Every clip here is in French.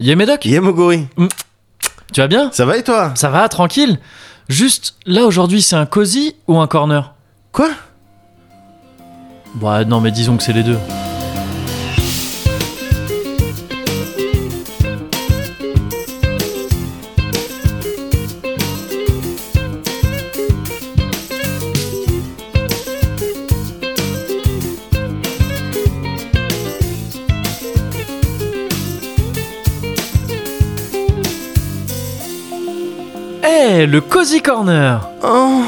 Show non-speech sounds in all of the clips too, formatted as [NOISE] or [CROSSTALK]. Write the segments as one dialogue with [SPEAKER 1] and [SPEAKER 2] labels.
[SPEAKER 1] Yé Médoc,
[SPEAKER 2] Yemoguri,
[SPEAKER 1] tu vas bien
[SPEAKER 2] ça va et toi
[SPEAKER 1] Ça va, tranquille Juste, là aujourd'hui, c'est un cozy ou un corner
[SPEAKER 2] Quoi
[SPEAKER 1] Bah non, mais disons que c'est les deux. Eh, le cozy corner
[SPEAKER 2] Oh, oh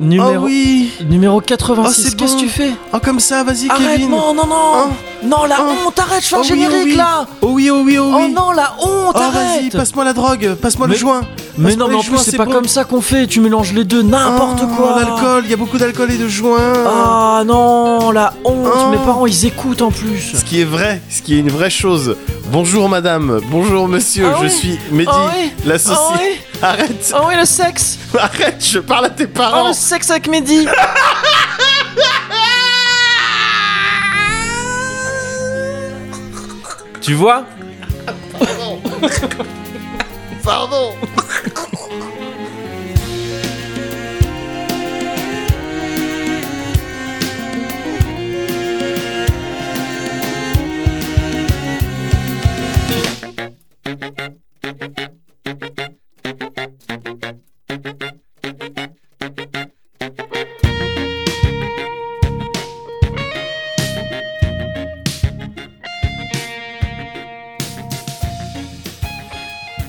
[SPEAKER 1] Numéro,
[SPEAKER 2] oui
[SPEAKER 1] numéro 86,
[SPEAKER 2] Oh, c'est
[SPEAKER 1] qu'est-ce que
[SPEAKER 2] bon.
[SPEAKER 1] tu fais
[SPEAKER 2] Oh comme ça, vas-y
[SPEAKER 1] Arrête,
[SPEAKER 2] Kevin
[SPEAKER 1] non, non, non
[SPEAKER 2] Hein
[SPEAKER 1] Non, la
[SPEAKER 2] Hein
[SPEAKER 1] honte, arrête, je fais
[SPEAKER 2] Oh
[SPEAKER 1] un
[SPEAKER 2] oui,
[SPEAKER 1] générique
[SPEAKER 2] oh oui.
[SPEAKER 1] là
[SPEAKER 2] Oh oui, oh oui, oh
[SPEAKER 1] Oh
[SPEAKER 2] oui
[SPEAKER 1] non, la honte,
[SPEAKER 2] Oh vas-y,
[SPEAKER 1] arrête
[SPEAKER 2] passe-moi la drogue, passe-moi le
[SPEAKER 1] Mais-
[SPEAKER 2] joint
[SPEAKER 1] Mais non,
[SPEAKER 2] Passe-moi
[SPEAKER 1] mais
[SPEAKER 2] les
[SPEAKER 1] en plus,
[SPEAKER 2] joints,
[SPEAKER 1] c'est
[SPEAKER 2] c'est
[SPEAKER 1] pas
[SPEAKER 2] bon.
[SPEAKER 1] comme ça qu'on fait, tu mélanges les deux, n'importe
[SPEAKER 2] Oh,
[SPEAKER 1] quoi
[SPEAKER 2] L'alcool, il y a beaucoup d'alcool et de joints
[SPEAKER 1] Ah non, la honte,
[SPEAKER 2] Oh.
[SPEAKER 1] mes parents ils écoutent en plus.
[SPEAKER 2] Ce qui est vrai, ce qui est une vraie chose. Bonjour madame, bonjour monsieur,
[SPEAKER 1] Ah
[SPEAKER 2] je
[SPEAKER 1] ouais
[SPEAKER 2] suis Mehdi,
[SPEAKER 1] Ah ouais
[SPEAKER 2] l'associé.
[SPEAKER 1] Oh oui,
[SPEAKER 2] Arrête,
[SPEAKER 1] oh oui, le sexe
[SPEAKER 2] arrête, je parle à tes
[SPEAKER 1] Oh,
[SPEAKER 2] parents
[SPEAKER 1] le sexe avec Mehdi Tu vois
[SPEAKER 2] Pardon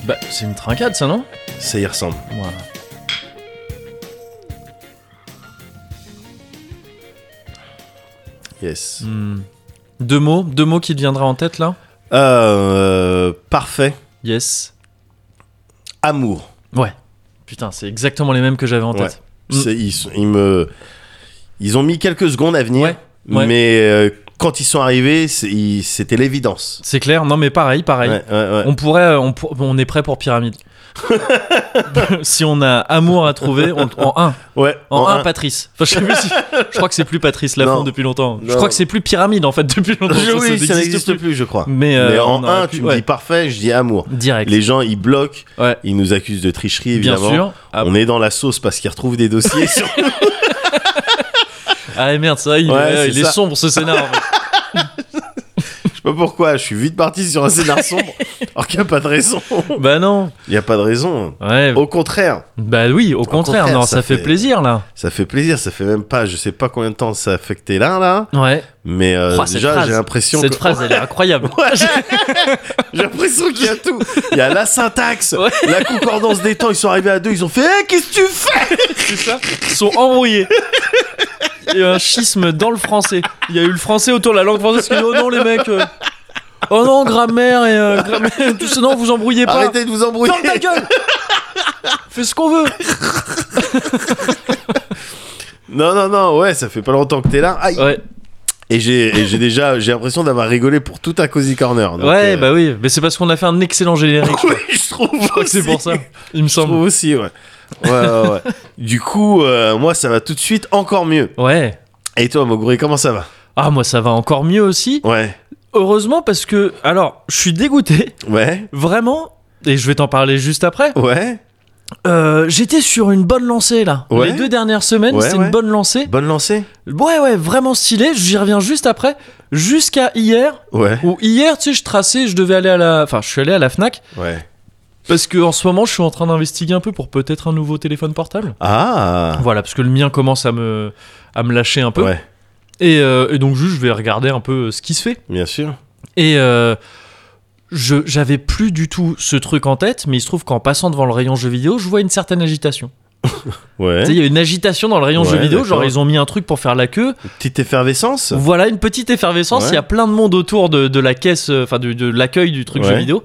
[SPEAKER 1] Bah, c'est une trincade ça, non
[SPEAKER 2] Ça y ressemble. Yes.
[SPEAKER 1] Hmm. Deux mots, deux mots qui te viendra en tête là
[SPEAKER 2] Euh, parfait.
[SPEAKER 1] Yes.
[SPEAKER 2] Amour.
[SPEAKER 1] Ouais. Putain, c'est exactement les mêmes que j'avais en
[SPEAKER 2] Ouais.
[SPEAKER 1] tête. Mm.
[SPEAKER 2] C'est- Ils, sont- ils me, ils ont mis quelques secondes à venir,
[SPEAKER 1] Ouais, ouais.
[SPEAKER 2] mais euh, quand ils sont arrivés, c'est- ils- c'était l'évidence.
[SPEAKER 1] C'est clair Non, mais pareil, pareil.
[SPEAKER 2] Ouais, ouais, ouais.
[SPEAKER 1] On pourrait, euh, on, pour- on est prêt pour pyramide. si on a amour à trouver, on- en un,
[SPEAKER 2] Ouais,
[SPEAKER 1] en,
[SPEAKER 2] en
[SPEAKER 1] un,
[SPEAKER 2] un.
[SPEAKER 1] Patrice. Enfin, je, sais plus si- je crois que c'est plus Patrice Lafont
[SPEAKER 2] Non.
[SPEAKER 1] depuis longtemps. Je
[SPEAKER 2] Non.
[SPEAKER 1] crois que c'est plus pyramide en fait depuis longtemps.
[SPEAKER 2] Je-
[SPEAKER 1] Ça,
[SPEAKER 2] [LAUGHS] oui, ça
[SPEAKER 1] n'existe
[SPEAKER 2] n'existe plus. je crois.
[SPEAKER 1] Mais, euh,
[SPEAKER 2] Mais
[SPEAKER 1] on
[SPEAKER 2] en
[SPEAKER 1] aurait
[SPEAKER 2] un,
[SPEAKER 1] pu-
[SPEAKER 2] tu me
[SPEAKER 1] ouais.
[SPEAKER 2] dis parfait, je dis amour.
[SPEAKER 1] Direct.
[SPEAKER 2] Les gens, ils bloquent,
[SPEAKER 1] Ouais.
[SPEAKER 2] ils nous accusent de tricherie,
[SPEAKER 1] Bien
[SPEAKER 2] évidemment.
[SPEAKER 1] sûr. Ah,
[SPEAKER 2] On est dans la sauce parce qu'ils retrouvent des
[SPEAKER 1] [LAUGHS]
[SPEAKER 2] dossiers sur
[SPEAKER 1] ah, merde, ça, il,
[SPEAKER 2] Ouais,
[SPEAKER 1] est-
[SPEAKER 2] c'est
[SPEAKER 1] il est
[SPEAKER 2] ça.
[SPEAKER 1] sombre ce scénar. en
[SPEAKER 2] [LAUGHS]
[SPEAKER 1] fait.
[SPEAKER 2] Je sais pas pourquoi, je suis vite parti sur un scénar
[SPEAKER 1] [LAUGHS]
[SPEAKER 2] sombre. Alors qu'il n'y a pas de raison.
[SPEAKER 1] bah non.
[SPEAKER 2] Il n'y a pas de raison.
[SPEAKER 1] Ouais.
[SPEAKER 2] Au contraire,
[SPEAKER 1] Bah oui, au contraire,
[SPEAKER 2] contraire,
[SPEAKER 1] non, ça,
[SPEAKER 2] ça
[SPEAKER 1] fait
[SPEAKER 2] fait-
[SPEAKER 1] plaisir là.
[SPEAKER 2] ça fait plaisir, ça fait même pas, je sais pas combien de temps ça a affecté là, là.
[SPEAKER 1] Ouais.
[SPEAKER 2] Mais euh,
[SPEAKER 1] Oh, cette
[SPEAKER 2] déjà,
[SPEAKER 1] phrase.
[SPEAKER 2] j'ai l'impression
[SPEAKER 1] Cette
[SPEAKER 2] que-
[SPEAKER 1] phrase, elle est incroyable.
[SPEAKER 2] Ouais. [LAUGHS] j'ai l'impression qu'il y a tout. Il y a la syntaxe,
[SPEAKER 1] Ouais.
[SPEAKER 2] la concordance des temps. Ils sont arrivés à deux, ils ont fait Eh, qu'est-ce que tu fais
[SPEAKER 1] C'est ça Ils sont embrouillés. Il y a eu un schisme dans le français. Il y a eu le français autour de la langue française qui dit Oh non, les mecs. euh, Oh non, grammaire et euh, grammaire, tout ça. Non, vous embrouillez pas.
[SPEAKER 2] Arrêtez de vous embrouiller.
[SPEAKER 1] Ferme ta gueule Fais ce qu'on veut
[SPEAKER 2] Non, non, non, ouais, ça fait pas longtemps que t'es là. Aïe.
[SPEAKER 1] Ouais,
[SPEAKER 2] Et j'ai et j'ai déjà, j'ai l'impression d'avoir rigolé pour tout un Cozy Corner. Donc,
[SPEAKER 1] ouais
[SPEAKER 2] euh,
[SPEAKER 1] bah oui. Mais c'est parce qu'on a fait un excellent
[SPEAKER 2] [LAUGHS]
[SPEAKER 1] générique.
[SPEAKER 2] oui, je trouve.
[SPEAKER 1] Je crois que c'est pour ça, il me
[SPEAKER 2] Je
[SPEAKER 1] semble.
[SPEAKER 2] trouve aussi, ouais. Ouais,
[SPEAKER 1] [LAUGHS]
[SPEAKER 2] ouais, ouais. Du coup, euh, moi, ça va tout de suite encore mieux.
[SPEAKER 1] Ouais.
[SPEAKER 2] Et toi, Moguri, comment ça va
[SPEAKER 1] Ah, moi, ça va encore mieux aussi.
[SPEAKER 2] Ouais,
[SPEAKER 1] Heureusement parce que. Alors, je suis dégoûté.
[SPEAKER 2] ouais,
[SPEAKER 1] Vraiment. Et je vais t'en parler juste après.
[SPEAKER 2] ouais.
[SPEAKER 1] Euh, J'étais sur une bonne lancée là.
[SPEAKER 2] Ouais.
[SPEAKER 1] Les deux dernières semaines,
[SPEAKER 2] Ouais,
[SPEAKER 1] c'était
[SPEAKER 2] ouais.
[SPEAKER 1] une bonne lancée.
[SPEAKER 2] Bonne lancée
[SPEAKER 1] Ouais, ouais, vraiment stylé. J'y reviens juste après. Jusqu'à hier,
[SPEAKER 2] Ouais,
[SPEAKER 1] où hier, tu sais, je traçais, je devais aller à la. Enfin, je suis allé à la Fnac.
[SPEAKER 2] ouais.
[SPEAKER 1] Parce que en ce moment, je suis en train d'investiguer un peu pour peut-être un nouveau téléphone portable.
[SPEAKER 2] Ah
[SPEAKER 1] Voilà, parce que le mien commence à me, à me lâcher un peu.
[SPEAKER 2] Ouais,
[SPEAKER 1] Et, euh, et donc, juste, je vais regarder un peu euh, ce qui se fait.
[SPEAKER 2] bien sûr.
[SPEAKER 1] Et euh, je j'avais plus du tout ce truc en tête, mais il se trouve qu'en passant devant le rayon jeux vidéo, je vois une certaine agitation. Tu sais,
[SPEAKER 2] Ouais.
[SPEAKER 1] il y a une agitation dans le rayon
[SPEAKER 2] Ouais,
[SPEAKER 1] jeux vidéo, genre
[SPEAKER 2] d'accord.
[SPEAKER 1] ils ont mis un truc pour faire la queue.
[SPEAKER 2] Petite effervescence
[SPEAKER 1] Voilà une petite effervescence.
[SPEAKER 2] Ouais.
[SPEAKER 1] Il y a plein de monde autour de, de la caisse, euh, enfin de, de l'accueil du truc
[SPEAKER 2] Ouais.
[SPEAKER 1] jeu vidéo.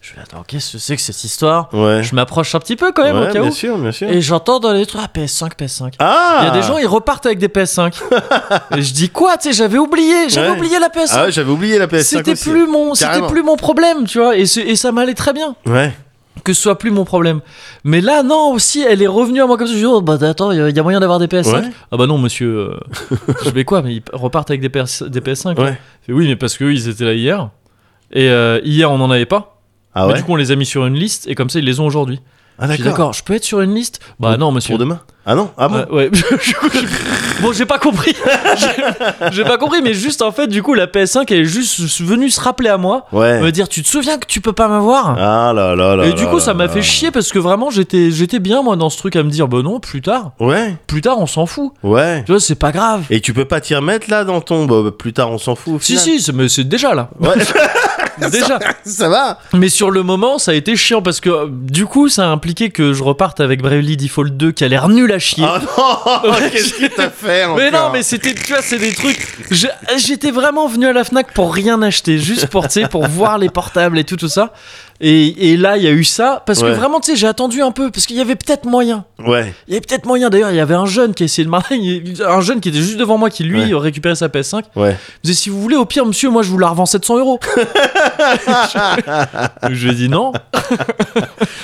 [SPEAKER 1] Je me dis, attends, qu'est-ce que c'est que cette histoire
[SPEAKER 2] Ouais.
[SPEAKER 1] Je m'approche un petit peu quand même
[SPEAKER 2] ouais,
[SPEAKER 1] au cas
[SPEAKER 2] bien
[SPEAKER 1] où.
[SPEAKER 2] sûr, bien sûr.
[SPEAKER 1] Et j'entends dans les trucs, ah, PS5, PS5.
[SPEAKER 2] Ah
[SPEAKER 1] Il y a des gens, ils repartent avec des
[SPEAKER 2] [LAUGHS]
[SPEAKER 1] PS5. et je dis quoi Tu sais, j'avais oublié, j'avais
[SPEAKER 2] Ouais.
[SPEAKER 1] oublié la PS5.
[SPEAKER 2] Ah ouais, j'avais oublié la PS5
[SPEAKER 1] c'était
[SPEAKER 2] aussi.
[SPEAKER 1] plus mon, c'était
[SPEAKER 2] Carrément.
[SPEAKER 1] plus mon problème, tu vois. Et, ce- et ça m'allait très bien
[SPEAKER 2] Ouais,
[SPEAKER 1] que ce soit plus mon problème. Mais là, non, aussi, elle est revenue à moi comme ça. Je dis, oh, bah attends, il y a- il y, a moyen d'avoir des PS5.
[SPEAKER 2] Ouais.
[SPEAKER 1] Ah bah non, monsieur. euh, [LAUGHS] je vais quoi Mais ils repartent avec des, PS, des PS5.
[SPEAKER 2] ouais.
[SPEAKER 1] Je fais, oui, mais parce qu'eux, ils étaient là hier. Et euh, hier, on n'en avait pas.
[SPEAKER 2] Ah
[SPEAKER 1] Mais
[SPEAKER 2] ouais
[SPEAKER 1] du coup, on les a mis sur une liste et comme ça, ils les ont aujourd'hui.
[SPEAKER 2] Ah
[SPEAKER 1] Je suis d'accord, je peux être sur une liste Bah
[SPEAKER 2] Pour-
[SPEAKER 1] non, monsieur.
[SPEAKER 2] Pour demain Ah non Ah bon
[SPEAKER 1] Ouais, [LAUGHS] ouais. Je- je- bon, j'ai pas compris. [LAUGHS] J'ai- J'ai pas compris, mais juste en fait, du coup, la PS5 elle est juste venue se rappeler à moi,
[SPEAKER 2] Ouais.
[SPEAKER 1] me dire Tu te souviens que tu peux pas m'avoir
[SPEAKER 2] Ah là là là.
[SPEAKER 1] Et du
[SPEAKER 2] là
[SPEAKER 1] coup,
[SPEAKER 2] là
[SPEAKER 1] ça m'a
[SPEAKER 2] là.
[SPEAKER 1] fait chier parce que vraiment, j'étais j'étais bien moi dans ce truc à me dire Bah non, plus tard,
[SPEAKER 2] Ouais,
[SPEAKER 1] plus tard, on s'en fout.
[SPEAKER 2] ouais.
[SPEAKER 1] Tu vois, c'est pas grave.
[SPEAKER 2] Et tu peux pas t'y remettre là dans ton. bah, plus tard, on s'en fout. au
[SPEAKER 1] Si,
[SPEAKER 2] final.
[SPEAKER 1] si, c'est- mais c'est déjà
[SPEAKER 2] [LAUGHS]
[SPEAKER 1] là.
[SPEAKER 2] Ouais.
[SPEAKER 1] [LAUGHS] Déjà.
[SPEAKER 2] ça va
[SPEAKER 1] Mais sur le moment, ça a été chiant parce que euh, du coup, ça a impliqué que je reparte avec Bravely Default 2 qui a l'air nul à chier.
[SPEAKER 2] Oh
[SPEAKER 1] [LAUGHS]
[SPEAKER 2] non Qu'est-ce que t'as fait
[SPEAKER 1] Mais non,
[SPEAKER 2] encore
[SPEAKER 1] mais c'était, tu vois, c'est des trucs. je- J'étais vraiment venu à la Fnac pour rien acheter, juste pour, tu sais,
[SPEAKER 2] [LAUGHS]
[SPEAKER 1] pour voir les portables et tout, tout ça. Et, et là, il y a eu ça parce
[SPEAKER 2] Ouais.
[SPEAKER 1] que vraiment, tu sais, j'ai attendu un peu parce qu'il y avait peut-être moyen.
[SPEAKER 2] Ouais,
[SPEAKER 1] Il y avait peut-être moyen. D'ailleurs, il y avait un jeune qui a essayé de [LAUGHS] marrer, un jeune qui était juste devant moi qui lui
[SPEAKER 2] Ouais.
[SPEAKER 1] récupérait sa PS5.
[SPEAKER 2] ouais.
[SPEAKER 1] Il me disait, si vous voulez, au pire, monsieur, moi, je vous la revends 700 euros. [LAUGHS] je lui ai dit non.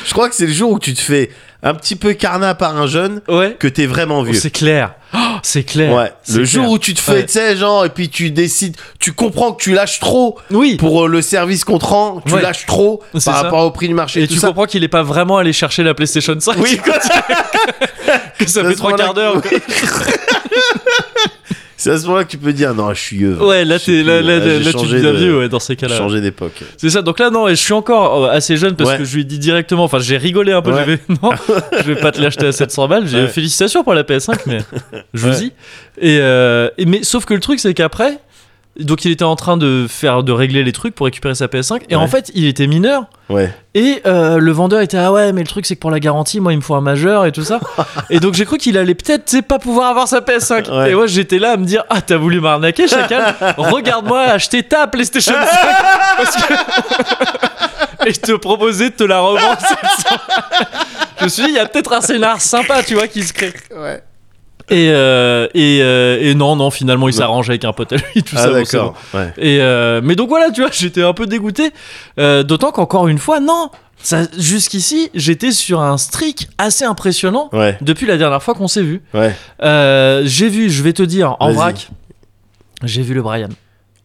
[SPEAKER 2] Je crois que c'est le jour où tu te fais un petit peu carnat par un jeune
[SPEAKER 1] Ouais.
[SPEAKER 2] que t'es vraiment
[SPEAKER 1] Oh,
[SPEAKER 2] vieux.
[SPEAKER 1] c'est clair. Oh, c'est clair.
[SPEAKER 2] Ouais,
[SPEAKER 1] C'est
[SPEAKER 2] le jour
[SPEAKER 1] clair.
[SPEAKER 2] où tu te fais,
[SPEAKER 1] Ouais.
[SPEAKER 2] tu sais, genre, et puis tu décides, tu comprends que tu lâches trop
[SPEAKER 1] Oui.
[SPEAKER 2] pour euh, le service qu'on te rend, tu
[SPEAKER 1] Ouais.
[SPEAKER 2] lâches trop par
[SPEAKER 1] C'est ça.
[SPEAKER 2] rapport au prix du marché.
[SPEAKER 1] Et
[SPEAKER 2] tout
[SPEAKER 1] tu
[SPEAKER 2] ça.
[SPEAKER 1] comprends qu'il est pas vraiment allé chercher la PlayStation 5.
[SPEAKER 2] [LAUGHS] Oui.
[SPEAKER 1] [LAUGHS] que ça
[SPEAKER 2] À
[SPEAKER 1] fait
[SPEAKER 2] ce
[SPEAKER 1] trois
[SPEAKER 2] moment-là
[SPEAKER 1] quarts d'heure.
[SPEAKER 2] que- [LAUGHS] c'est à ce moment-là que tu peux dire, non, je suis vieux.
[SPEAKER 1] Ouais, là,
[SPEAKER 2] Je sais
[SPEAKER 1] t'es, là,
[SPEAKER 2] plus,
[SPEAKER 1] là, là,
[SPEAKER 2] j'ai
[SPEAKER 1] là, tu
[SPEAKER 2] changé
[SPEAKER 1] deviens
[SPEAKER 2] de-
[SPEAKER 1] vieux, ouais, dans ces
[SPEAKER 2] j'ai
[SPEAKER 1] cas-là.
[SPEAKER 2] changé d'époque.
[SPEAKER 1] C'est ça, donc là, non, et je suis encore euh, assez jeune parce
[SPEAKER 2] Ouais.
[SPEAKER 1] que je lui ai dit directement, enfin, j'ai rigolé un peu,
[SPEAKER 2] Ouais.
[SPEAKER 1] je vais, non, je vais pas te l'acheter à 700 balles, j'ai
[SPEAKER 2] Ouais.
[SPEAKER 1] félicitations pour la PS5, mais je vous
[SPEAKER 2] Ouais.
[SPEAKER 1] dis. Et, euh, et- mais sauf que le truc, c'est qu'après, donc il était en train de faire, de régler les trucs pour récupérer sa PS5, et
[SPEAKER 2] Ouais.
[SPEAKER 1] en fait, il était mineur,
[SPEAKER 2] Ouais.
[SPEAKER 1] Et euh, le vendeur était ah ouais mais le truc c'est que pour la garantie moi il me faut un majeur et tout ça
[SPEAKER 2] [LAUGHS]
[SPEAKER 1] et donc j'ai cru qu'il allait peut-être tu sais, pas pouvoir avoir sa PS5
[SPEAKER 2] Ouais.
[SPEAKER 1] et moi j'étais là à me dire ah t'as voulu m'arnaquer
[SPEAKER 2] [LAUGHS]
[SPEAKER 1] chacal regarde-moi acheter ta PlayStation 5 Parce que- [LAUGHS] et je te proposais de te la revendre 700. je me suis dit il y a peut-être un scénar sympa tu vois qui se crée
[SPEAKER 2] Ouais.
[SPEAKER 1] et euh, et, euh, et non non finalement il
[SPEAKER 2] Non.
[SPEAKER 1] s'arrange avec un pote à lui tout
[SPEAKER 2] Ah,
[SPEAKER 1] ça bon, c'est bon.
[SPEAKER 2] d'accord. Ouais.
[SPEAKER 1] Et euh, mais donc voilà, tu vois, [LAUGHS] j'étais un peu dégoûté. Euh, D'autant qu'encore une fois, non, ça, jusqu'ici, j'étais sur un streak assez impressionnant
[SPEAKER 2] Ouais.
[SPEAKER 1] depuis la dernière fois qu'on s'est vu.
[SPEAKER 2] Ouais.
[SPEAKER 1] Euh, j'ai vu, je vais te dire, en
[SPEAKER 2] Vas-y.
[SPEAKER 1] vrac, j'ai vu le Brian.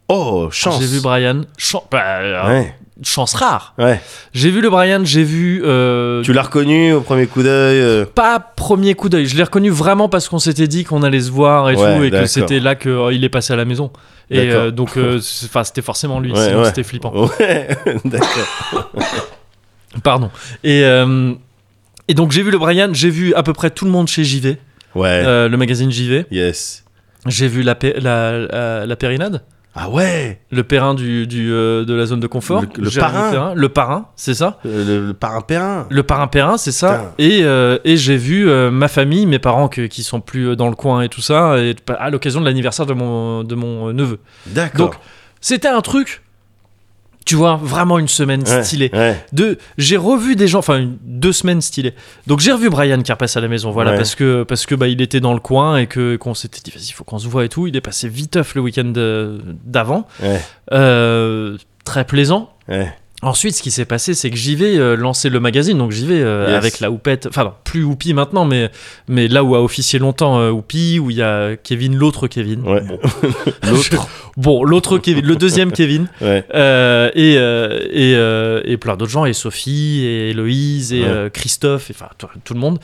[SPEAKER 2] Oh, chance.
[SPEAKER 1] J'ai vu Brian. Chan- bah, euh,
[SPEAKER 2] Ouais.
[SPEAKER 1] Chance rare.
[SPEAKER 2] Ouais.
[SPEAKER 1] J'ai vu le Brian, j'ai vu. euh,
[SPEAKER 2] Tu l'as reconnu au premier coup d'œil. euh,
[SPEAKER 1] pas premier coup d'œil. Je l'ai reconnu vraiment parce qu'on s'était dit qu'on allait se voir et
[SPEAKER 2] Ouais,
[SPEAKER 1] tout, et que
[SPEAKER 2] d'accord.
[SPEAKER 1] c'était là qu'il est passé à la maison. Et
[SPEAKER 2] D'accord.
[SPEAKER 1] euh, donc, euh, c'est- enfin, c'était forcément lui,
[SPEAKER 2] Ouais,
[SPEAKER 1] sinon
[SPEAKER 2] ouais.
[SPEAKER 1] c'était flippant.
[SPEAKER 2] Ouais. [LAUGHS] d'accord.
[SPEAKER 1] Pardon. Et, euh, et donc j'ai vu le Brian, j'ai vu à peu près tout le monde chez JV,
[SPEAKER 2] Ouais.
[SPEAKER 1] euh, le magazine JV.
[SPEAKER 2] Yes.
[SPEAKER 1] J'ai vu la, pé- la, la- la Périnade,
[SPEAKER 2] Ah ouais.
[SPEAKER 1] le Périn du, du, euh, de la zone de confort.
[SPEAKER 2] Le- le
[SPEAKER 1] J'ai vu
[SPEAKER 2] parrain.
[SPEAKER 1] Perrin, Le Parrain, c'est ça.
[SPEAKER 2] Le, le- le parrain Perrin.
[SPEAKER 1] Le Parrain Périn, c'est ça. Et, euh, et j'ai vu euh, ma famille, mes parents que- qui sont plus euh, dans le coin et tout ça, et, à l'occasion de l'anniversaire de mon, de mon euh, neveu.
[SPEAKER 2] D'accord.
[SPEAKER 1] Donc, C'était un truc, tu vois, vraiment une semaine
[SPEAKER 2] Ouais,
[SPEAKER 1] stylée.
[SPEAKER 2] Ouais.
[SPEAKER 1] de j'ai revu des gens enfin une- deux semaines stylées donc j'ai revu Brian qui repasse à la maison voilà
[SPEAKER 2] Ouais.
[SPEAKER 1] parce que parce que bah il était dans le coin et que qu'on s'était dit vas-y faut qu'on se voit et tout il est passé viteuf le week-end euh, d'avant
[SPEAKER 2] Ouais.
[SPEAKER 1] Euh, très plaisant
[SPEAKER 2] Ouais.
[SPEAKER 1] Ensuite, ce qui s'est passé, c'est que j'y vais euh, lancer le magazine, donc j'y vais euh,
[SPEAKER 2] Yes.
[SPEAKER 1] avec la Houppette, enfin non, plus Houpi maintenant, mais, mais là où a officié longtemps euh, Houpi, où il y a Kevin, l'autre Kevin.
[SPEAKER 2] Ouais.
[SPEAKER 1] Bon.
[SPEAKER 2] L'autre.
[SPEAKER 1] [LAUGHS] Bon, l'autre Kevin, le deuxième Kevin, [LAUGHS]
[SPEAKER 2] Ouais.
[SPEAKER 1] euh, et, euh, et, euh, et plein d'autres gens, et Sophie, et Héloïse, et
[SPEAKER 2] Ouais.
[SPEAKER 1] euh, Christophe, et enfin tout, tout le monde.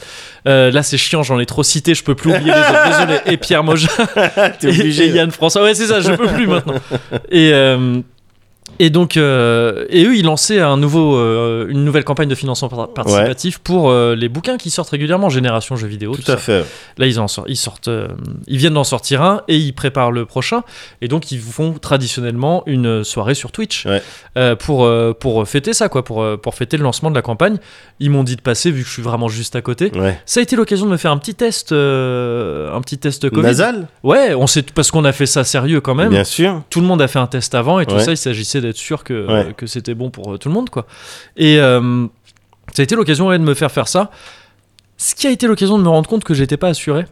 [SPEAKER 1] Euh, là, c'est chiant, j'en ai trop cité, je peux plus oublier les autres, désolé. Et Pierre Moja,
[SPEAKER 2] [LAUGHS]
[SPEAKER 1] et-
[SPEAKER 2] T'es obligé.
[SPEAKER 1] et, Yann François, ouais, c'est ça, je peux plus maintenant. Et, euh, et donc, euh, et eux, ils lançaient un nouveau, euh, une nouvelle campagne de financement par- participatif pour euh, les bouquins qui sortent régulièrement, Génération Jeux vidéo, tout
[SPEAKER 2] Tout à
[SPEAKER 1] ça.
[SPEAKER 2] fait.
[SPEAKER 1] Là, ils, en sortent, ils, sortent, euh, ils viennent d'en sortir un et ils préparent le prochain. Et donc, ils font traditionnellement une soirée sur Twitch
[SPEAKER 2] Ouais.
[SPEAKER 1] euh, pour, euh, pour fêter ça, quoi, pour, euh, pour fêter le lancement de la campagne. Ils m'ont dit de passer vu que je suis vraiment juste à côté.
[SPEAKER 2] Ouais.
[SPEAKER 1] Ça a été l'occasion de me faire un petit test, euh, un petit test Covid.
[SPEAKER 2] Nasal.
[SPEAKER 1] Ouais, on sait parce qu'on a fait ça sérieux quand même. [LAUGHS]
[SPEAKER 2] Bien sûr.
[SPEAKER 1] Tout le monde a fait un test avant et tout
[SPEAKER 2] Ouais.
[SPEAKER 1] ça, il s'agissait d'être sûr que,
[SPEAKER 2] Ouais.
[SPEAKER 1] que c'était bon pour euh, tout le monde, quoi. Et euh, ça a été l'occasion ouais, de me faire faire ça. Ce qui a été l'occasion de me rendre compte que j'étais pas assuré.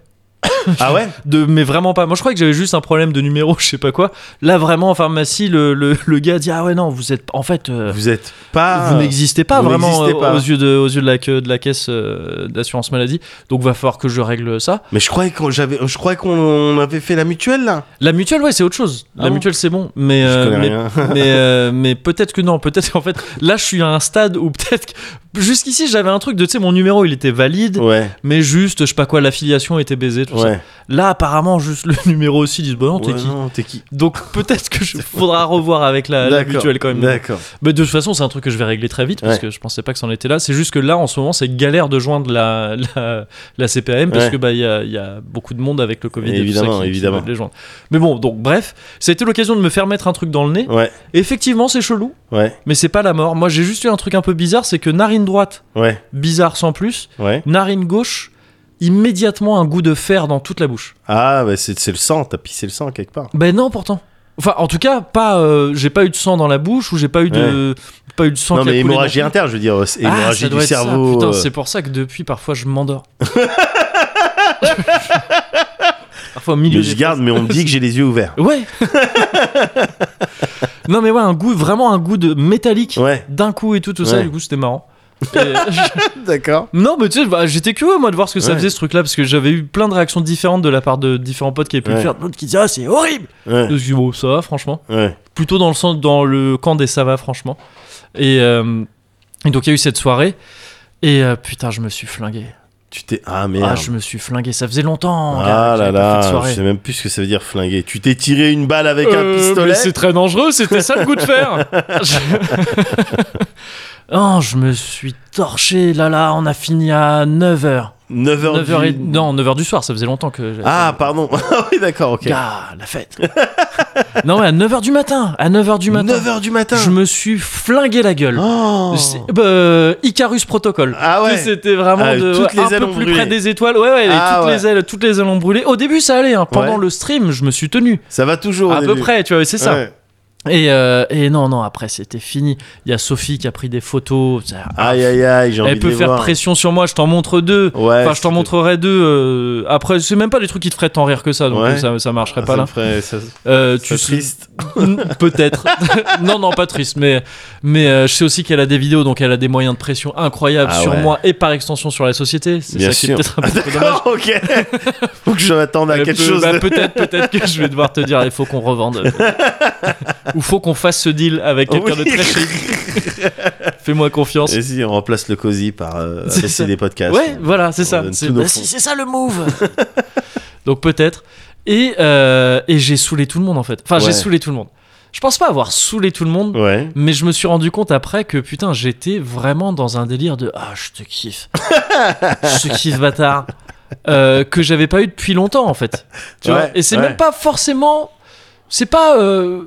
[SPEAKER 2] Ah ouais
[SPEAKER 1] de mais vraiment pas moi je crois que j'avais juste un problème de numéro [LAUGHS] je sais pas quoi là vraiment en pharmacie le, le, le gars dit ah ouais non vous êtes en fait euh,
[SPEAKER 2] Vous êtes pas.
[SPEAKER 1] vous n'existez pas
[SPEAKER 2] Ah. vous
[SPEAKER 1] vraiment
[SPEAKER 2] n'existez
[SPEAKER 1] euh,
[SPEAKER 2] pas.
[SPEAKER 1] aux yeux de aux yeux de la queue- de la caisse euh, d'assurance maladie donc va falloir que je règle ça
[SPEAKER 2] Mais je croyais qu'on j'avais, je croyais qu'on avait fait la mutuelle là.
[SPEAKER 1] la mutuelle ouais c'est autre chose la
[SPEAKER 2] Ah bon
[SPEAKER 1] mutuelle c'est bon mais
[SPEAKER 2] je
[SPEAKER 1] euh,
[SPEAKER 2] connais
[SPEAKER 1] mais,
[SPEAKER 2] rien.
[SPEAKER 1] [LAUGHS]
[SPEAKER 2] [LAUGHS]
[SPEAKER 1] mais, euh, mais peut-être que non peut-être qu'en fait là je suis à un stade où peut-être que- jusqu'ici j'avais un truc de tu sais mon numéro il était valide
[SPEAKER 2] Ouais,
[SPEAKER 1] mais juste je sais pas quoi l'affiliation était baisée tout ça
[SPEAKER 2] ouais.
[SPEAKER 1] là apparemment juste le [LAUGHS] numéro aussi ils disent bah non t'es
[SPEAKER 2] Ouais,
[SPEAKER 1] qui
[SPEAKER 2] non, t'es qui
[SPEAKER 1] Donc [LAUGHS] peut-être que je faudra revoir avec la, la
[SPEAKER 2] D'accord,
[SPEAKER 1] mutuelle quand même.
[SPEAKER 2] D'accord.
[SPEAKER 1] Mais de toute façon, c'est un truc que je vais régler très vite parce
[SPEAKER 2] Ouais.
[SPEAKER 1] que je pensais pas que c'en était là. C'est juste que là, en ce moment, c'est galère de joindre la, [LAUGHS] la, la CPAM parce
[SPEAKER 2] Ouais.
[SPEAKER 1] que bah il y a, il y a beaucoup de monde avec le Covid. et tout ça
[SPEAKER 2] Évidemment,
[SPEAKER 1] qui- qui
[SPEAKER 2] évidemment.
[SPEAKER 1] veulent les joindre. Mais bon, donc bref, ça a été l'occasion de me faire mettre un truc dans le nez.
[SPEAKER 2] Ouais,
[SPEAKER 1] Effectivement, c'est chelou,
[SPEAKER 2] ouais,
[SPEAKER 1] mais c'est pas la mort. Moi, j'ai juste eu un truc un peu bizarre, c'est que narine droite,
[SPEAKER 2] ouais,
[SPEAKER 1] bizarre sans plus,
[SPEAKER 2] ouais.
[SPEAKER 1] narine gauche, immédiatement un goût de fer dans toute la bouche.
[SPEAKER 2] Ah, bah c'est, c'est le sang, t'as pissé le sang quelque part.
[SPEAKER 1] Ben non, pourtant. Enfin, en tout cas, pas. euh, j'ai pas eu de sang dans la bouche ou j'ai pas eu de, pas eu de sang.
[SPEAKER 2] Non,
[SPEAKER 1] qui a
[SPEAKER 2] mais
[SPEAKER 1] coulé
[SPEAKER 2] hémorragie
[SPEAKER 1] non plus.
[SPEAKER 2] interne, je veux dire, euh, c'est
[SPEAKER 1] Ah,
[SPEAKER 2] hémorragie
[SPEAKER 1] ça doit
[SPEAKER 2] du
[SPEAKER 1] être ça.
[SPEAKER 2] cerveau.
[SPEAKER 1] Putain,
[SPEAKER 2] euh,
[SPEAKER 1] c'est pour ça que depuis, parfois, je
[SPEAKER 2] [LAUGHS]
[SPEAKER 1] m'endors. parfois, au milieu.
[SPEAKER 2] mais je
[SPEAKER 1] des
[SPEAKER 2] garde, mais on me dit que j'ai les
[SPEAKER 1] [LAUGHS]
[SPEAKER 2] yeux ouverts.
[SPEAKER 1] phrases. Ouais. non, mais ouais, un goût, vraiment un goût de métallique.
[SPEAKER 2] Ouais,
[SPEAKER 1] D'un coup et tout, tout ça.
[SPEAKER 2] Ouais.
[SPEAKER 1] Du coup, c'était marrant. Et- [LAUGHS]
[SPEAKER 2] d'accord.
[SPEAKER 1] Non, mais tu sais, bah, j'étais curieux moi de voir ce que ça
[SPEAKER 2] Ouais.
[SPEAKER 1] faisait ce truc-là parce que j'avais eu plein de réactions différentes de la part de différents potes qui avaient pu le
[SPEAKER 2] Ouais.
[SPEAKER 1] faire. D'autres qui disaient ah c'est horrible.
[SPEAKER 2] Ouais,
[SPEAKER 1] D'autres qui disaient bon ça va franchement
[SPEAKER 2] ouais.
[SPEAKER 1] plutôt dans le sens, dans le camp des ça va franchement. Et, euh, et donc il y a eu cette soirée et euh, putain je me suis flingué.
[SPEAKER 2] Tu t'es. Ah
[SPEAKER 1] Ah
[SPEAKER 2] merde.
[SPEAKER 1] je me suis flingué, ça faisait longtemps.
[SPEAKER 2] Ah,
[SPEAKER 1] gars, que
[SPEAKER 2] là
[SPEAKER 1] j'avais pas fait de
[SPEAKER 2] là,
[SPEAKER 1] soirée.
[SPEAKER 2] je sais même plus ce que ça veut dire flinguer. Tu t'es tiré une balle avec
[SPEAKER 1] Euh,
[SPEAKER 2] un
[SPEAKER 1] mais
[SPEAKER 2] pistolet.
[SPEAKER 1] C'est très dangereux, c'était ça le coup de fer. Je- [LAUGHS] Oh, je me suis torché là là, on a fini à 9h.
[SPEAKER 2] 9h
[SPEAKER 1] 9h non, 9h du soir, ça faisait longtemps que j'avais-
[SPEAKER 2] Ah, pardon. [LAUGHS] Ah oui, d'accord, ok.
[SPEAKER 1] gars, la fête. [LAUGHS] non, mais à 9h du matin, à 9h du matin.
[SPEAKER 2] 9h du matin.
[SPEAKER 1] Je me suis flingué la gueule.
[SPEAKER 2] Oh.
[SPEAKER 1] C'est- bah, Icarus Protocol.
[SPEAKER 2] Ah ouais.
[SPEAKER 1] Tu sais, C'était vraiment
[SPEAKER 2] Ah,
[SPEAKER 1] de,
[SPEAKER 2] toutes
[SPEAKER 1] ouais,
[SPEAKER 2] les
[SPEAKER 1] un
[SPEAKER 2] ailes
[SPEAKER 1] peu
[SPEAKER 2] ont
[SPEAKER 1] plus
[SPEAKER 2] brûlé.
[SPEAKER 1] près des étoiles. Ouais, ouais,
[SPEAKER 2] Ah,
[SPEAKER 1] toutes,
[SPEAKER 2] ouais.
[SPEAKER 1] Les ailes, toutes les ailes ont brûlé. Au début, ça allait. hein. Pendant
[SPEAKER 2] Ouais.
[SPEAKER 1] le stream, je me suis tenu.
[SPEAKER 2] Ça va toujours. au
[SPEAKER 1] à peu
[SPEAKER 2] début.
[SPEAKER 1] près, tu vois, c'est ça.
[SPEAKER 2] Ouais.
[SPEAKER 1] Et, euh, et non, non, après, c'était fini. Il y a Sophie qui a pris des photos. Ça-
[SPEAKER 2] Aïe aïe aïe, j'ai envie
[SPEAKER 1] Elle
[SPEAKER 2] de
[SPEAKER 1] peut
[SPEAKER 2] les
[SPEAKER 1] faire
[SPEAKER 2] voir.
[SPEAKER 1] pression sur moi, je t'en montre deux.
[SPEAKER 2] Ouais.
[SPEAKER 1] enfin, je t'en
[SPEAKER 2] c'est-
[SPEAKER 1] montrerai deux. euh, Après, c'est même pas des trucs qui te feraient tant rire que ça, donc euh,
[SPEAKER 2] Ouais.
[SPEAKER 1] ça, ça marcherait
[SPEAKER 2] Ah,
[SPEAKER 1] pas
[SPEAKER 2] ça
[SPEAKER 1] là.
[SPEAKER 2] me ferait- ça-
[SPEAKER 1] Euh,
[SPEAKER 2] ça
[SPEAKER 1] tu sais-
[SPEAKER 2] triste. [LAUGHS]
[SPEAKER 1] Peut-être. [LAUGHS] non, non, pas triste, mais, mais euh, je sais aussi qu'elle a des vidéos, donc elle a des moyens de pression incroyables
[SPEAKER 2] Ah
[SPEAKER 1] sur
[SPEAKER 2] ouais.
[SPEAKER 1] moi et par extension sur la société. C'est
[SPEAKER 2] Bien
[SPEAKER 1] ça qui est
[SPEAKER 2] sûr.
[SPEAKER 1] peut-être un
[SPEAKER 2] [LAUGHS]
[SPEAKER 1] peu dommage.
[SPEAKER 2] D'accord,
[SPEAKER 1] [LAUGHS]
[SPEAKER 2] Oh, ok. Faut que je m'attende à
[SPEAKER 1] Euh,
[SPEAKER 2] quelque
[SPEAKER 1] peu-
[SPEAKER 2] chose.
[SPEAKER 1] bah,
[SPEAKER 2] de-
[SPEAKER 1] peut-être, peut-être que je vais devoir te dire, il faut qu'on
[SPEAKER 2] [LAUGHS]
[SPEAKER 1] revende. Ou faut qu'on fasse ce deal avec quelqu'un
[SPEAKER 2] Oui.
[SPEAKER 1] de très
[SPEAKER 2] [LAUGHS]
[SPEAKER 1] chic. Fais-moi confiance.
[SPEAKER 2] Et si on remplace le cosy par euh,
[SPEAKER 1] C'est
[SPEAKER 2] ABC
[SPEAKER 1] ça.
[SPEAKER 2] des podcasts.
[SPEAKER 1] Ouais, voilà, c'est
[SPEAKER 2] on
[SPEAKER 1] ça.
[SPEAKER 2] donne
[SPEAKER 1] C'est
[SPEAKER 2] tous nos
[SPEAKER 1] bah,
[SPEAKER 2] fonds.
[SPEAKER 1] si, c'est ça le move. [LAUGHS] Donc peut-être. Et, euh, et j'ai saoulé tout le monde en fait. Enfin,
[SPEAKER 2] Ouais.
[SPEAKER 1] j'ai saoulé tout le monde. Je pense pas avoir saoulé tout le monde,
[SPEAKER 2] Ouais.
[SPEAKER 1] Mais je me suis rendu compte après que putain, j'étais vraiment dans un délire de ah, je te kiffe, je te kiffe, bâtard, Euh, que j'avais pas eu depuis longtemps en fait. Tu vois
[SPEAKER 2] Ouais,
[SPEAKER 1] Et c'est
[SPEAKER 2] ouais.
[SPEAKER 1] même pas forcément, c'est pas, euh,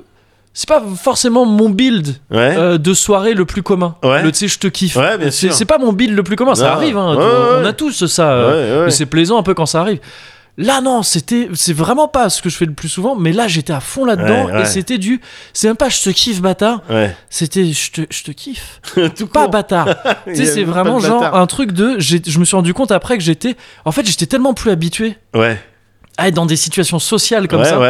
[SPEAKER 1] c'est pas forcément mon build
[SPEAKER 2] Ouais.
[SPEAKER 1] euh, de soirée le plus commun.
[SPEAKER 2] Ouais.
[SPEAKER 1] Le tu sais, je te kiffe.
[SPEAKER 2] ouais, bien
[SPEAKER 1] c'est
[SPEAKER 2] sûr.
[SPEAKER 1] c'est pas mon build le plus commun. Ça
[SPEAKER 2] Non.
[SPEAKER 1] arrive. hein.
[SPEAKER 2] Ouais,
[SPEAKER 1] on,
[SPEAKER 2] ouais.
[SPEAKER 1] a tous ça.
[SPEAKER 2] Ouais,
[SPEAKER 1] euh,
[SPEAKER 2] ouais.
[SPEAKER 1] mais c'est plaisant un peu quand ça arrive. Là, non, c'était, c'est vraiment pas ce que je fais le plus souvent, mais là, j'étais à fond là-dedans
[SPEAKER 2] Ouais, ouais.
[SPEAKER 1] et c'était du, c'est même pas je te kiffe, bâtard,
[SPEAKER 2] Ouais.
[SPEAKER 1] c'était je te, je te kiffe.
[SPEAKER 2] [LAUGHS] Tout
[SPEAKER 1] Pas
[SPEAKER 2] court.
[SPEAKER 1] bâtard. tu
[SPEAKER 2] [LAUGHS] Il y
[SPEAKER 1] sais,
[SPEAKER 2] a
[SPEAKER 1] c'est
[SPEAKER 2] même pas
[SPEAKER 1] vraiment
[SPEAKER 2] de
[SPEAKER 1] genre
[SPEAKER 2] bâtard.
[SPEAKER 1] un truc de. j'ai- Je me suis rendu compte après que j'étais. En fait, j'étais tellement plus habitué
[SPEAKER 2] Ouais.
[SPEAKER 1] à être dans des situations sociales comme
[SPEAKER 2] ouais,
[SPEAKER 1] ça
[SPEAKER 2] ouais,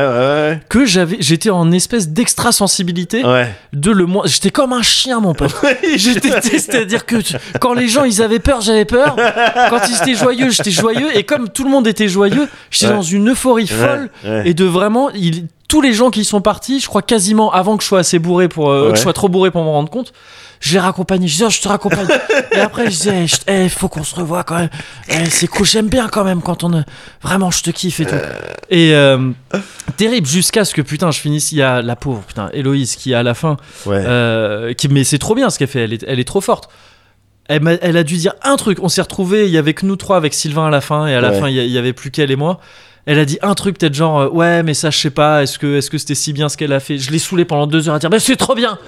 [SPEAKER 2] ouais,
[SPEAKER 1] que j'avais, j'étais en espèce d'extrasensibilité
[SPEAKER 2] ouais. Ouais.
[SPEAKER 1] de le moins. J'étais comme un chien, mon
[SPEAKER 2] [LAUGHS]
[SPEAKER 1] pote. J'étais, c'est-à-dire que tu- quand les gens ils avaient peur, j'avais peur. Quand ils étaient joyeux, j'étais joyeux. Et comme tout le monde était joyeux, j'étais
[SPEAKER 2] Ouais.
[SPEAKER 1] dans une euphorie folle
[SPEAKER 2] Ouais, ouais.
[SPEAKER 1] et de vraiment il- tous les gens qui sont partis je crois quasiment avant que je sois assez bourré pour euh,
[SPEAKER 2] Ouais.
[SPEAKER 1] que je sois trop bourré pour m'en rendre compte je les raccompagnais je disais Oh, je te
[SPEAKER 2] [LAUGHS]
[SPEAKER 1] raccompagne et après je disais Eh, je- eh, faut qu'on se revoie quand même Eh, c'est cool j'aime bien quand même quand on euh, vraiment je te kiffe et tout et euh, terrible jusqu'à ce que putain je finisse il y a la pauvre putain Héloïse qui à la fin
[SPEAKER 2] Ouais.
[SPEAKER 1] euh, qui, mais c'est trop bien ce qu'elle fait, elle est, elle est trop forte. Elle, m'a- elle a dû dire un truc, on s'est retrouvés, il y avait que nous trois avec Sylvain à la fin, et à la
[SPEAKER 2] Ouais.
[SPEAKER 1] fin il y a- il y, avait plus qu'elle et moi. Elle a dit un truc peut-être genre euh, ouais mais ça je sais pas est-ce que est-ce que c'était si bien ce qu'elle a fait je l'ai saoulé pendant deux heures à dire mais c'est trop
[SPEAKER 2] [LAUGHS]
[SPEAKER 1] bien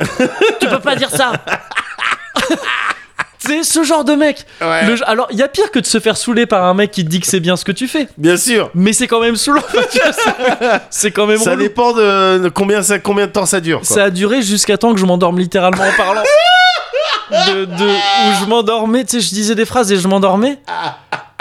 [SPEAKER 1] tu peux pas dire ça [LAUGHS] c'est ce genre de mec
[SPEAKER 2] Ouais.
[SPEAKER 1] Le- alors il y a pire que de se faire saouler par un mec qui te dit que c'est bien ce que tu fais
[SPEAKER 2] Bien sûr.
[SPEAKER 1] mais c'est quand même saoulant [LAUGHS] tu vois, c'est- c'est quand même
[SPEAKER 2] Ça
[SPEAKER 1] relou.
[SPEAKER 2] dépend de de combien ça- combien de temps ça dure. quoi.
[SPEAKER 1] Ça a duré jusqu'à temps que je m'endorme littéralement en parlant. De, de- où je m'endormais, tu sais, je disais des phrases et je m'endormais.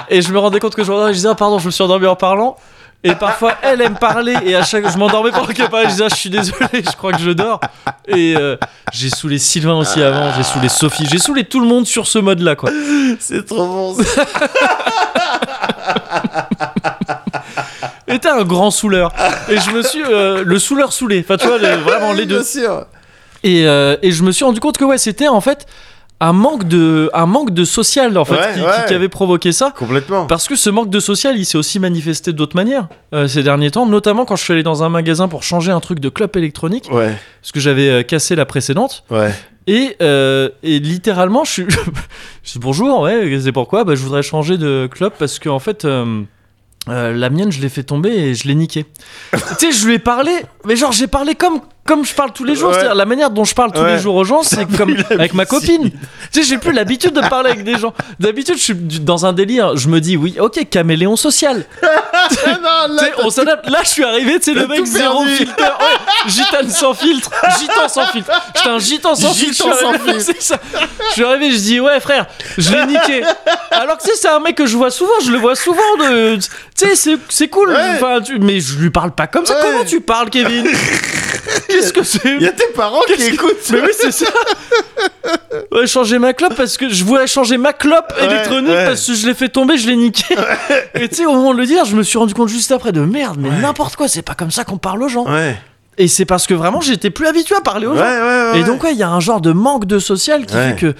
[SPEAKER 1] Et je me rendais compte que je m'endormais. Je disais, ah, pardon, je me suis endormi en parlant. Et parfois, elle, elle me parlait. Et à chaque je m'endormais pendant qu'elle parlait. Je disais, ah, je suis désolé, je crois que je dors. Et euh, j'ai saoulé Sylvain aussi avant. J'ai saoulé Sophie. J'ai saoulé tout le monde sur ce mode-là, quoi.
[SPEAKER 2] C'est trop bon. ça.
[SPEAKER 1] Et t'es un grand saouleur. Et je me suis. euh, le saouleur saoulé. Enfin, tu vois, le- vraiment les deux.
[SPEAKER 2] Bien sûr.
[SPEAKER 1] Et, euh, et je me suis rendu compte que ouais, c'était en fait un manque de, un manque de social en fait,
[SPEAKER 2] Ouais,
[SPEAKER 1] qui, qui-
[SPEAKER 2] ouais.
[SPEAKER 1] qui avait provoqué ça.
[SPEAKER 2] Complètement.
[SPEAKER 1] Parce que ce manque de social, il s'est aussi manifesté d'autres manières euh, ces derniers temps, notamment quand je suis allé dans un magasin pour changer un truc de clope électronique,
[SPEAKER 2] Ouais,
[SPEAKER 1] parce que j'avais euh, cassé la précédente.
[SPEAKER 2] ouais.
[SPEAKER 1] Et, euh, et littéralement, je suis. [LAUGHS] je dis bonjour, ouais, c'est pourquoi bah, Je voudrais changer de clope parce que en fait. euh, euh, la mienne, je l'ai fait tomber et je l'ai
[SPEAKER 2] [LAUGHS]
[SPEAKER 1] niquée. tu sais, je lui ai parlé, mais genre j'ai parlé comme comme je parle tous les jours.
[SPEAKER 2] Ouais.
[SPEAKER 1] C'est-à-dire la manière dont je parle tous
[SPEAKER 2] Ouais.
[SPEAKER 1] les jours aux gens, c'est comme
[SPEAKER 2] plus
[SPEAKER 1] avec ma
[SPEAKER 2] l'habitude.
[SPEAKER 1] copine. tu sais, j'ai plus l'habitude de parler avec des gens. D'habitude, je suis du- dans un délire. Je me dis oui, ok, caméléon social.
[SPEAKER 2] Ah non,
[SPEAKER 1] Tu
[SPEAKER 2] là,
[SPEAKER 1] sais, on s'adapte. Là, je suis arrivé, tu sais, le
[SPEAKER 2] T'as
[SPEAKER 1] mec
[SPEAKER 2] tout
[SPEAKER 1] zéro
[SPEAKER 2] perdu.
[SPEAKER 1] filtre. Ouais, gitane sans filtre. Gitan sans filtre. J'étais un gitan sans filtre.
[SPEAKER 2] Gitan
[SPEAKER 1] je suis
[SPEAKER 2] sans
[SPEAKER 1] arrivé,
[SPEAKER 2] filtre.
[SPEAKER 1] c'est ça. Je suis arrivé, je dis, ouais, frère, je l'ai niqué. Alors que, tu sais, c'est un mec que je vois souvent. Je le vois souvent. De... Tu sais, c'est, c'est cool.
[SPEAKER 2] Ouais.
[SPEAKER 1] Enfin, tu- Mais je lui parle pas comme ça.
[SPEAKER 2] Ouais.
[SPEAKER 1] Comment tu parles, Kevin Qu'est-ce que c'est
[SPEAKER 2] il y a tes parents qui écoutent.
[SPEAKER 1] mais oui, c'est ça. Ouais, changer ma clope parce que je voulais changer ma clope
[SPEAKER 2] Ouais,
[SPEAKER 1] électronique
[SPEAKER 2] ouais.
[SPEAKER 1] parce que je l'ai fait tomber, je l'ai niqué. Et tu sais, au moment de le dire, je me suis rendu compte juste après de merde, mais
[SPEAKER 2] Ouais.
[SPEAKER 1] n'importe quoi, c'est pas comme ça qu'on parle aux gens.
[SPEAKER 2] Ouais.
[SPEAKER 1] Et c'est parce que vraiment, j'étais plus habitué à parler aux
[SPEAKER 2] Ouais, ouais,
[SPEAKER 1] gens.
[SPEAKER 2] ouais.
[SPEAKER 1] Et donc, ouais, il y a un genre de manque de social qui
[SPEAKER 2] Ouais.
[SPEAKER 1] fait que.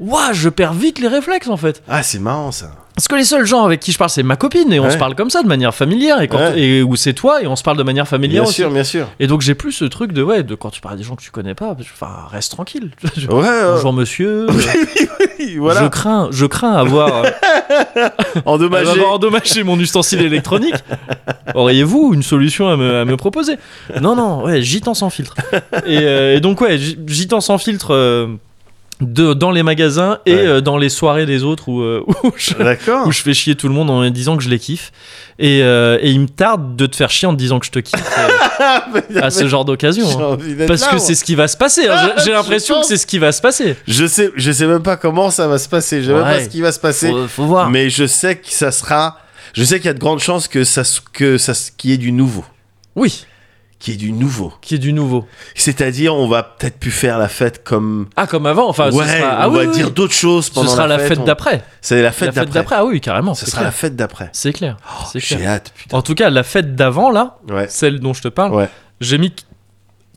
[SPEAKER 1] Ouah, je perds vite les réflexes en fait.
[SPEAKER 2] Ah, c'est marrant ça.
[SPEAKER 1] Parce que les seuls gens avec qui je parle, c'est ma copine et on
[SPEAKER 2] Ouais.
[SPEAKER 1] se parle comme ça de manière familière et, quand
[SPEAKER 2] Ouais.
[SPEAKER 1] et ou c'est toi et on se parle de manière familière
[SPEAKER 2] Bien
[SPEAKER 1] aussi.
[SPEAKER 2] sûr, bien sûr.
[SPEAKER 1] Et donc j'ai plus ce truc de ouais, de quand tu parles à des gens que tu connais pas, enfin reste tranquille. [LAUGHS]
[SPEAKER 2] Ouais, ouais.
[SPEAKER 1] Bonjour monsieur.
[SPEAKER 2] [LAUGHS]
[SPEAKER 1] Euh,
[SPEAKER 2] Oui, voilà. Bah,
[SPEAKER 1] Je crains, je crains
[SPEAKER 2] [LAUGHS]
[SPEAKER 1] avoir, euh,
[SPEAKER 2] Endommagé.
[SPEAKER 1] avoir endommagé mon ustensile électronique. Auriez-vous une solution à me, à me proposer Non, non, ouais, gitan sans filtre. Et, euh, et donc ouais, gi- gitan sans filtre euh, de, dans les magasins et
[SPEAKER 2] Ouais.
[SPEAKER 1] euh, dans les soirées des autres où, euh, [LAUGHS] où je,
[SPEAKER 2] [LAUGHS]
[SPEAKER 1] [LAUGHS]
[SPEAKER 2] D'accord.
[SPEAKER 1] où je fais chier tout le monde en disant que je les kiffe. Et, euh, et il me tarde de te faire chier en te disant que je te kiffe
[SPEAKER 2] [LAUGHS]
[SPEAKER 1] euh, à ce genre d'occasion.
[SPEAKER 2] J'ai
[SPEAKER 1] hein.
[SPEAKER 2] envie d'être
[SPEAKER 1] Parce
[SPEAKER 2] là,
[SPEAKER 1] que
[SPEAKER 2] moi.
[SPEAKER 1] c'est ce qui va se passer. hein.
[SPEAKER 2] Ah,
[SPEAKER 1] J'ai- J'ai
[SPEAKER 2] je
[SPEAKER 1] l'impression que
[SPEAKER 2] pense.
[SPEAKER 1] c'est ce qui va se passer.
[SPEAKER 2] Je sais, je sais même pas comment ça va se passer. Je sais même
[SPEAKER 1] Ouais.
[SPEAKER 2] pas ce qui va se passer.
[SPEAKER 1] Faut, faut voir.
[SPEAKER 2] Mais je sais que ça sera. Je sais qu'il y a de grandes chances que ça, s- que ça, s- qu'il y ait du nouveau,
[SPEAKER 1] Oui,
[SPEAKER 2] qu'il y ait du nouveau.
[SPEAKER 1] qui est du nouveau.
[SPEAKER 2] C'est-à-dire, on va peut-être plus faire la fête comme.
[SPEAKER 1] Ah, comme avant. Enfin,
[SPEAKER 2] ouais,
[SPEAKER 1] ce sera, ah
[SPEAKER 2] on
[SPEAKER 1] oui,
[SPEAKER 2] va
[SPEAKER 1] oui,
[SPEAKER 2] dire
[SPEAKER 1] oui.
[SPEAKER 2] d'autres choses
[SPEAKER 1] Ce
[SPEAKER 2] pendant
[SPEAKER 1] sera la fête
[SPEAKER 2] on-
[SPEAKER 1] d'après.
[SPEAKER 2] C'est la
[SPEAKER 1] La
[SPEAKER 2] fête
[SPEAKER 1] fête
[SPEAKER 2] d'après.
[SPEAKER 1] d'après. Ah oui, carrément.
[SPEAKER 2] Ce
[SPEAKER 1] c'est
[SPEAKER 2] sera la
[SPEAKER 1] clair.
[SPEAKER 2] fête d'après. Oh,
[SPEAKER 1] C'est clair. c'est
[SPEAKER 2] J'ai
[SPEAKER 1] clair.
[SPEAKER 2] hâte, putain.
[SPEAKER 1] En tout cas, la fête d'avant là,
[SPEAKER 2] Ouais.
[SPEAKER 1] celle dont je te parle,
[SPEAKER 2] Ouais.
[SPEAKER 1] j'ai mis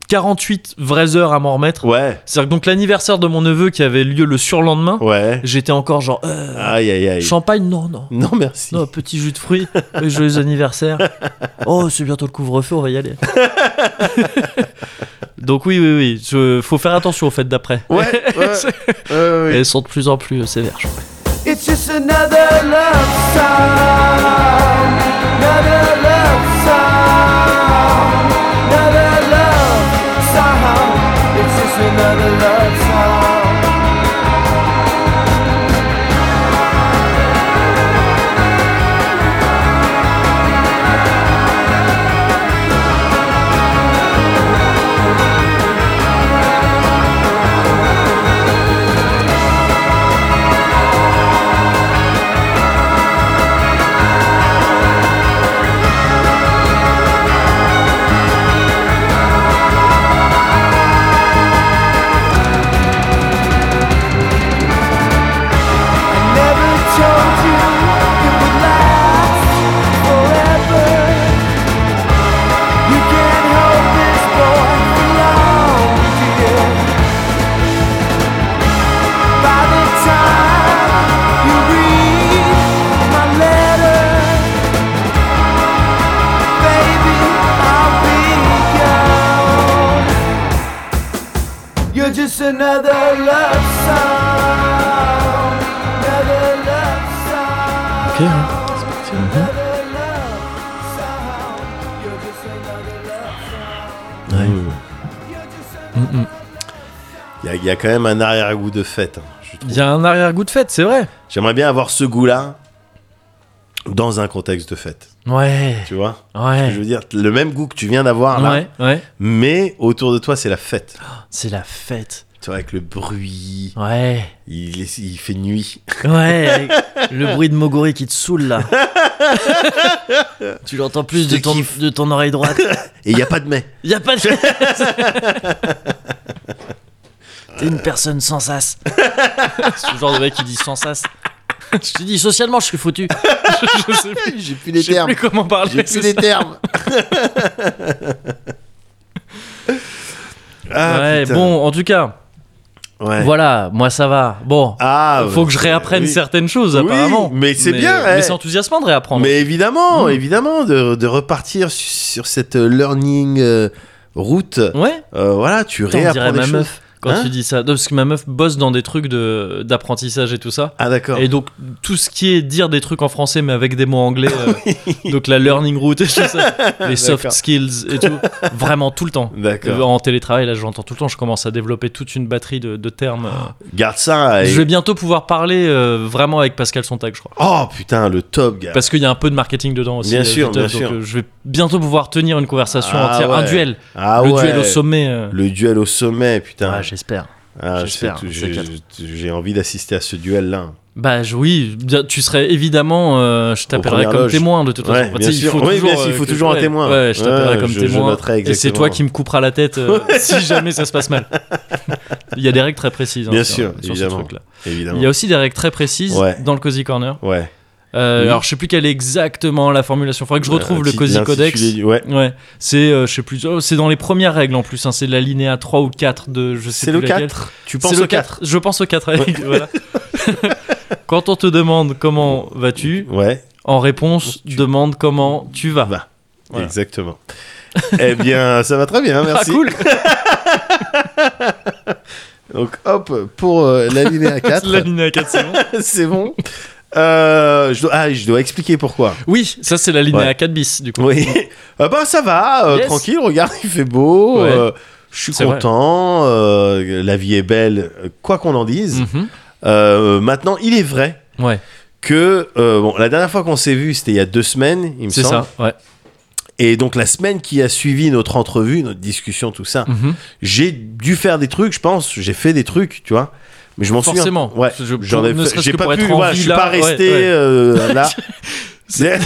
[SPEAKER 1] 48 vraies heures à m'en remettre.
[SPEAKER 2] Ouais.
[SPEAKER 1] C'est-à-dire que donc l'anniversaire de mon neveu qui avait lieu le surlendemain,
[SPEAKER 2] Ouais.
[SPEAKER 1] j'étais encore genre euh,
[SPEAKER 2] Aïe, aïe, aïe.
[SPEAKER 1] champagne non non.
[SPEAKER 2] Non, merci.
[SPEAKER 1] Non, petit jus de
[SPEAKER 2] [LAUGHS]
[SPEAKER 1] fruits, et joyeux anniversaire. Oh, c'est bientôt le couvre-feu, on va y
[SPEAKER 2] [LAUGHS]
[SPEAKER 1] aller. Donc oui, oui, oui, je- faut faire attention aux fêtes d'après.
[SPEAKER 2] Ouais,
[SPEAKER 1] [LAUGHS]
[SPEAKER 2] ouais, ouais, ouais, ouais.
[SPEAKER 1] Elles sont de plus en plus sévères. je crois.
[SPEAKER 3] It's just another love song. Another love song. Another love song. It's just another love song. Never told you it would last forever. You can't hold this boy for long, dear. By the time you read my letter, baby, I'll be gone. You're just another love song. Another love song.
[SPEAKER 1] Ok, hein.
[SPEAKER 3] Another love song. You're just another love song.
[SPEAKER 2] Mm.
[SPEAKER 3] You're just
[SPEAKER 1] Mm,
[SPEAKER 3] another
[SPEAKER 2] Il y, a- il y a quand même un arrière-goût de fête. hein, je trouve.
[SPEAKER 1] Il y a un arrière-goût de fête, c'est vrai.
[SPEAKER 2] J'aimerais bien avoir ce goût-là dans un contexte de fête.
[SPEAKER 1] Ouais,
[SPEAKER 2] Tu vois Je
[SPEAKER 1] ouais,
[SPEAKER 2] veux dire, le même goût que tu viens d'avoir là,
[SPEAKER 1] ouais, ouais.
[SPEAKER 2] mais autour de toi, c'est la fête.
[SPEAKER 1] hein. C'est la fête.
[SPEAKER 2] Toi, avec le bruit,
[SPEAKER 1] Ouais.
[SPEAKER 2] il, est- il fait nuit.
[SPEAKER 1] Ouais, avec le bruit de Mogori qui te saoule là. [LAUGHS] tu l'entends plus
[SPEAKER 2] Je te
[SPEAKER 1] de ton,
[SPEAKER 2] kiffe.
[SPEAKER 1] de ton oreille droite.
[SPEAKER 2] Et il n'y a pas de mais.
[SPEAKER 1] [LAUGHS] Y a pas de. [LAUGHS] T'es une personne sans [LAUGHS] sas. C'est le genre de mec qui dit sans sas. Je te dis, socialement, je suis [LAUGHS] foutu. je, je sais plus.
[SPEAKER 2] J'ai plus
[SPEAKER 1] Je
[SPEAKER 2] les
[SPEAKER 1] sais
[SPEAKER 2] termes.
[SPEAKER 1] plus comment
[SPEAKER 2] J'ai
[SPEAKER 1] parler.
[SPEAKER 2] plus
[SPEAKER 1] c'est
[SPEAKER 2] les
[SPEAKER 1] ça.
[SPEAKER 2] termes.
[SPEAKER 1] [LAUGHS]
[SPEAKER 2] Ah,
[SPEAKER 1] ouais,
[SPEAKER 2] putain.
[SPEAKER 1] bon, en tout cas,
[SPEAKER 2] Ouais.
[SPEAKER 1] voilà, moi ça va. Bon,
[SPEAKER 2] Ah,
[SPEAKER 1] faut que je réapprenne
[SPEAKER 2] oui.
[SPEAKER 1] certaines choses,
[SPEAKER 2] Oui,
[SPEAKER 1] apparemment.
[SPEAKER 2] mais c'est bien,
[SPEAKER 1] Mais
[SPEAKER 2] eh.
[SPEAKER 1] c'est enthousiasmant de réapprendre.
[SPEAKER 2] Mais évidemment,
[SPEAKER 1] Mm.
[SPEAKER 2] évidemment, de, de repartir su- sur, cette learning euh, route.
[SPEAKER 1] Ouais,
[SPEAKER 2] Euh, voilà, tu
[SPEAKER 1] Putain, on dirait
[SPEAKER 2] réapprends des
[SPEAKER 1] ma
[SPEAKER 2] choses.
[SPEAKER 1] meuf quand
[SPEAKER 2] Hein
[SPEAKER 1] tu dis ça. Non, parce que ma meuf bosse dans des trucs de- d'apprentissage et tout ça.
[SPEAKER 2] Ah d'accord.
[SPEAKER 1] Et donc, tout ce qui est dire des trucs en français, mais avec des mots anglais,
[SPEAKER 2] [LAUGHS]
[SPEAKER 1] euh, donc la learning route et tout ça, les soft
[SPEAKER 2] D'accord.
[SPEAKER 1] skills et tout, vraiment tout le temps. Euh,
[SPEAKER 2] D'accord.
[SPEAKER 1] En télétravail, là, je l'entends tout le temps, je commence à développer toute une batterie de, de termes.
[SPEAKER 2] Garde ça. Ah, et-
[SPEAKER 1] Je vais bientôt pouvoir parler euh, vraiment avec Pascal Sontag, je crois.
[SPEAKER 2] Oh putain, le top, gars.
[SPEAKER 1] Parce qu'il y a un peu de marketing dedans aussi.
[SPEAKER 2] Bien
[SPEAKER 1] euh,
[SPEAKER 2] sûr,
[SPEAKER 1] du top,
[SPEAKER 2] bien
[SPEAKER 1] donc,
[SPEAKER 2] sûr.
[SPEAKER 1] euh, je vais bientôt pouvoir tenir une conversation
[SPEAKER 2] Ah
[SPEAKER 1] entière, un
[SPEAKER 2] ouais.
[SPEAKER 1] duel,
[SPEAKER 2] Ah
[SPEAKER 1] le
[SPEAKER 2] ouais.
[SPEAKER 1] duel au sommet. euh.
[SPEAKER 2] Le duel au sommet, putain.
[SPEAKER 1] Ouais, j'espère.
[SPEAKER 2] Ah,
[SPEAKER 1] j'espère,
[SPEAKER 2] c'est tout,
[SPEAKER 1] c'est
[SPEAKER 2] j'ai-
[SPEAKER 1] quatre.
[SPEAKER 2] j'ai j'ai envie d'assister à ce duel-là.
[SPEAKER 1] Bah je- oui, bien- tu serais évidemment, euh, je t'appellerai
[SPEAKER 2] premières
[SPEAKER 1] comme
[SPEAKER 2] loges.
[SPEAKER 1] témoin de toute façon.
[SPEAKER 2] Ouais,
[SPEAKER 1] Enfin, tu
[SPEAKER 2] bien
[SPEAKER 1] sais, il
[SPEAKER 2] sûr.
[SPEAKER 1] faut
[SPEAKER 2] Oui,
[SPEAKER 1] toujours,
[SPEAKER 2] bien sûr, il
[SPEAKER 1] euh,
[SPEAKER 2] faut
[SPEAKER 1] que-
[SPEAKER 2] toujours un
[SPEAKER 1] ouais,
[SPEAKER 2] témoin.
[SPEAKER 1] Ouais, je t'appellerai
[SPEAKER 2] Ouais,
[SPEAKER 1] comme
[SPEAKER 2] je- je
[SPEAKER 1] témoin.
[SPEAKER 2] noterai
[SPEAKER 1] et c'est
[SPEAKER 2] exactement.
[SPEAKER 1] toi qui me couperas la tête euh, si jamais ça se passe mal. Il y a des règles très précises. hein,
[SPEAKER 2] Bien
[SPEAKER 1] sur-
[SPEAKER 2] sûr,
[SPEAKER 1] sur ce
[SPEAKER 2] évidemment.
[SPEAKER 1] truc-là.
[SPEAKER 2] Évidemment.
[SPEAKER 1] Il y a aussi des règles très précises
[SPEAKER 2] Ouais.
[SPEAKER 1] dans le Cozy Corner.
[SPEAKER 2] Ouais.
[SPEAKER 1] Euh,
[SPEAKER 2] Oui.
[SPEAKER 1] Alors je sais plus quelle est exactement la formulation. Faudrait que je retrouve
[SPEAKER 2] Euh,
[SPEAKER 1] le
[SPEAKER 2] petit-
[SPEAKER 1] Cozy Codex.
[SPEAKER 2] l'intitulé du- Ouais.
[SPEAKER 1] Ouais, c'est euh, je sais plus. oh, c'est dans les premières règles en plus. hein, c'est la linéa 3 ou 4 de je sais
[SPEAKER 2] C'est
[SPEAKER 1] plus
[SPEAKER 2] le
[SPEAKER 1] laquelle.
[SPEAKER 2] 4. Tu
[SPEAKER 1] C'est
[SPEAKER 2] penses
[SPEAKER 1] le
[SPEAKER 2] au 4.
[SPEAKER 1] Je pense au 4.
[SPEAKER 2] [LAUGHS]
[SPEAKER 1] voilà. Quand on te demande comment vas-tu,
[SPEAKER 2] Ouais,
[SPEAKER 1] en réponse, demande comment tu vas.
[SPEAKER 2] Bah,
[SPEAKER 1] Voilà.
[SPEAKER 2] exactement. eh
[SPEAKER 1] [LAUGHS]
[SPEAKER 2] bien, ça va très bien,
[SPEAKER 1] Ah,
[SPEAKER 2] merci.
[SPEAKER 1] cool
[SPEAKER 2] [LAUGHS] Donc hop, pour euh,
[SPEAKER 1] [LAUGHS]
[SPEAKER 2] la linéa 4,
[SPEAKER 1] La linéa 4, c'est bon.
[SPEAKER 2] [LAUGHS] c'est bon. Euh, je dois, ah, je dois expliquer
[SPEAKER 1] [LAUGHS]
[SPEAKER 2] pourquoi.
[SPEAKER 1] [LAUGHS] Oui, ça c'est la linéa
[SPEAKER 2] Ouais.
[SPEAKER 1] 4 bis, du coup.
[SPEAKER 2] Oui. Ah bah ça va, euh,
[SPEAKER 1] Yes.
[SPEAKER 2] tranquille, regarde, il fait beau,
[SPEAKER 1] Ouais.
[SPEAKER 2] euh, je suis
[SPEAKER 1] C'est vrai.
[SPEAKER 2] content, euh, la vie est belle, euh, quoi qu'on en dise.
[SPEAKER 1] Mhm.
[SPEAKER 2] Euh, maintenant, il est vrai
[SPEAKER 1] Ouais,
[SPEAKER 2] que euh, bon, la dernière fois qu'on s'est vu, c'était il y a deux semaines, il me
[SPEAKER 1] c'est
[SPEAKER 2] semble.
[SPEAKER 1] ça. Ouais.
[SPEAKER 2] Et donc la semaine qui a suivi notre entrevue, notre discussion, tout ça,
[SPEAKER 1] Mhm.
[SPEAKER 2] j'ai dû faire des trucs, je pense, j'ai fait des trucs, tu vois. Mais je m'en souviens.
[SPEAKER 1] Forcément.
[SPEAKER 2] Ouais.
[SPEAKER 1] Je-
[SPEAKER 2] J'en ai
[SPEAKER 1] ne
[SPEAKER 2] fait-
[SPEAKER 1] serait-ce
[SPEAKER 2] j'ai
[SPEAKER 1] que
[SPEAKER 2] pas
[SPEAKER 1] pour
[SPEAKER 2] pu,
[SPEAKER 1] être en
[SPEAKER 2] voilà,
[SPEAKER 1] vie
[SPEAKER 2] je suis
[SPEAKER 1] là,
[SPEAKER 2] pas
[SPEAKER 1] ouais,
[SPEAKER 2] resté
[SPEAKER 1] ouais. [LAUGHS]
[SPEAKER 2] euh, là. [LAUGHS]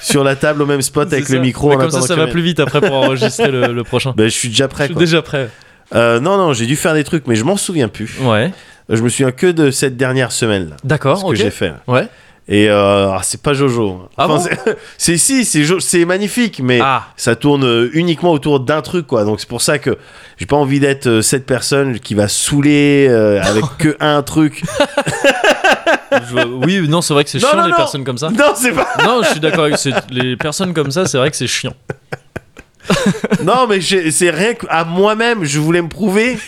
[SPEAKER 2] sur la table au même spot
[SPEAKER 1] C'est
[SPEAKER 2] avec
[SPEAKER 1] ça.
[SPEAKER 2] le micro
[SPEAKER 1] Mais
[SPEAKER 2] en
[SPEAKER 1] comme ça,
[SPEAKER 2] attendant
[SPEAKER 1] ça
[SPEAKER 2] que
[SPEAKER 1] va
[SPEAKER 2] le-
[SPEAKER 1] plus vite après pour enregistrer le, le prochain.
[SPEAKER 2] [LAUGHS] Ben, je suis déjà
[SPEAKER 1] Je
[SPEAKER 2] prêt.
[SPEAKER 1] suis
[SPEAKER 2] quoi.
[SPEAKER 1] déjà prêt.
[SPEAKER 2] Euh, non, non, j'ai dû faire des trucs, mais je m'en souviens plus.
[SPEAKER 1] Ouais,
[SPEAKER 2] Je me souviens que de cette dernière semaine, là,
[SPEAKER 1] d'accord,
[SPEAKER 2] ce
[SPEAKER 1] ok.
[SPEAKER 2] que j'ai fait.
[SPEAKER 1] Ouais.
[SPEAKER 2] Et euh, ah, c'est pas Jojo.
[SPEAKER 1] Ah bon
[SPEAKER 2] c'est- [LAUGHS] c'est si, c'est Jo- c'est magnifique, mais
[SPEAKER 1] Ah,
[SPEAKER 2] ça tourne euh, uniquement autour d'un truc, quoi. Donc c'est pour ça que j'ai pas envie d'être euh, cette personne qui va saouler euh,
[SPEAKER 1] [LAUGHS]
[SPEAKER 2] avec que un truc.
[SPEAKER 1] je- oui, non, c'est vrai que c'est
[SPEAKER 2] Non,
[SPEAKER 1] chiant
[SPEAKER 2] non,
[SPEAKER 1] les
[SPEAKER 2] non.
[SPEAKER 1] personnes comme ça.
[SPEAKER 2] Non, c'est pas.
[SPEAKER 1] Non, je suis d'accord avec c'est- les personnes comme ça, c'est vrai que c'est chiant.
[SPEAKER 2] Non, mais j'ai- c'est rien qu'à moi-même, je voulais
[SPEAKER 1] [LAUGHS]
[SPEAKER 2] me prouver.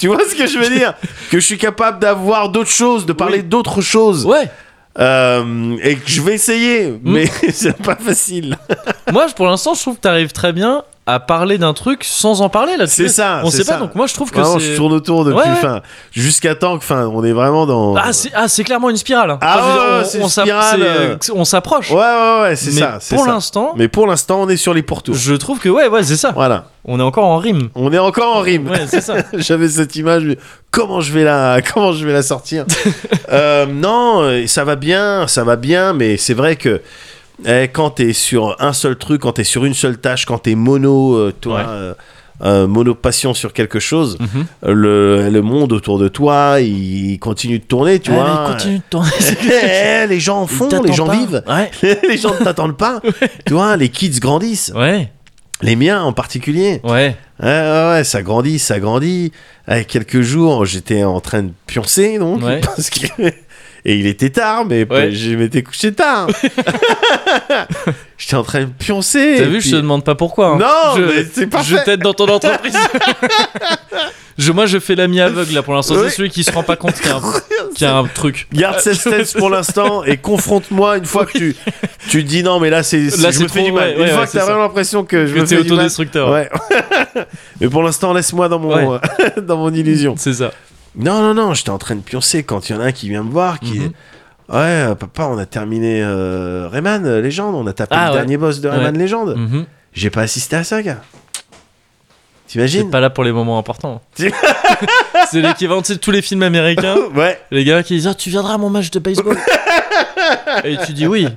[SPEAKER 2] tu vois ce que je veux dire Que je suis capable d'avoir d'autres choses, de parler
[SPEAKER 1] Oui.
[SPEAKER 2] d'autres choses.
[SPEAKER 1] Ouais, Mm.
[SPEAKER 2] Euh, et que je vais essayer, mais [LAUGHS] c'est pas facile.
[SPEAKER 1] Moi, je- pour l'instant, je trouve que t'arrives très bien à parler d'un truc sans en parler là. tu
[SPEAKER 2] C'est
[SPEAKER 1] sais.
[SPEAKER 2] ça,
[SPEAKER 1] On
[SPEAKER 2] c'est
[SPEAKER 1] sait
[SPEAKER 2] ça.
[SPEAKER 1] pas. Donc moi, je trouve que
[SPEAKER 2] Vraiment,
[SPEAKER 1] c'est.
[SPEAKER 2] je tourne autour depuis.
[SPEAKER 1] Ouais, ouais.
[SPEAKER 2] fin, Jusqu'à temps que, enfin, on est vraiment dans.
[SPEAKER 1] Ah, c'est ah, c'est clairement une spirale. hein.
[SPEAKER 2] Ah,
[SPEAKER 1] je veux dire,
[SPEAKER 2] ouais,
[SPEAKER 1] on-
[SPEAKER 2] ouais, c'est
[SPEAKER 1] on
[SPEAKER 2] une
[SPEAKER 1] s'app-
[SPEAKER 2] spirale,
[SPEAKER 1] c'est,
[SPEAKER 2] euh.
[SPEAKER 1] euh, on s'approche.
[SPEAKER 2] ouais, ouais, ouais, c'est
[SPEAKER 1] Mais
[SPEAKER 2] ça. c'est
[SPEAKER 1] Pour
[SPEAKER 2] ça.
[SPEAKER 1] l'instant,
[SPEAKER 2] Mais pour l'instant, on est sur les pourtours.
[SPEAKER 1] je trouve que ouais, ouais, c'est ça.
[SPEAKER 2] Voilà.
[SPEAKER 1] On est encore en rime.
[SPEAKER 2] On est encore en rime. [LAUGHS]
[SPEAKER 1] Ouais, c'est [LAUGHS] ça.
[SPEAKER 2] J'avais cette image. mais Comment je vais la, [LAUGHS] comment je vais la sortir
[SPEAKER 1] [LAUGHS]
[SPEAKER 2] Euh, Non, euh, ça va bien, ça va bien, mais c'est vrai que eh, quand t'es sur un seul truc, quand t'es sur une seule tâche, quand t'es mono, euh, toi,
[SPEAKER 1] Ouais.
[SPEAKER 2] euh, euh, mono passion sur quelque chose,
[SPEAKER 1] Mhm.
[SPEAKER 2] euh, le, le monde autour de toi, il continue de tourner, tu
[SPEAKER 1] Ah,
[SPEAKER 2] vois.
[SPEAKER 1] mais continue de tourner. [LAUGHS]
[SPEAKER 2] Eh, eh, les gens en font, les
[SPEAKER 1] T'attends
[SPEAKER 2] gens
[SPEAKER 1] pas. [LAUGHS]
[SPEAKER 2] vivent. [LAUGHS]
[SPEAKER 1] Ouais.
[SPEAKER 2] les gens ne t'attendent pas. Tu vois, les kids grandissent.
[SPEAKER 1] Ouais.
[SPEAKER 2] Les miens en particulier.
[SPEAKER 1] Ouais.
[SPEAKER 2] Ouais, ouais, ouais, ça grandit, ça grandit. Avec quelques jours, j'étais en train de pioncer, donc.
[SPEAKER 1] Ouais.
[SPEAKER 2] [LAUGHS] parce que- Et il était tard, mais
[SPEAKER 1] Ouais.
[SPEAKER 2] je m'étais
[SPEAKER 1] [LAUGHS]
[SPEAKER 2] couché tard. j'étais en train de pioncer.
[SPEAKER 1] T'as
[SPEAKER 2] et
[SPEAKER 1] vu,
[SPEAKER 2] puis-
[SPEAKER 1] je te demande pas pourquoi. hein.
[SPEAKER 2] Non,
[SPEAKER 1] Je-
[SPEAKER 2] mais c'est parfait.
[SPEAKER 1] Je t'aide dans ton
[SPEAKER 2] [LAUGHS]
[SPEAKER 1] entreprise. je, moi, je fais l'ami aveugle là pour l'instant.
[SPEAKER 2] Ouais.
[SPEAKER 1] C'est celui qui se rend pas compte qu'il y a un,
[SPEAKER 2] [LAUGHS]
[SPEAKER 1] qu'il y a un truc. [LAUGHS]
[SPEAKER 2] Garde cette stance pour l'instant et confronte-moi une fois que tu, tu te dis non, mais là, c'est, c'est-
[SPEAKER 1] Là,
[SPEAKER 2] je
[SPEAKER 1] c'est
[SPEAKER 2] me fais
[SPEAKER 1] trop,
[SPEAKER 2] du mal.
[SPEAKER 1] ouais,
[SPEAKER 2] une
[SPEAKER 1] ouais,
[SPEAKER 2] fois
[SPEAKER 1] ouais,
[SPEAKER 2] que
[SPEAKER 1] c'est
[SPEAKER 2] t'as
[SPEAKER 1] ça.
[SPEAKER 2] vraiment l'impression que je
[SPEAKER 1] Que
[SPEAKER 2] me
[SPEAKER 1] t'es
[SPEAKER 2] fais du mal.
[SPEAKER 1] autodestructeur.
[SPEAKER 2] Ouais. [LAUGHS] mais pour l'instant, laisse-moi dans mon,
[SPEAKER 1] Ouais.
[SPEAKER 2] [LAUGHS] dans mon illusion.
[SPEAKER 1] C'est ça.
[SPEAKER 2] Non, non, non, j'étais en train de pioncer quand il y en a un qui vient me voir, qui
[SPEAKER 1] Mhm.
[SPEAKER 2] est... Ouais, euh, papa, on a terminé euh, Rayman euh, Légende, on a
[SPEAKER 1] Ah,
[SPEAKER 2] tapé le
[SPEAKER 1] ouais. Mhm.
[SPEAKER 2] dernier boss de Rayman
[SPEAKER 1] Ouais.
[SPEAKER 2] Légende.
[SPEAKER 1] Mhm.
[SPEAKER 2] J'ai pas assisté à ça, gars.
[SPEAKER 1] C'est
[SPEAKER 2] T'imagines
[SPEAKER 1] pas là pour les moments
[SPEAKER 2] [LAUGHS]
[SPEAKER 1] importants.
[SPEAKER 2] Tu-
[SPEAKER 1] c'est l'équivalent tu sais, de tous les films
[SPEAKER 2] [LAUGHS]
[SPEAKER 1] américains.
[SPEAKER 2] [LAUGHS] Ouais.
[SPEAKER 1] Les gars qui disent Ah, Tu viendras à mon match de
[SPEAKER 2] [LAUGHS]
[SPEAKER 1] baseball Et tu dis oui.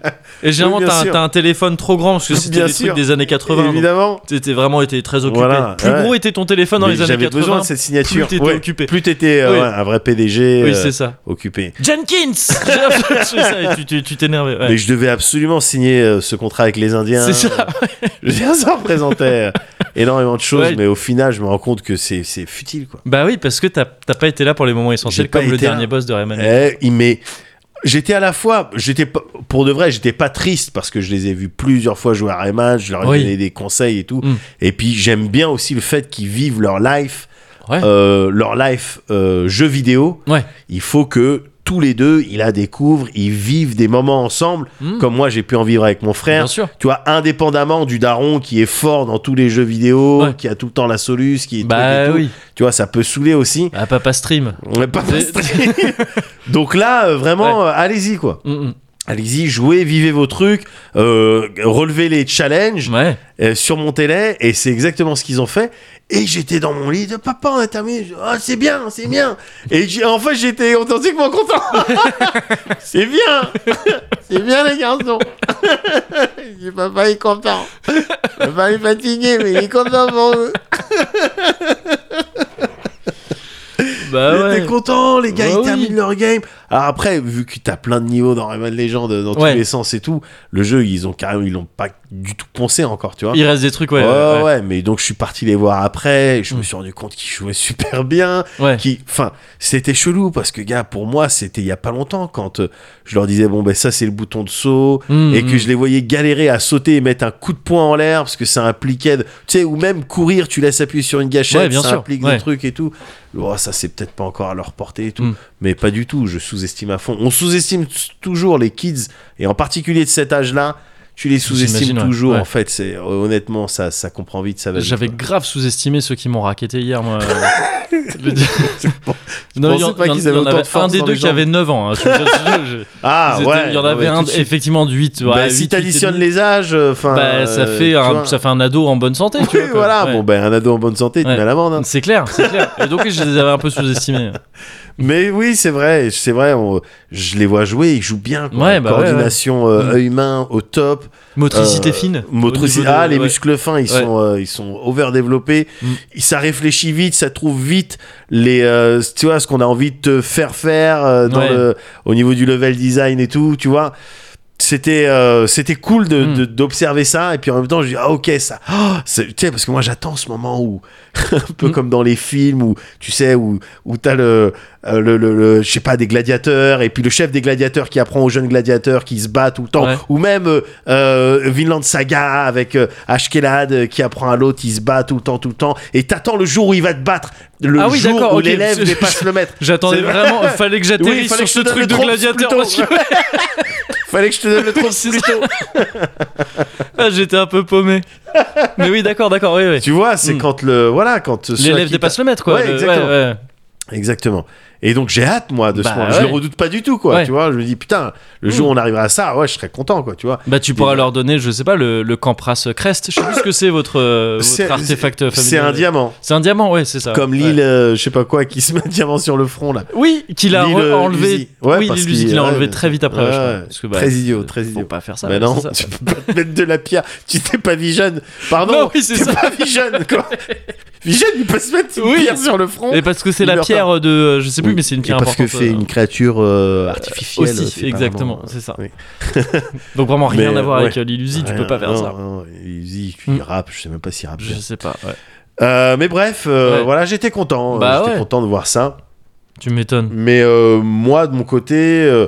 [SPEAKER 1] Et généralement,
[SPEAKER 2] Oui, bien
[SPEAKER 1] t'as un-
[SPEAKER 2] sûr.
[SPEAKER 1] t'as un, téléphone trop grand parce que c'était
[SPEAKER 2] Bien
[SPEAKER 1] des
[SPEAKER 2] sûr.
[SPEAKER 1] trucs des années 80. donc
[SPEAKER 2] Évidemment.
[SPEAKER 1] T'étais vraiment été très occupé.
[SPEAKER 2] Voilà,
[SPEAKER 1] plus
[SPEAKER 2] ouais.
[SPEAKER 1] gros était ton téléphone dans
[SPEAKER 2] Mais
[SPEAKER 1] les années
[SPEAKER 2] J'avais
[SPEAKER 1] 80.
[SPEAKER 2] besoin de cette signature.
[SPEAKER 1] plus t'étais
[SPEAKER 2] Ouais.
[SPEAKER 1] occupé.
[SPEAKER 2] Plus t'étais euh,
[SPEAKER 1] Oui.
[SPEAKER 2] ouais, un vrai PDG
[SPEAKER 1] Oui,
[SPEAKER 2] euh,
[SPEAKER 1] c'est ça.
[SPEAKER 2] occupé. [LAUGHS]
[SPEAKER 1] Jenkins [LAUGHS] C'est ça, et tu- tu- Tu t'énervais. ouais.
[SPEAKER 2] Mais je devais absolument signer euh, ce contrat avec les Indiens.
[SPEAKER 1] C'est ça.
[SPEAKER 2] Je veux dire, ça
[SPEAKER 1] [LAUGHS]
[SPEAKER 2] représentait euh, énormément de choses,
[SPEAKER 1] Ouais.
[SPEAKER 2] mais au final, je me rends compte que c'est c'est futile, quoi.
[SPEAKER 1] Bah oui, parce que t'as t'as pas été là pour les moments essentiels,
[SPEAKER 2] J'ai pas
[SPEAKER 1] comme le
[SPEAKER 2] été là.
[SPEAKER 1] dernier boss de Rayman.
[SPEAKER 2] Eh, il m'est- J'étais à la fois, j'étais pas- pour de vrai, j'étais pas triste parce que je les ai vus plusieurs fois jouer à Rayman, je leur ai
[SPEAKER 1] Oui.
[SPEAKER 2] donné des conseils et tout.
[SPEAKER 1] Mm.
[SPEAKER 2] Et puis j'aime bien aussi le fait qu'ils vivent leur life,
[SPEAKER 1] Ouais.
[SPEAKER 2] euh, leur life euh, jeu vidéo.
[SPEAKER 1] Ouais.
[SPEAKER 2] Il faut que tous les deux, ils la découvrent, ils vivent des moments ensemble,
[SPEAKER 1] Mm.
[SPEAKER 2] comme moi j'ai pu en vivre avec mon frère.
[SPEAKER 1] Bien sûr.
[SPEAKER 2] Tu vois, indépendamment du daron qui est fort dans tous les jeux vidéo,
[SPEAKER 1] Ouais.
[SPEAKER 2] qui a tout le temps la soluce, qui est truc et
[SPEAKER 1] Bah
[SPEAKER 2] tout.
[SPEAKER 1] oui.
[SPEAKER 2] Tu vois, ça peut saouler aussi.
[SPEAKER 1] Bah, papa stream.
[SPEAKER 2] On est pas
[SPEAKER 1] C'est-
[SPEAKER 2] frustré. Donc là, euh, vraiment, euh, allez-y quoi.
[SPEAKER 1] [LAUGHS] Mm,
[SPEAKER 2] Allez-y, jouez, vivez vos trucs, euh, relevez les challenges,
[SPEAKER 1] mm. Ouais.
[SPEAKER 2] euh, surmontez-les, et c'est exactement ce qu'ils ont fait. Et j'étais dans mon lit, de papa, on a terminé. Je- Ah, c'est bien, c'est bien. Et j'ai- en fait, j'étais authentiquement content. [LAUGHS] c'est bien, [LAUGHS] c'est bien les garçons. [LAUGHS] J'ai papa il est content. Papa il est fatigué, mais il est content pour eux.
[SPEAKER 1] Bah
[SPEAKER 2] Ils
[SPEAKER 1] ouais.
[SPEAKER 2] étaient contents, les gars,
[SPEAKER 1] Bah
[SPEAKER 2] ils
[SPEAKER 1] oui.
[SPEAKER 2] terminent leur game. Alors après, vu que t'as plein de niveaux dans Rayman Legend, dans
[SPEAKER 1] Ouais.
[SPEAKER 2] tous les sens et tout, le jeu, ils ont carrément, ils l'ont pas du tout poncé encore, tu vois.
[SPEAKER 1] Il reste des trucs, ouais.
[SPEAKER 2] Ouais,
[SPEAKER 1] ouais,
[SPEAKER 2] ouais, mais donc je suis parti les voir après, et je
[SPEAKER 1] Mm.
[SPEAKER 2] me suis rendu compte qu'ils jouaient
[SPEAKER 1] [LAUGHS]
[SPEAKER 2] super bien,
[SPEAKER 1] ouais.
[SPEAKER 2] qui, enfin, c'était chelou parce que gars, pour moi, c'était il y a pas longtemps quand euh, je leur disais bon ben ça c'est le bouton de saut
[SPEAKER 1] Mm,
[SPEAKER 2] et
[SPEAKER 1] mm.
[SPEAKER 2] que je les voyais galérer à sauter et mettre un coup de poing en l'air parce que ça impliquait, de- tu sais, ou même courir, tu laisses appuyer sur une gâchette,
[SPEAKER 1] Ouais, bien
[SPEAKER 2] ça
[SPEAKER 1] sûr,
[SPEAKER 2] implique
[SPEAKER 1] ouais.
[SPEAKER 2] des trucs et tout. Oh, ça, c'est peut-être pas encore à leur portée et tout,
[SPEAKER 1] Mm.
[SPEAKER 2] mais pas du tout. Je sous-estime à fond. On sous-estime t- toujours les kids et en particulier de cet âge-là. Tu les sous-estimes
[SPEAKER 1] J'imagine, ouais,
[SPEAKER 2] toujours.
[SPEAKER 1] ouais.
[SPEAKER 2] En fait, c'est euh, honnêtement, ça, ça comprend vite, ça va. vite,
[SPEAKER 1] J'avais
[SPEAKER 2] quoi.
[SPEAKER 1] grave sous-estimé ceux qui m'ont racketté hier,
[SPEAKER 2] [LAUGHS]
[SPEAKER 1] moi. Le-
[SPEAKER 2] pensais
[SPEAKER 1] [LAUGHS] Non, il y en-
[SPEAKER 2] pas
[SPEAKER 1] il y en-
[SPEAKER 2] qu'ils avaient
[SPEAKER 1] il y en
[SPEAKER 2] autant
[SPEAKER 1] avait
[SPEAKER 2] de force
[SPEAKER 1] un des
[SPEAKER 2] dans
[SPEAKER 1] deux
[SPEAKER 2] les
[SPEAKER 1] qui
[SPEAKER 2] jambes.
[SPEAKER 1] avait 9 ans. hein. Je- je-
[SPEAKER 2] [LAUGHS]
[SPEAKER 1] je- je-
[SPEAKER 2] Ah
[SPEAKER 1] ils étaient-
[SPEAKER 2] ouais.
[SPEAKER 1] il y en
[SPEAKER 2] non,
[SPEAKER 1] avait
[SPEAKER 2] mais
[SPEAKER 1] un
[SPEAKER 2] tout de suite.
[SPEAKER 1] effectivement de 8.
[SPEAKER 2] Bah, si t'additionnes les âges, euh, enfin.
[SPEAKER 1] Bah, ça, fait un, ça fait un ado en bonne
[SPEAKER 2] [LAUGHS]
[SPEAKER 1] santé, tu vois. quoi.
[SPEAKER 2] voilà,
[SPEAKER 1] Ouais.
[SPEAKER 2] bon, ben un ado en bonne santé, tu
[SPEAKER 1] Ouais.
[SPEAKER 2] mets à l'amende. hein.
[SPEAKER 1] C'est clair, c'est clair. Et donc, je les avais un peu
[SPEAKER 2] [LAUGHS]
[SPEAKER 1] sous-estimés.
[SPEAKER 2] Mais oui, c'est vrai, c'est vrai. on- je les vois jouer, ils jouent bien. quoi.
[SPEAKER 1] Ouais, bah ouais,
[SPEAKER 2] Coordination euh, œil-main au top.
[SPEAKER 1] Motricité
[SPEAKER 2] Euh,
[SPEAKER 1] fine.
[SPEAKER 2] motricité.
[SPEAKER 1] Au niveau de-
[SPEAKER 2] Ah, les
[SPEAKER 1] ouais.
[SPEAKER 2] muscles fins, ils
[SPEAKER 1] Ouais.
[SPEAKER 2] sont, euh, ils sont overdéveloppés.
[SPEAKER 1] Mm.
[SPEAKER 2] Ils- Ça réfléchit vite, ça trouve vite les, euh, tu vois, ce qu'on a envie de te faire faire euh, dans
[SPEAKER 1] Ouais.
[SPEAKER 2] le, au niveau du level design et tout, tu vois. C'était, euh, c'était cool de,
[SPEAKER 1] Mm.
[SPEAKER 2] de- d'observer ça. Et puis en même temps, je dis, ah, ok, ça. ah, c'est- tu sais, parce que moi, j'attends ce moment où, [LAUGHS] un peu
[SPEAKER 1] Mm.
[SPEAKER 2] comme dans les films où, tu sais, où, où t'as le, euh, le, le, le- je sais pas, des gladiateurs, et puis le chef des gladiateurs qui apprend aux jeunes gladiateurs qui se battent tout le temps,
[SPEAKER 1] Ouais.
[SPEAKER 2] ou même euh, euh, Vinland Saga avec euh, Ashkelad euh, qui apprend à l'autre, il se bat tout le temps, tout le temps, et t'attends le jour où il va te battre, le
[SPEAKER 1] Ah oui,
[SPEAKER 2] jour
[SPEAKER 1] d'accord,
[SPEAKER 2] où
[SPEAKER 1] ok,
[SPEAKER 2] l'élève
[SPEAKER 1] parce que-
[SPEAKER 2] dépasse
[SPEAKER 1] [LAUGHS]
[SPEAKER 2] le maître.
[SPEAKER 1] J'attendais
[SPEAKER 2] C'est-
[SPEAKER 1] vraiment, fallait que
[SPEAKER 2] Oui,
[SPEAKER 1] j'atterrisse sur
[SPEAKER 2] fallait que
[SPEAKER 1] ce
[SPEAKER 2] je te
[SPEAKER 1] truc de
[SPEAKER 2] donne le
[SPEAKER 1] gladiateur.
[SPEAKER 2] trompes
[SPEAKER 1] parce que-
[SPEAKER 2] Fallait que je te donne le truc [LAUGHS]
[SPEAKER 1] [LAUGHS]
[SPEAKER 2] plus tôt.
[SPEAKER 1] Ah, J'étais un peu paumé. Mais oui, d'accord, d'accord, oui, oui.
[SPEAKER 2] Tu vois, c'est
[SPEAKER 1] Mm.
[SPEAKER 2] quand le voilà, quand ceux à
[SPEAKER 1] L'élève
[SPEAKER 2] qui
[SPEAKER 1] dépasse le maître, quoi.
[SPEAKER 2] Ouais,
[SPEAKER 1] Le-
[SPEAKER 2] exactement.
[SPEAKER 1] ouais.
[SPEAKER 2] Exactement. Et donc j'ai hâte moi de ce
[SPEAKER 1] Bah,
[SPEAKER 2] moment. Je le
[SPEAKER 1] ouais.
[SPEAKER 2] redoute pas du tout quoi.
[SPEAKER 1] Ouais.
[SPEAKER 2] Tu vois, je me dis putain, le jour où on arrivera à ça, ouais, je serais content quoi. Tu vois.
[SPEAKER 1] Bah, tu pourras
[SPEAKER 2] Et-
[SPEAKER 1] leur donner, je sais pas, le, le Campras Crest. Je sais plus ce que c'est votre,
[SPEAKER 2] [LAUGHS]
[SPEAKER 1] euh, votre
[SPEAKER 2] C'est-
[SPEAKER 1] artefact familial.
[SPEAKER 2] C'est un diamant.
[SPEAKER 1] C'est un diamant, ouais, c'est ça.
[SPEAKER 2] Comme
[SPEAKER 1] Ouais.
[SPEAKER 2] l'île, euh, je sais pas quoi, qui se met un diamant sur le front là.
[SPEAKER 1] Oui, qu'il a
[SPEAKER 2] L'île,
[SPEAKER 1] re-
[SPEAKER 2] euh, Luzi.
[SPEAKER 1] enlevé.
[SPEAKER 2] Ouais,
[SPEAKER 1] oui,
[SPEAKER 2] parce
[SPEAKER 1] l'île Luzi
[SPEAKER 2] qu'il-
[SPEAKER 1] qu'il a
[SPEAKER 2] ouais,
[SPEAKER 1] enlevé
[SPEAKER 2] bien
[SPEAKER 1] très vite après.
[SPEAKER 2] sûr.
[SPEAKER 1] je crois.
[SPEAKER 2] Ouais,
[SPEAKER 1] Parce que, bah,
[SPEAKER 2] très idiot, très
[SPEAKER 1] faut
[SPEAKER 2] idiot.
[SPEAKER 1] pas faire ça.
[SPEAKER 2] Mais
[SPEAKER 1] ouais,
[SPEAKER 2] non,
[SPEAKER 1] c'est ça.
[SPEAKER 2] tu peux pas te mettre de la pierre. Tu t'es pas Vision. Pardon,
[SPEAKER 1] Non, oui, c'est
[SPEAKER 2] t'es
[SPEAKER 1] ça.
[SPEAKER 2] pas Vision quoi.
[SPEAKER 1] [LAUGHS]
[SPEAKER 2] Vision, il peut se mettre une
[SPEAKER 1] Oui.
[SPEAKER 2] pierre sur le front.
[SPEAKER 1] Et parce que c'est
[SPEAKER 2] Il
[SPEAKER 1] la
[SPEAKER 2] meurt
[SPEAKER 1] pierre de, euh, je sais plus,
[SPEAKER 2] Oui,
[SPEAKER 1] mais c'est une pierre
[SPEAKER 2] Et parce
[SPEAKER 1] importante.
[SPEAKER 2] que fait
[SPEAKER 1] euh,
[SPEAKER 2] une créature euh, artificielle.
[SPEAKER 1] Aussi,
[SPEAKER 2] c'est
[SPEAKER 1] exactement,
[SPEAKER 2] apparemment, euh,
[SPEAKER 1] c'est ça.
[SPEAKER 2] oui.
[SPEAKER 1] [LAUGHS] Donc vraiment rien
[SPEAKER 2] Mais,
[SPEAKER 1] à voir
[SPEAKER 2] ouais.
[SPEAKER 1] avec euh, l'illusie, tu
[SPEAKER 2] Ouais,
[SPEAKER 1] peux pas faire
[SPEAKER 2] non,
[SPEAKER 1] ça.
[SPEAKER 2] non, il dit,
[SPEAKER 1] Mm.
[SPEAKER 2] il rappe, je sais même pas s'il rappe.
[SPEAKER 1] Je sais pas. ouais.
[SPEAKER 2] Euh, mais bref, euh,
[SPEAKER 1] Ouais.
[SPEAKER 2] voilà, j'étais content. euh,
[SPEAKER 1] Bah
[SPEAKER 2] j'étais
[SPEAKER 1] ouais.
[SPEAKER 2] content de voir ça.
[SPEAKER 1] Tu m'étonnes.
[SPEAKER 2] Mais euh, moi, de mon côté, euh,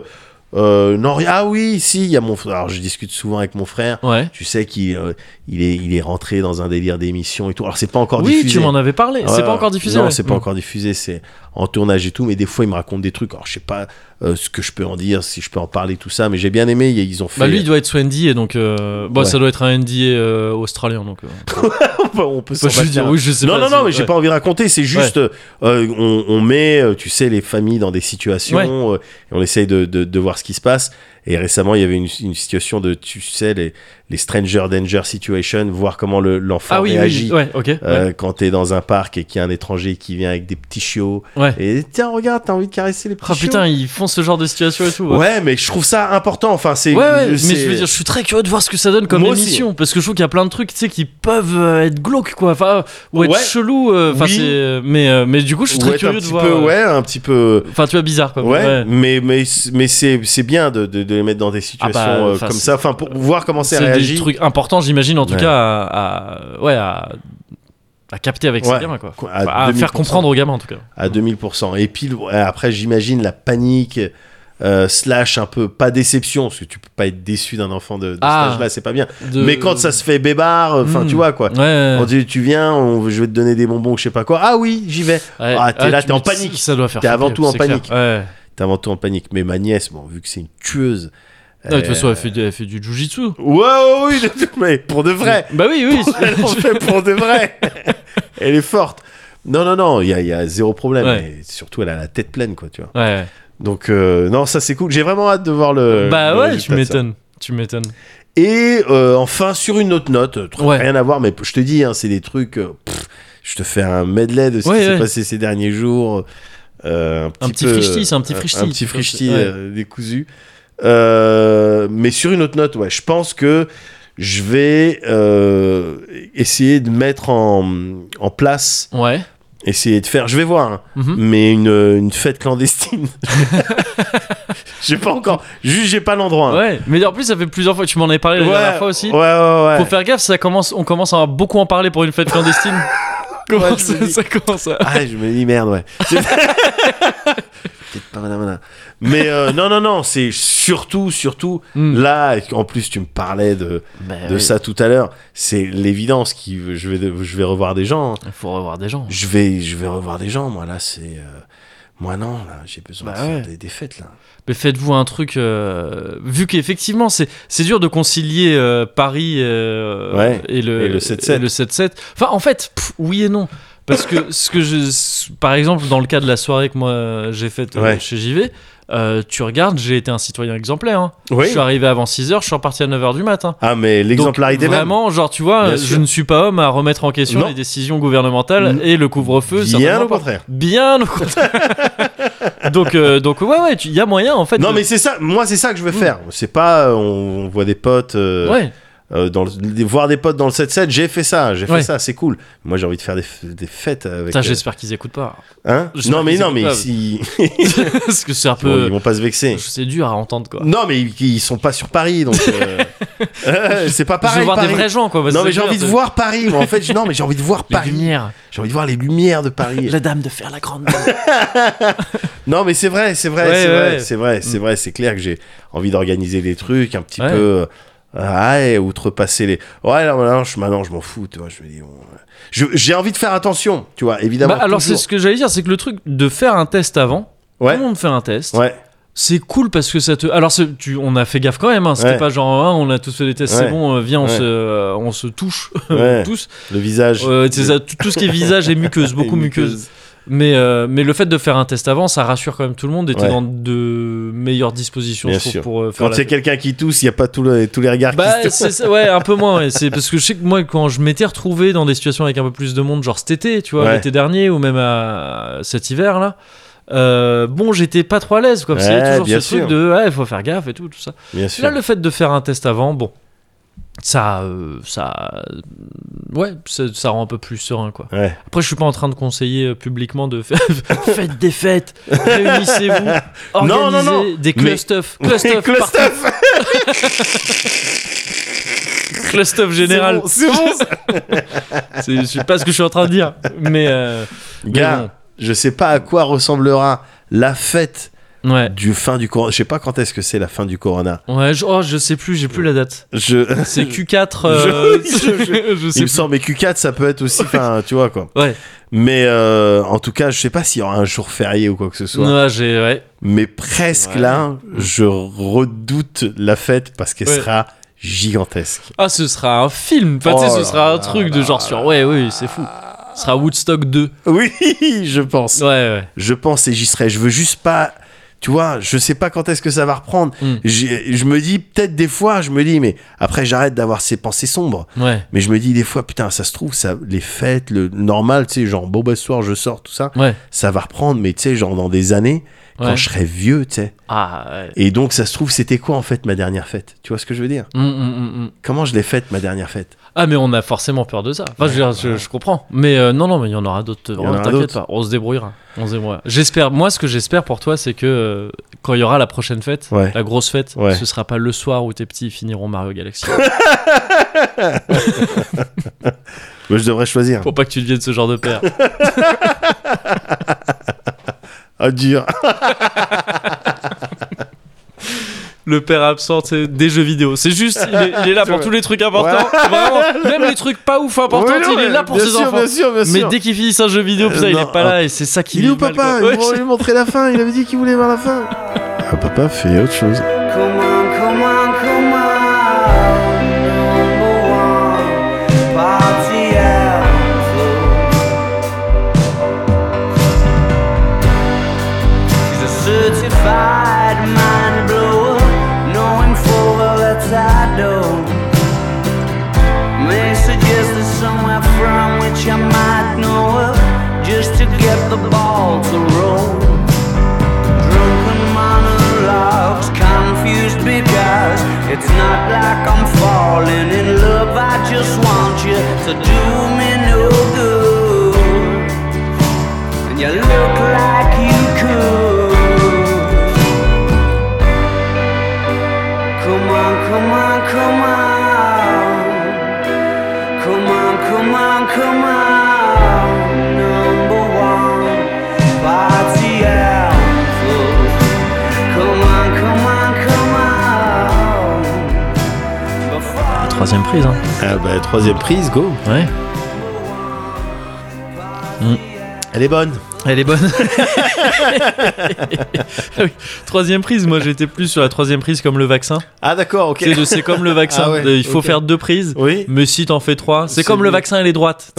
[SPEAKER 2] euh, non, rien- ah oui, si, il y a mon frère. Alors, je discute souvent avec mon frère.
[SPEAKER 1] Ouais.
[SPEAKER 2] Tu sais qu'il euh, il est, il est rentré dans un délire d'émission et tout. Alors, c'est pas encore
[SPEAKER 1] Oui,
[SPEAKER 2] diffusé.
[SPEAKER 1] tu m'en avais parlé.
[SPEAKER 2] Ouais,
[SPEAKER 1] [LAUGHS] c'est pas
[SPEAKER 2] ouais.
[SPEAKER 1] encore diffusé.
[SPEAKER 2] Non,
[SPEAKER 1] ouais.
[SPEAKER 2] c'est pas
[SPEAKER 1] Mm.
[SPEAKER 2] encore diffusé. C'est en tournage et tout. Mais des fois, il me raconte des trucs. Alors, je sais pas euh, ce que je peux en dire, si je peux en parler, tout ça. Mais j'ai bien aimé. Ils ont fait.
[SPEAKER 1] Bah lui il doit être sous NDA donc euh, bon
[SPEAKER 2] Ouais.
[SPEAKER 1] ça doit être un NDA euh, australien donc. euh,
[SPEAKER 2] [LAUGHS] on peut s'en
[SPEAKER 1] je veux
[SPEAKER 2] passer,
[SPEAKER 1] dire
[SPEAKER 2] hein.
[SPEAKER 1] oui je sais
[SPEAKER 2] non,
[SPEAKER 1] pas.
[SPEAKER 2] non,
[SPEAKER 1] c'est-
[SPEAKER 2] non, mais j'ai
[SPEAKER 1] ouais.
[SPEAKER 2] pas envie de raconter. C'est juste, euh, on, on met, euh, tu sais, les familles dans des situations.
[SPEAKER 1] Ouais.
[SPEAKER 2] euh, et on essaye de, de, de voir ce qui se passe. Et récemment, il y avait une, une situation de, tu sais, les, les Stranger Danger Situation, voir comment le- l'enfant
[SPEAKER 1] Ah oui,
[SPEAKER 2] réagit.
[SPEAKER 1] oui, ouais, ok. ouais.
[SPEAKER 2] Euh, Quand t'es dans un parc et qu'il y a un étranger qui vient avec des petits chiots.
[SPEAKER 1] Ouais.
[SPEAKER 2] Et tiens, regarde, t'as envie de caresser les petits
[SPEAKER 1] Ah
[SPEAKER 2] chiots.
[SPEAKER 1] putain, ils font ce genre de situation et tout.
[SPEAKER 2] ouais. mais je trouve ça important. Enfin, c'est.
[SPEAKER 1] Ouais, ouais, mais
[SPEAKER 2] c'est-
[SPEAKER 1] je veux dire, je suis très curieux de voir ce que ça donne comme
[SPEAKER 2] Moi aussi.
[SPEAKER 1] émission parce que je trouve qu'il y a plein de trucs, tu sais, qui peuvent euh, être glauques, quoi, enfin, ou être
[SPEAKER 2] Ouais.
[SPEAKER 1] chelou. euh, Enfin,
[SPEAKER 2] Oui.
[SPEAKER 1] c'est, mais, euh, mais du coup, je suis très
[SPEAKER 2] Ouais, un
[SPEAKER 1] curieux de
[SPEAKER 2] petit
[SPEAKER 1] voir.
[SPEAKER 2] peu,
[SPEAKER 1] euh,
[SPEAKER 2] ouais, un petit peu.
[SPEAKER 1] Enfin, tu vois, bizarre, quoi.
[SPEAKER 2] Ouais, mais mais c'est- mais c'est c'est bien de, de, de les mettre dans des situations euh,
[SPEAKER 1] Ah bah, enfin,
[SPEAKER 2] comme
[SPEAKER 1] c'est-
[SPEAKER 2] ça, enfin pour voir comment ça
[SPEAKER 1] C'est
[SPEAKER 2] réagit.
[SPEAKER 1] des trucs importants, j'imagine, en tout
[SPEAKER 2] Ouais.
[SPEAKER 1] cas, à, à- ouais, à, à capter avec
[SPEAKER 2] Ouais.
[SPEAKER 1] ces gamins, quoi.
[SPEAKER 2] À
[SPEAKER 1] Enfin, Bah, À,
[SPEAKER 2] 2000%.
[SPEAKER 1] faire comprendre aux gamins, en tout cas.
[SPEAKER 2] à 2000%. Et puis ouais, après, j'imagine la panique. euh, slash un peu pas déception parce que tu peux pas être déçu d'un enfant de, de
[SPEAKER 1] Ah.
[SPEAKER 2] cet âge là c'est pas bien
[SPEAKER 1] De-
[SPEAKER 2] mais quand ça se fait bébard enfin
[SPEAKER 1] Hmm.
[SPEAKER 2] tu vois quoi
[SPEAKER 1] Ouais, ouais,
[SPEAKER 2] on dit tu viens on- je vais te donner des bonbons je sais pas quoi ah oui j'y vais
[SPEAKER 1] ouais.
[SPEAKER 2] Ah, t'es
[SPEAKER 1] Ouais,
[SPEAKER 2] là,
[SPEAKER 1] tu-
[SPEAKER 2] t'es en panique.
[SPEAKER 1] Ça doit faire
[SPEAKER 2] T'es avant
[SPEAKER 1] flipper,
[SPEAKER 2] tout en
[SPEAKER 1] c'est clair.
[SPEAKER 2] panique.
[SPEAKER 1] Ouais.
[SPEAKER 2] t'es avant tout en panique mais ma nièce bon vu que c'est une tueuse
[SPEAKER 1] Non, De toute
[SPEAKER 2] euh,
[SPEAKER 1] façon, elle fait, du- elle fait du jujitsu.
[SPEAKER 2] ouais, ouais, oui mais pour de
[SPEAKER 1] [LAUGHS]
[SPEAKER 2] vrai
[SPEAKER 1] Bah oui, oui.
[SPEAKER 2] Elle en fait pour de vrai. elle est forte. Non, non, non, il y, a- il y a zéro problème.
[SPEAKER 1] Ouais.
[SPEAKER 2] Et surtout, elle a la tête pleine, quoi, tu
[SPEAKER 1] [LAUGHS]
[SPEAKER 2] vois.
[SPEAKER 1] Ouais.
[SPEAKER 2] Donc, euh, non, ça c'est cool. J'ai vraiment hâte de voir le.
[SPEAKER 1] bah
[SPEAKER 2] le
[SPEAKER 1] ouais, tu
[SPEAKER 2] résultat de ça.
[SPEAKER 1] m'étonnes. Tu m'étonnes.
[SPEAKER 2] Et euh, enfin, sur une autre note, euh, tr-
[SPEAKER 1] Ouais.
[SPEAKER 2] rien à voir, mais je te dis, hein, c'est des trucs. euh, pff, je te fais un medley de ce
[SPEAKER 1] Ouais,
[SPEAKER 2] qui
[SPEAKER 1] ouais.
[SPEAKER 2] s'est passé ces derniers jours. Euh, un petit,
[SPEAKER 1] Un petit
[SPEAKER 2] peu,
[SPEAKER 1] frishti, c'est un petit
[SPEAKER 2] Un
[SPEAKER 1] frishti.
[SPEAKER 2] petit frishti
[SPEAKER 1] Ouais.
[SPEAKER 2] euh, décousu. Euh, mais sur une autre note, ouais, je pense que je vais euh, essayer de mettre en, en place,
[SPEAKER 1] Ouais.
[SPEAKER 2] essayer de faire. Je vais voir, hein,
[SPEAKER 1] Mhm.
[SPEAKER 2] mais une, une
[SPEAKER 1] [LAUGHS]
[SPEAKER 2] fête clandestine. [LAUGHS] j'ai pas encore. Juste, j'ai pas l'endroit. hein.
[SPEAKER 1] Ouais. Mais en plus, ça fait plusieurs fois. Tu m'en avais parlé la
[SPEAKER 2] Ouais,
[SPEAKER 1] dernière fois aussi.
[SPEAKER 2] Ouais, ouais, ouais.
[SPEAKER 1] Faut faire gaffe, ça commence, on commence à beaucoup en parler pour une fête clandestine. Comment
[SPEAKER 2] Ouais, je
[SPEAKER 1] ça,
[SPEAKER 2] me dis-
[SPEAKER 1] ça commence à...
[SPEAKER 2] Ah, je me dis merde, ouais.
[SPEAKER 1] [LAUGHS]
[SPEAKER 2] C'est- Peut-être pas, madame, madame. Mais euh, non, non, non, c'est surtout, surtout
[SPEAKER 1] Hmm.
[SPEAKER 2] là. En plus, tu me parlais de,
[SPEAKER 1] Bah
[SPEAKER 2] de
[SPEAKER 1] oui,
[SPEAKER 2] ça tout à l'heure. C'est l'évidence qui je vais je vais revoir des gens. hein.
[SPEAKER 1] Faut revoir des gens.
[SPEAKER 2] Je vais je vais revoir des gens. Moi là, c'est euh, moi non là, j'ai besoin
[SPEAKER 1] Bah
[SPEAKER 2] de faire
[SPEAKER 1] ouais.
[SPEAKER 2] des, des fêtes là.
[SPEAKER 1] Mais faites-vous un truc, euh, vu qu'effectivement c'est c'est dur de concilier euh, Paris euh,
[SPEAKER 2] Ouais,
[SPEAKER 1] et le
[SPEAKER 2] et le 7-7.
[SPEAKER 1] et le 7-7. Enfin en fait, pff, oui et non. Parce que ce que je, ce- par exemple dans le cas de la soirée que moi euh, j'ai faite euh,
[SPEAKER 2] Ouais.
[SPEAKER 1] chez JV, euh, tu regardes, j'ai été un citoyen exemplaire. hein. Je
[SPEAKER 2] Oui.
[SPEAKER 1] suis arrivé avant 6h, je suis reparti à 9h du matin.
[SPEAKER 2] Ah mais l'exemplarité
[SPEAKER 1] Donc,
[SPEAKER 2] même.
[SPEAKER 1] Vraiment, genre, tu vois,
[SPEAKER 2] Bien
[SPEAKER 1] je
[SPEAKER 2] sûr.
[SPEAKER 1] ne suis pas homme à remettre en question
[SPEAKER 2] Non.
[SPEAKER 1] les décisions gouvernementales
[SPEAKER 2] Mm.
[SPEAKER 1] et le couvre-feu.
[SPEAKER 2] Bien
[SPEAKER 1] certainement
[SPEAKER 2] au
[SPEAKER 1] pas.
[SPEAKER 2] contraire.
[SPEAKER 1] Bien au contraire. [LAUGHS] donc, euh, donc, ouais, ouais, il y a moyen en fait.
[SPEAKER 2] Non
[SPEAKER 1] de- Hmm.
[SPEAKER 2] mais c'est ça. Moi c'est ça que je veux faire. C'est pas euh, on, on voit des potes. euh,
[SPEAKER 1] ouais,
[SPEAKER 2] Euh, dans le- les- voir des potes dans le 7-7, j'ai fait ça, j'ai
[SPEAKER 1] Ouais.
[SPEAKER 2] fait ça, c'est cool. Moi, j'ai envie de faire des, f- des fêtes avec.
[SPEAKER 1] putain,
[SPEAKER 2] euh,
[SPEAKER 1] j'espère qu'ils écoutent
[SPEAKER 2] [LAUGHS]
[SPEAKER 1] pas.
[SPEAKER 2] hein
[SPEAKER 1] j'espère
[SPEAKER 2] non, mais
[SPEAKER 1] qu'ils
[SPEAKER 2] non,
[SPEAKER 1] écoutent
[SPEAKER 2] mais
[SPEAKER 1] pas.
[SPEAKER 2] si...
[SPEAKER 1] Parce que c'est un
[SPEAKER 2] ils vont-
[SPEAKER 1] peu.
[SPEAKER 2] ils vont pas se vexer.
[SPEAKER 1] C'est dur à entendre quoi.
[SPEAKER 2] Non, mais ils, ils sont pas sur Paris, donc euh,
[SPEAKER 1] [LAUGHS]
[SPEAKER 2] euh, [LAUGHS] c'est pas
[SPEAKER 1] je veux
[SPEAKER 2] pareil.
[SPEAKER 1] voir
[SPEAKER 2] Paris.
[SPEAKER 1] des vrais gens quoi. parce
[SPEAKER 2] non,
[SPEAKER 1] que
[SPEAKER 2] mais
[SPEAKER 1] c'est
[SPEAKER 2] j'ai
[SPEAKER 1] dur,
[SPEAKER 2] envie de
[SPEAKER 1] c'est-
[SPEAKER 2] voir Paris. moi, en fait, je- non, mais j'ai envie de voir
[SPEAKER 1] [LAUGHS] Les
[SPEAKER 2] Paris.
[SPEAKER 1] lumières.
[SPEAKER 2] J'ai envie de voir les lumières de Paris.
[SPEAKER 1] La dame de faire la grande.
[SPEAKER 2] [LAUGHS] Non, mais c'est vrai, c'est vrai,
[SPEAKER 1] Ouais,
[SPEAKER 2] c'est
[SPEAKER 1] ouais,
[SPEAKER 2] vrai,
[SPEAKER 1] ouais. Mm.
[SPEAKER 2] c'est vrai, c'est vrai, c'est clair que j'ai envie d'organiser des trucs un petit
[SPEAKER 1] Ouais.
[SPEAKER 2] peu. euh, ouais, outrepasser les. Ouais, non, non, je, maintenant, je m'en fous, tu vois. Je me dis, bon, euh, je- j'ai envie de faire attention, tu vois, évidemment.
[SPEAKER 1] Bah, alors, c'est
[SPEAKER 2] toujours.
[SPEAKER 1] ce que j'allais dire, c'est que le truc de faire un test avant.
[SPEAKER 2] Ouais.
[SPEAKER 1] Tout le monde fait un test.
[SPEAKER 2] Ouais,
[SPEAKER 1] C'est cool parce que ça te. Alors, c'est- tu, on a fait gaffe quand même. Hein. C'était
[SPEAKER 2] Ouais.
[SPEAKER 1] pas genre, hein, on a tous fait des tests, c'est
[SPEAKER 2] Ouais.
[SPEAKER 1] bon, euh, viens, on,
[SPEAKER 2] Ouais.
[SPEAKER 1] se, euh, on se touche [LAUGHS]
[SPEAKER 2] Ouais.
[SPEAKER 1] tous.
[SPEAKER 2] le visage.
[SPEAKER 1] Euh, c'est ça, tout, tout ce qui est visage et
[SPEAKER 2] [LAUGHS]
[SPEAKER 1] muqueuse, beaucoup muqueuse. Mais, euh, mais le fait de faire un test avant, ça rassure quand même tout le monde et t'es
[SPEAKER 2] Ouais.
[SPEAKER 1] dans de meilleures dispositions
[SPEAKER 2] Bien
[SPEAKER 1] je trouve,
[SPEAKER 2] sûr.
[SPEAKER 1] pour euh, faire
[SPEAKER 2] Quand
[SPEAKER 1] la-
[SPEAKER 2] il y a quelqu'un qui tousse, il n'y a pas tout le- tous les regards
[SPEAKER 1] Bah,
[SPEAKER 2] qui se
[SPEAKER 1] c'est ça, ouais, un peu moins. ouais. C'est parce que je sais que moi, quand je m'étais retrouvé dans des situations avec un peu plus de monde, genre cet été, tu vois,
[SPEAKER 2] Ouais.
[SPEAKER 1] l'été dernier ou même à- cet hiver là. euh, bon, j'étais pas trop à l'aise, comme c'est
[SPEAKER 2] Ouais,
[SPEAKER 1] toujours ce
[SPEAKER 2] bien sûr.
[SPEAKER 1] truc de ouais, faut faire gaffe et tout, tout ça.
[SPEAKER 2] [LAUGHS] Bien sûr.
[SPEAKER 1] Là, le fait de faire un test avant, bon, ça, euh, ça, ouais, ça, ça rend un peu plus serein, quoi. [LAUGHS]
[SPEAKER 2] Ouais.
[SPEAKER 1] Après, je suis pas en train de conseiller euh, publiquement de faire [LAUGHS] faites des fêtes, réunissez-vous, organisez
[SPEAKER 2] [LAUGHS] Non, non, non.
[SPEAKER 1] des
[SPEAKER 2] [LAUGHS] Mais-
[SPEAKER 1] clustuff, clustuff,
[SPEAKER 2] Close
[SPEAKER 1] partout,
[SPEAKER 2] stuff,
[SPEAKER 1] clustuff
[SPEAKER 2] [LAUGHS] c'est
[SPEAKER 1] général.
[SPEAKER 2] bon, c'est bon, ça.
[SPEAKER 1] C'est- Je sais pas ce que je suis en train de dire, mais, euh, mais
[SPEAKER 2] Gars, je sais pas à quoi ressemblera la fête
[SPEAKER 1] bon. ouais.
[SPEAKER 2] du fin du corona. Je sais pas quand est-ce que c'est la fin du corona.
[SPEAKER 1] Ouais, je, oh, je sais plus, j'ai plus la date.
[SPEAKER 2] Je.
[SPEAKER 1] C'est Q4. euh,
[SPEAKER 2] [LAUGHS] Je-
[SPEAKER 1] [LAUGHS] je sais
[SPEAKER 2] je- Il me
[SPEAKER 1] plus.
[SPEAKER 2] semble, mais Q4, ça peut être aussi, enfin, tu vois quoi.
[SPEAKER 1] Ouais.
[SPEAKER 2] Mais euh, en tout cas, je sais pas s'il y aura un jour férié ou quoi que ce soit.
[SPEAKER 1] Ouais, j'ai, ouais.
[SPEAKER 2] Mais presque
[SPEAKER 1] Ouais.
[SPEAKER 2] là, je redoute la fête parce qu'elle
[SPEAKER 1] Ouais.
[SPEAKER 2] sera gigantesque.
[SPEAKER 1] Ah, ce sera un film. Enfin, tu sais,
[SPEAKER 2] Oh
[SPEAKER 1] ce
[SPEAKER 2] là
[SPEAKER 1] sera un
[SPEAKER 2] là
[SPEAKER 1] truc de
[SPEAKER 2] là
[SPEAKER 1] genre
[SPEAKER 2] là
[SPEAKER 1] sur. Ouais, oui, c'est fou. Ce sera Woodstock 2. [LAUGHS]
[SPEAKER 2] Oui, je pense.
[SPEAKER 1] Ouais, ouais.
[SPEAKER 2] Je pense et j'y serai. Je veux juste pas. tu vois, je sais pas quand est-ce que ça va reprendre.
[SPEAKER 1] Mm.
[SPEAKER 2] J'ai- Je me dis, peut-être des fois, je me dis, mais après, j'arrête d'avoir ces pensées sombres.
[SPEAKER 1] Ouais,
[SPEAKER 2] Mais je me dis, des fois, putain, ça se trouve, ça, les fêtes, le normal, tu sais, genre, bon, bah, ce soir, je sors, tout ça,
[SPEAKER 1] ouais.
[SPEAKER 2] ça va reprendre, mais tu sais, genre, dans des années, quand
[SPEAKER 1] Ouais.
[SPEAKER 2] je serai vieux, tu sais.
[SPEAKER 1] Ah, ouais.
[SPEAKER 2] Et donc, ça se trouve, c'était quoi, en fait, ma dernière fête Tu vois ce que je veux dire
[SPEAKER 1] Hum, hum, hum, hum.
[SPEAKER 2] Comment je l'ai faite, ma dernière fête
[SPEAKER 1] Ah, mais on a forcément peur de ça. Enfin, je, veux dire, je- je comprends. Mais euh, non, non, mais il y en aura d'autres. Oh,
[SPEAKER 2] en aura
[SPEAKER 1] T'inquiète
[SPEAKER 2] d'autres.
[SPEAKER 1] pas, on se débrouillera. On se débrouillera. J'espère, moi, ce que j'espère pour toi, c'est que euh, quand il y aura la prochaine fête,
[SPEAKER 2] Ouais.
[SPEAKER 1] la grosse fête,
[SPEAKER 2] Ouais.
[SPEAKER 1] ce sera pas le soir où tes petits finiront Mario Galaxy. [LAUGHS]
[SPEAKER 2] Moi, Bah, Je devrais choisir.
[SPEAKER 1] Faut pas que tu deviennes ce genre de père.
[SPEAKER 2] Ah, dur.
[SPEAKER 1] le père absent tu sais, des jeux vidéo. C'est juste, il est, il est
[SPEAKER 2] [LAUGHS]
[SPEAKER 1] là pour tous les trucs importants. Vraiment, même les trucs pas ouf importants,
[SPEAKER 2] Ouais, non,
[SPEAKER 1] il est là
[SPEAKER 2] mais
[SPEAKER 1] pour
[SPEAKER 2] bien
[SPEAKER 1] ses
[SPEAKER 2] sûr,
[SPEAKER 1] enfants.
[SPEAKER 2] Bien sûr, bien
[SPEAKER 1] Mais
[SPEAKER 2] sûr.
[SPEAKER 1] dès qu'il finit un jeu vidéo,
[SPEAKER 2] Euh,
[SPEAKER 1] putain, il
[SPEAKER 2] non,
[SPEAKER 1] est pas
[SPEAKER 2] ah.
[SPEAKER 1] là et c'est ça qui
[SPEAKER 2] Il est
[SPEAKER 1] lui
[SPEAKER 2] où,
[SPEAKER 1] mal, quoi.
[SPEAKER 2] papa Il
[SPEAKER 1] Ouais,
[SPEAKER 2] voulait lui montrer la fin, il avait dit qu'il voulait voir la fin. Ah, papa fait autre chose.
[SPEAKER 3] Come on, come on, come on. Number one, party outflow. She's a certified mind blower, knowing full well that's I don't. May suggest that somewhere from which I might know her, just to get the ball to roll. Drunken monologues, confused because it's not like I'm falling in love. I just want you to do me no good, and you look like you could. Come on, come on, come on, come on, come on, come on. Number one, party outflow. Come on, come on, come on. Before
[SPEAKER 1] Troisième prise, hein.
[SPEAKER 2] Ah, bah, troisième prise, go.
[SPEAKER 1] Ouais.
[SPEAKER 2] Elle est bonne.
[SPEAKER 1] Elle est bonne. [LAUGHS] Ah oui. troisième prise, moi j'étais plus sur la troisième prise comme le vaccin.
[SPEAKER 2] Ah, d'accord, ok.
[SPEAKER 1] C'est de- C'est comme le vaccin,
[SPEAKER 2] Ah ouais,
[SPEAKER 1] de- il faut
[SPEAKER 2] ok.
[SPEAKER 1] faire deux prises. [LAUGHS]
[SPEAKER 2] Oui.
[SPEAKER 1] Mais si t'en fais trois, c'est
[SPEAKER 2] C'est
[SPEAKER 1] comme le
[SPEAKER 2] mieux.
[SPEAKER 1] vaccin, elle est droite.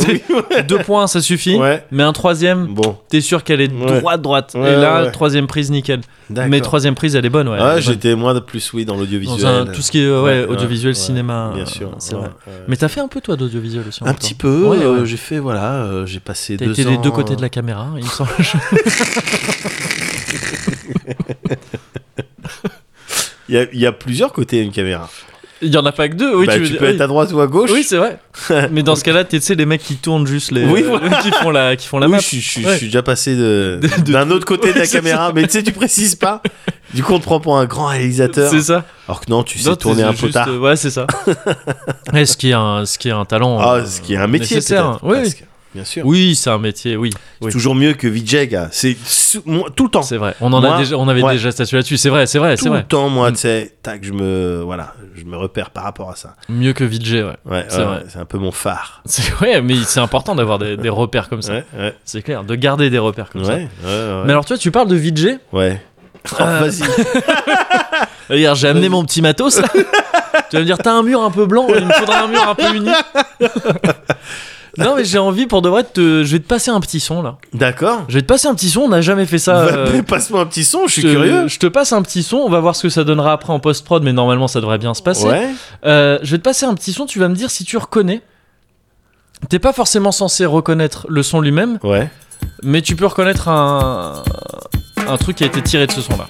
[SPEAKER 1] Deux points, ça suffit.
[SPEAKER 2] Ouais.
[SPEAKER 1] Mais un troisième,
[SPEAKER 2] Bon,
[SPEAKER 1] t'es sûr qu'elle est
[SPEAKER 2] Ouais.
[SPEAKER 1] droite droite
[SPEAKER 2] Ouais,
[SPEAKER 1] et là
[SPEAKER 2] ouais, ouais.
[SPEAKER 1] troisième prise nickel
[SPEAKER 2] d'accord.
[SPEAKER 1] mais troisième prise elle est bonne ouais,
[SPEAKER 2] Ah,
[SPEAKER 1] elle est bonne.
[SPEAKER 2] j'étais moins de plus, oui, dans
[SPEAKER 1] Dans
[SPEAKER 2] l'audiovisuel.
[SPEAKER 1] un- tout ce qui est euh, ouais,
[SPEAKER 2] Ouais,
[SPEAKER 1] audiovisuel
[SPEAKER 2] ouais,
[SPEAKER 1] cinéma euh,
[SPEAKER 2] Bien sûr.
[SPEAKER 1] c'est
[SPEAKER 2] ouais,
[SPEAKER 1] vrai
[SPEAKER 2] ouais.
[SPEAKER 1] mais t'as fait un peu toi d'audiovisuel aussi en
[SPEAKER 2] un
[SPEAKER 1] même
[SPEAKER 2] petit
[SPEAKER 1] temps.
[SPEAKER 2] peu,
[SPEAKER 1] Ouais,
[SPEAKER 2] euh,
[SPEAKER 1] ouais.
[SPEAKER 2] j'ai fait, voilà, euh, j'ai passé
[SPEAKER 1] t'as
[SPEAKER 2] deux euh.
[SPEAKER 1] été
[SPEAKER 2] ans...
[SPEAKER 1] des deux côtés de la caméra il me
[SPEAKER 2] [LAUGHS]
[SPEAKER 1] semble
[SPEAKER 2] Il y a, il y a plusieurs côtés à une caméra.
[SPEAKER 1] il y en a pas que deux oui
[SPEAKER 2] Bah,
[SPEAKER 1] tu,
[SPEAKER 2] tu
[SPEAKER 1] veux dire,
[SPEAKER 2] peux
[SPEAKER 1] oui.
[SPEAKER 2] être à droite ou à gauche.
[SPEAKER 1] oui c'est
[SPEAKER 2] [LAUGHS]
[SPEAKER 1] vrai mais dans ce cas là tu sais les mecs qui tournent juste les
[SPEAKER 2] Oui,
[SPEAKER 1] euh,
[SPEAKER 2] voilà.
[SPEAKER 1] [LAUGHS] qui font la qui font la
[SPEAKER 2] Oui,
[SPEAKER 1] map
[SPEAKER 2] je, suis- je suis- je
[SPEAKER 1] Ouais.
[SPEAKER 2] suis déjà passé de,
[SPEAKER 1] [LAUGHS] De- de-
[SPEAKER 2] d'un autre côté de
[SPEAKER 1] Ouais, [LAUGHS]
[SPEAKER 2] la
[SPEAKER 1] c'est
[SPEAKER 2] caméra, mais tu sais, tu précises pas. Du coup, on te prend pour un grand réalisateur.
[SPEAKER 1] c'est ça
[SPEAKER 2] Alors que non, tu sais
[SPEAKER 1] Non,
[SPEAKER 2] tourner
[SPEAKER 1] t'es
[SPEAKER 2] un
[SPEAKER 1] juste,
[SPEAKER 2] potard.
[SPEAKER 1] euh, ouais c'est
[SPEAKER 2] [LAUGHS]
[SPEAKER 1] ça et ce qui est un ce qui est un talent
[SPEAKER 2] Ah,
[SPEAKER 1] euh,
[SPEAKER 2] ce qui est un métier,
[SPEAKER 1] nécessaire,
[SPEAKER 2] peut-être.
[SPEAKER 1] oui.
[SPEAKER 2] presque. Bien sûr.
[SPEAKER 1] oui c'est un métier oui
[SPEAKER 2] C'est
[SPEAKER 1] oui.
[SPEAKER 2] Toujours mieux que Vijay, gars. C'est sou- moi, tout le temps.
[SPEAKER 1] C'est vrai, on en a
[SPEAKER 2] Moi,
[SPEAKER 1] déjà, on avait
[SPEAKER 2] ouais.
[SPEAKER 1] déjà statué là-dessus. C'est vrai, c'est vrai, c'est
[SPEAKER 2] tout le
[SPEAKER 1] vrai.
[SPEAKER 2] temps, moi,
[SPEAKER 1] Mm.
[SPEAKER 2] tu sais, tac, je me, voilà, je me repère par rapport à ça.
[SPEAKER 1] Mieux que Vijay, ouais. [LAUGHS]
[SPEAKER 2] Ouais,
[SPEAKER 1] C'est
[SPEAKER 2] ouais,
[SPEAKER 1] vrai.
[SPEAKER 2] c'est un peu mon phare.
[SPEAKER 1] C'est ouais, mais c'est important d'avoir des, des repères comme ça.
[SPEAKER 2] Ouais, ouais,
[SPEAKER 1] C'est clair, de garder des repères comme
[SPEAKER 2] ouais,
[SPEAKER 1] ça.
[SPEAKER 2] ouais, ouais.
[SPEAKER 1] Mais alors euh, toi, tu parles de Vijay.
[SPEAKER 2] Ouais. Oh, vas-y.
[SPEAKER 1] [LAUGHS] Regarde, j'ai amené mon petit matos. Là. tu vas me dire, t'as un mur un peu blanc, il me faudra un mur un peu
[SPEAKER 2] [LAUGHS]
[SPEAKER 1] uni. non, mais j'ai envie pour de vrai de te, je vais te passer un petit son là.
[SPEAKER 2] D'accord.
[SPEAKER 1] Je vais te passer un petit son. On n'a jamais fait ça.
[SPEAKER 2] Va-
[SPEAKER 1] euh,
[SPEAKER 2] mais [LAUGHS] Passe-moi un petit son, je suis
[SPEAKER 1] je te-
[SPEAKER 2] curieux.
[SPEAKER 1] Je te passe un petit son, on va voir ce que ça donnera après en post-prod, mais normalement ça devrait bien se passer.
[SPEAKER 2] Ouais.
[SPEAKER 1] Euh, je vais te passer un petit son, tu vas me dire si tu reconnais. T'es pas forcément censé reconnaître le son lui-même,
[SPEAKER 2] Ouais.
[SPEAKER 1] mais tu peux reconnaître un, un truc qui a été tiré de ce son-là.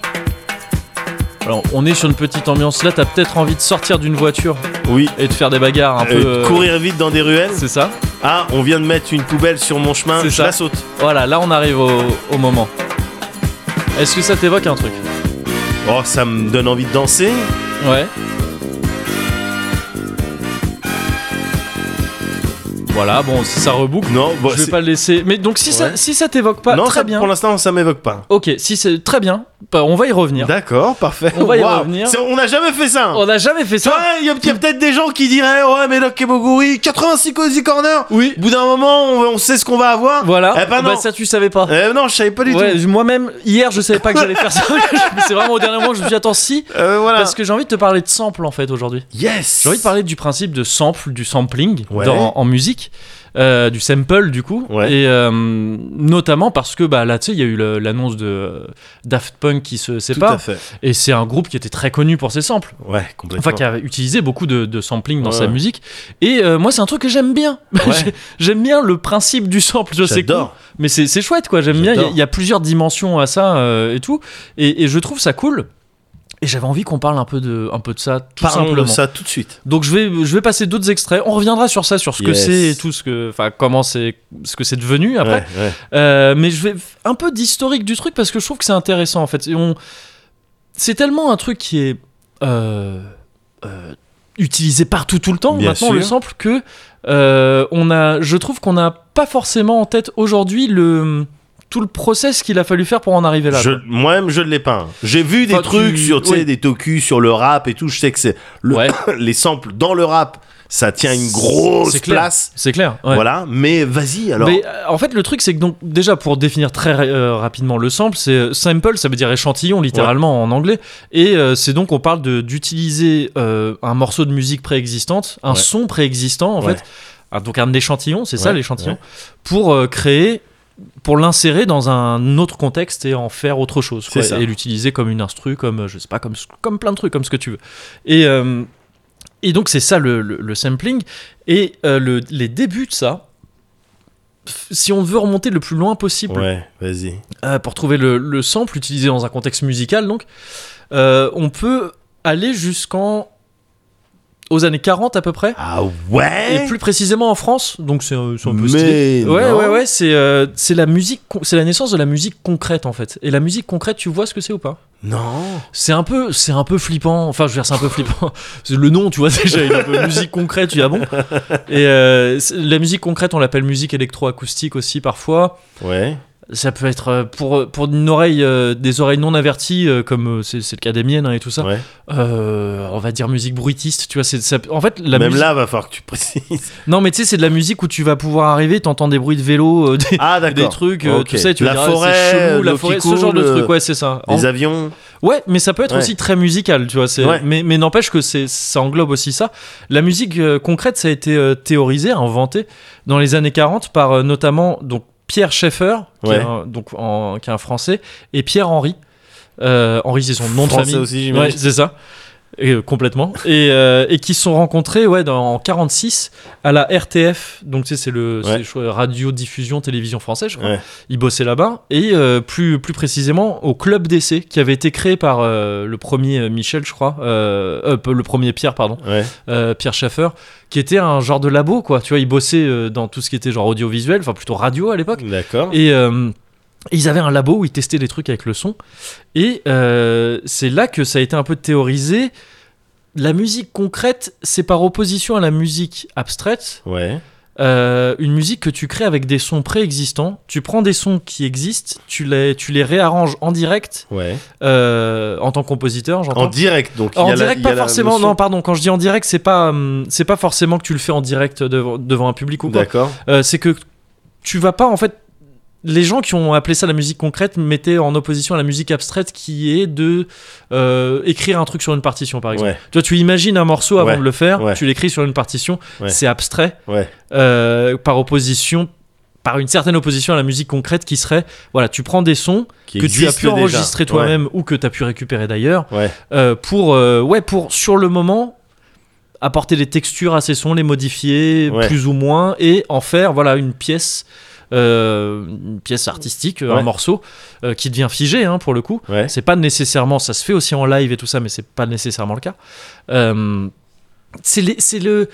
[SPEAKER 1] Alors, on est sur une petite ambiance là, t'as peut-être envie de sortir d'une voiture
[SPEAKER 2] Oui.
[SPEAKER 1] et de faire des bagarres un
[SPEAKER 2] Euh,
[SPEAKER 1] peu. euh,
[SPEAKER 2] courir vite dans des ruelles.
[SPEAKER 1] C'est ça
[SPEAKER 2] Ah, on vient de mettre une poubelle sur mon chemin.
[SPEAKER 1] C'est
[SPEAKER 2] Je
[SPEAKER 1] ça.
[SPEAKER 2] la saute.
[SPEAKER 1] Voilà, là on arrive au, au moment. Est-ce que ça t'évoque un truc
[SPEAKER 2] Oh, ça me donne envie de danser.
[SPEAKER 1] Ouais. Voilà, bon, si ça reboucle.
[SPEAKER 2] Non, bon,
[SPEAKER 1] je vais
[SPEAKER 2] c'est-
[SPEAKER 1] pas le laisser. Mais donc si ça,
[SPEAKER 2] Ouais.
[SPEAKER 1] si ça t'évoque pas,
[SPEAKER 2] non,
[SPEAKER 1] très
[SPEAKER 2] ça,
[SPEAKER 1] bien.
[SPEAKER 2] pour l'instant, ça m'évoque pas.
[SPEAKER 1] Ok, si c'est très bien. Bah, on va y revenir.
[SPEAKER 2] D'accord, parfait.
[SPEAKER 1] On va y
[SPEAKER 2] Waouh.
[SPEAKER 1] revenir. Oh,
[SPEAKER 2] C'est- On n'a jamais fait ça. hein.
[SPEAKER 1] On n'a jamais fait ça.
[SPEAKER 2] Toi, il y a, il y a peut-être des gens qui diraient Ouais, mais Doc Keboguri, 86 Cozy Corner
[SPEAKER 1] Oui.
[SPEAKER 2] Au bout d'un moment, on, on sait ce qu'on va avoir.
[SPEAKER 1] Voilà.
[SPEAKER 2] Eh ben non.
[SPEAKER 1] Bah, ça tu savais pas.
[SPEAKER 2] Eh non, je savais pas du
[SPEAKER 1] Ouais,
[SPEAKER 2] tout.
[SPEAKER 1] je- moi-même hier je savais pas que j'allais faire
[SPEAKER 2] [LAUGHS]
[SPEAKER 1] ça. [LAUGHS] c'est vraiment au dernier moment que je me suis dit, attends si
[SPEAKER 2] Euh, voilà.
[SPEAKER 1] parce que j'ai envie de te parler de sample en fait aujourd'hui.
[SPEAKER 2] Yes
[SPEAKER 1] J'ai envie de parler du principe de sample, du sampling
[SPEAKER 2] Ouais.
[SPEAKER 1] dans- en musique. euh, du sample du coup,
[SPEAKER 2] Ouais.
[SPEAKER 1] et euh, notamment parce que bah, là, tu sais, il y a eu le- l'annonce de euh, Daft Punk qui se
[SPEAKER 2] Tout à
[SPEAKER 1] sépare,
[SPEAKER 2] fait.
[SPEAKER 1] et c'est un groupe qui était très connu pour ses samples,
[SPEAKER 2] Ouais, complètement.
[SPEAKER 1] enfin qui a utilisé beaucoup de, de sampling dans
[SPEAKER 2] Ouais.
[SPEAKER 1] sa musique, et euh, moi c'est un truc que j'aime bien,
[SPEAKER 2] Ouais.
[SPEAKER 1] J'ai- [LAUGHS] j'aime bien le principe du sample, je sais quoi.
[SPEAKER 2] J'adore.
[SPEAKER 1] Mais c'est c'est chouette, quoi. J'aime bien. Il y a-
[SPEAKER 2] J'adore.
[SPEAKER 1] il y, a plusieurs dimensions à ça euh, et tout. Et, et je trouve ça cool. Et j'avais envie qu'on parle un peu de, un peu de ça, tout
[SPEAKER 2] Parlons
[SPEAKER 1] simplement.
[SPEAKER 2] de ça tout de suite.
[SPEAKER 1] Donc je vais, je vais passer d'autres extraits. On reviendra sur ça, sur ce que
[SPEAKER 2] Yes.
[SPEAKER 1] c'est et tout, ce que, enfin, comment c'est, ce que c'est devenu après.
[SPEAKER 2] Ouais, ouais.
[SPEAKER 1] Euh, mais je vais f- un peu d'historique du truc parce que je trouve que c'est intéressant en fait. Et on... C'est tellement un truc qui est euh, euh, utilisé partout tout le temps
[SPEAKER 2] Bien
[SPEAKER 1] maintenant
[SPEAKER 2] sûr.
[SPEAKER 1] le sample que euh, on a, je trouve qu'on n'a pas forcément en tête aujourd'hui le tout le process qu'il a fallu faire pour en arriver là.
[SPEAKER 2] Je-
[SPEAKER 1] quoi.
[SPEAKER 2] Moi-même, je ne l'ai pas. hein. J'ai vu des
[SPEAKER 1] Enfin,
[SPEAKER 2] trucs
[SPEAKER 1] tu-
[SPEAKER 2] sur, tu sais,
[SPEAKER 1] oui.
[SPEAKER 2] des tokus sur le rap et tout. Je sais que c'est le-
[SPEAKER 1] Ouais.
[SPEAKER 2] [COUGHS] les samples dans le rap, ça tient une
[SPEAKER 1] C'est-
[SPEAKER 2] grosse
[SPEAKER 1] c'est clair.
[SPEAKER 2] place.
[SPEAKER 1] C'est clair. ouais.
[SPEAKER 2] Voilà. Mais vas-y, alors.
[SPEAKER 1] Mais euh, en fait, le truc, c'est que donc déjà pour définir très euh, rapidement le sample, c'est euh, sample, ça veut dire échantillon littéralement en anglais, et euh, c'est donc on parle de- d'utiliser euh, un morceau de musique préexistante, un
[SPEAKER 2] Ouais.
[SPEAKER 1] son préexistant en
[SPEAKER 2] Ouais.
[SPEAKER 1] fait, Ah, donc un échantillon, c'est ça
[SPEAKER 2] Ouais,
[SPEAKER 1] l'échantillon, pour euh, créer, pour l'insérer dans un autre contexte et en faire autre chose, quoi,
[SPEAKER 2] C'est ça.
[SPEAKER 1] et l'utiliser comme une instru, comme euh, je sais pas, comme ce- comme plein de trucs, comme ce que tu veux. Et euh, et donc c'est ça le, le- le sampling. Et euh, le- les débuts de ça, f- si on veut remonter le plus loin possible
[SPEAKER 2] Ouais, vas-y.
[SPEAKER 1] euh, pour trouver le, le sample utilisé dans un contexte musical, donc, euh, on peut aller jusqu'en aux années 40 à peu près.
[SPEAKER 2] Ah
[SPEAKER 1] Et
[SPEAKER 2] ouais.
[SPEAKER 1] plus précisément en France, donc c'est euh, c'est un peu stylé.
[SPEAKER 2] Mais
[SPEAKER 1] Ouais,
[SPEAKER 2] non.
[SPEAKER 1] ouais, ouais, c'est euh, c'est la musique, con- c'est la naissance de la musique concrète en fait. Et la musique concrète, tu vois ce que c'est ou pas
[SPEAKER 2] Non.
[SPEAKER 1] c'est un peu, c'est un peu flippant. Enfin, je veux dire,
[SPEAKER 2] [LAUGHS]
[SPEAKER 1] c'est un peu flippant. C'est Le nom, tu vois, déjà, il est un peu musique concrète. Tu dis ah bon Et euh, c'est- la musique concrète, on l'appelle musique électroacoustique aussi parfois.
[SPEAKER 2] Ouais.
[SPEAKER 1] Ça peut être euh, pour pour une oreille, euh, des oreilles non averties, euh, comme euh, c'est c'est le cas des miennes hein, et tout ça.
[SPEAKER 2] ouais.
[SPEAKER 1] Euh, on va dire musique bruitiste. Tu vois, c'est ça- en fait la
[SPEAKER 2] Même
[SPEAKER 1] musique-
[SPEAKER 2] là, va falloir que tu précises.
[SPEAKER 1] Non, mais tu sais, c'est de la musique où tu vas pouvoir arriver, t'entends des bruits de vélo, euh, [LAUGHS] des,
[SPEAKER 2] Ah d'accord.
[SPEAKER 1] des trucs, euh,
[SPEAKER 2] Ok.
[SPEAKER 1] tout ça. et Tu
[SPEAKER 2] la
[SPEAKER 1] vas dire, ah,
[SPEAKER 2] forêt,
[SPEAKER 1] c'est chelou, la
[SPEAKER 2] l'eau qui
[SPEAKER 1] forêt, ce genre de
[SPEAKER 2] coule, euh,
[SPEAKER 1] truc. Ouais, c'est ça. En-
[SPEAKER 2] Les avions.
[SPEAKER 1] Ouais, mais ça peut être
[SPEAKER 2] Ouais.
[SPEAKER 1] aussi très musical, tu vois. c'est-
[SPEAKER 2] Ouais.
[SPEAKER 1] Mais, mais n'empêche que c'est, ça englobe aussi ça. La musique euh, concrète, ça a été euh, théorisé, inventé dans les années 40 par euh, notamment donc Pierre Schaeffer, qui,
[SPEAKER 2] Ouais.
[SPEAKER 1] est un, donc, en- qui est un Français, et Pierre Henry. Euh, Henry, c'est son nom
[SPEAKER 2] Français
[SPEAKER 1] de famille.
[SPEAKER 2] aussi,
[SPEAKER 1] ouais,
[SPEAKER 2] j'imagine.
[SPEAKER 1] c'est ça. Et, euh, complètement. Et, euh, et qui se sont rencontrés ouais, dans, en 46 à la RTF. Donc, tu sais, c'est le
[SPEAKER 2] Ouais.
[SPEAKER 1] c'est, je crois, Radio Diffusion Télévision Française, je crois
[SPEAKER 2] Ouais.
[SPEAKER 1] il bossait là-bas et euh, plus, plus précisément au club d'essai qui avait été créé par euh, le premier euh, Michel je crois euh, euh, le premier Pierre pardon
[SPEAKER 2] Ouais.
[SPEAKER 1] euh, Pierre Schaeffer qui était un genre de labo quoi tu vois il bossait euh, dans tout ce qui était genre audiovisuel enfin plutôt radio à l'époque
[SPEAKER 2] D'accord.
[SPEAKER 1] et euh, ils avaient un labo où ils testaient des trucs avec le son et euh, c'est là que ça a été un peu théorisé la musique concrète c'est par opposition à la musique abstraite
[SPEAKER 2] Ouais.
[SPEAKER 1] euh, une musique que tu crées avec des sons préexistants. Tu prends des sons qui existent, tu les, tu les réarranges en direct
[SPEAKER 2] Ouais.
[SPEAKER 1] euh, en tant que compositeur,
[SPEAKER 2] En
[SPEAKER 1] j'entends.
[SPEAKER 2] direct donc.
[SPEAKER 1] En
[SPEAKER 2] il y a la-
[SPEAKER 1] direct,
[SPEAKER 2] il y a
[SPEAKER 1] pas
[SPEAKER 2] la
[SPEAKER 1] forcément.
[SPEAKER 2] notion-
[SPEAKER 1] Non, pardon. Quand je dis en direct, c'est pas, hum, c'est pas forcément que tu le fais en direct devant, devant un public ou quoi.
[SPEAKER 2] D'accord.
[SPEAKER 1] Euh, c'est que tu vas pas en fait. Les gens qui ont appelé ça la musique concrète mettaient en opposition à la musique abstraite qui est de euh, écrire un truc sur une partition, par exemple.
[SPEAKER 2] Ouais.
[SPEAKER 1] Tu vois, tu imagines un morceau avant
[SPEAKER 2] Ouais,
[SPEAKER 1] de le faire,
[SPEAKER 2] ouais.
[SPEAKER 1] tu l'écris sur une partition,
[SPEAKER 2] Ouais.
[SPEAKER 1] c'est abstrait.
[SPEAKER 2] Ouais.
[SPEAKER 1] Euh, par opposition, par une certaine opposition à la musique concrète qui serait, voilà, tu prends des sons
[SPEAKER 2] Qui
[SPEAKER 1] que tu as
[SPEAKER 2] existe
[SPEAKER 1] pu
[SPEAKER 2] déjà.
[SPEAKER 1] enregistrer toi-même ou que tu as pu récupérer d'ailleurs,
[SPEAKER 2] Ouais.
[SPEAKER 1] euh, pour, euh, ouais, pour sur le moment apporter des textures à ces sons, les modifier
[SPEAKER 2] Ouais.
[SPEAKER 1] plus ou moins et en faire, voilà, une pièce. euh, une pièce artistique, un
[SPEAKER 2] Ouais.
[SPEAKER 1] morceau euh, qui devient figé hein, pour le coup,
[SPEAKER 2] Ouais.
[SPEAKER 1] c'est pas nécessairement, ça se fait aussi en live et tout ça, mais c'est pas nécessairement le cas. Euh, c'est les- c'est le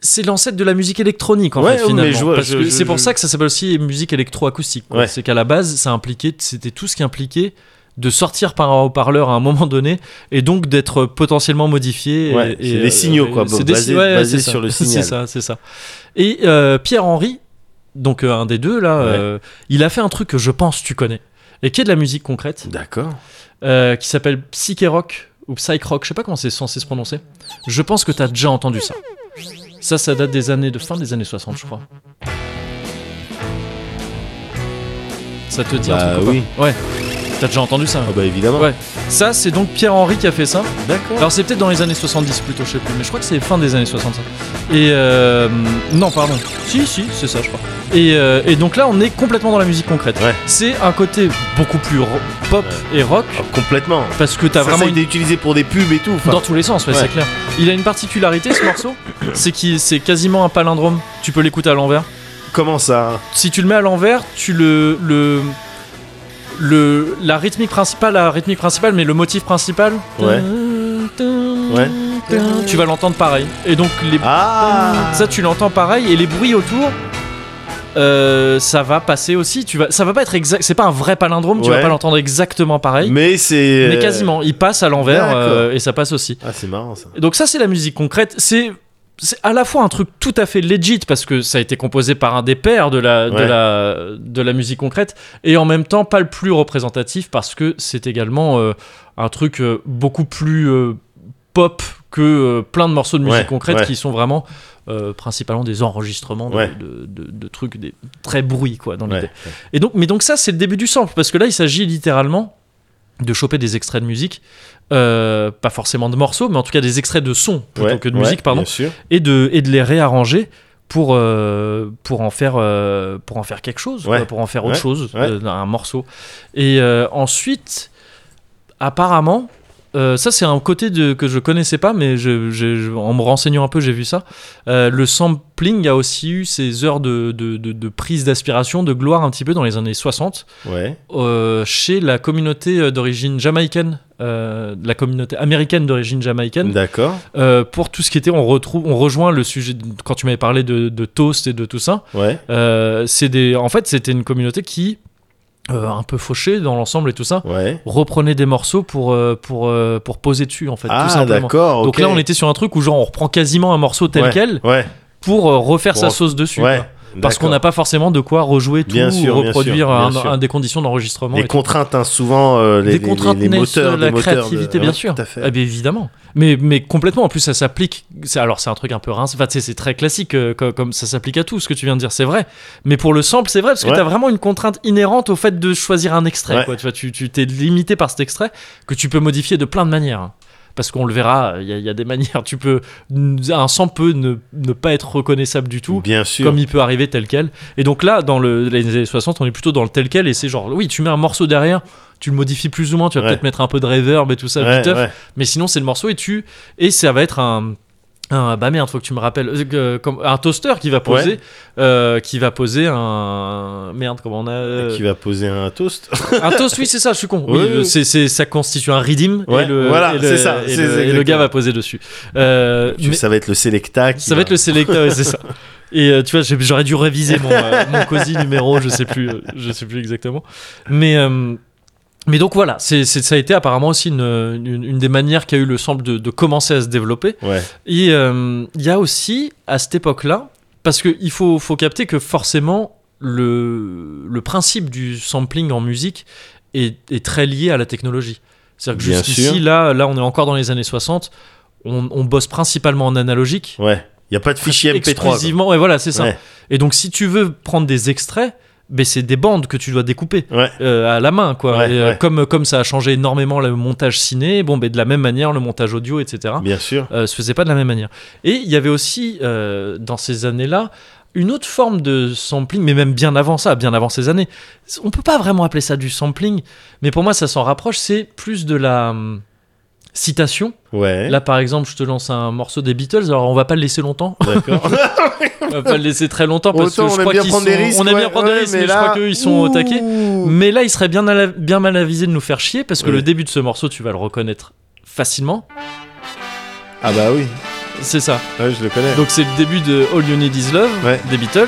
[SPEAKER 1] c'est l'ancêtre de la musique électronique en
[SPEAKER 2] Ouais,
[SPEAKER 1] fait
[SPEAKER 2] ouais, mais
[SPEAKER 1] finalement
[SPEAKER 2] je vois,
[SPEAKER 1] Parce
[SPEAKER 2] je-
[SPEAKER 1] que
[SPEAKER 2] je-
[SPEAKER 1] c'est pour
[SPEAKER 2] je-
[SPEAKER 1] ça que ça s'appelle aussi musique électroacoustique quoi.
[SPEAKER 2] Ouais.
[SPEAKER 1] c'est qu'à la base ça impliquait c'était tout ce qui impliquait de sortir par un haut-parleur à un moment donné et donc d'être potentiellement modifié et-
[SPEAKER 2] Ouais,
[SPEAKER 1] et,
[SPEAKER 2] c'est des signaux, quoi,
[SPEAKER 1] c'est
[SPEAKER 2] bon,
[SPEAKER 1] des-
[SPEAKER 2] basé-
[SPEAKER 1] ouais, ouais,
[SPEAKER 2] basé
[SPEAKER 1] c'est ça.
[SPEAKER 2] sur le
[SPEAKER 1] [LAUGHS] c'est
[SPEAKER 2] signal.
[SPEAKER 1] ça c'est ça et euh, Pierre Henry donc euh, un des deux là
[SPEAKER 2] Ouais.
[SPEAKER 1] euh, il a fait un truc que je pense tu connais et qui est de la musique concrète
[SPEAKER 2] D'accord.
[SPEAKER 1] euh, qui s'appelle Psyché Rock ou Psych Rock, je sais pas comment c'est censé se prononcer. Je pense que t'as déjà entendu ça. Ça, ça date des années de fin des années 60, je crois. Ça te dit un
[SPEAKER 2] Bah
[SPEAKER 1] truc ou pas
[SPEAKER 2] oui.
[SPEAKER 1] Ouais. T'as déjà entendu ça
[SPEAKER 2] Ah bah évidemment.
[SPEAKER 1] Ouais. Ça, c'est donc Pierre-Henri qui a fait ça.
[SPEAKER 2] D'accord.
[SPEAKER 1] Alors c'est peut-être dans les années 70 plutôt, je sais plus, mais je crois que c'est fin des années 60. Et euh, non, pardon. Si, si, c'est ça, je crois. Et, euh, et donc là, on est complètement dans la musique concrète.
[SPEAKER 2] Ouais.
[SPEAKER 1] C'est un côté beaucoup plus ro- pop et rock
[SPEAKER 2] Ah, complètement.
[SPEAKER 1] parce que t'as
[SPEAKER 2] Ça, ça
[SPEAKER 1] vraiment
[SPEAKER 2] a été
[SPEAKER 1] une...
[SPEAKER 2] utilisé pour des pubs et tout. enfin.
[SPEAKER 1] dans tous les sens, ouais,
[SPEAKER 2] Ouais.
[SPEAKER 1] c'est clair. Il a une particularité ce morceau, c'est qu'il c'est quasiment un palindrome. Tu peux l'écouter à l'envers.
[SPEAKER 2] Comment ça
[SPEAKER 1] Si tu le mets à l'envers, tu le le le la rythmique principale, la rythmique principale, mais le motif principal.
[SPEAKER 2] Ouais.
[SPEAKER 1] Ouais. Tu vas l'entendre pareil. Et donc les
[SPEAKER 2] Ah
[SPEAKER 1] ça, tu l'entends pareil, et les bruits autour, euh, ça va passer aussi. Tu vas, ça va pas être exact. C'est pas un vrai palindrome. Tu
[SPEAKER 2] Ouais.
[SPEAKER 1] vas pas l'entendre exactement pareil, mais,
[SPEAKER 2] Mais c'est. euh,
[SPEAKER 1] quasiment. Il passe à l'envers
[SPEAKER 2] D'accord.
[SPEAKER 1] euh, et ça passe aussi.
[SPEAKER 2] Ah, c'est marrant ça.
[SPEAKER 1] Et Donc ça, c'est la musique concrète. C'est c'est à la fois un truc tout à fait legit parce que ça a été composé par un des pères de la, de
[SPEAKER 2] Ouais.
[SPEAKER 1] la, de la musique concrète et en même temps pas le plus représentatif parce que c'est également euh, un truc euh, beaucoup plus euh, pop que euh, plein de morceaux de musique
[SPEAKER 2] Ouais,
[SPEAKER 1] concrète
[SPEAKER 2] ouais.
[SPEAKER 1] qui sont vraiment euh, principalement des enregistrements de,
[SPEAKER 2] Ouais.
[SPEAKER 1] de- de- de trucs des, très bruits quoi dans l'idée.
[SPEAKER 2] Ouais.
[SPEAKER 1] Et donc, mais donc ça, c'est le début du sample, parce que là, il s'agit littéralement de choper des extraits de musique, euh, pas forcément de morceaux, mais en tout cas des extraits de sons plutôt
[SPEAKER 2] Ouais,
[SPEAKER 1] que de
[SPEAKER 2] ouais,
[SPEAKER 1] musique, pardon,
[SPEAKER 2] Bien sûr.
[SPEAKER 1] et de, et de les réarranger pour, euh, pour, en faire, euh, pour en faire quelque chose,
[SPEAKER 2] Ouais,
[SPEAKER 1] quoi, pour en faire autre
[SPEAKER 2] ouais,
[SPEAKER 1] chose,
[SPEAKER 2] ouais.
[SPEAKER 1] euh, un morceau. Et euh, ensuite, apparemment, euh, ça c'est un côté de, que je connaissais pas, mais je, je- je- en me renseignant un peu, j'ai vu ça. Euh, le sampling a aussi eu ses heures de, de, de- de prise d'aspiration, de gloire un petit peu dans les années 60
[SPEAKER 2] Ouais.
[SPEAKER 1] euh, chez la communauté euh, d'origine jamaïcaine, euh, la communauté américaine d'origine jamaïcaine,
[SPEAKER 2] D'accord.
[SPEAKER 1] euh, pour tout ce qui était, on retrouve, on rejoint le sujet de- quand tu m'avais parlé de, de toast et de tout ça.
[SPEAKER 2] Ouais.
[SPEAKER 1] Euh, c'est des, en fait, c'était une communauté qui, euh, un peu fauchée dans l'ensemble et tout ça,
[SPEAKER 2] Ouais.
[SPEAKER 1] reprenait des morceaux pour euh, pour euh, pour poser dessus en fait, tout
[SPEAKER 2] Ah,
[SPEAKER 1] simplement.
[SPEAKER 2] d'accord.
[SPEAKER 1] Donc
[SPEAKER 2] ok.
[SPEAKER 1] là, on était sur un truc où genre on reprend quasiment un morceau tel
[SPEAKER 2] Ouais,
[SPEAKER 1] quel
[SPEAKER 2] Ouais.
[SPEAKER 1] pour euh, refaire
[SPEAKER 2] Pour
[SPEAKER 1] sa
[SPEAKER 2] en-
[SPEAKER 1] sauce dessus.
[SPEAKER 2] Ouais.
[SPEAKER 1] quoi. Parce qu'on n'a
[SPEAKER 2] d'accord.
[SPEAKER 1] pas forcément de quoi rejouer tout
[SPEAKER 2] Bien
[SPEAKER 1] ou
[SPEAKER 2] sûr, bien
[SPEAKER 1] reproduire
[SPEAKER 2] sûr,
[SPEAKER 1] un-
[SPEAKER 2] bien sûr.
[SPEAKER 1] un des conditions d'enregistrement.
[SPEAKER 2] Les
[SPEAKER 1] et tout.
[SPEAKER 2] contraintes, hein, souvent, euh, les,
[SPEAKER 1] des
[SPEAKER 2] les-
[SPEAKER 1] contraintes
[SPEAKER 2] les,
[SPEAKER 1] naissent
[SPEAKER 2] moteurs,
[SPEAKER 1] de la
[SPEAKER 2] les moteurs de-
[SPEAKER 1] créativité, bien
[SPEAKER 2] Ouais,
[SPEAKER 1] sûr.
[SPEAKER 2] Tout à fait.
[SPEAKER 1] Ah, bien évidemment. Mais, mais complètement, en plus, ça s'applique. c'est- Alors, c'est un truc un peu rince. Enfin, tu sais, c'est très classique, euh, co- comme, ça s'applique à tout ce que tu viens de dire, c'est vrai. Mais pour le sample, c'est vrai, parce que
[SPEAKER 2] Ouais.
[SPEAKER 1] tu as vraiment une contrainte inhérente au fait de choisir un extrait.
[SPEAKER 2] Ouais.
[SPEAKER 1] Quoi. Tu vois, tu tu t'es limité par cet extrait que tu peux modifier de plein de manières. hein. Parce qu'on le verra, il y, a- il y a des [LAUGHS] manières. Tu peux, un sample peut ne, ne pas être reconnaissable du tout
[SPEAKER 2] Bien sûr.
[SPEAKER 1] comme il peut arriver tel quel. Et donc là, dans le, les années 60, on est plutôt dans le tel quel, et c'est genre, oui, tu mets un morceau derrière, tu le modifies plus ou moins, tu vas
[SPEAKER 2] Ouais.
[SPEAKER 1] peut-être mettre un peu de reverb et tout ça,
[SPEAKER 2] Ouais,
[SPEAKER 1] viteuf,
[SPEAKER 2] ouais.
[SPEAKER 1] mais sinon c'est le morceau et tu... Et ça va être un... un- bah merde, faut que tu me rappelles. euh, que- comme, un toaster qui va poser,
[SPEAKER 2] Ouais.
[SPEAKER 1] euh, qui va poser un merde comment on a euh,
[SPEAKER 2] Qui va poser un toast. Oh,
[SPEAKER 1] un toast. Oui, c'est ça. Je
[SPEAKER 2] [LAUGHS]
[SPEAKER 1] suis con. Oui,
[SPEAKER 2] Oui, oui,
[SPEAKER 1] euh,
[SPEAKER 2] oui.
[SPEAKER 1] c'est, c'est- ça constitue un redeem
[SPEAKER 2] Ouais,
[SPEAKER 1] et le
[SPEAKER 2] voilà,
[SPEAKER 1] et le-
[SPEAKER 2] c'est ça,
[SPEAKER 1] et
[SPEAKER 2] c'est
[SPEAKER 1] le- et le
[SPEAKER 2] exactement.
[SPEAKER 1] gars va poser dessus. Euh,
[SPEAKER 2] Tu-
[SPEAKER 1] mais-
[SPEAKER 2] Ça va être le Selecta. qui
[SPEAKER 1] ça va être le Selecta, ouais, c'est
[SPEAKER 2] [LAUGHS]
[SPEAKER 1] ça. Et euh, tu vois, j'ai- j'aurais dû réviser mon, euh, mon cosy numéro, je sais plus, euh, je sais plus exactement. Mais euh, mais donc voilà, c'est c'est- ça a été apparemment aussi une, une, une des manières qu'a eu le sample de, de commencer à se développer.
[SPEAKER 2] Ouais.
[SPEAKER 1] Et euh, il y a aussi à cette époque-là, parce qu'il faut faut capter que forcément le le principe du sampling en musique est, est très lié à la technologie. C'est-à-dire que
[SPEAKER 2] Bien
[SPEAKER 1] jusqu'ici,
[SPEAKER 2] sûr.
[SPEAKER 1] là, là, on est encore dans les années 60, on, on bosse principalement en analogique.
[SPEAKER 2] Ouais. Il n'y a pas de fichier MP3. quoi.
[SPEAKER 1] Exclusivement, ouais, voilà, c'est ça.
[SPEAKER 2] Ouais.
[SPEAKER 1] Et donc, si tu veux prendre des extraits, ben, c'est des bandes que tu dois découper
[SPEAKER 2] Ouais.
[SPEAKER 1] euh, à la main, quoi.
[SPEAKER 2] Ouais,
[SPEAKER 1] Et, euh,
[SPEAKER 2] ouais.
[SPEAKER 1] Comme, comme ça a changé énormément le montage ciné, bon, ben, de la même manière, le montage audio, etc.,
[SPEAKER 2] Bien sûr.
[SPEAKER 1] euh, se faisait pas de la même manière. Et il y avait aussi, euh, dans ces années-là, une autre forme de sampling, mais même bien avant ça, bien avant ces années. On peut pas vraiment appeler ça du sampling, mais pour moi, ça s'en rapproche, c'est plus de la hum, citation.
[SPEAKER 2] Ouais.
[SPEAKER 1] Là, par exemple, je te lance un morceau des Beatles, alors on va pas le laisser longtemps. [LAUGHS]
[SPEAKER 2] D'accord.
[SPEAKER 1] On va pas le laisser très longtemps Ah, parce
[SPEAKER 2] Autant
[SPEAKER 1] que je
[SPEAKER 2] on aime
[SPEAKER 1] crois
[SPEAKER 2] bien
[SPEAKER 1] qu'ils
[SPEAKER 2] prendre
[SPEAKER 1] sont-
[SPEAKER 2] des risques.
[SPEAKER 1] on aime bien
[SPEAKER 2] ouais,
[SPEAKER 1] prendre des
[SPEAKER 2] ouais,
[SPEAKER 1] risques,
[SPEAKER 2] mais
[SPEAKER 1] mais, je
[SPEAKER 2] là-
[SPEAKER 1] crois qu'eux ils sont au taquet.
[SPEAKER 2] Ouh.
[SPEAKER 1] Mais là, il serait bien, à la- bien mal avisé de nous faire chier parce que
[SPEAKER 2] Oui.
[SPEAKER 1] le début de ce morceau, tu vas le reconnaître facilement.
[SPEAKER 2] Ah bah oui.
[SPEAKER 1] C'est ça.
[SPEAKER 2] Ouais, je le connais.
[SPEAKER 1] Donc c'est le début de All You Need Is Love
[SPEAKER 2] Ouais.
[SPEAKER 1] des Beatles.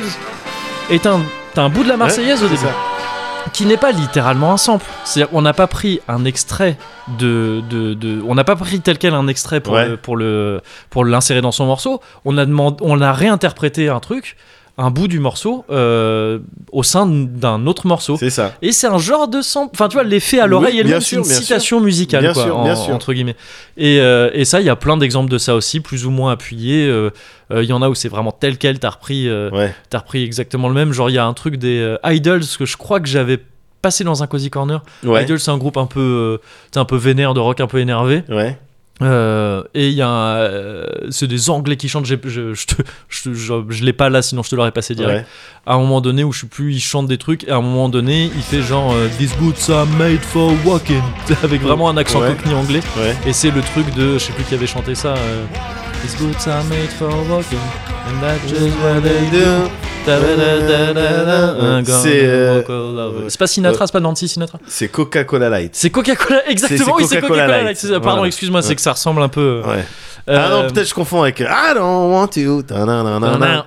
[SPEAKER 1] Et t'as un, t'as un bout de la Marseillaise au
[SPEAKER 2] C'est
[SPEAKER 1] début
[SPEAKER 2] ça.
[SPEAKER 1] qui n'est pas littéralement un sample. C'est-à-dire on n'a pas pris un extrait de, de, de- on n'a pas pris tel quel un extrait pour
[SPEAKER 2] Ouais.
[SPEAKER 1] le, pour le pour l'insérer dans son morceau. On a demandé, on a réinterprété un truc, un bout du morceau euh, au sein d'un autre morceau.
[SPEAKER 2] C'est ça.
[SPEAKER 1] Et c'est un genre de sample. Enfin, tu vois, l'effet à l'oreille
[SPEAKER 2] Oui,
[SPEAKER 1] elle-même,
[SPEAKER 2] bien
[SPEAKER 1] c'est
[SPEAKER 2] sûr,
[SPEAKER 1] une
[SPEAKER 2] bien sûr.
[SPEAKER 1] citation musicale,
[SPEAKER 2] Bien
[SPEAKER 1] quoi,
[SPEAKER 2] sûr,
[SPEAKER 1] en-
[SPEAKER 2] bien sûr.
[SPEAKER 1] entre guillemets. Et, euh, et ça, il y a plein d'exemples de ça aussi, plus ou moins appuyés. euh, euh, Il y en a où c'est vraiment tel quel, t'as repris, euh,
[SPEAKER 2] Ouais.
[SPEAKER 1] t'as repris exactement le même. Genre, il y a un truc des euh, Idols que je crois que j'avais passé dans un Cozy Corner.
[SPEAKER 2] Ouais.
[SPEAKER 1] Idol, c'est un groupe un peu, euh, c'est un peu vénère, de rock un peu énervé.
[SPEAKER 2] Ouais.
[SPEAKER 1] Euh, et il y a un, euh, c'est des Anglais qui chantent. j'ai- Je, je, te- je, je- je l'ai pas là, sinon je te l'aurais passé direct.
[SPEAKER 2] Ouais.
[SPEAKER 1] À un moment donné où je suis plus, ils chantent des trucs. Et à un moment donné, il fait genre euh, These boots are made for walking, [LAUGHS] avec vraiment un accent
[SPEAKER 2] Ouais.
[SPEAKER 1] cockney anglais.
[SPEAKER 2] Ouais.
[SPEAKER 1] Et c'est le truc de, je sais plus qui avait chanté ça. euh, These boots are made for walking, and that's just what they do. Ta-da-da-da-da-da, I'm gonna
[SPEAKER 2] C'est, euh,
[SPEAKER 1] walk all over. C'est pas Sinatra, c'est pas Nancy Sinatra.
[SPEAKER 2] C'est Coca-Cola Light.
[SPEAKER 1] C'est Coca-Cola, exactement. oui, c'est
[SPEAKER 2] Coca-Cola
[SPEAKER 1] Coca-Cola.
[SPEAKER 2] Light.
[SPEAKER 1] Light, c'est- Pardon,
[SPEAKER 2] Voilà.
[SPEAKER 1] excuse-moi,
[SPEAKER 2] Ouais.
[SPEAKER 1] c'est que ça ressemble un peu. euh,
[SPEAKER 2] Ouais.
[SPEAKER 1] euh,
[SPEAKER 2] Ah
[SPEAKER 1] [LAUGHS]
[SPEAKER 2] non, peut-être je confonds avec I don't want you. Ta-na-na-na-na.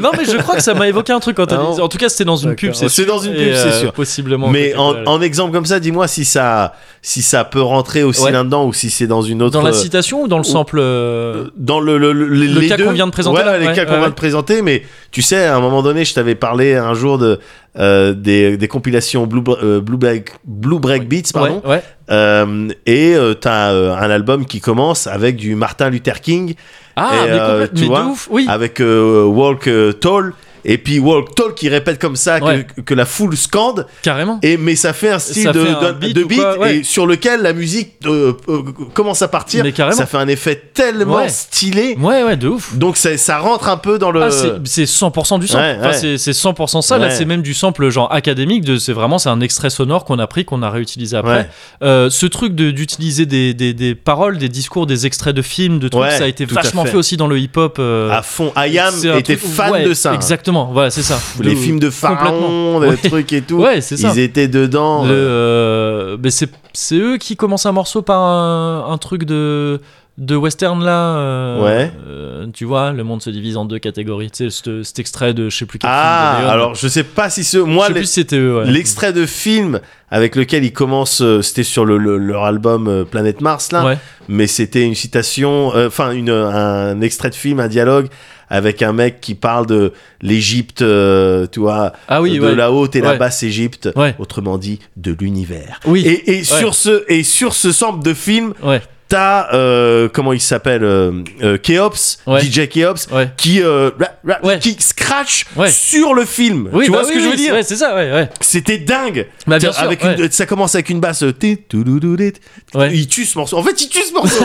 [SPEAKER 1] [LAUGHS] non mais je crois que ça m'a évoqué un truc quand t'as
[SPEAKER 2] Ah non.
[SPEAKER 1] dit- en tout cas c'était dans une pub
[SPEAKER 2] D'accord. C'est
[SPEAKER 1] sûr.
[SPEAKER 2] dans une
[SPEAKER 1] Et, euh,
[SPEAKER 2] pub, c'est sûr.
[SPEAKER 1] possiblement
[SPEAKER 2] Mais en,
[SPEAKER 1] Coca-Cola.
[SPEAKER 2] en exemple comme ça, dis-moi si ça, si ça peut rentrer aussi
[SPEAKER 1] Ouais.
[SPEAKER 2] là-dedans ou si c'est dans une autre.
[SPEAKER 1] dans la
[SPEAKER 2] euh,
[SPEAKER 1] citation ou dans le sample euh,
[SPEAKER 2] dans le, le, le- les-
[SPEAKER 1] Le
[SPEAKER 2] les
[SPEAKER 1] cas
[SPEAKER 2] deux.
[SPEAKER 1] qu'on vient de présenter,
[SPEAKER 2] Voilà, les
[SPEAKER 1] ouais,
[SPEAKER 2] cas qu'on
[SPEAKER 1] ouais,
[SPEAKER 2] vient
[SPEAKER 1] ouais.
[SPEAKER 2] de présenter. Mais tu sais, à un moment donné, je t'avais parlé un jour de euh, des, des compilations Blue, Bra- euh, Blue Break Blue Break Beats, pardon.
[SPEAKER 1] ouais, ouais.
[SPEAKER 2] Euh, et euh, t'as euh, un album qui commence avec du Martin Luther King,
[SPEAKER 1] Ah
[SPEAKER 2] Et,
[SPEAKER 1] mais,
[SPEAKER 2] euh,
[SPEAKER 1] complète-
[SPEAKER 2] tu
[SPEAKER 1] mais
[SPEAKER 2] vois,
[SPEAKER 1] de ouf, oui.
[SPEAKER 2] avec euh, Walk euh, Tall. Et puis Walk Tall qui répète comme ça que,
[SPEAKER 1] Ouais.
[SPEAKER 2] que la foule scande
[SPEAKER 1] carrément.
[SPEAKER 2] et mais ça fait un style
[SPEAKER 1] Ça
[SPEAKER 2] de,
[SPEAKER 1] fait un
[SPEAKER 2] de-
[SPEAKER 1] beat
[SPEAKER 2] de
[SPEAKER 1] ou quoi, ouais.
[SPEAKER 2] et sur lequel la musique euh, euh, commence à partir.
[SPEAKER 1] Mais carrément.
[SPEAKER 2] Ça fait un effet tellement
[SPEAKER 1] Ouais.
[SPEAKER 2] stylé.
[SPEAKER 1] Ouais ouais de ouf.
[SPEAKER 2] Donc ça, ça rentre un peu dans le.
[SPEAKER 1] Ah, c'est- c'est 100% du sample.
[SPEAKER 2] Euh, Ouais,
[SPEAKER 1] Enfin,
[SPEAKER 2] ouais.
[SPEAKER 1] c'est- c'est 100% ça. Là,
[SPEAKER 2] Ouais.
[SPEAKER 1] c'est même du sample genre académique. de- C'est vraiment c'est un extrait sonore qu'on a pris, qu'on a réutilisé après.
[SPEAKER 2] Ouais.
[SPEAKER 1] Euh, ce truc de- d'utiliser des, des- des paroles, des discours, des extraits de films, de trucs,
[SPEAKER 2] Ouais,
[SPEAKER 1] ça a été
[SPEAKER 2] tout à
[SPEAKER 1] vachement
[SPEAKER 2] fait.
[SPEAKER 1] fait. aussi dans le hip-hop. euh,
[SPEAKER 2] à fond. Ayam
[SPEAKER 1] c'est un
[SPEAKER 2] était
[SPEAKER 1] truc-
[SPEAKER 2] fan
[SPEAKER 1] ouais,
[SPEAKER 2] de ça. hein.
[SPEAKER 1] Exactement. Voilà, c'est ça.
[SPEAKER 2] Les films de pharaon,
[SPEAKER 1] complètement.
[SPEAKER 2] les
[SPEAKER 1] Ouais.
[SPEAKER 2] trucs et tout.
[SPEAKER 1] Ouais, c'est ça.
[SPEAKER 2] Ils étaient dedans.
[SPEAKER 1] Le, euh, mais c'est c'est eux qui commencent un morceau par un, un truc de de western là euh,
[SPEAKER 2] Ouais.
[SPEAKER 1] euh, tu vois le monde se divise en deux catégories tu sais cet, cet extrait de je sais plus quel film
[SPEAKER 2] Ah,
[SPEAKER 1] d'ailleurs.
[SPEAKER 2] alors je sais pas si ce.
[SPEAKER 1] je
[SPEAKER 2] Moi,
[SPEAKER 1] sais
[SPEAKER 2] les-
[SPEAKER 1] plus si c'était eux ouais.
[SPEAKER 2] l'extrait de film avec lequel ils commencent, euh, c'était sur le- le- leur album euh, Planète Mars là.
[SPEAKER 1] Ouais.
[SPEAKER 2] mais c'était une citation, euh, enfin une- un extrait de film, un dialogue avec un mec qui parle de l'Égypte, euh, tu vois,
[SPEAKER 1] ah oui
[SPEAKER 2] de
[SPEAKER 1] ouais.
[SPEAKER 2] la haute et la
[SPEAKER 1] Ouais.
[SPEAKER 2] basse Égypte,
[SPEAKER 1] Ouais.
[SPEAKER 2] autrement dit de l'univers.
[SPEAKER 1] oui
[SPEAKER 2] Et, et sur ce et sur ce sample de film,
[SPEAKER 1] ouais
[SPEAKER 2] t'as euh, comment il s'appelle, euh, euh, Keops,
[SPEAKER 1] Ouais.
[SPEAKER 2] DJ Keops,
[SPEAKER 1] ouais
[SPEAKER 2] qui euh, ra- ra-
[SPEAKER 1] Ouais.
[SPEAKER 2] qui scratch
[SPEAKER 1] Ouais.
[SPEAKER 2] sur le film.
[SPEAKER 1] Oui,
[SPEAKER 2] tu
[SPEAKER 1] bah
[SPEAKER 2] vois ce
[SPEAKER 1] oui,
[SPEAKER 2] que je
[SPEAKER 1] oui,
[SPEAKER 2] veux dire
[SPEAKER 1] ouais, c'est ça ouais ouais
[SPEAKER 2] C'était dingue.
[SPEAKER 1] Bah, bien sûr,
[SPEAKER 2] avec
[SPEAKER 1] ouais.
[SPEAKER 2] une- ça commence avec une basse. euh, ti- tu- du- du- dit.
[SPEAKER 1] Ouais.
[SPEAKER 2] Il tue ce morceau. En fait, il tue
[SPEAKER 1] [LAUGHS]
[SPEAKER 2] ce morceau.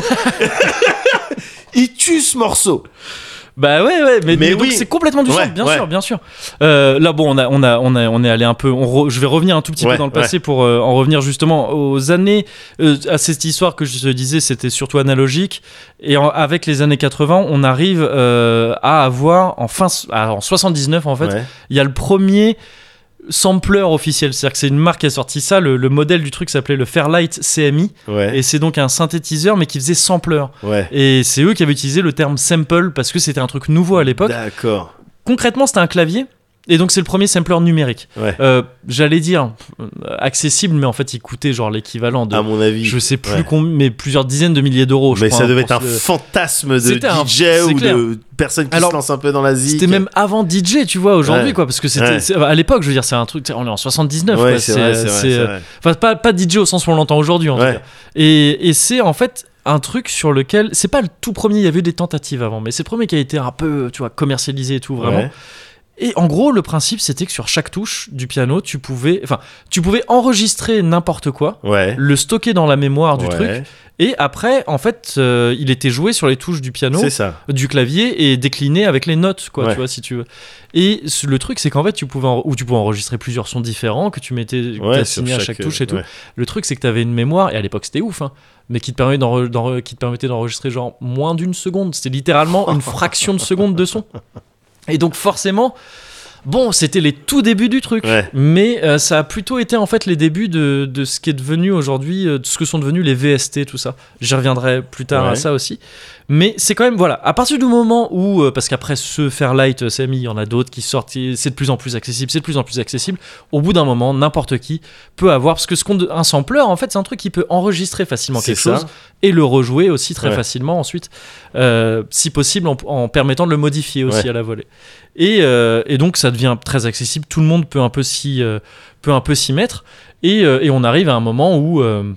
[SPEAKER 2] il tue ce morceau.
[SPEAKER 1] Bah ouais, ouais, mais,
[SPEAKER 2] Mais
[SPEAKER 1] mais donc
[SPEAKER 2] oui.
[SPEAKER 1] c'est complètement du
[SPEAKER 2] Ouais,
[SPEAKER 1] sang, bien
[SPEAKER 2] ouais.
[SPEAKER 1] sûr, bien sûr. Euh, là, bon, on a, on a, on a, on est allé un peu. On re- je vais revenir un tout petit
[SPEAKER 2] Ouais,
[SPEAKER 1] peu dans le passé pour euh, en revenir justement aux années, euh, à cette histoire que je te disais, c'était surtout analogique. Et en- avec les années 80, on arrive euh, à avoir en fin, alors, en 79 en fait,
[SPEAKER 2] Ouais.
[SPEAKER 1] il y a le premier sampler officiel, c'est-à-dire que c'est une marque qui a sorti ça. Le, le modèle du truc s'appelait le Fairlight CMI,
[SPEAKER 2] Ouais.
[SPEAKER 1] et c'est donc un synthétiseur mais qui faisait sampler.
[SPEAKER 2] ouais.
[SPEAKER 1] Et c'est eux qui avaient utilisé le terme sample parce que c'était un truc nouveau à l'époque.
[SPEAKER 2] D'accord.
[SPEAKER 1] Concrètement, c'était un clavier. Et donc, c'est le premier sampler numérique.
[SPEAKER 2] Ouais.
[SPEAKER 1] Euh, J'allais dire euh, accessible, mais en fait, il coûtait genre l'équivalent de.
[SPEAKER 2] À mon avis.
[SPEAKER 1] je sais plus
[SPEAKER 2] ouais.
[SPEAKER 1] combien, mais plusieurs dizaines de milliers d'euros. je
[SPEAKER 2] Mais
[SPEAKER 1] crois,
[SPEAKER 2] ça
[SPEAKER 1] hein,
[SPEAKER 2] devait
[SPEAKER 1] pour
[SPEAKER 2] être un
[SPEAKER 1] ce-
[SPEAKER 2] fantasme de
[SPEAKER 1] C'était un-
[SPEAKER 2] DJ ou
[SPEAKER 1] c'est clair.
[SPEAKER 2] de personne qui
[SPEAKER 1] Alors,
[SPEAKER 2] se lance un peu dans la zik.
[SPEAKER 1] C'était même avant DJ, tu vois, aujourd'hui,
[SPEAKER 2] Ouais.
[SPEAKER 1] quoi. Parce que
[SPEAKER 2] Ouais.
[SPEAKER 1] c'était. c'est- À l'époque, je veux dire, c'est un truc. On est en 79.
[SPEAKER 2] Ouais,
[SPEAKER 1] quoi,
[SPEAKER 2] c'est vrai, c'est vrai,
[SPEAKER 1] c'est- euh,
[SPEAKER 2] c'est vrai.
[SPEAKER 1] Enfin, pas, pas DJ au sens où on l'entend aujourd'hui, en
[SPEAKER 2] Ouais.
[SPEAKER 1] tout cas. Et, et c'est en fait un truc sur lequel. C'est pas le tout premier, il y avait eu des tentatives avant, mais c'est le premier qui a été un peu, tu vois, commercialisé et tout, vraiment.
[SPEAKER 2] Ouais.
[SPEAKER 1] Et en gros, le principe, c'était que sur chaque touche du piano, tu pouvais, enfin, tu pouvais enregistrer n'importe quoi,
[SPEAKER 2] Ouais.
[SPEAKER 1] le stocker dans la mémoire du
[SPEAKER 2] Ouais.
[SPEAKER 1] truc, et après, en fait, euh, il était joué sur les touches du piano,
[SPEAKER 2] C'est ça.
[SPEAKER 1] du clavier, et décliné avec les notes, quoi,
[SPEAKER 2] Ouais.
[SPEAKER 1] tu vois, si tu veux. Et ce- le truc, c'est qu'en fait, tu pouvais, en- ou tu pouvais enregistrer plusieurs sons différents que tu mettais, que
[SPEAKER 2] Ouais, sur
[SPEAKER 1] t'assignais à
[SPEAKER 2] chaque,
[SPEAKER 1] chaque
[SPEAKER 2] euh,
[SPEAKER 1] touche et tout.
[SPEAKER 2] ouais.
[SPEAKER 1] Le truc, c'est que tu avais une mémoire, et à l'époque, c'était ouf, hein, mais qui te, permet d'enre- d'enre- qui te permettait d'enregistrer genre moins d'une seconde. C'était littéralement une fraction de seconde de son. Et donc, forcément, bon, c'était les tout débuts du truc.
[SPEAKER 2] Ouais.
[SPEAKER 1] Mais euh, ça a plutôt été en fait les débuts de, de ce qui est devenu aujourd'hui, euh, de ce que sont devenus les VST, tout ça. J'y reviendrai plus tard
[SPEAKER 2] Ouais.
[SPEAKER 1] à ça aussi. Mais c'est quand même, voilà, à partir du moment où, euh, parce qu'après ce Fairlight euh, CMI, il y en a d'autres qui sortent, et c'est de plus en plus accessible, c'est de plus en plus accessible, au bout d'un moment, n'importe qui peut avoir, parce que ce qu'on, de- un sampler, en fait, c'est un truc qui peut enregistrer facilement
[SPEAKER 2] C'est
[SPEAKER 1] quelque
[SPEAKER 2] ça.
[SPEAKER 1] chose et le rejouer aussi très
[SPEAKER 2] Ouais.
[SPEAKER 1] facilement ensuite, euh, si possible en, en permettant de le modifier aussi
[SPEAKER 2] Ouais.
[SPEAKER 1] à la volée. Et, euh, et donc ça devient très accessible, tout le monde peut un peu s'y euh, peut un peu s'y mettre, et, euh, et on arrive à un moment où euh,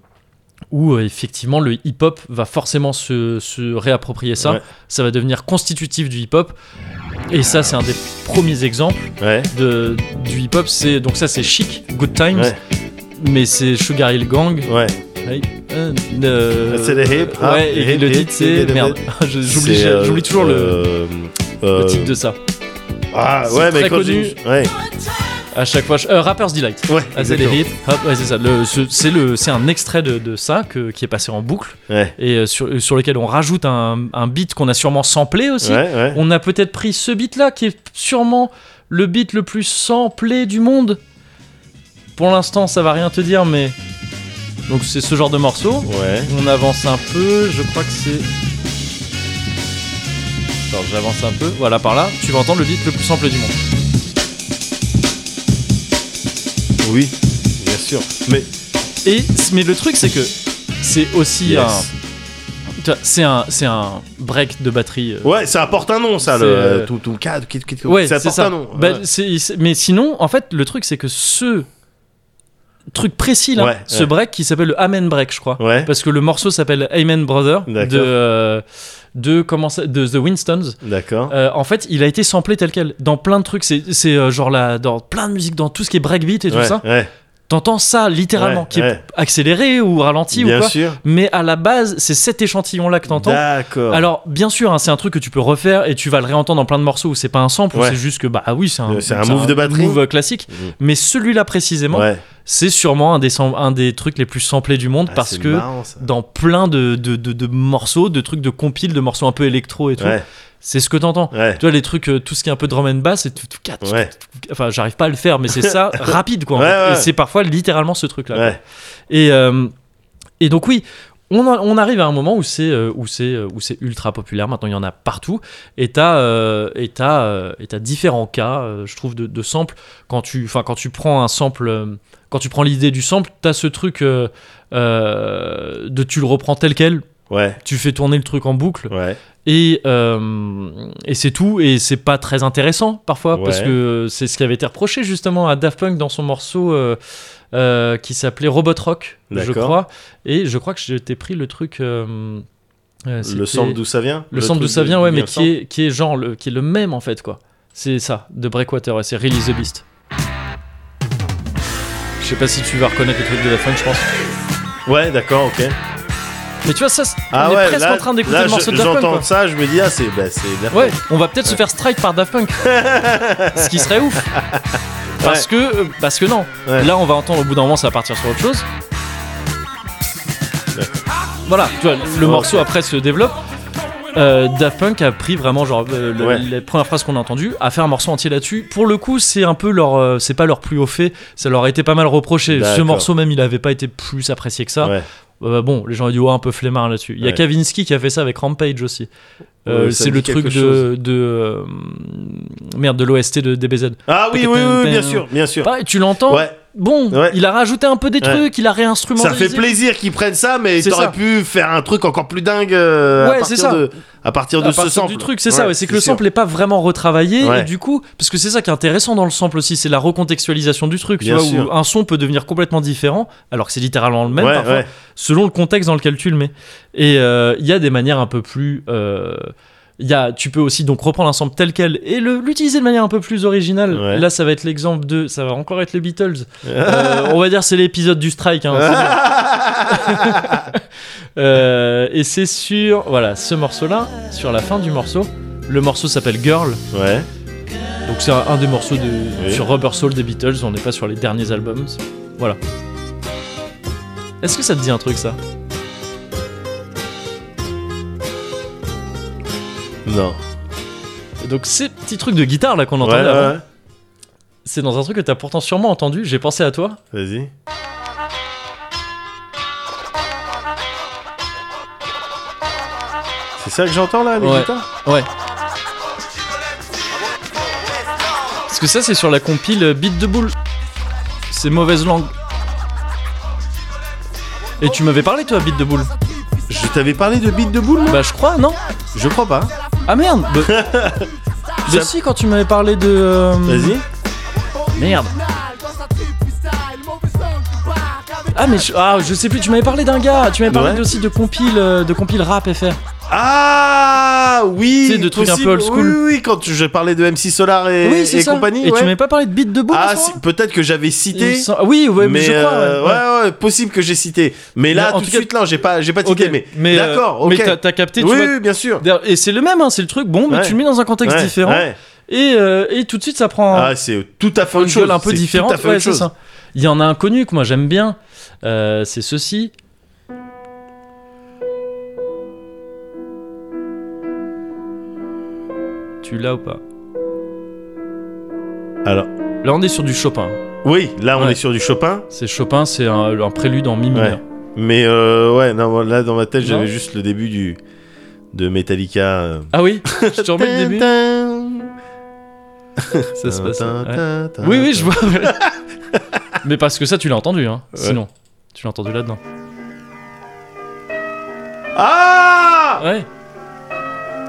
[SPEAKER 1] où euh, effectivement le hip-hop va forcément se, se réapproprier ça,
[SPEAKER 2] Ouais.
[SPEAKER 1] ça va devenir constitutif du hip-hop. Et ça, c'est un des premiers exemples
[SPEAKER 2] Ouais.
[SPEAKER 1] de, du hip-hop. C'est donc ça, c'est chic, Good Times,
[SPEAKER 2] Ouais.
[SPEAKER 1] mais c'est Sugar Hill Gang.
[SPEAKER 2] Ouais.
[SPEAKER 1] Hey, euh, euh,
[SPEAKER 2] C'est les hip, hop,
[SPEAKER 1] Ouais, et
[SPEAKER 2] hip,
[SPEAKER 1] le
[SPEAKER 2] hip,
[SPEAKER 1] titre c'est
[SPEAKER 2] hip, hip,
[SPEAKER 1] merde. [LAUGHS] je- J'oublie
[SPEAKER 2] C'est, euh,
[SPEAKER 1] j'oublie toujours le,
[SPEAKER 2] euh,
[SPEAKER 1] le
[SPEAKER 2] euh,
[SPEAKER 1] titre de ça.
[SPEAKER 2] Ah
[SPEAKER 1] c'est
[SPEAKER 2] ouais, mais
[SPEAKER 1] très
[SPEAKER 2] quand
[SPEAKER 1] connu.
[SPEAKER 2] j'ai- Ouais.
[SPEAKER 1] À chaque fois, je- euh, Rapper's Delight.
[SPEAKER 2] Ouais.
[SPEAKER 1] Ah, c'est les
[SPEAKER 2] exactement.
[SPEAKER 1] hip, hop, ouais, c'est ça. Le- ce- C'est le, c'est un extrait de, de ça que- qui est passé en boucle
[SPEAKER 2] Ouais.
[SPEAKER 1] et euh, sur, euh, sur lequel on rajoute un, un beat qu'on a sûrement samplé aussi.
[SPEAKER 2] Ouais, ouais.
[SPEAKER 1] On a peut-être pris ce beat là qui est sûrement le beat le plus samplé du monde. Pour l'instant, ça va rien te dire, mais donc c'est ce genre de morceau.
[SPEAKER 2] Ouais.
[SPEAKER 1] On avance un peu, je crois que c'est. Attends, j'avance un peu, voilà par là, tu vas entendre le beat le plus simple du monde.
[SPEAKER 2] Oui, bien sûr. Mais
[SPEAKER 1] Et, mais le truc, c'est que c'est aussi
[SPEAKER 2] Yes.
[SPEAKER 1] un. tu vois, C'est un, c'est un break de batterie. euh.
[SPEAKER 2] ouais, ça apporte un nom, ça,
[SPEAKER 1] C'est,
[SPEAKER 2] le
[SPEAKER 1] euh,
[SPEAKER 2] tout, tout cadre, kit, kit, kit.
[SPEAKER 1] Ouais,
[SPEAKER 2] ça
[SPEAKER 1] c'est
[SPEAKER 2] apporte
[SPEAKER 1] ça.
[SPEAKER 2] un nom.
[SPEAKER 1] Bah,
[SPEAKER 2] ouais.
[SPEAKER 1] c'est- c'est- mais sinon, en fait, le truc, c'est que ce truc précis là,
[SPEAKER 2] Ouais,
[SPEAKER 1] ce
[SPEAKER 2] ouais.
[SPEAKER 1] break qui s'appelle le Amen Break, je crois.
[SPEAKER 2] Ouais,
[SPEAKER 1] Parce que le morceau s'appelle Amen Brother de,
[SPEAKER 2] D'accord.
[SPEAKER 1] euh, de, comment ça- de The Winstons.
[SPEAKER 2] d'accord.
[SPEAKER 1] Euh, en fait, il a été samplé tel quel dans plein de trucs. C'est c'est, euh, genre là, dans plein de musique, dans tout ce qui est breakbeat et tout
[SPEAKER 2] ouais,
[SPEAKER 1] ça.
[SPEAKER 2] ouais,
[SPEAKER 1] T'entends ça littéralement,
[SPEAKER 2] ouais,
[SPEAKER 1] qui est
[SPEAKER 2] ouais.
[SPEAKER 1] accéléré ou ralenti
[SPEAKER 2] bien
[SPEAKER 1] ou quoi.
[SPEAKER 2] sûr.
[SPEAKER 1] Mais à la base, c'est cet échantillon-là que t'entends.
[SPEAKER 2] D'accord.
[SPEAKER 1] Alors, bien sûr, hein, c'est un truc que tu peux refaire et tu vas le réentendre dans plein de morceaux où c'est pas un sample, où
[SPEAKER 2] Ouais.
[SPEAKER 1] c'est juste que bah ah oui, c'est un,
[SPEAKER 2] Euh, c'est un move de batterie.
[SPEAKER 1] move euh, classique.
[SPEAKER 2] Mhm.
[SPEAKER 1] Mais celui-là précisément,
[SPEAKER 2] ouais.
[SPEAKER 1] c'est sûrement un des, sam- un des trucs les plus samplés du monde
[SPEAKER 2] Ah,
[SPEAKER 1] parce
[SPEAKER 2] c'est
[SPEAKER 1] que
[SPEAKER 2] marrant, ça.
[SPEAKER 1] dans plein de, de, de- de morceaux, de trucs de compile, de morceaux un peu électro et tout,
[SPEAKER 2] Ouais,
[SPEAKER 1] c'est ce que t'entends.
[SPEAKER 2] ouais.
[SPEAKER 1] Tu vois, les trucs, euh, tout ce qui est un peu drum and bass, c'est tout, tout- tout-
[SPEAKER 2] Ouais,
[SPEAKER 1] enfin, j'arrive pas à le faire, mais c'est
[SPEAKER 2] [LAUGHS]
[SPEAKER 1] ça, rapide quoi. en
[SPEAKER 2] Ouais,
[SPEAKER 1] fait.
[SPEAKER 2] ouais.
[SPEAKER 1] Et c'est parfois littéralement ce truc-là. quoi.
[SPEAKER 2] ouais,
[SPEAKER 1] Et, euh, et donc oui, on, en- on arrive à un moment où c'est euh, où c'est euh, où c'est ultra populaire. Maintenant, il y en a partout. Et t'as euh, et t'as, euh, et t'as différents cas, euh, je trouve, de, de samples. Quand tu enfin quand tu prends un sample, euh, quand tu prends l'idée du sample, t'as ce truc euh, euh, de tu le reprends tel quel.
[SPEAKER 2] ouais,
[SPEAKER 1] Tu fais tourner le truc en boucle
[SPEAKER 2] ouais.
[SPEAKER 1] et, euh, et c'est tout et c'est pas très intéressant parfois parce
[SPEAKER 2] Ouais.
[SPEAKER 1] que c'est ce qui avait été reproché justement à Daft Punk dans son morceau euh, euh, qui s'appelait Robot Rock je
[SPEAKER 2] D'accord.
[SPEAKER 1] crois et je crois que je t'ai pris le truc euh, euh,
[SPEAKER 2] Le
[SPEAKER 1] c'était-
[SPEAKER 2] sample d'où ça vient
[SPEAKER 1] le sample
[SPEAKER 2] truc
[SPEAKER 1] d'où ça
[SPEAKER 2] de-
[SPEAKER 1] vient ouais
[SPEAKER 2] du
[SPEAKER 1] mais
[SPEAKER 2] bien
[SPEAKER 1] qui est, qui est genre le, qui est le même en fait quoi c'est ça de Breakwater ouais, c'est Release the Beast je sais pas si tu vas reconnaître le truc de Daft Punk je pense
[SPEAKER 2] sample. Ouais, d'accord, ok.
[SPEAKER 1] mais tu vois ça c'est-
[SPEAKER 2] Ah
[SPEAKER 1] on est
[SPEAKER 2] ouais,
[SPEAKER 1] presque
[SPEAKER 2] là,
[SPEAKER 1] en train d'écouter
[SPEAKER 2] là,
[SPEAKER 1] le morceau
[SPEAKER 2] je-
[SPEAKER 1] de Daft Punk quoi.
[SPEAKER 2] J'entends ça, je me dis, ah, c'est bah, c'est Daft
[SPEAKER 1] Ouais,
[SPEAKER 2] Punk.
[SPEAKER 1] on va peut-être se faire strike par Daft
[SPEAKER 2] [LAUGHS]
[SPEAKER 1] Punk. ce qui serait ouf. Parce que euh, parce que non.
[SPEAKER 2] Ouais.
[SPEAKER 1] Là, on va entendre au bout d'un moment ça va partir sur autre chose. Voilà, tu vois, le
[SPEAKER 2] Ouais.
[SPEAKER 1] morceau après se développe. Euh, Daft Punk a pris vraiment genre euh, le-
[SPEAKER 2] Ouais.
[SPEAKER 1] les premières phrases qu'on a entendues, a fait un morceau entier là-dessus. Pour le coup, c'est un peu leur, euh, c'est pas leur plus haut fait. Ça leur a été pas mal reproché. Ce
[SPEAKER 2] D'accord.
[SPEAKER 1] morceau même, il avait pas été plus apprécié que ça.
[SPEAKER 2] Ouais.
[SPEAKER 1] Euh, bon, les gens ont dit ouais, un peu flemmard là-dessus. Il y a
[SPEAKER 2] Ouais.
[SPEAKER 1] Kavinsky qui a fait ça avec Rampage aussi. Euh,
[SPEAKER 2] Ouais, ça
[SPEAKER 1] c'est
[SPEAKER 2] me
[SPEAKER 1] le
[SPEAKER 2] dit
[SPEAKER 1] truc
[SPEAKER 2] quelque
[SPEAKER 1] de, de euh, merde de l'OST de DBZ.
[SPEAKER 2] Ah oui, oui, oui, oui, bien sûr, bien sûr.
[SPEAKER 1] Pareil, Bah, tu l'entends.
[SPEAKER 2] Ouais,
[SPEAKER 1] Bon,
[SPEAKER 2] Ouais.
[SPEAKER 1] il a rajouté un peu des
[SPEAKER 2] Ouais.
[SPEAKER 1] trucs, il a réinstrumentalisé.
[SPEAKER 2] ça fait plaisir qu'ils prennent ça, mais
[SPEAKER 1] C'est
[SPEAKER 2] t'aurais
[SPEAKER 1] ça.
[SPEAKER 2] pu faire un truc encore plus dingue euh,
[SPEAKER 1] Ouais,
[SPEAKER 2] à,
[SPEAKER 1] c'est
[SPEAKER 2] partir
[SPEAKER 1] ça.
[SPEAKER 2] De, à partir de
[SPEAKER 1] à
[SPEAKER 2] ce
[SPEAKER 1] partir
[SPEAKER 2] sample.
[SPEAKER 1] du truc, c'est ça, ouais, c'est que le
[SPEAKER 2] sûr.
[SPEAKER 1] sample n'est pas vraiment retravaillé,
[SPEAKER 2] Ouais.
[SPEAKER 1] et du coup, parce que c'est ça qui est intéressant dans le sample aussi, c'est la recontextualisation du truc, tu
[SPEAKER 2] Bien
[SPEAKER 1] vois, où
[SPEAKER 2] sûr.
[SPEAKER 1] un son peut devenir complètement différent, alors que c'est littéralement le même
[SPEAKER 2] ouais,
[SPEAKER 1] parfois,
[SPEAKER 2] ouais.
[SPEAKER 1] selon le contexte dans lequel tu le mets. Et euh, il y a des manières un peu plus. euh, il y a, tu peux aussi donc reprendre un sample tel quel et le- l'utiliser de manière un peu plus originale.
[SPEAKER 2] Ouais.
[SPEAKER 1] Là, ça va être l'exemple de. Ça va encore être les
[SPEAKER 2] [LAUGHS]
[SPEAKER 1] Beatles. Euh, on va dire c'est l'épisode du strike. hein, c'est bon. Euh, et c'est sur. Voilà, ce morceau-là, sur la fin du morceau. Le morceau s'appelle Girl.
[SPEAKER 2] Ouais,
[SPEAKER 1] Donc c'est un, un des morceaux de,
[SPEAKER 2] Oui.
[SPEAKER 1] sur Rubber Soul des Beatles. On n'est pas sur les derniers albums. Voilà. Est-ce que ça te dit un truc ça
[SPEAKER 2] non.
[SPEAKER 1] Donc ces petits trucs de guitare là qu'on
[SPEAKER 2] Ouais,
[SPEAKER 1] entendait
[SPEAKER 2] ouais,
[SPEAKER 1] avant,
[SPEAKER 2] ouais.
[SPEAKER 1] c'est dans un truc que t'as pourtant sûrement entendu, j'ai pensé à toi.
[SPEAKER 2] Vas-y. C'est ça que j'entends là, les
[SPEAKER 1] Ouais.
[SPEAKER 2] guitares
[SPEAKER 1] Ouais. Parce que ça c'est sur la compile euh, Beat de boule. C'est mauvaise langue. Et tu m'avais parlé toi Beat de boule
[SPEAKER 2] Je t'avais parlé de beat de boule là
[SPEAKER 1] Bah je crois, non
[SPEAKER 2] Je crois pas. hein.
[SPEAKER 1] Ah merde Bah,
[SPEAKER 2] [LAUGHS]
[SPEAKER 1] bah
[SPEAKER 2] Ça-
[SPEAKER 1] si quand tu m'avais parlé de... euh,
[SPEAKER 2] Vas-y.
[SPEAKER 1] Merde Ah, mais je, ah, je sais plus, tu m'avais parlé d'un gars, tu m'avais parlé
[SPEAKER 2] Ouais.
[SPEAKER 1] aussi de compile, euh, de compile rap FR.
[SPEAKER 2] Ah oui,
[SPEAKER 1] Tu sais, de trucs un
[SPEAKER 2] possible.
[SPEAKER 1] peu old school.
[SPEAKER 2] Oui, oui, oui, quand tu- je parlais de MC Solar et,
[SPEAKER 1] oui, c'est
[SPEAKER 2] et
[SPEAKER 1] ça.
[SPEAKER 2] compagnie.
[SPEAKER 1] et
[SPEAKER 2] ouais.
[SPEAKER 1] tu m'avais pas parlé de beat de boule
[SPEAKER 2] ah, si- peut-être que j'avais cité.
[SPEAKER 1] Oui, ouais, mais,
[SPEAKER 2] mais
[SPEAKER 1] je crois.
[SPEAKER 2] euh,
[SPEAKER 1] ouais.
[SPEAKER 2] ouais, ouais, possible que j'ai cité. Mais
[SPEAKER 1] Mais
[SPEAKER 2] là,
[SPEAKER 1] en
[SPEAKER 2] tout de
[SPEAKER 1] tout cas-
[SPEAKER 2] suite, là, j'ai pas, j'ai pas
[SPEAKER 1] Ok,
[SPEAKER 2] cité. Mais,
[SPEAKER 1] mais, euh,
[SPEAKER 2] d'accord, ok.
[SPEAKER 1] Mais t'as- t'as capté, tu
[SPEAKER 2] oui,
[SPEAKER 1] vois.
[SPEAKER 2] oui, bien sûr.
[SPEAKER 1] D'ailleurs, Et c'est le même, hein, c'est le truc. Bon, mais
[SPEAKER 2] Ouais.
[SPEAKER 1] tu le mets dans un contexte
[SPEAKER 2] Ouais,
[SPEAKER 1] différent.
[SPEAKER 2] ouais.
[SPEAKER 1] Et, euh, et tout de suite, ça prend
[SPEAKER 2] Ah, c'est tout à fait
[SPEAKER 1] une
[SPEAKER 2] autre chose.
[SPEAKER 1] gueule un peu
[SPEAKER 2] C'est
[SPEAKER 1] différente.
[SPEAKER 2] Tout à fait
[SPEAKER 1] Ouais,
[SPEAKER 2] autre
[SPEAKER 1] c'est
[SPEAKER 2] chose.
[SPEAKER 1] ça. Il y en a un connu que moi j'aime bien. Euh, c'est ceci. Tu l'as ou pas
[SPEAKER 2] Alors,
[SPEAKER 1] Là, on est sur du Chopin.
[SPEAKER 2] oui, là, on
[SPEAKER 1] Ouais.
[SPEAKER 2] est sur du Chopin.
[SPEAKER 1] C'est Chopin, c'est un, un prélude en mi
[SPEAKER 2] Ouais.
[SPEAKER 1] mineur.
[SPEAKER 2] Mais euh, ouais, non, là, dans ma tête, j'avais
[SPEAKER 1] Non.
[SPEAKER 2] juste le début du de Metallica. euh.
[SPEAKER 1] Ah
[SPEAKER 2] [LAUGHS]
[SPEAKER 1] oui Je te remets le début
[SPEAKER 2] Tintin,
[SPEAKER 1] Ça se passe.
[SPEAKER 2] tintin,
[SPEAKER 1] ouais.
[SPEAKER 2] tintin,
[SPEAKER 1] Oui, oui, je vois. ouais. [LAUGHS] Mais parce que ça, tu l'as entendu, hein.
[SPEAKER 2] Ouais.
[SPEAKER 1] Sinon, tu l'as entendu là-dedans.
[SPEAKER 2] Ah
[SPEAKER 1] Ouais.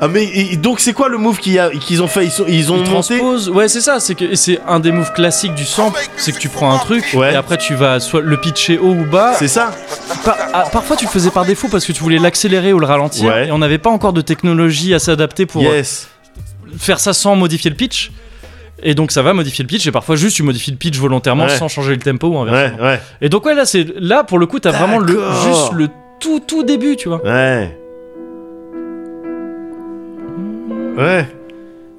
[SPEAKER 2] Ah mais et- donc c'est quoi le move qu'il y a- qu'ils ont fait ils, sont- ils ont
[SPEAKER 1] Ils
[SPEAKER 2] monté
[SPEAKER 1] transposent. Ouais, c'est ça. C'est que et c'est un des moves classiques du sample. C'est que tu prends un truc
[SPEAKER 2] Ouais.
[SPEAKER 1] et après tu vas soit le pitcher haut ou bas.
[SPEAKER 2] C'est ça
[SPEAKER 1] Par- ah, parfois, tu le faisais par défaut parce que tu voulais l'accélérer ou le ralentir.
[SPEAKER 2] Ouais.
[SPEAKER 1] Et on n'avait pas encore de technologie assez adaptée pour
[SPEAKER 2] Yes.
[SPEAKER 1] faire ça sans modifier le pitch. Et donc ça va modifier le pitch et parfois juste tu modifies le pitch volontairement
[SPEAKER 2] Ouais.
[SPEAKER 1] sans changer le tempo ou inversement.
[SPEAKER 2] Ouais, ouais,
[SPEAKER 1] Et donc ouais là c'est là pour le coup t'as vraiment le
[SPEAKER 2] D'accord.
[SPEAKER 1] juste le tout tout début tu vois.
[SPEAKER 2] ouais. Ouais.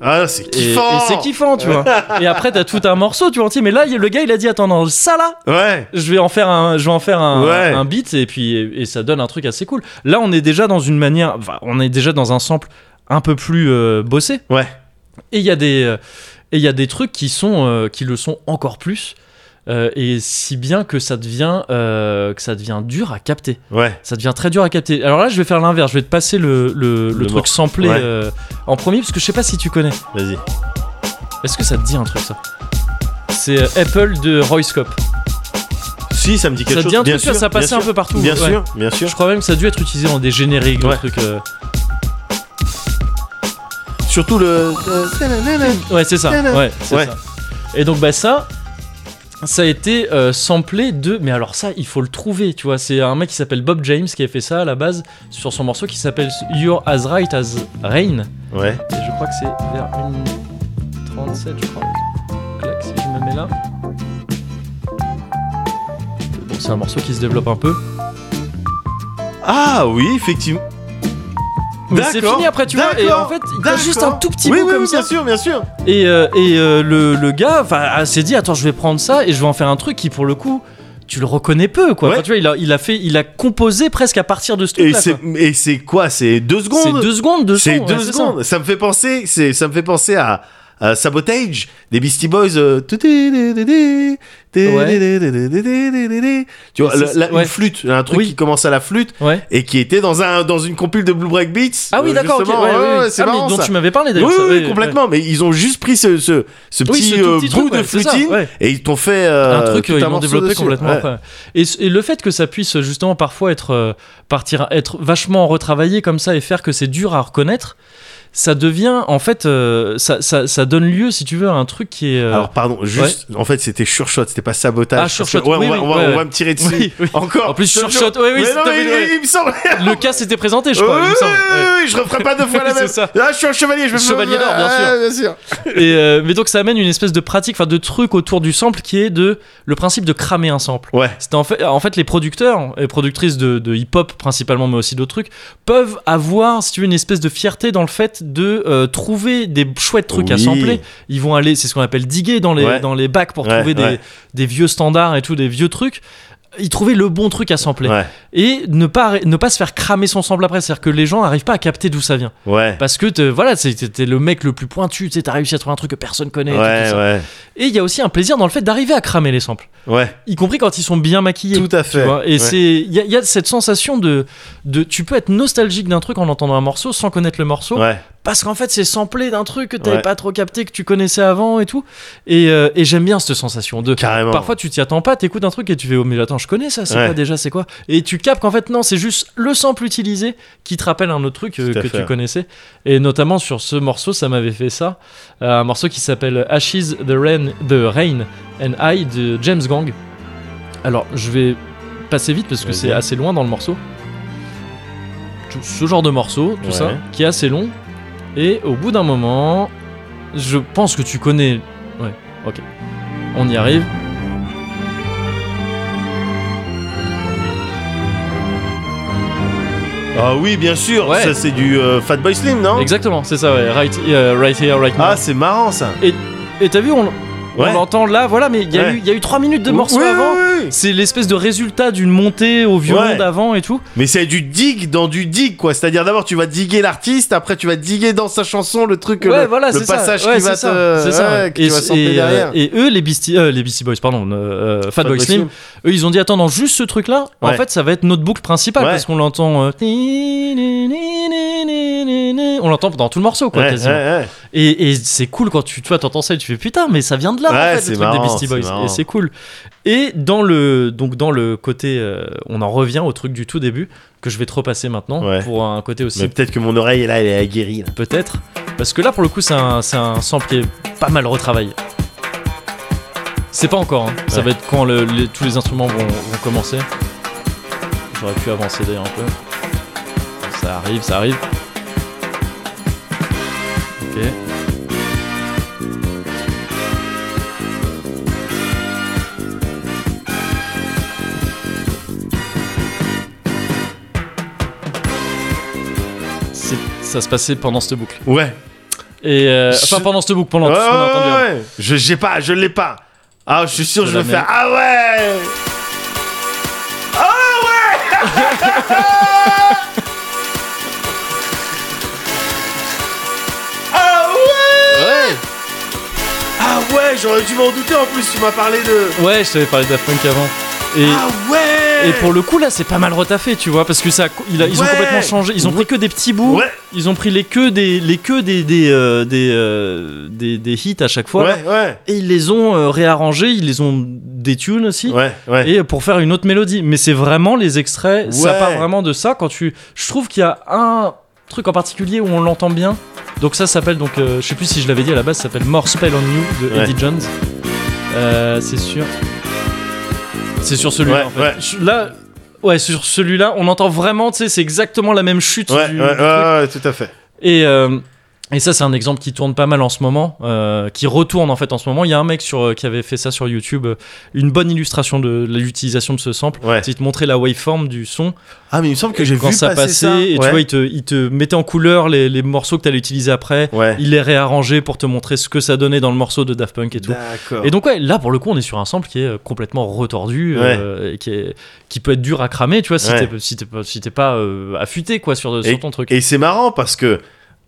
[SPEAKER 2] Ah, c'est
[SPEAKER 1] Et,
[SPEAKER 2] kiffant.
[SPEAKER 1] et c'est kiffant, tu vois. [LAUGHS] et après, t'as tout un morceau, tu vois, entier. Mais là, il y a- le gars, il a dit Attends, non, ça là,
[SPEAKER 2] Ouais.
[SPEAKER 1] je vais en faire un, je vais en faire un,
[SPEAKER 2] Ouais.
[SPEAKER 1] un beat, et puis et, et ça donne un truc assez cool. Là, on est déjà dans une manière, enfin, on est déjà dans un sample un peu plus euh, bossé.
[SPEAKER 2] Ouais.
[SPEAKER 1] Et il y a des, euh, et il y a des trucs qui sont, euh, qui le sont encore plus. euh, et si bien que ça devient, euh, que ça devient dur à capter.
[SPEAKER 2] Ouais.
[SPEAKER 1] Ça devient très dur à capter. Alors là, je vais faire l'inverse. Je vais te passer le, le, le
[SPEAKER 2] Le
[SPEAKER 1] truc
[SPEAKER 2] morceau.
[SPEAKER 1] samplé
[SPEAKER 2] Ouais.
[SPEAKER 1] euh, en premier, parce que je sais pas si tu connais.
[SPEAKER 2] Vas-y.
[SPEAKER 1] Est-ce que ça te dit un truc ça C'est euh, Apple de Roy Scop.
[SPEAKER 2] Si, ça me dit quelque
[SPEAKER 1] Ça te
[SPEAKER 2] chose.
[SPEAKER 1] dit un
[SPEAKER 2] bien
[SPEAKER 1] truc,
[SPEAKER 2] sûr,
[SPEAKER 1] ça, ça passait
[SPEAKER 2] bien
[SPEAKER 1] un
[SPEAKER 2] sûr.
[SPEAKER 1] peu partout.
[SPEAKER 2] Bien
[SPEAKER 1] ouais.
[SPEAKER 2] sûr, bien sûr.
[SPEAKER 1] Je crois même que ça a dû être utilisé en des génériques,
[SPEAKER 2] Ouais.
[SPEAKER 1] des trucs. euh,
[SPEAKER 2] Surtout le
[SPEAKER 1] Ouais, c'est ça. Ouais, c'est
[SPEAKER 2] Ouais.
[SPEAKER 1] ça. Et donc, bah, ça, ça a été euh, samplé de. Mais alors, ça, il faut le trouver, tu vois. C'est un mec qui s'appelle Bob James qui a fait ça à la base sur son morceau qui s'appelle You're As Right as Rain.
[SPEAKER 2] Ouais.
[SPEAKER 1] Et je crois que c'est vers une 37, je crois. Clac, si je me mets là. Bon, c'est un morceau qui se développe un peu.
[SPEAKER 2] Ah oui, effectivement.
[SPEAKER 1] Mais c'est
[SPEAKER 2] D'accord,
[SPEAKER 1] fini après, tu vois. Et
[SPEAKER 2] d'accord,
[SPEAKER 1] en fait, il y a juste un
[SPEAKER 2] d'accord.
[SPEAKER 1] tout petit
[SPEAKER 2] oui,
[SPEAKER 1] bout
[SPEAKER 2] oui,
[SPEAKER 1] comme
[SPEAKER 2] oui,
[SPEAKER 1] ça.
[SPEAKER 2] bien sûr, bien sûr.
[SPEAKER 1] Et, euh, et, euh, le, le gars enfin, a- s'est dit Attends, je vais prendre ça et je vais en faire un truc qui, pour le coup, tu le reconnais peu, quoi.
[SPEAKER 2] Ouais.
[SPEAKER 1] Enfin, tu vois, il a, il, a fait, il a composé presque à partir de ce
[SPEAKER 2] Et
[SPEAKER 1] truc-là.
[SPEAKER 2] c'est
[SPEAKER 1] quoi.
[SPEAKER 2] et c'est quoi C'est deux
[SPEAKER 1] C'est
[SPEAKER 2] secondes.
[SPEAKER 1] deux secondes de son.
[SPEAKER 2] C'est
[SPEAKER 1] ouais,
[SPEAKER 2] deux
[SPEAKER 1] ça.
[SPEAKER 2] secondes. Ça me fait penser, c'est, ça me fait penser à, à Sabotage des Beastie Boys. euh, tu vois,
[SPEAKER 1] C'est-
[SPEAKER 2] la- la-
[SPEAKER 1] ouais.
[SPEAKER 2] une flûte, un truc
[SPEAKER 1] Oui.
[SPEAKER 2] qui commence à la flûte
[SPEAKER 1] Ouais.
[SPEAKER 2] et qui était dans un dans une compile de Blue Break Beats.
[SPEAKER 1] Ah oui,
[SPEAKER 2] euh,
[SPEAKER 1] d'accord, ok.
[SPEAKER 2] justement.
[SPEAKER 1] ouais, ouais,
[SPEAKER 2] Ouais,
[SPEAKER 1] ouais.
[SPEAKER 2] ouais, c'est
[SPEAKER 1] Ah, mais
[SPEAKER 2] marrant
[SPEAKER 1] dont
[SPEAKER 2] ça.
[SPEAKER 1] tu m'avais parlé
[SPEAKER 2] Oui,
[SPEAKER 1] d'ailleurs. ça,
[SPEAKER 2] oui,
[SPEAKER 1] ouais, ouais.
[SPEAKER 2] complètement. Mais ils ont juste pris ce ce, ce
[SPEAKER 1] Oui,
[SPEAKER 2] petit
[SPEAKER 1] ce tout
[SPEAKER 2] euh,
[SPEAKER 1] petit
[SPEAKER 2] bout
[SPEAKER 1] truc,
[SPEAKER 2] de
[SPEAKER 1] ouais, c'est ça,
[SPEAKER 2] flûtine
[SPEAKER 1] ouais.
[SPEAKER 2] et ils t'ont fait euh,
[SPEAKER 1] un truc
[SPEAKER 2] tout
[SPEAKER 1] euh, ils
[SPEAKER 2] un
[SPEAKER 1] l'ont
[SPEAKER 2] morceau
[SPEAKER 1] développé
[SPEAKER 2] dessus.
[SPEAKER 1] complètement
[SPEAKER 2] Ouais.
[SPEAKER 1] après. Et, ce- et le fait que ça puisse justement parfois être euh, partir être vachement retravaillé comme ça et faire que c'est dur à reconnaître ça devient en fait euh, ça, ça, ça donne lieu si tu veux à un truc qui est euh,
[SPEAKER 2] Alors pardon, juste en fait c'était Surshot, c'était pas sabotage.
[SPEAKER 1] Ah,
[SPEAKER 2] parce que-
[SPEAKER 1] Surshot,
[SPEAKER 2] ouais,
[SPEAKER 1] oui,
[SPEAKER 2] on va-
[SPEAKER 1] oui,
[SPEAKER 2] on va-
[SPEAKER 1] ouais,
[SPEAKER 2] on va
[SPEAKER 1] ouais.
[SPEAKER 2] me tirer dessus.
[SPEAKER 1] [LAUGHS] oui, oui.
[SPEAKER 2] Encore.
[SPEAKER 1] En plus,
[SPEAKER 2] Oh, je te
[SPEAKER 1] Surshot,
[SPEAKER 2] jure.
[SPEAKER 1] oui, oui,
[SPEAKER 2] Mais
[SPEAKER 1] c'est-
[SPEAKER 2] non,
[SPEAKER 1] t'as
[SPEAKER 2] mais
[SPEAKER 1] vu, ouais.
[SPEAKER 2] il, il me semble. [LAUGHS]
[SPEAKER 1] le cas s'était présenté je crois il me
[SPEAKER 2] oui,
[SPEAKER 1] semble.
[SPEAKER 2] oui,
[SPEAKER 1] Ouais.
[SPEAKER 2] oui, je referai pas deux fois la [LAUGHS]
[SPEAKER 1] C'est
[SPEAKER 2] même.
[SPEAKER 1] ça.
[SPEAKER 2] Là, je suis un chevalier, je vais
[SPEAKER 1] Chevalier d'or, bien sûr.
[SPEAKER 2] Ouais, bien sûr.
[SPEAKER 1] Et, euh, mais donc ça amène une espèce de pratique enfin de truc autour du sample qui est de le principe de cramer un sample
[SPEAKER 2] Ouais.
[SPEAKER 1] C'était en fait, en fait, les producteurs et productrices de, de hip-hop principalement, mais aussi d'autres trucs, peuvent avoir, si tu veux, une espèce de fierté dans le fait de euh, trouver des chouettes trucs à
[SPEAKER 2] Oui.
[SPEAKER 1] sampler. Ils vont aller, c'est ce qu'on appelle diguer dans les,
[SPEAKER 2] Ouais.
[SPEAKER 1] dans les bacs pour
[SPEAKER 2] Ouais,
[SPEAKER 1] trouver des,
[SPEAKER 2] ouais.
[SPEAKER 1] des vieux standards et tout, des vieux trucs. Ils trouvaient le bon truc à sampler.
[SPEAKER 2] Ouais.
[SPEAKER 1] Et ne pas, arrê- ne pas se faire cramer son sample après. C'est-à-dire que les gens n'arrivent pas à capter d'où ça vient.
[SPEAKER 2] Ouais.
[SPEAKER 1] Parce que t'es- voilà, c'est- t'es t'es le mec le plus pointu, tu sais, t'as réussi à trouver un truc que personne connaît. et tout, tout
[SPEAKER 2] Ouais,
[SPEAKER 1] ça.
[SPEAKER 2] ouais.
[SPEAKER 1] Et il y a aussi un plaisir dans le fait d'arriver à cramer les samples.
[SPEAKER 2] Ouais.
[SPEAKER 1] Y compris quand ils sont bien maquillés.
[SPEAKER 2] Tout à
[SPEAKER 1] Tu
[SPEAKER 2] fait.
[SPEAKER 1] vois, et
[SPEAKER 2] Ouais.
[SPEAKER 1] c'est il y, a- il y a cette sensation de, de tu peux être nostalgique d'un truc en entendant un morceau sans connaître le morceau
[SPEAKER 2] Ouais.
[SPEAKER 1] parce qu'en fait c'est samplé d'un truc que t'avais
[SPEAKER 2] Ouais.
[SPEAKER 1] pas trop capté que tu connaissais avant et tout et, euh, et j'aime bien cette sensation de
[SPEAKER 2] Carrément.
[SPEAKER 1] parfois tu t'y attends pas t'écoutes un truc et tu fais oh mais attends je connais ça c'est
[SPEAKER 2] Ouais.
[SPEAKER 1] quoi déjà c'est quoi et tu capes qu'en fait non c'est juste le sample utilisé qui te rappelle un autre truc euh,
[SPEAKER 2] Tout à
[SPEAKER 1] que
[SPEAKER 2] fait.
[SPEAKER 1] tu connaissais et notamment sur ce morceau ça m'avait fait ça Euh, un morceau qui s'appelle Ashes the Rain the Rain and I de James Gang alors je vais passer vite parce que
[SPEAKER 2] Vas-y.
[SPEAKER 1] c'est assez loin dans le morceau. Tout ce genre de morceau, tout ça,
[SPEAKER 2] Ouais.
[SPEAKER 1] qui est assez long. Et au bout d'un moment, je pense que tu connais. Ouais, ok. On y arrive.
[SPEAKER 2] Ah oui, bien sûr,
[SPEAKER 1] Ouais.
[SPEAKER 2] ça c'est du euh, Fatboy Slim, non
[SPEAKER 1] Exactement, c'est ça, ouais. Right, euh, right here, right now.
[SPEAKER 2] Ah, c'est marrant ça.
[SPEAKER 1] Et t'as vu, on, on
[SPEAKER 2] Ouais.
[SPEAKER 1] l'entend là, voilà, mais il y, a
[SPEAKER 2] Ouais.
[SPEAKER 1] eu- il y a eu 3 minutes de morceau
[SPEAKER 2] Oui, oui,
[SPEAKER 1] avant.
[SPEAKER 2] oui.
[SPEAKER 1] C'est l'espèce de résultat d'une montée au violon
[SPEAKER 2] Ouais.
[SPEAKER 1] d'avant et tout.
[SPEAKER 2] Mais c'est du dig dans du dig, quoi. C'est-à-dire d'abord tu vas diguer l'artiste, après tu vas diguer dans sa chanson le truc,
[SPEAKER 1] ouais,
[SPEAKER 2] le,
[SPEAKER 1] voilà,
[SPEAKER 2] le
[SPEAKER 1] c'est ça.
[SPEAKER 2] passage
[SPEAKER 1] Ouais,
[SPEAKER 2] qui
[SPEAKER 1] c'est
[SPEAKER 2] va
[SPEAKER 1] ça.
[SPEAKER 2] te,
[SPEAKER 1] C'est ça.
[SPEAKER 2] ouais, que tu vas
[SPEAKER 1] c-
[SPEAKER 2] sentir
[SPEAKER 1] euh,
[SPEAKER 2] derrière.
[SPEAKER 1] et eux, les Beastie, euh, les Beastie Boys, pardon, euh, euh, Fatboy Slim, eux, ils ont dit attends, dans juste ce truc-là, en
[SPEAKER 2] Ouais.
[SPEAKER 1] fait, ça va être notre boucle principale
[SPEAKER 2] Ouais.
[SPEAKER 1] parce qu'on l'entend. euh, on l'entend dans tout le morceau, quoi,
[SPEAKER 2] Ouais,
[SPEAKER 1] quasiment.
[SPEAKER 2] ouais, ouais.
[SPEAKER 1] Et, et c'est cool quand tu toi t'entends ça et tu fais putain mais ça vient de là
[SPEAKER 2] Ouais,
[SPEAKER 1] en fait,
[SPEAKER 2] c'est
[SPEAKER 1] le truc
[SPEAKER 2] marrant,
[SPEAKER 1] des Beastie
[SPEAKER 2] c'est
[SPEAKER 1] Boys
[SPEAKER 2] marrant.
[SPEAKER 1] et c'est cool. Et dans le donc dans le côté euh, on en revient au truc du tout début que je vais te repasser maintenant
[SPEAKER 2] Ouais.
[SPEAKER 1] pour un côté aussi
[SPEAKER 2] Mais peut-être que mon oreille là, elle est aguerrie. Là.
[SPEAKER 1] peut-être parce que là pour le coup c'est un c'est un sample qui est pas mal retravaillé. C'est pas encore hein. ça
[SPEAKER 2] Ouais.
[SPEAKER 1] va être quand le- les- tous les instruments vont, vont commencer. J'aurais pu avancer d'ailleurs un peu. Ça arrive ça arrive. Ok. C'est- Ça se passait pendant cette boucle.
[SPEAKER 2] Ouais.
[SPEAKER 1] Et euh, enfin
[SPEAKER 2] Je-
[SPEAKER 1] pendant cette boucle, pendant
[SPEAKER 2] ouais,
[SPEAKER 1] tout ce qu'on a entendu.
[SPEAKER 2] ouais,
[SPEAKER 1] avant.
[SPEAKER 2] ouais. Je j'ai pas, je l'ai pas. Ah, je suis sûr
[SPEAKER 1] Je
[SPEAKER 2] je vais
[SPEAKER 1] la
[SPEAKER 2] faire. Ah ouais. [LAUGHS] Ah ouais. Ah ouais, j'aurais dû m'en douter en plus, tu m'as parlé de.
[SPEAKER 1] ouais. Ouais, je t'avais parlé de Daft Punk avant. Et,
[SPEAKER 2] ah ouais
[SPEAKER 1] et pour le coup là, c'est pas mal retaffé, tu vois, parce que ça, il a- ils ont
[SPEAKER 2] Ouais.
[SPEAKER 1] complètement changé. Ils ont pris que des petits bouts.
[SPEAKER 2] Ouais,
[SPEAKER 1] Ils ont pris les queues des les queues des des euh, des, euh, des- des hits à chaque fois. là.
[SPEAKER 2] ouais, ouais,
[SPEAKER 1] Et ils les ont euh, réarrangés. Ils les ont des tunes aussi.
[SPEAKER 2] ouais, ouais.
[SPEAKER 1] et euh, pour faire une autre mélodie. Mais c'est vraiment les extraits, ça
[SPEAKER 2] Ouais.
[SPEAKER 1] part vraiment de ça. Quand tu, je trouve qu'il y a un truc en particulier où on l'entend bien. Donc ça s'appelle donc, euh, je sais plus si je l'avais dit à la base, ça s'appelle More Spell on You de
[SPEAKER 2] Ouais.
[SPEAKER 1] Eddie Jones. Euh, c'est sûr. C'est sur celui-là.
[SPEAKER 2] Ouais,
[SPEAKER 1] en fait.
[SPEAKER 2] ouais.
[SPEAKER 1] Je- Là, ouais, sur celui-là, on entend vraiment. Tu sais, c'est exactement la même chute.
[SPEAKER 2] Ouais,
[SPEAKER 1] du-
[SPEAKER 2] ouais,
[SPEAKER 1] du
[SPEAKER 2] ouais,
[SPEAKER 1] truc.
[SPEAKER 2] ouais, tout à fait.
[SPEAKER 1] Et, euh, et ça, c'est un exemple qui tourne pas mal en ce moment, euh, qui retourne en fait en ce moment. Il y a un mec sur, euh, qui avait fait ça sur YouTube, euh, une bonne illustration de l'utilisation de ce sample.
[SPEAKER 2] Ouais.
[SPEAKER 1] C'est il te montrait la waveform du son
[SPEAKER 2] Ah, mais il me semble que j'ai vu
[SPEAKER 1] quand ça
[SPEAKER 2] passer
[SPEAKER 1] passait,
[SPEAKER 2] ça.
[SPEAKER 1] et
[SPEAKER 2] ouais.
[SPEAKER 1] tu vois, il te, il te mettait en couleur les, les morceaux que t'allais utiliser après.
[SPEAKER 2] Ouais.
[SPEAKER 1] Il les réarrangeait pour te montrer ce que ça donnait dans le morceau de Daft Punk et tout.
[SPEAKER 2] D'accord.
[SPEAKER 1] Et donc ouais, là pour le coup, on est sur un sample qui est euh, complètement retordu, euh, et qui, est- qui peut être dur à cramer, tu vois, si
[SPEAKER 2] Ouais.
[SPEAKER 1] t'es si t'es pas, si t'es pas euh, affûté quoi sur, sur ton truc.
[SPEAKER 2] Et c'est marrant parce que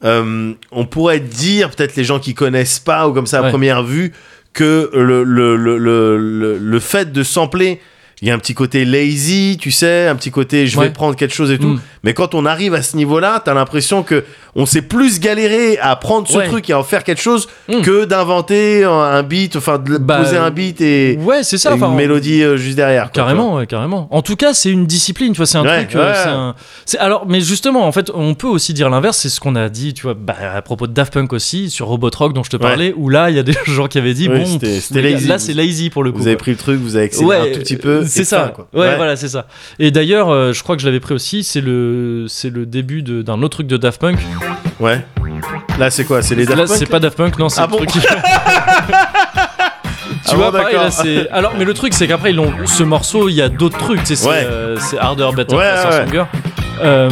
[SPEAKER 2] euh, on pourrait dire, peut-être les gens qui connaissent pas ou comme ça à
[SPEAKER 1] Ouais.
[SPEAKER 2] première vue, que le, le, le, le, le- le fait de sampler, il y a un petit côté lazy, tu sais, un petit côté je
[SPEAKER 1] Ouais.
[SPEAKER 2] vais prendre quelque chose et tout.
[SPEAKER 1] Mm.
[SPEAKER 2] Mais quand on arrive à ce niveau-là, t'as l'impression que on s'est plus galéré à prendre ce
[SPEAKER 1] Ouais.
[SPEAKER 2] truc et à en faire quelque chose
[SPEAKER 1] Mm.
[SPEAKER 2] que d'inventer un- un beat, enfin de
[SPEAKER 1] Bah,
[SPEAKER 2] poser un beat et,
[SPEAKER 1] Ouais, c'est ça.
[SPEAKER 2] et une
[SPEAKER 1] enfin,
[SPEAKER 2] mélodie euh, juste derrière. quoi,
[SPEAKER 1] Carrément, ouais, carrément. En tout cas, c'est une discipline, tu vois, c'est un
[SPEAKER 2] Ouais,
[SPEAKER 1] truc. euh,
[SPEAKER 2] ouais.
[SPEAKER 1] c'est un- c'est- alors, mais justement, en fait, on peut aussi dire l'inverse. C'est ce qu'on a dit, tu vois, bah, à propos de Daft Punk aussi sur Robot Rock dont je te
[SPEAKER 2] Ouais.
[SPEAKER 1] parlais, où là, il y a des [LAUGHS] gens qui avaient dit,
[SPEAKER 2] tu vois. Oui,
[SPEAKER 1] bon,
[SPEAKER 2] c'était c'était
[SPEAKER 1] les gars,
[SPEAKER 2] lazy.
[SPEAKER 1] là, c'est lazy pour le coup.
[SPEAKER 2] Vous avez
[SPEAKER 1] quoi. euh,
[SPEAKER 2] pris le truc, vous avez accéléré un tout petit peu.
[SPEAKER 1] c'est
[SPEAKER 2] et
[SPEAKER 1] ça.
[SPEAKER 2] fin, quoi.
[SPEAKER 1] Ouais, voilà, c'est ça. Et d'ailleurs, euh, je crois que je l'avais pris aussi. C'est le, c'est le début de- d'un autre truc de Daft Punk.
[SPEAKER 2] Ouais. Là, c'est quoi C'est les
[SPEAKER 1] là,
[SPEAKER 2] Daft Punk
[SPEAKER 1] c'est pas Daft Punk, non, c'est
[SPEAKER 2] Ah
[SPEAKER 1] le
[SPEAKER 2] bon [LAUGHS]
[SPEAKER 1] truc. qui- tu
[SPEAKER 2] Ah
[SPEAKER 1] vois,
[SPEAKER 2] bon,
[SPEAKER 1] pareil,
[SPEAKER 2] d'accord.
[SPEAKER 1] là, c'est. Alors, mais le truc, c'est qu'après, ils l'ont. Ce morceau, il y a d'autres trucs. Tu sais, c'est
[SPEAKER 2] Ouais.
[SPEAKER 1] euh, c'est Harder, Better,
[SPEAKER 2] Ouais,
[SPEAKER 1] Faster,
[SPEAKER 2] ouais, ouais.
[SPEAKER 1] Stronger. Euh,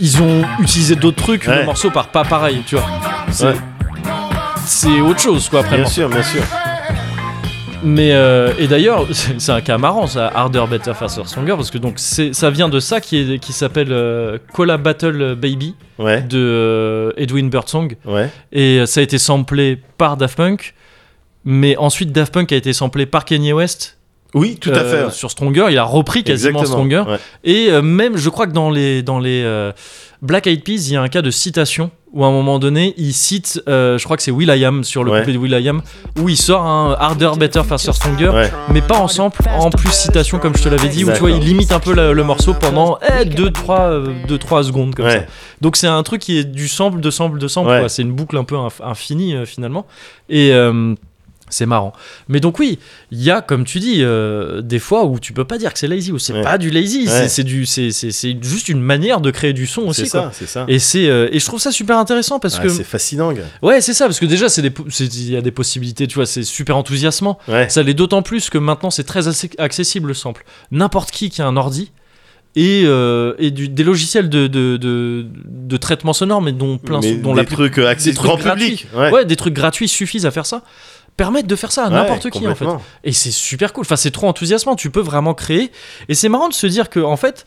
[SPEAKER 1] ils ont utilisé d'autres trucs. Le
[SPEAKER 2] Ouais.
[SPEAKER 1] morceau part pas pareil, tu vois. C'est
[SPEAKER 2] Ouais.
[SPEAKER 1] c'est autre chose, quoi, après. le
[SPEAKER 2] Bien
[SPEAKER 1] morceau.
[SPEAKER 2] sûr, bien sûr.
[SPEAKER 1] Mais euh, et d'ailleurs, [LAUGHS] c'est c'est un cas marrant ça, Harder, Better, Faster, Stronger, parce que donc c'est ça vient de ça qui est qui s'appelle euh, Cola Battle Baby
[SPEAKER 2] Ouais,
[SPEAKER 1] de euh, Edwin Birdsong
[SPEAKER 2] ouais.
[SPEAKER 1] et euh, ça a été samplé par Daft Punk, mais ensuite Daft Punk a été samplé par Kanye West
[SPEAKER 2] Oui, tout à
[SPEAKER 1] euh,
[SPEAKER 2] fait. ouais.
[SPEAKER 1] sur Stronger, il a repris quasiment
[SPEAKER 2] Exactement.
[SPEAKER 1] Stronger
[SPEAKER 2] Ouais.
[SPEAKER 1] et euh, même je crois que dans les dans les euh, Black Eyed Peas, il y a un cas de citation où à un moment donné, il cite, euh, je crois que c'est Will I Am sur le
[SPEAKER 2] Ouais.
[SPEAKER 1] couplet de Will I Am, où il sort un Harder, Better, Faster, Stronger
[SPEAKER 2] Ouais.
[SPEAKER 1] mais pas en sample, en plus citation comme je te l'avais dit, où tu vois,
[SPEAKER 2] D'accord.
[SPEAKER 1] il limite un peu la- le morceau pendant eh, 2-3 euh, secondes comme ça.
[SPEAKER 2] Ouais.
[SPEAKER 1] Donc c'est un truc qui est du sample, de sample, de sample,
[SPEAKER 2] Ouais.
[SPEAKER 1] quoi. c'est une boucle un peu inf- infinie euh, finalement. Et, euh, C'est marrant. Mais donc oui, il y a, comme tu dis, euh, des fois où tu peux pas dire que c'est lazy ou c'est
[SPEAKER 2] Ouais.
[SPEAKER 1] pas du lazy, c'est-
[SPEAKER 2] Ouais.
[SPEAKER 1] c'est du, c'est c'est- c'est juste une manière de créer du son
[SPEAKER 2] C'est
[SPEAKER 1] aussi. Quoi.
[SPEAKER 2] ça, c'est ça.
[SPEAKER 1] Et c'est euh, et je trouve ça super intéressant parce
[SPEAKER 2] Ah,
[SPEAKER 1] que
[SPEAKER 2] C'est fascinant, gars.
[SPEAKER 1] ouais c'est ça parce que déjà c'est des po- c'est- il y a des possibilités tu vois c'est super enthousiasmant.
[SPEAKER 2] Ouais.
[SPEAKER 1] Ça l'est d'autant plus que maintenant c'est très assez- accessible le sample. N'importe qui qui a un ordi et, euh, et du- des logiciels de, de, de, de traitement sonore mais dont plein
[SPEAKER 2] Mais
[SPEAKER 1] dont
[SPEAKER 2] des
[SPEAKER 1] la plus-
[SPEAKER 2] trucs euh, accès
[SPEAKER 1] des trucs
[SPEAKER 2] grand
[SPEAKER 1] gratuits.
[SPEAKER 2] public. Ouais.
[SPEAKER 1] ouais des trucs gratuits suffisent à faire ça permettent de faire ça à
[SPEAKER 2] Ouais,
[SPEAKER 1] n'importe qui en fait.
[SPEAKER 2] complètement.
[SPEAKER 1] Et c'est super cool. Enfin, c'est trop enthousiasmant. Tu peux vraiment créer. Et c'est marrant de se dire que, en fait,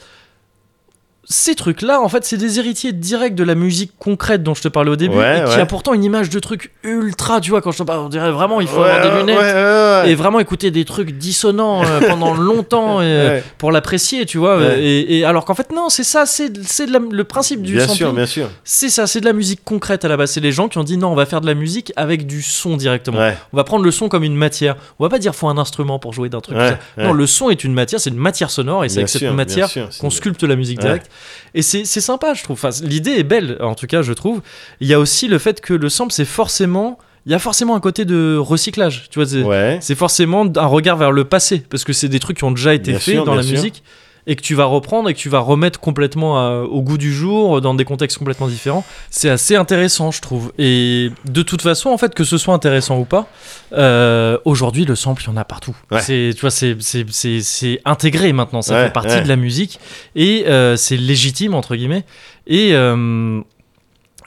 [SPEAKER 1] ces trucs-là, en fait, c'est des héritiers directs de la musique concrète dont je te parlais au début.
[SPEAKER 2] Ouais,
[SPEAKER 1] et qui
[SPEAKER 2] ouais.
[SPEAKER 1] a pourtant une image de truc ultra, tu vois, quand je te parle, on dirait vraiment, il faut
[SPEAKER 2] Ouais,
[SPEAKER 1] avoir des
[SPEAKER 2] ouais,
[SPEAKER 1] lunettes.
[SPEAKER 2] ouais, ouais, ouais.
[SPEAKER 1] Et vraiment écouter des trucs dissonants euh,
[SPEAKER 2] [LAUGHS]
[SPEAKER 1] pendant longtemps et, euh,
[SPEAKER 2] Ouais.
[SPEAKER 1] pour l'apprécier, tu vois. euh,
[SPEAKER 2] Ouais.
[SPEAKER 1] Et, et alors qu'en fait, non, c'est ça, c'est c'est de la- le principe du
[SPEAKER 2] Bien
[SPEAKER 1] sampling.
[SPEAKER 2] sûr, bien sûr.
[SPEAKER 1] C'est ça, c'est de la musique concrète à la base. C'est les gens qui ont dit non, on va faire de la musique avec du son directement.
[SPEAKER 2] Ouais.
[SPEAKER 1] On va prendre le son comme une matière. On va pas dire faut un instrument pour jouer d'un truc.
[SPEAKER 2] Ouais,
[SPEAKER 1] tout ça. Non,
[SPEAKER 2] ouais.
[SPEAKER 1] le son est une matière, c'est une matière sonore et c'est
[SPEAKER 2] Bien
[SPEAKER 1] avec cette
[SPEAKER 2] sûr, bien
[SPEAKER 1] matière
[SPEAKER 2] sûr, c'est
[SPEAKER 1] qu'on
[SPEAKER 2] une-
[SPEAKER 1] sculpte la musique
[SPEAKER 2] Ouais.
[SPEAKER 1] directe. Et c'est c'est sympa, je trouve. Enfin, L'idée est belle, en tout cas, je trouve. Il y a aussi le fait que le sample, c'est forcément. Il y a forcément un côté de recyclage. Tu vois, c'est
[SPEAKER 2] Ouais.
[SPEAKER 1] c'est forcément un regard vers le passé parce que c'est des trucs qui ont déjà été
[SPEAKER 2] Bien
[SPEAKER 1] faits
[SPEAKER 2] sûr,
[SPEAKER 1] dans
[SPEAKER 2] bien
[SPEAKER 1] la
[SPEAKER 2] sûr.
[SPEAKER 1] musique et que tu vas reprendre et que tu vas remettre complètement à- au goût du jour dans des contextes complètement différents c'est assez intéressant je trouve et de toute façon en fait que ce soit intéressant ou pas euh, aujourd'hui le sample il y en a partout
[SPEAKER 2] Ouais.
[SPEAKER 1] c'est tu vois c'est c'est- c'est- c'est intégré maintenant ça
[SPEAKER 2] Ouais,
[SPEAKER 1] fait partie
[SPEAKER 2] ouais.
[SPEAKER 1] de la musique et euh, c'est légitime entre guillemets et euh,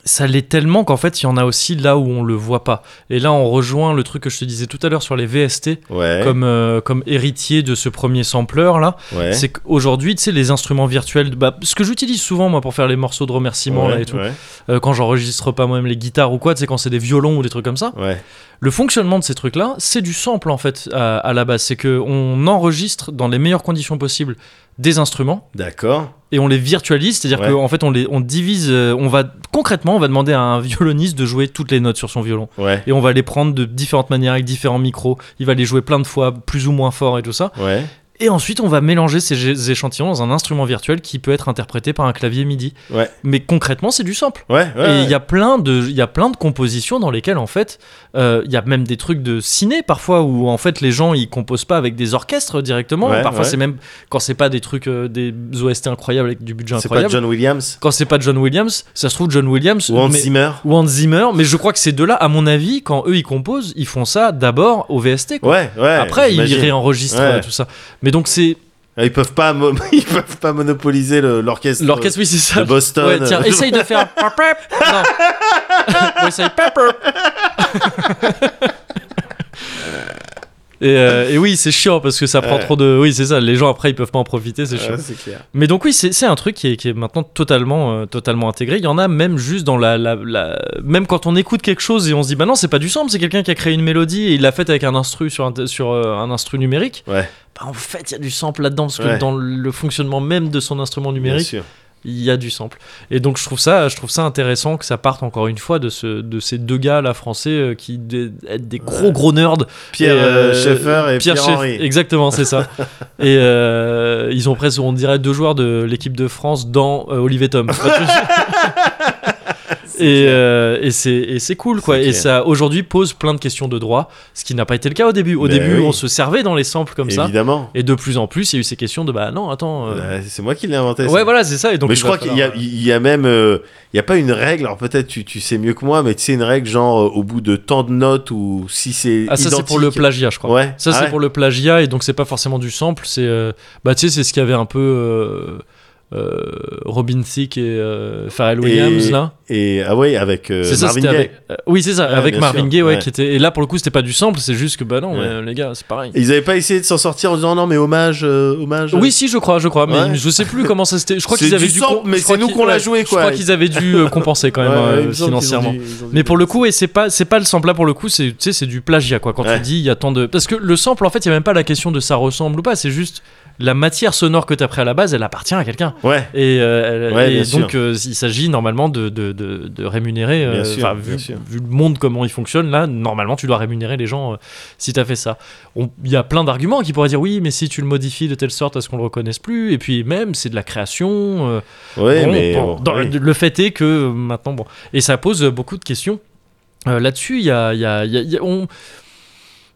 [SPEAKER 1] ça l'est tellement qu'en fait il y en a aussi là où on le voit pas et là on rejoint le truc que je te disais tout à l'heure sur les VST
[SPEAKER 2] Ouais.
[SPEAKER 1] comme, euh, comme héritier de ce premier sampler là
[SPEAKER 2] ouais.
[SPEAKER 1] c'est qu'aujourd'hui tu sais les instruments virtuels bah, ce que j'utilise souvent moi pour faire les morceaux de remerciement là
[SPEAKER 2] Ouais,
[SPEAKER 1] et tout
[SPEAKER 2] Ouais.
[SPEAKER 1] euh, quand j'enregistre pas moi-même les guitares ou quoi tu sais quand c'est des violons ou des trucs comme ça
[SPEAKER 2] ouais.
[SPEAKER 1] le fonctionnement de ces trucs là c'est du sample en fait à, à la base c'est que on enregistre dans les meilleures conditions possibles des instruments
[SPEAKER 2] D'accord.
[SPEAKER 1] et on les virtualise, c'est-à-dire
[SPEAKER 2] Ouais.
[SPEAKER 1] qu'en fait on les on divise, euh, on va concrètement on va demander à un violoniste de jouer toutes les notes sur son violon
[SPEAKER 2] Ouais.
[SPEAKER 1] et on va les prendre de différentes manières avec différents micros, il va les jouer plein de fois, plus ou moins fort et tout ça,
[SPEAKER 2] Ouais.
[SPEAKER 1] et ensuite on va mélanger ces gé- échantillons dans un instrument virtuel qui peut être interprété par un clavier MIDI.
[SPEAKER 2] Ouais.
[SPEAKER 1] Mais concrètement c'est du sample.
[SPEAKER 2] Ouais. ouais,
[SPEAKER 1] Et
[SPEAKER 2] ouais.
[SPEAKER 1] il y a plein de, il y a plein de compositions dans lesquelles en fait, euh, il y a même des trucs de ciné parfois où en fait les gens ils composent pas avec des orchestres directement.
[SPEAKER 2] Ouais,
[SPEAKER 1] parfois
[SPEAKER 2] ouais.
[SPEAKER 1] c'est même quand c'est pas des trucs euh, des OST incroyables avec du budget
[SPEAKER 2] C'est pas
[SPEAKER 1] incroyable.
[SPEAKER 2] John Williams
[SPEAKER 1] Quand c'est pas John Williams, ça se trouve John Williams
[SPEAKER 2] ou Hans
[SPEAKER 1] mais-
[SPEAKER 2] Zimmer.
[SPEAKER 1] ou Hans Zimmer, mais je crois que ces deux-là, à mon avis, quand eux ils composent, ils font ça d'abord au VST. quoi.
[SPEAKER 2] Ouais, ouais.
[SPEAKER 1] Après ils
[SPEAKER 2] j'imagine.
[SPEAKER 1] réenregistrent
[SPEAKER 2] Ouais.
[SPEAKER 1] euh, tout ça. Mais donc c'est
[SPEAKER 2] Ils peuvent pas, mo- [LAUGHS] ils peuvent pas monopoliser le- l'orchestre.
[SPEAKER 1] l'orchestre, oui c'est ça.
[SPEAKER 2] de Boston.
[SPEAKER 1] Ouais, tiens,
[SPEAKER 2] [LAUGHS]
[SPEAKER 1] essaye de [LAUGHS] faire. un pep. Non. Bon, essaye pepper. [LAUGHS] Et, euh, et oui, c'est chiant parce que ça prend
[SPEAKER 2] Ouais.
[SPEAKER 1] trop de. Oui, c'est ça. Les gens après, ils peuvent pas en profiter, c'est chiant.
[SPEAKER 2] Ouais, c'est clair.
[SPEAKER 1] Mais donc oui, c'est c'est un truc qui est, qui est maintenant totalement, euh, totalement intégré. Il y en a même juste dans la, la- la- même quand on écoute quelque chose et on se dit bah non, c'est pas du sample, c'est quelqu'un qui a créé une mélodie et il l'a faite avec un instru sur un, sur euh, un instru numérique.
[SPEAKER 2] Ouais.
[SPEAKER 1] Bah en fait, il y a du sample là-dedans parce que
[SPEAKER 2] Ouais.
[SPEAKER 1] dans le fonctionnement même de son instrument
[SPEAKER 2] Bien
[SPEAKER 1] numérique,
[SPEAKER 2] sûr.
[SPEAKER 1] il y a du sample. Et donc je trouve ça, je trouve ça intéressant que ça parte encore une fois de, ce, de ces deux gars là français euh, qui dé- être des gros gros nerds.
[SPEAKER 2] Pierre
[SPEAKER 1] Et, euh,
[SPEAKER 2] euh, Schaeffer et Pierre,
[SPEAKER 1] Schaeffer-
[SPEAKER 2] Henry.
[SPEAKER 1] exactement, c'est
[SPEAKER 2] [LAUGHS]
[SPEAKER 1] ça. et euh, ils ont presque, on dirait, deux joueurs de l'équipe de France dans euh,
[SPEAKER 2] [LAUGHS]
[SPEAKER 1] Olivetum. et euh, et c'est et c'est cool quoi.
[SPEAKER 2] C'est
[SPEAKER 1] Et
[SPEAKER 2] clair.
[SPEAKER 1] ça aujourd'hui pose plein de questions de droit, ce qui n'a pas été le cas au début. Au
[SPEAKER 2] Mais
[SPEAKER 1] début,
[SPEAKER 2] Ben oui.
[SPEAKER 1] on se servait dans les samples comme ça.
[SPEAKER 2] Évidemment.
[SPEAKER 1] Et de plus en plus, il y a eu ces questions de bah non, attends. euh,
[SPEAKER 2] Euh, C'est moi qui l'ai inventé. ça.
[SPEAKER 1] Ouais, voilà, c'est ça. Et donc,
[SPEAKER 2] mais
[SPEAKER 1] il
[SPEAKER 2] je
[SPEAKER 1] va
[SPEAKER 2] crois qu'il y, a-
[SPEAKER 1] falloir-
[SPEAKER 2] il y a même, euh, il y a pas une règle. Alors peut-être tu, tu sais mieux que moi, mais tu sais une règle genre euh, au bout de tant de notes ou si c'est
[SPEAKER 1] Ah, ça, c'est pour le
[SPEAKER 2] identique.
[SPEAKER 1] plagiat, je crois.
[SPEAKER 2] Ouais.
[SPEAKER 1] Ça,
[SPEAKER 2] Ah
[SPEAKER 1] c'est
[SPEAKER 2] ouais.
[SPEAKER 1] pour le plagiat, et donc c'est pas forcément du sample, c'est. euh, bah, tu sais, c'est ce qu'il y avait un peu. euh, euh, Robin Thicke et euh, Pharrell Williams,
[SPEAKER 2] Et-
[SPEAKER 1] là.
[SPEAKER 2] Et ah ouais, avec euh,
[SPEAKER 1] c'est ça,
[SPEAKER 2] Marvin
[SPEAKER 1] c'était
[SPEAKER 2] Gaye.
[SPEAKER 1] avec. euh, oui, c'est ça,
[SPEAKER 2] Ouais,
[SPEAKER 1] avec
[SPEAKER 2] bien
[SPEAKER 1] Marvin
[SPEAKER 2] sûr,
[SPEAKER 1] Gaye, ouais,
[SPEAKER 2] ouais.
[SPEAKER 1] qui était. Et là, pour le coup, c'était pas du sample, c'est juste que, bah non,
[SPEAKER 2] Ouais.
[SPEAKER 1] euh, les gars, c'est pareil.
[SPEAKER 2] Et Ils avaient pas essayé de s'en sortir en disant non mais hommage, euh, hommage.
[SPEAKER 1] Oui, si, je crois, je crois, mais
[SPEAKER 2] Ouais.
[SPEAKER 1] je sais plus comment
[SPEAKER 2] [LAUGHS]
[SPEAKER 1] ça c'était. Je crois
[SPEAKER 2] C'est
[SPEAKER 1] qu'ils avaient
[SPEAKER 2] du
[SPEAKER 1] dû.
[SPEAKER 2] sample,
[SPEAKER 1] com-
[SPEAKER 2] mais
[SPEAKER 1] je crois
[SPEAKER 2] c'est nous
[SPEAKER 1] qu'ils-
[SPEAKER 2] qu'on l'a
[SPEAKER 1] ouais,
[SPEAKER 2] joué,
[SPEAKER 1] Je
[SPEAKER 2] quoi.
[SPEAKER 1] crois qu'ils avaient dû euh, compenser quand
[SPEAKER 2] Ouais,
[SPEAKER 1] même
[SPEAKER 2] ouais,
[SPEAKER 1] euh,
[SPEAKER 2] il me semble qu'ils ont
[SPEAKER 1] financièrement.
[SPEAKER 2] dû- ils ont dû-
[SPEAKER 1] Mais pour le coup, et c'est pas c'est pas le sample là pour le coup, c'est tu sais c'est du plagiat quoi. Quand
[SPEAKER 2] Ouais.
[SPEAKER 1] tu dis il y a tant de parce que le sample en fait il y a même pas la question de ça ressemble ou pas, c'est juste la matière sonore que t'as pris à la base, elle appartient à quelqu'un.
[SPEAKER 2] Ouais.
[SPEAKER 1] Et, euh,
[SPEAKER 2] Ouais,
[SPEAKER 1] et
[SPEAKER 2] bien sûr.
[SPEAKER 1] donc euh, il s'agit normalement de, de, de, de rémunérer. euh,
[SPEAKER 2] Bien sûr,
[SPEAKER 1] enfin,
[SPEAKER 2] bien
[SPEAKER 1] vu,
[SPEAKER 2] sûr.
[SPEAKER 1] vu le monde comment il fonctionne là, normalement tu dois rémunérer les gens euh, si t'as fait ça. On- Il y a plein d'arguments qui pourraient dire oui, mais si tu le modifies de telle sorte à ce qu'on le reconnaisse plus. Et puis même c'est de la création. euh,
[SPEAKER 2] Ouais,
[SPEAKER 1] Bon,
[SPEAKER 2] mais
[SPEAKER 1] bon,
[SPEAKER 2] bon,
[SPEAKER 1] dans-
[SPEAKER 2] oui.
[SPEAKER 1] Le fait est que euh, maintenant, bon, et ça pose euh, beaucoup de questions. Euh, Là-dessus, il y a, il y a- il y a- il y a- on,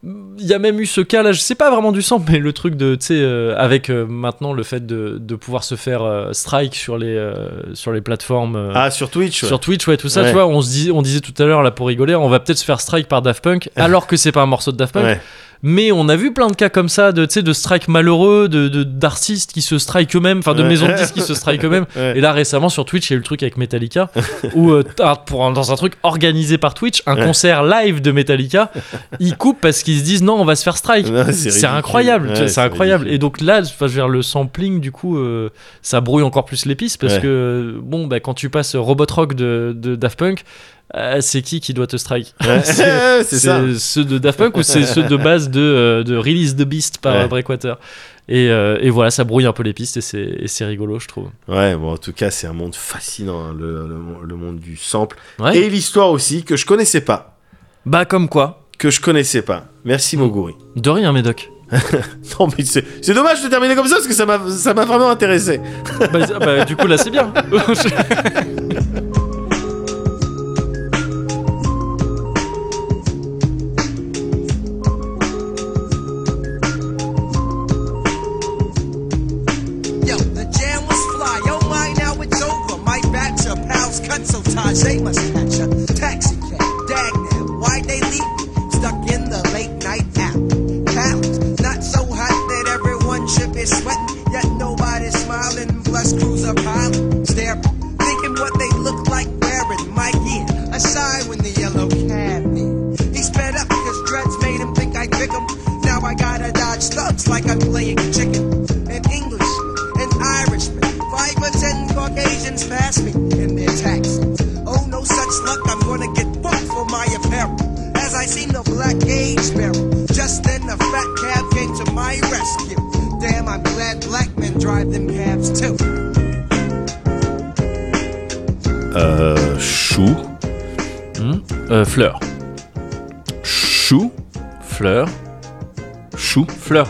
[SPEAKER 1] Il y a même eu ce cas là, je sais pas vraiment du sang, [LAUGHS] mais le truc de, tu sais, euh, avec euh, maintenant le fait de, de pouvoir se faire euh, strike sur les, euh, sur les plateformes. euh,
[SPEAKER 2] Ah, sur Twitch ouais.
[SPEAKER 1] Sur Twitch, ouais, tout ça,
[SPEAKER 2] Ouais.
[SPEAKER 1] tu vois, on, se dis- on disait tout à l'heure, là, pour rigoler, on va peut-être se faire strike par Daft
[SPEAKER 2] [LAUGHS]
[SPEAKER 1] Punk, alors que c'est pas un morceau de Daft Punk.
[SPEAKER 2] Ouais.
[SPEAKER 1] Mais on a vu plein de cas comme ça, de, tu sais, de strike malheureux, de, de- d'artistes qui se strike eux-mêmes, enfin, de
[SPEAKER 2] Ouais. [LAUGHS]
[SPEAKER 1] maisons de disques qui se strike eux-mêmes.
[SPEAKER 2] Ouais.
[SPEAKER 1] [LAUGHS] Et là, récemment, sur Twitch, il y a eu le truc avec
[SPEAKER 2] [LAUGHS]
[SPEAKER 1] Metallica, où euh, t'as- pour un- dans un truc organisé par Twitch, un
[SPEAKER 2] Ouais.
[SPEAKER 1] concert live de Metallica, ils coupent parce qu'ils se disent non, on va se faire strike.
[SPEAKER 2] Non,
[SPEAKER 1] C'est
[SPEAKER 2] ridicule.
[SPEAKER 1] incroyable, tu
[SPEAKER 2] Ouais,
[SPEAKER 1] vois, c'est incroyable.
[SPEAKER 2] ridicule.
[SPEAKER 1] Et donc là, enfin, je veux dire, le sampling, du coup, euh, ça brouille encore plus les pistes parce
[SPEAKER 2] Ouais.
[SPEAKER 1] que, bon, bah, quand tu passes Robot Rock de, de Daft Punk, euh, c'est qui qui doit te strike
[SPEAKER 2] Ouais, Ah, c'est ça.
[SPEAKER 1] ceux de Daft Punk ou c'est ceux de base de, euh, de Release the Beast par
[SPEAKER 2] Ouais.
[SPEAKER 1] euh, Breakwater et, euh, et voilà, ça brouille un peu les pistes et c'est et c'est rigolo, je trouve.
[SPEAKER 2] Ouais, bon, en tout cas, c'est un monde fascinant, hein, le, le- le monde du sample.
[SPEAKER 1] Ouais.
[SPEAKER 2] Et l'histoire aussi, que je connaissais pas.
[SPEAKER 1] Bah, comme quoi.
[SPEAKER 2] Que je connaissais pas. Merci,
[SPEAKER 1] Mm.
[SPEAKER 2] Moguri. [LAUGHS]
[SPEAKER 1] De rien, Médoc.
[SPEAKER 2] Non, mais c'est c'est dommage de terminer comme ça, parce que ça m'a ça m'a vraiment intéressé.
[SPEAKER 1] bah, bah, du coup, là, c'est bien.
[SPEAKER 4] Yo, the jam was fly. Oh my, now it's over. My batch your pals cut so Tajay must catch ya. Taxi cab, dag now. Why'd they leave me? Stuck in the late night app. Pounds, not so hot that everyone should be sweating. Yet nobody's smiling. Plus crews are piling. Staring, thinking what they look like wearing. My gear, aside when the yellow cab near. He sped up because dreads made him think I'd pick him. Now I gotta dodge thugs like I'm playing chicken. An Englishman, an Irishman, five or ten Caucasians pass me in their taxi. Oh, no such luck, I'm gonna get booked for my apparel. As I seen the black gauge barrel, just then a fat cab came to my rescue. Damn, I'm glad black men drive them cabs too.
[SPEAKER 2] Euh, chou.
[SPEAKER 1] Euh, fleur.
[SPEAKER 2] Chou.
[SPEAKER 1] Fleur.
[SPEAKER 2] Chou.
[SPEAKER 1] Fleur.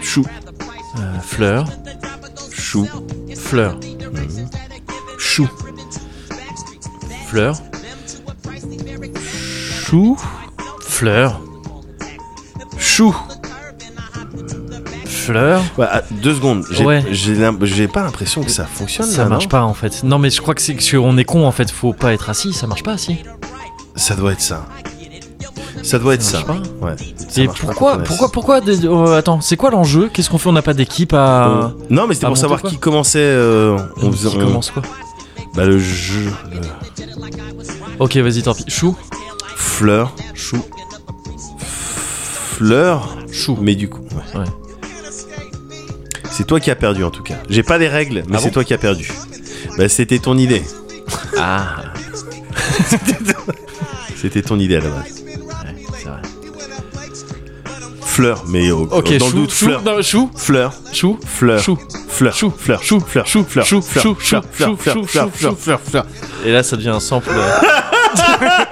[SPEAKER 2] Chou.
[SPEAKER 1] Euh, fleur.
[SPEAKER 2] Chou. Hmm.
[SPEAKER 1] Fleur.
[SPEAKER 2] Chou.
[SPEAKER 1] Fleur. Chou. Fleur.
[SPEAKER 2] Chou.
[SPEAKER 1] Fleur.
[SPEAKER 2] Ouais, ah, deux secondes. J'ai
[SPEAKER 1] Ouais.
[SPEAKER 2] j'ai l'im- j'ai pas l'impression que ça fonctionne.
[SPEAKER 1] Ça
[SPEAKER 2] là,
[SPEAKER 1] marche
[SPEAKER 2] non
[SPEAKER 1] pas en fait. Non mais je crois que c'est que on est con en fait. Faut pas être assis. Ça marche pas assis.
[SPEAKER 2] Ça doit être ça. Ça doit être ça.
[SPEAKER 1] marche
[SPEAKER 2] Ouais. Ça
[SPEAKER 1] Et
[SPEAKER 2] marche pas
[SPEAKER 1] pourquoi,
[SPEAKER 2] qu'on connaisse.
[SPEAKER 1] pourquoi, pourquoi, des- oh, Attends, c'est quoi l'enjeu Qu'est-ce qu'on fait On n'a pas d'équipe à.
[SPEAKER 2] On- Euh, Non, mais c'était
[SPEAKER 1] à
[SPEAKER 2] pour
[SPEAKER 1] monter,
[SPEAKER 2] savoir
[SPEAKER 1] quoi.
[SPEAKER 2] qui commençait. euh, on faisait-
[SPEAKER 1] Qui
[SPEAKER 2] on-
[SPEAKER 1] commence quoi
[SPEAKER 2] Bah, le jeu. le
[SPEAKER 1] Ok, vas-y, tant pis. Chou.
[SPEAKER 2] Fleur. Chou. Fleur. Chou. Mais du coup. ouais.
[SPEAKER 1] Ouais.
[SPEAKER 2] C'est toi qui as perdu en tout cas. J'ai pas les règles, mais
[SPEAKER 1] Ah
[SPEAKER 2] c'est
[SPEAKER 1] bon
[SPEAKER 2] toi qui as perdu. Bah, c'était ton idée.
[SPEAKER 1] Ah,
[SPEAKER 2] [LAUGHS] C'était ton idée à la base.
[SPEAKER 1] c'est vrai.
[SPEAKER 2] Fleur, mais au-
[SPEAKER 1] Ok,
[SPEAKER 2] Euh, dans
[SPEAKER 1] chou,
[SPEAKER 2] le doute,
[SPEAKER 1] chou,
[SPEAKER 2] fleur.
[SPEAKER 1] non, chou,
[SPEAKER 2] Fleur.
[SPEAKER 1] chou,
[SPEAKER 2] Fleur.
[SPEAKER 1] chou.
[SPEAKER 2] Fleur.
[SPEAKER 1] Chou.
[SPEAKER 2] Fleur.
[SPEAKER 1] Chou.
[SPEAKER 2] Fleur.
[SPEAKER 1] Chou. Chou.
[SPEAKER 2] Fleur. Fleur.
[SPEAKER 1] Chou.
[SPEAKER 2] Fleur.
[SPEAKER 1] Chou.
[SPEAKER 2] Fleur.
[SPEAKER 1] Chou.
[SPEAKER 2] Fleur.
[SPEAKER 1] Chou.
[SPEAKER 2] Fleur.
[SPEAKER 1] Chou.
[SPEAKER 2] Fleur. Fleur. Fleur.
[SPEAKER 1] Et là, ça devient un sample. euh.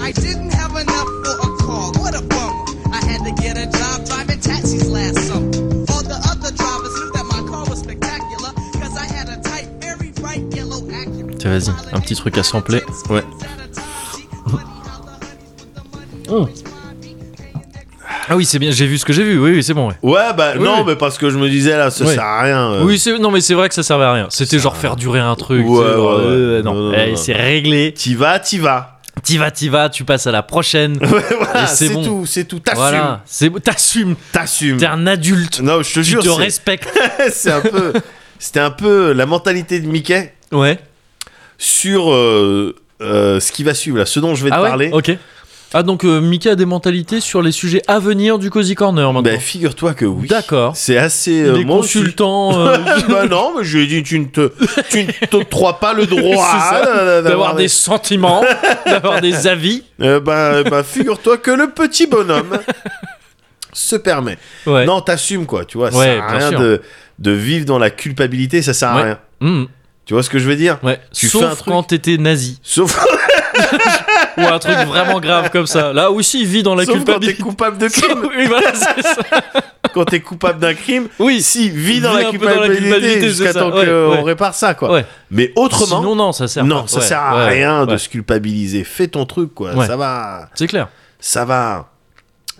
[SPEAKER 4] I didn't have enough for a car. What a bummer. I had to get a job driving taxis last summer. All the other drivers knew that my car was spectacular. Cause I had a type very bright yellow Acura.
[SPEAKER 1] Tiens, vas-y, un petit truc à sampler.
[SPEAKER 2] Ouais.
[SPEAKER 1] [LAUGHS] Ah oui, c'est bien, j'ai vu ce que j'ai vu. Oui, oui, c'est bon, ouais.
[SPEAKER 2] Ouais, bah
[SPEAKER 1] Oui,
[SPEAKER 2] non,
[SPEAKER 1] oui.
[SPEAKER 2] mais parce que je me disais là, ça
[SPEAKER 1] Oui.
[SPEAKER 2] sert à rien. euh.
[SPEAKER 1] Oui, c'est... non, mais c'est vrai que ça servait à rien. C'était genre faire durer un truc.
[SPEAKER 2] Ouais,
[SPEAKER 1] tu sais,
[SPEAKER 2] ouais,
[SPEAKER 1] genre,
[SPEAKER 2] ouais.
[SPEAKER 1] euh, non,
[SPEAKER 2] Non, non,
[SPEAKER 1] Eh,
[SPEAKER 2] non.
[SPEAKER 1] c'est réglé.
[SPEAKER 2] T'y vas, t'y [LAUGHS] vas.
[SPEAKER 1] T'y vas, t'y vas, tu passes à la prochaine.
[SPEAKER 2] Voilà,
[SPEAKER 1] Et c'est
[SPEAKER 2] c'est
[SPEAKER 1] bon.
[SPEAKER 2] tout, c'est tout. [LAUGHS] T'assumes.
[SPEAKER 1] voilà, c'est... t'assumes.
[SPEAKER 2] T'assumes.
[SPEAKER 1] T'es un adulte.
[SPEAKER 2] Non, je te
[SPEAKER 1] Tu
[SPEAKER 2] jure,
[SPEAKER 1] te
[SPEAKER 2] c'est-
[SPEAKER 1] respectes.
[SPEAKER 2] [LAUGHS] c'est un peu, c'était un peu la mentalité de Mickey
[SPEAKER 1] Ouais.
[SPEAKER 2] sur euh, euh, ce qui va suivre, là, ce dont je vais te
[SPEAKER 1] ah ouais
[SPEAKER 2] parler.
[SPEAKER 1] Ok. Ah donc euh, Mika a des mentalités sur les sujets à venir du Cozy Corner maintenant.
[SPEAKER 2] Ben, figure-toi que oui.
[SPEAKER 1] D'accord.
[SPEAKER 2] C'est assez.
[SPEAKER 1] Il
[SPEAKER 2] euh,
[SPEAKER 1] est
[SPEAKER 2] moi aussi. [LAUGHS]
[SPEAKER 1] consultant euh, [LAUGHS]
[SPEAKER 2] bah non, mais je lui ai dit, tu ne te, tu ne t'octroies pas le droit Ah,
[SPEAKER 1] C'est ça,
[SPEAKER 2] d'avoir
[SPEAKER 1] d'avoir
[SPEAKER 2] des-
[SPEAKER 1] des
[SPEAKER 2] [LAUGHS]
[SPEAKER 1] sentiments, d'avoir des avis.
[SPEAKER 2] Euh, bah, bah, figure-toi que le
[SPEAKER 1] [LAUGHS]
[SPEAKER 2] petit bonhomme se permet.
[SPEAKER 1] Ouais.
[SPEAKER 2] Non, t'assumes quoi, tu vois. ça
[SPEAKER 1] Ouais,
[SPEAKER 2] sert à
[SPEAKER 1] bien
[SPEAKER 2] rien
[SPEAKER 1] sûr.
[SPEAKER 2] de, de vivre dans la culpabilité, ça sert à
[SPEAKER 1] Ouais.
[SPEAKER 2] rien.
[SPEAKER 1] Mmh.
[SPEAKER 2] Tu vois ce que je veux dire
[SPEAKER 1] Ouais.
[SPEAKER 2] Tu fais un
[SPEAKER 1] Sauf
[SPEAKER 2] truc.
[SPEAKER 1] quand t'étais nazi.
[SPEAKER 2] Sauf.
[SPEAKER 1] ou un truc vraiment grave comme ça. Là aussi, il vit dans la
[SPEAKER 2] [LAUGHS] Sauf quand t'es
[SPEAKER 1] culpabilité. [LAUGHS]
[SPEAKER 2] coupable de crime.
[SPEAKER 1] oui, voilà, c'est ça.
[SPEAKER 2] quand t'es coupable d'un crime,
[SPEAKER 1] Oui,
[SPEAKER 2] si, vis dans,
[SPEAKER 1] Vis
[SPEAKER 2] la
[SPEAKER 1] un peu dans la
[SPEAKER 2] culpabilité,
[SPEAKER 1] culpabilité,
[SPEAKER 2] jusqu'à
[SPEAKER 1] c'est ça,
[SPEAKER 2] temps
[SPEAKER 1] ouais,
[SPEAKER 2] qu'on
[SPEAKER 1] ouais.
[SPEAKER 2] répare ça, quoi.
[SPEAKER 1] Ouais.
[SPEAKER 2] Mais autrement,
[SPEAKER 1] Sinon, non, ça sert.
[SPEAKER 2] non,
[SPEAKER 1] pas.
[SPEAKER 2] ça
[SPEAKER 1] Ouais,
[SPEAKER 2] sert à
[SPEAKER 1] ouais,
[SPEAKER 2] rien de
[SPEAKER 1] ouais.
[SPEAKER 2] se culpabiliser. Fais ton truc, quoi.
[SPEAKER 1] Ouais.
[SPEAKER 2] Ça va,
[SPEAKER 1] C'est clair.
[SPEAKER 2] ça va.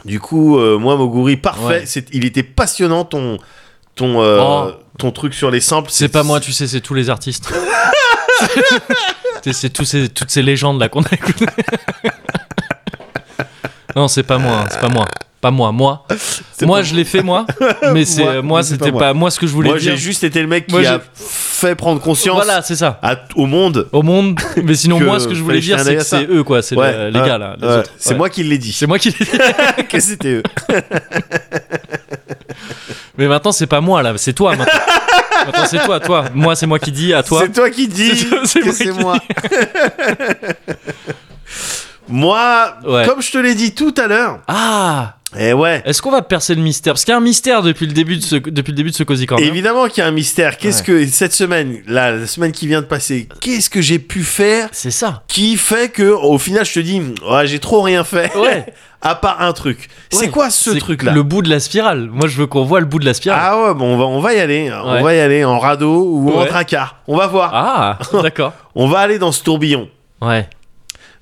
[SPEAKER 2] Du coup, euh, moi, Moguri, parfait.
[SPEAKER 1] Ouais.
[SPEAKER 2] C'est- Il était passionnant ton ton euh,
[SPEAKER 1] Oh.
[SPEAKER 2] ton truc sur les samples.
[SPEAKER 1] C'est pas moi, tu sais, c'est tous les artistes. c'est c'est tous ces, toutes ces légendes là qu'on a écoutées. non, c'est pas moi, hein, c'est pas moi. Pas moi, moi.
[SPEAKER 2] C'est
[SPEAKER 1] Moi,
[SPEAKER 2] pas-
[SPEAKER 1] je l'ai fait moi, mais c'est
[SPEAKER 2] [LAUGHS] Moi,
[SPEAKER 1] moi,
[SPEAKER 2] mais c'est
[SPEAKER 1] c'était
[SPEAKER 2] pas
[SPEAKER 1] pas,
[SPEAKER 2] moi.
[SPEAKER 1] moi ce que je voulais
[SPEAKER 2] Moi,
[SPEAKER 1] dire.
[SPEAKER 2] j'ai juste été le mec
[SPEAKER 1] Moi,
[SPEAKER 2] qui
[SPEAKER 1] j'ai-
[SPEAKER 2] a fait prendre conscience
[SPEAKER 1] Voilà, c'est ça.
[SPEAKER 2] à- au monde.
[SPEAKER 1] Au monde, mais sinon
[SPEAKER 2] Que
[SPEAKER 1] moi ce que je voulais
[SPEAKER 2] fallait
[SPEAKER 1] dire
[SPEAKER 2] jeter un
[SPEAKER 1] c'est que
[SPEAKER 2] œil à ça.
[SPEAKER 1] c'est eux quoi, c'est
[SPEAKER 2] Ouais,
[SPEAKER 1] le- les
[SPEAKER 2] ouais,
[SPEAKER 1] gars là, les
[SPEAKER 2] ouais.
[SPEAKER 1] autres.
[SPEAKER 2] C'est
[SPEAKER 1] Ouais.
[SPEAKER 2] moi qui l'ai dit.
[SPEAKER 1] C'est moi qui l'ai dit.
[SPEAKER 2] [LAUGHS] que c'était eux.
[SPEAKER 1] Mais maintenant c'est pas moi là, c'est toi maintenant. maintenant c'est toi, toi. Moi c'est moi qui dis à toi.
[SPEAKER 2] C'est toi
[SPEAKER 1] [LAUGHS]
[SPEAKER 2] qui dis
[SPEAKER 1] C'est toi- c'est
[SPEAKER 2] que
[SPEAKER 1] moi
[SPEAKER 2] c'est
[SPEAKER 1] qui
[SPEAKER 2] moi. [LAUGHS] moi,
[SPEAKER 1] Ouais.
[SPEAKER 2] comme je te l'ai dit tout à l'heure,
[SPEAKER 1] Ah
[SPEAKER 2] et ouais,
[SPEAKER 1] Est-ce qu'on va percer le mystère Parce qu'il y a un mystère depuis le début de ce, depuis le début de ce Cozy Corner.
[SPEAKER 2] évidemment qu'il y a un mystère. Qu'est-ce que cette semaine, la, la semaine qui vient de passer, qu'est-ce que j'ai pu faire
[SPEAKER 1] C'est ça.
[SPEAKER 2] qui fait que au final je te dis, ouais, j'ai trop rien fait,
[SPEAKER 1] Ouais.
[SPEAKER 2] [LAUGHS] à part un truc. C'est
[SPEAKER 1] Ouais.
[SPEAKER 2] quoi ce
[SPEAKER 1] C'est
[SPEAKER 2] truc là
[SPEAKER 1] Le bout de la spirale. Moi, je veux qu'on voit le bout de la spirale.
[SPEAKER 2] Ah ouais, bon, on va, on va y aller. On
[SPEAKER 1] Ouais.
[SPEAKER 2] va y aller en radeau ou en
[SPEAKER 1] Ouais.
[SPEAKER 2] tracard. On va voir.
[SPEAKER 1] Ah, [LAUGHS] d'accord.
[SPEAKER 2] On va aller dans ce tourbillon.
[SPEAKER 1] Ouais.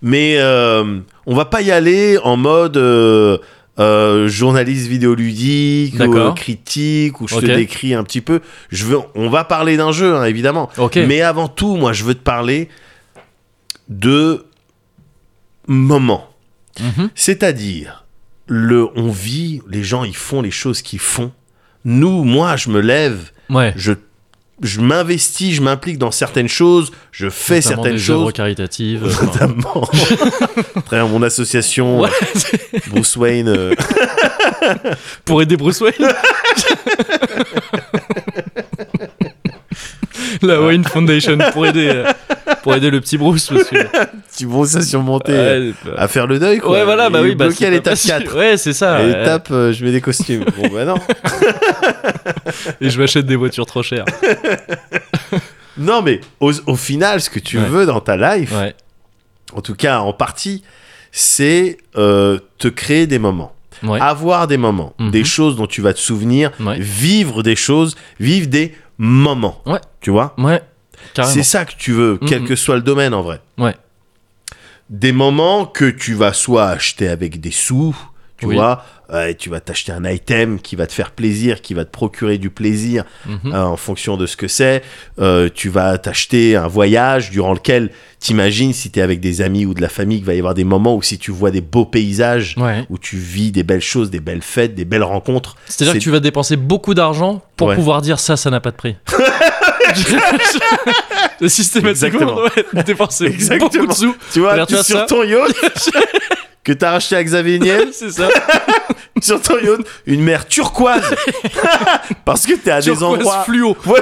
[SPEAKER 2] mais euh, on va pas y aller en mode euh, euh, journaliste vidéoludique ou
[SPEAKER 1] D'accord.
[SPEAKER 2] euh, critique ou je te
[SPEAKER 1] Ok.
[SPEAKER 2] décris un petit peu. Je veux, on va parler d'un jeu hein, évidemment,
[SPEAKER 1] Ok.
[SPEAKER 2] mais avant tout, moi, je veux te parler de moments.
[SPEAKER 1] Mhm.
[SPEAKER 2] C'est-à-dire, le, on vit, les gens, ils font les choses qu'ils font. Nous, moi, je me lève,
[SPEAKER 1] Ouais.
[SPEAKER 2] je, je m'investis, je m'implique dans certaines choses, je fais
[SPEAKER 1] Notamment
[SPEAKER 2] certaines
[SPEAKER 1] des œuvres
[SPEAKER 2] choses. [LAUGHS]
[SPEAKER 1] caritatives. euh, enfin. [LAUGHS]
[SPEAKER 2] Notamment. Après, mon association, euh,
[SPEAKER 1] Ouais, c'est-
[SPEAKER 2] Bruce
[SPEAKER 1] [LAUGHS]
[SPEAKER 2] Wayne. euh,
[SPEAKER 1] pour aider Bruce Wayne. [LAUGHS] La Wayne Foundation pour aider euh, pour aider le petit Bruce parce que
[SPEAKER 2] petit Bruce a surmonté. euh,
[SPEAKER 1] ouais, bah-
[SPEAKER 2] À faire le deuil, quoi.
[SPEAKER 1] ouais, voilà bah
[SPEAKER 2] Il est
[SPEAKER 1] oui bah
[SPEAKER 2] bloqué
[SPEAKER 1] c'est
[SPEAKER 2] à
[SPEAKER 1] pas
[SPEAKER 2] l'étape
[SPEAKER 1] facile.
[SPEAKER 2] 4.
[SPEAKER 1] ouais c'est ça
[SPEAKER 2] À
[SPEAKER 1] ouais.
[SPEAKER 2] l'étape, euh, je mets
[SPEAKER 1] [LAUGHS]
[SPEAKER 2] des costumes. Bon, bah non.
[SPEAKER 1] et je m'achète des voitures trop
[SPEAKER 2] [LAUGHS]
[SPEAKER 1] chères
[SPEAKER 2] Non, mais au, au final, ce que tu
[SPEAKER 1] Ouais.
[SPEAKER 2] veux dans ta life,
[SPEAKER 1] ouais
[SPEAKER 2] en tout cas en partie, c'est euh, te créer des moments.
[SPEAKER 1] ouais
[SPEAKER 2] Avoir des moments,
[SPEAKER 1] Mhm.
[SPEAKER 2] des choses dont tu vas te souvenir,
[SPEAKER 1] Ouais.
[SPEAKER 2] vivre des choses, vivre des moments.
[SPEAKER 1] Ouais.
[SPEAKER 2] Tu vois
[SPEAKER 1] ouais carrément
[SPEAKER 2] C'est ça que tu veux, quel
[SPEAKER 1] Mhm.
[SPEAKER 2] que soit le domaine en vrai.
[SPEAKER 1] Ouais.
[SPEAKER 2] des moments que tu vas soit acheter avec des sous, tu
[SPEAKER 1] Oui.
[SPEAKER 2] vois, euh, et tu vas t'acheter un item qui va te faire plaisir, qui va te procurer du plaisir
[SPEAKER 1] Mhm.
[SPEAKER 2] euh, en fonction de ce que c'est. Euh, tu vas t'acheter un voyage durant lequel t'imagines si t'es avec des amis ou de la famille qu'il va y avoir des moments où si tu vois des beaux paysages,
[SPEAKER 1] Ouais.
[SPEAKER 2] où tu vis des belles choses, des belles fêtes, des belles rencontres.
[SPEAKER 1] C'est-à-dire que tu vas dépenser beaucoup d'argent pour
[SPEAKER 2] Ouais.
[SPEAKER 1] pouvoir dire ça, ça n'a pas de
[SPEAKER 2] [LAUGHS]
[SPEAKER 1] prix. Systématiquement,
[SPEAKER 2] Exactement.
[SPEAKER 1] ouais, dépenser
[SPEAKER 2] Exactement.
[SPEAKER 1] beaucoup de sous. [LAUGHS]
[SPEAKER 2] tu vois,
[SPEAKER 1] Alors,
[SPEAKER 2] tu
[SPEAKER 1] tu vois
[SPEAKER 2] sur
[SPEAKER 1] ça
[SPEAKER 2] ton yacht [LAUGHS] que t'as racheté à Xavier Niel,
[SPEAKER 1] C'est ça.
[SPEAKER 2] [LAUGHS] sur ton yacht, une mer turquoise [LAUGHS] parce que t'es à des
[SPEAKER 1] Turquoise
[SPEAKER 2] endroits [LAUGHS]
[SPEAKER 1] fluo.
[SPEAKER 2] Ouais,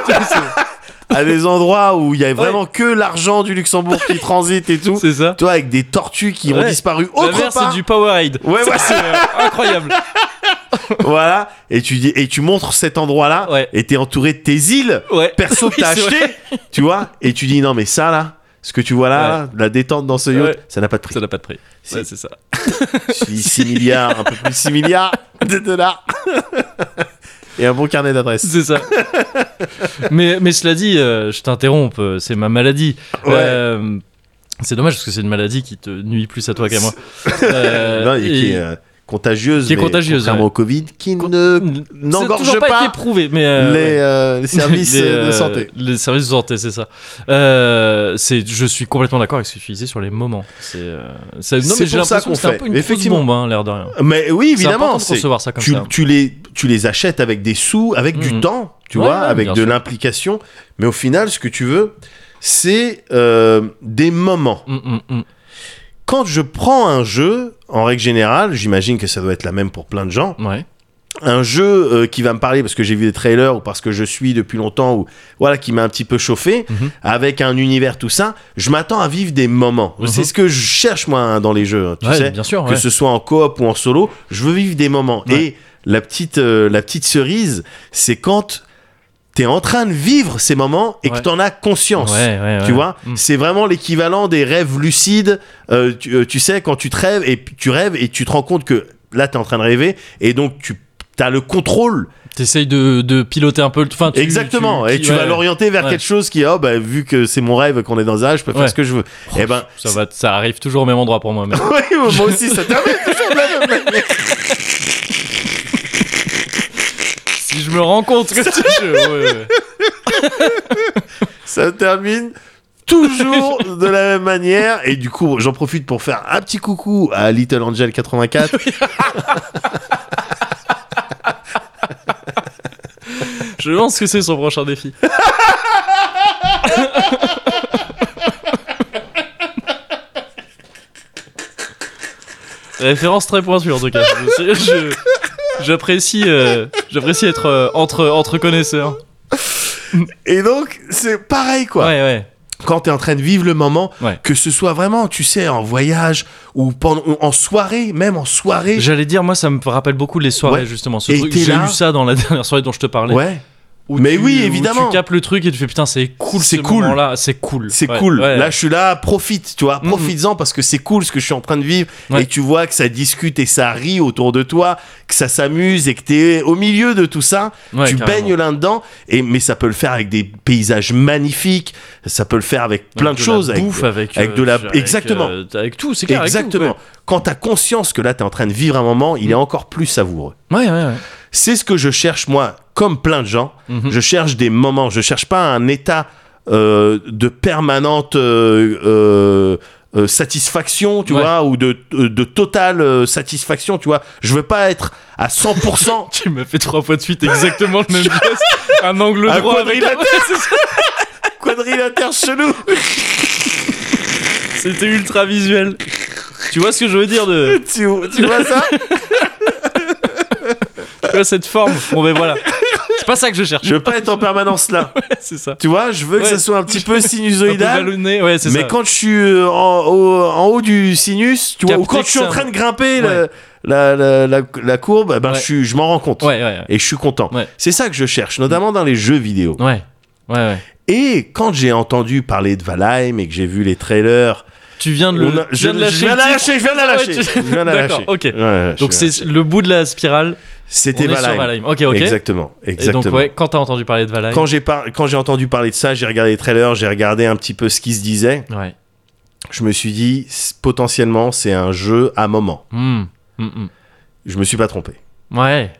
[SPEAKER 2] à des endroits où il y a vraiment que l'argent du Luxembourg
[SPEAKER 1] [LAUGHS]
[SPEAKER 2] qui transite et tout.
[SPEAKER 1] C'est ça.
[SPEAKER 2] Toi, avec des tortues qui ont
[SPEAKER 1] Ouais.
[SPEAKER 2] disparu
[SPEAKER 1] La
[SPEAKER 2] autre
[SPEAKER 1] mer,
[SPEAKER 2] part.
[SPEAKER 1] c'est du Powerade.
[SPEAKER 2] Ouais,
[SPEAKER 1] Ça, [LAUGHS]
[SPEAKER 2] ouais.
[SPEAKER 1] c'est euh, incroyable.
[SPEAKER 2] Voilà. Et tu dis, et tu montres cet endroit-là.
[SPEAKER 1] Ouais.
[SPEAKER 2] Et t'es entouré de tes îles.
[SPEAKER 1] Ouais.
[SPEAKER 2] Perso, que
[SPEAKER 1] Oui,
[SPEAKER 2] t'as
[SPEAKER 1] c'est
[SPEAKER 2] acheté. Tu vois. Et tu dis, non, mais ça, là, ce que tu vois là, là, la détente dans ce yacht,
[SPEAKER 1] Ouais.
[SPEAKER 2] ça n'a pas de [LAUGHS] prix.
[SPEAKER 1] Ça n'a pas de prix.
[SPEAKER 2] Si.
[SPEAKER 1] Ouais, c'est ça.
[SPEAKER 2] Je dis 6 milliards, un peu plus de 6 milliards de dollars. [LAUGHS] et un bon carnet d'adresses.
[SPEAKER 1] C'est ça. mais, mais cela dit, euh, je t'interromps, euh, c'est ma maladie.
[SPEAKER 2] Ouais.
[SPEAKER 1] Euh, c'est dommage parce que c'est une maladie qui te nuit plus à toi qu'à moi. Euh,
[SPEAKER 2] [LAUGHS] Non, et qui
[SPEAKER 1] et-
[SPEAKER 2] est euh, contagieuse.
[SPEAKER 1] Qui est
[SPEAKER 2] mais
[SPEAKER 1] contagieuse,
[SPEAKER 2] Contrairement
[SPEAKER 1] ouais.
[SPEAKER 2] au Covid, qui ne
[SPEAKER 1] C'est
[SPEAKER 2] n'engorge
[SPEAKER 1] toujours pas, été prouvé, mais euh,
[SPEAKER 2] les,
[SPEAKER 1] ouais.
[SPEAKER 2] euh, les [LAUGHS] services
[SPEAKER 1] Les,
[SPEAKER 2] euh, de
[SPEAKER 1] euh,
[SPEAKER 2] santé.
[SPEAKER 1] Les services de santé, c'est ça. Euh, c'est, je suis complètement d'accord avec ce que tu disais sur les moments. C'est, euh, ça- non,
[SPEAKER 2] C'est
[SPEAKER 1] mais j'ai
[SPEAKER 2] pour ça
[SPEAKER 1] l'impression
[SPEAKER 2] qu'on
[SPEAKER 1] que c'est un
[SPEAKER 2] fait.
[SPEAKER 1] peu une grosse
[SPEAKER 2] Effectivement.
[SPEAKER 1] bombe, hein, l'air de rien.
[SPEAKER 2] Mais oui,
[SPEAKER 1] C'est important
[SPEAKER 2] évidemment,
[SPEAKER 1] de
[SPEAKER 2] c'est-
[SPEAKER 1] recevoir ça comme
[SPEAKER 2] tu,
[SPEAKER 1] ça.
[SPEAKER 2] tu les tu les achètes avec des sous, avec du
[SPEAKER 1] Mhm.
[SPEAKER 2] temps, tu
[SPEAKER 1] Ouais,
[SPEAKER 2] vois,
[SPEAKER 1] ouais,
[SPEAKER 2] avec
[SPEAKER 1] bien
[SPEAKER 2] de
[SPEAKER 1] sûr.
[SPEAKER 2] l'implication. Mais au final, ce que tu veux, c'est euh, des moments.
[SPEAKER 1] Mm, mm, mm.
[SPEAKER 2] Quand je prends un jeu, en règle générale, j'imagine que ça doit être la même pour plein de gens.
[SPEAKER 1] hum. Ouais.
[SPEAKER 2] un jeu euh, qui va me parler parce que j'ai vu des trailers ou parce que je suis depuis longtemps ou voilà qui m'a un petit peu chauffé
[SPEAKER 1] Mhm.
[SPEAKER 2] avec un univers tout ça je m'attends à vivre des moments
[SPEAKER 1] Mhm.
[SPEAKER 2] c'est ce que je cherche moi hein, dans les jeux hein, tu
[SPEAKER 1] Ouais,
[SPEAKER 2] sais
[SPEAKER 1] bien sûr.
[SPEAKER 2] que
[SPEAKER 1] ouais.
[SPEAKER 2] ce soit en coop ou en solo je veux vivre des moments
[SPEAKER 1] Ouais.
[SPEAKER 2] et la petite euh, la petite cerise c'est quand t'es en train de vivre ces moments et que
[SPEAKER 1] Ouais.
[SPEAKER 2] t'en as conscience.
[SPEAKER 1] Ouais, ouais,
[SPEAKER 2] Tu
[SPEAKER 1] ouais.
[SPEAKER 2] vois,
[SPEAKER 1] Mm.
[SPEAKER 2] c'est vraiment l'équivalent des rêves lucides. Euh, tu, euh, tu sais, quand tu te rêves et puis tu rêves et tu te rends compte que là, t'es en train de rêver et donc tu as le contrôle
[SPEAKER 1] T'essayes de, de piloter un peu le. Enfin, tu-
[SPEAKER 2] exactement et tu
[SPEAKER 1] ouais,
[SPEAKER 2] vas
[SPEAKER 1] ouais.
[SPEAKER 2] l'orienter vers
[SPEAKER 1] Ouais.
[SPEAKER 2] quelque chose qui oh bah vu que c'est mon rêve qu'on est dans un âge je peux faire
[SPEAKER 1] Ouais.
[SPEAKER 2] ce que je veux et ben
[SPEAKER 1] Ça, va, ça arrive toujours au même endroit pour moi. mais-
[SPEAKER 2] [LAUGHS] oui, moi aussi, ça termine toujours de la même
[SPEAKER 1] [LAUGHS]
[SPEAKER 2] manière.
[SPEAKER 1] si je me rends compte
[SPEAKER 2] [LAUGHS]
[SPEAKER 1] que c'est. je- ouais, ouais.
[SPEAKER 2] Ça termine toujours de la même manière. Et du coup, j'en profite pour faire un petit coucou à Little Angel
[SPEAKER 1] [LAUGHS]
[SPEAKER 2] 84.
[SPEAKER 1] Je pense que c'est son prochain [LAUGHS] défi. Référence très pointue en tout cas. Je- je- J'apprécie, euh, j'apprécie être euh, entre entre connaisseurs.
[SPEAKER 2] Et donc, c'est pareil, quoi.
[SPEAKER 1] Ouais ouais.
[SPEAKER 2] Quand t'es en train de vivre le moment,
[SPEAKER 1] Ouais.
[SPEAKER 2] que ce soit vraiment, tu sais, en voyage ou pendant, ou en soirée, même en soirée.
[SPEAKER 1] J'allais dire moi ça me rappelle beaucoup les soirées
[SPEAKER 2] Ouais.
[SPEAKER 1] justement. Ce
[SPEAKER 2] Et
[SPEAKER 1] truc
[SPEAKER 2] t'es
[SPEAKER 1] j'ai
[SPEAKER 2] là.
[SPEAKER 1] eu ça dans la [LAUGHS] dernière soirée dont je te parlais.
[SPEAKER 2] Ouais,
[SPEAKER 1] Où
[SPEAKER 2] Mais
[SPEAKER 1] tu-
[SPEAKER 2] oui,
[SPEAKER 1] où
[SPEAKER 2] évidemment.
[SPEAKER 1] tu capes le truc et tu fais putain c'est cool.
[SPEAKER 2] C'est
[SPEAKER 1] ce
[SPEAKER 2] cool.
[SPEAKER 1] Là c'est cool.
[SPEAKER 2] c'est
[SPEAKER 1] Ouais,
[SPEAKER 2] cool.
[SPEAKER 1] ouais.
[SPEAKER 2] Là, je suis là, profite, tu vois,
[SPEAKER 1] Mhm.
[SPEAKER 2] profites-en parce que c'est cool ce que je suis en train de vivre.
[SPEAKER 1] Ouais.
[SPEAKER 2] Et tu vois que ça discute et ça rit autour de toi, que ça s'amuse et que t'es au milieu de tout ça.
[SPEAKER 1] Ouais,
[SPEAKER 2] tu
[SPEAKER 1] carrément.
[SPEAKER 2] baignes là-dedans, et mais ça peut le faire avec des paysages magnifiques, ça peut le faire avec plein de,
[SPEAKER 1] la
[SPEAKER 2] choses, avec,
[SPEAKER 1] bouffe, avec,
[SPEAKER 2] avec de la- exactement.
[SPEAKER 1] euh, avec tout, c'est clair. avec tout,
[SPEAKER 2] exactement. Quand t'as conscience que là t'es en train de vivre un moment, il est
[SPEAKER 1] Mm.
[SPEAKER 2] encore plus savoureux.
[SPEAKER 1] Ouais, ouais, ouais.
[SPEAKER 2] C'est ce que je cherche moi, comme plein de gens.
[SPEAKER 1] Mhm.
[SPEAKER 2] Je cherche des moments, je cherche pas un état euh, de permanente euh, euh, euh, satisfaction, tu
[SPEAKER 1] Ouais.
[SPEAKER 2] vois, ou de, euh, de totale euh, satisfaction, tu vois. Je veux pas être
[SPEAKER 1] [LAUGHS]
[SPEAKER 2] à 100%.
[SPEAKER 1] [LAUGHS] Tu m'as fait trois fois de suite exactement le même geste. Un angle
[SPEAKER 2] Un
[SPEAKER 1] droit avec la
[SPEAKER 2] quadrilatère. [LAUGHS] quadrilatère chelou
[SPEAKER 1] C'était ultra visuel. Tu vois ce que je veux dire de
[SPEAKER 2] tu, tu vois ça
[SPEAKER 1] tu vois, cette forme Bon, ben voilà. C'est pas ça que je cherche.
[SPEAKER 2] Je veux pas être en permanence là.
[SPEAKER 1] [LAUGHS] C'est ça.
[SPEAKER 2] Tu vois, je veux que
[SPEAKER 1] Ouais.
[SPEAKER 2] ça soit un petit
[SPEAKER 1] Un
[SPEAKER 2] peu
[SPEAKER 1] peu
[SPEAKER 2] sinusoïdal.
[SPEAKER 1] ballonné, ouais, c'est ça.
[SPEAKER 2] Mais quand je suis euh, en, au- en haut du sinus, tu vois, ou
[SPEAKER 1] Capter
[SPEAKER 2] quand
[SPEAKER 1] que
[SPEAKER 2] je suis en
[SPEAKER 1] ça.
[SPEAKER 2] train de grimper
[SPEAKER 1] Ouais.
[SPEAKER 2] la, la, la, la- la courbe, eh ben,
[SPEAKER 1] Ouais.
[SPEAKER 2] je, suis- je m'en rends compte.
[SPEAKER 1] Ouais, ouais, ouais.
[SPEAKER 2] Et je suis content.
[SPEAKER 1] Ouais.
[SPEAKER 2] C'est ça que je cherche, notamment dans les jeux vidéo.
[SPEAKER 1] Ouais. Ouais, ouais.
[SPEAKER 2] Et quand j'ai entendu parler de Valheim et que j'ai vu les trailers,
[SPEAKER 1] Tu viens de
[SPEAKER 2] on
[SPEAKER 1] le.
[SPEAKER 2] a-
[SPEAKER 1] tu
[SPEAKER 2] je,
[SPEAKER 1] viens de
[SPEAKER 2] je
[SPEAKER 1] lâcher
[SPEAKER 2] viens
[SPEAKER 1] le
[SPEAKER 2] de la
[SPEAKER 1] titre.
[SPEAKER 2] lâcher, je viens de la
[SPEAKER 1] Ah ouais,
[SPEAKER 2] lâcher,
[SPEAKER 1] tu-
[SPEAKER 2] je viens de la
[SPEAKER 1] D'accord,
[SPEAKER 2] lâcher.
[SPEAKER 1] ok.
[SPEAKER 2] Ouais, ouais, je
[SPEAKER 1] Donc
[SPEAKER 2] viens de
[SPEAKER 1] c'est le bout de la spirale.
[SPEAKER 2] lâcher.
[SPEAKER 1] On
[SPEAKER 2] c'était
[SPEAKER 1] est sur
[SPEAKER 2] Valheim.
[SPEAKER 1] Valheim. Ok, ok.
[SPEAKER 2] Exactement,
[SPEAKER 1] Et
[SPEAKER 2] exactement.
[SPEAKER 1] donc ouais, quand t'as entendu parler de Valheim.
[SPEAKER 2] Quand j'ai par- quand j'ai entendu parler de ça, j'ai regardé les trailers, j'ai regardé un petit peu ce qui se disait.
[SPEAKER 1] Ouais.
[SPEAKER 2] Je me suis dit c- potentiellement c'est un jeu à moment.
[SPEAKER 1] Hmm. Hmm, hmm.
[SPEAKER 2] Je me suis pas trompé.
[SPEAKER 1] Ouais.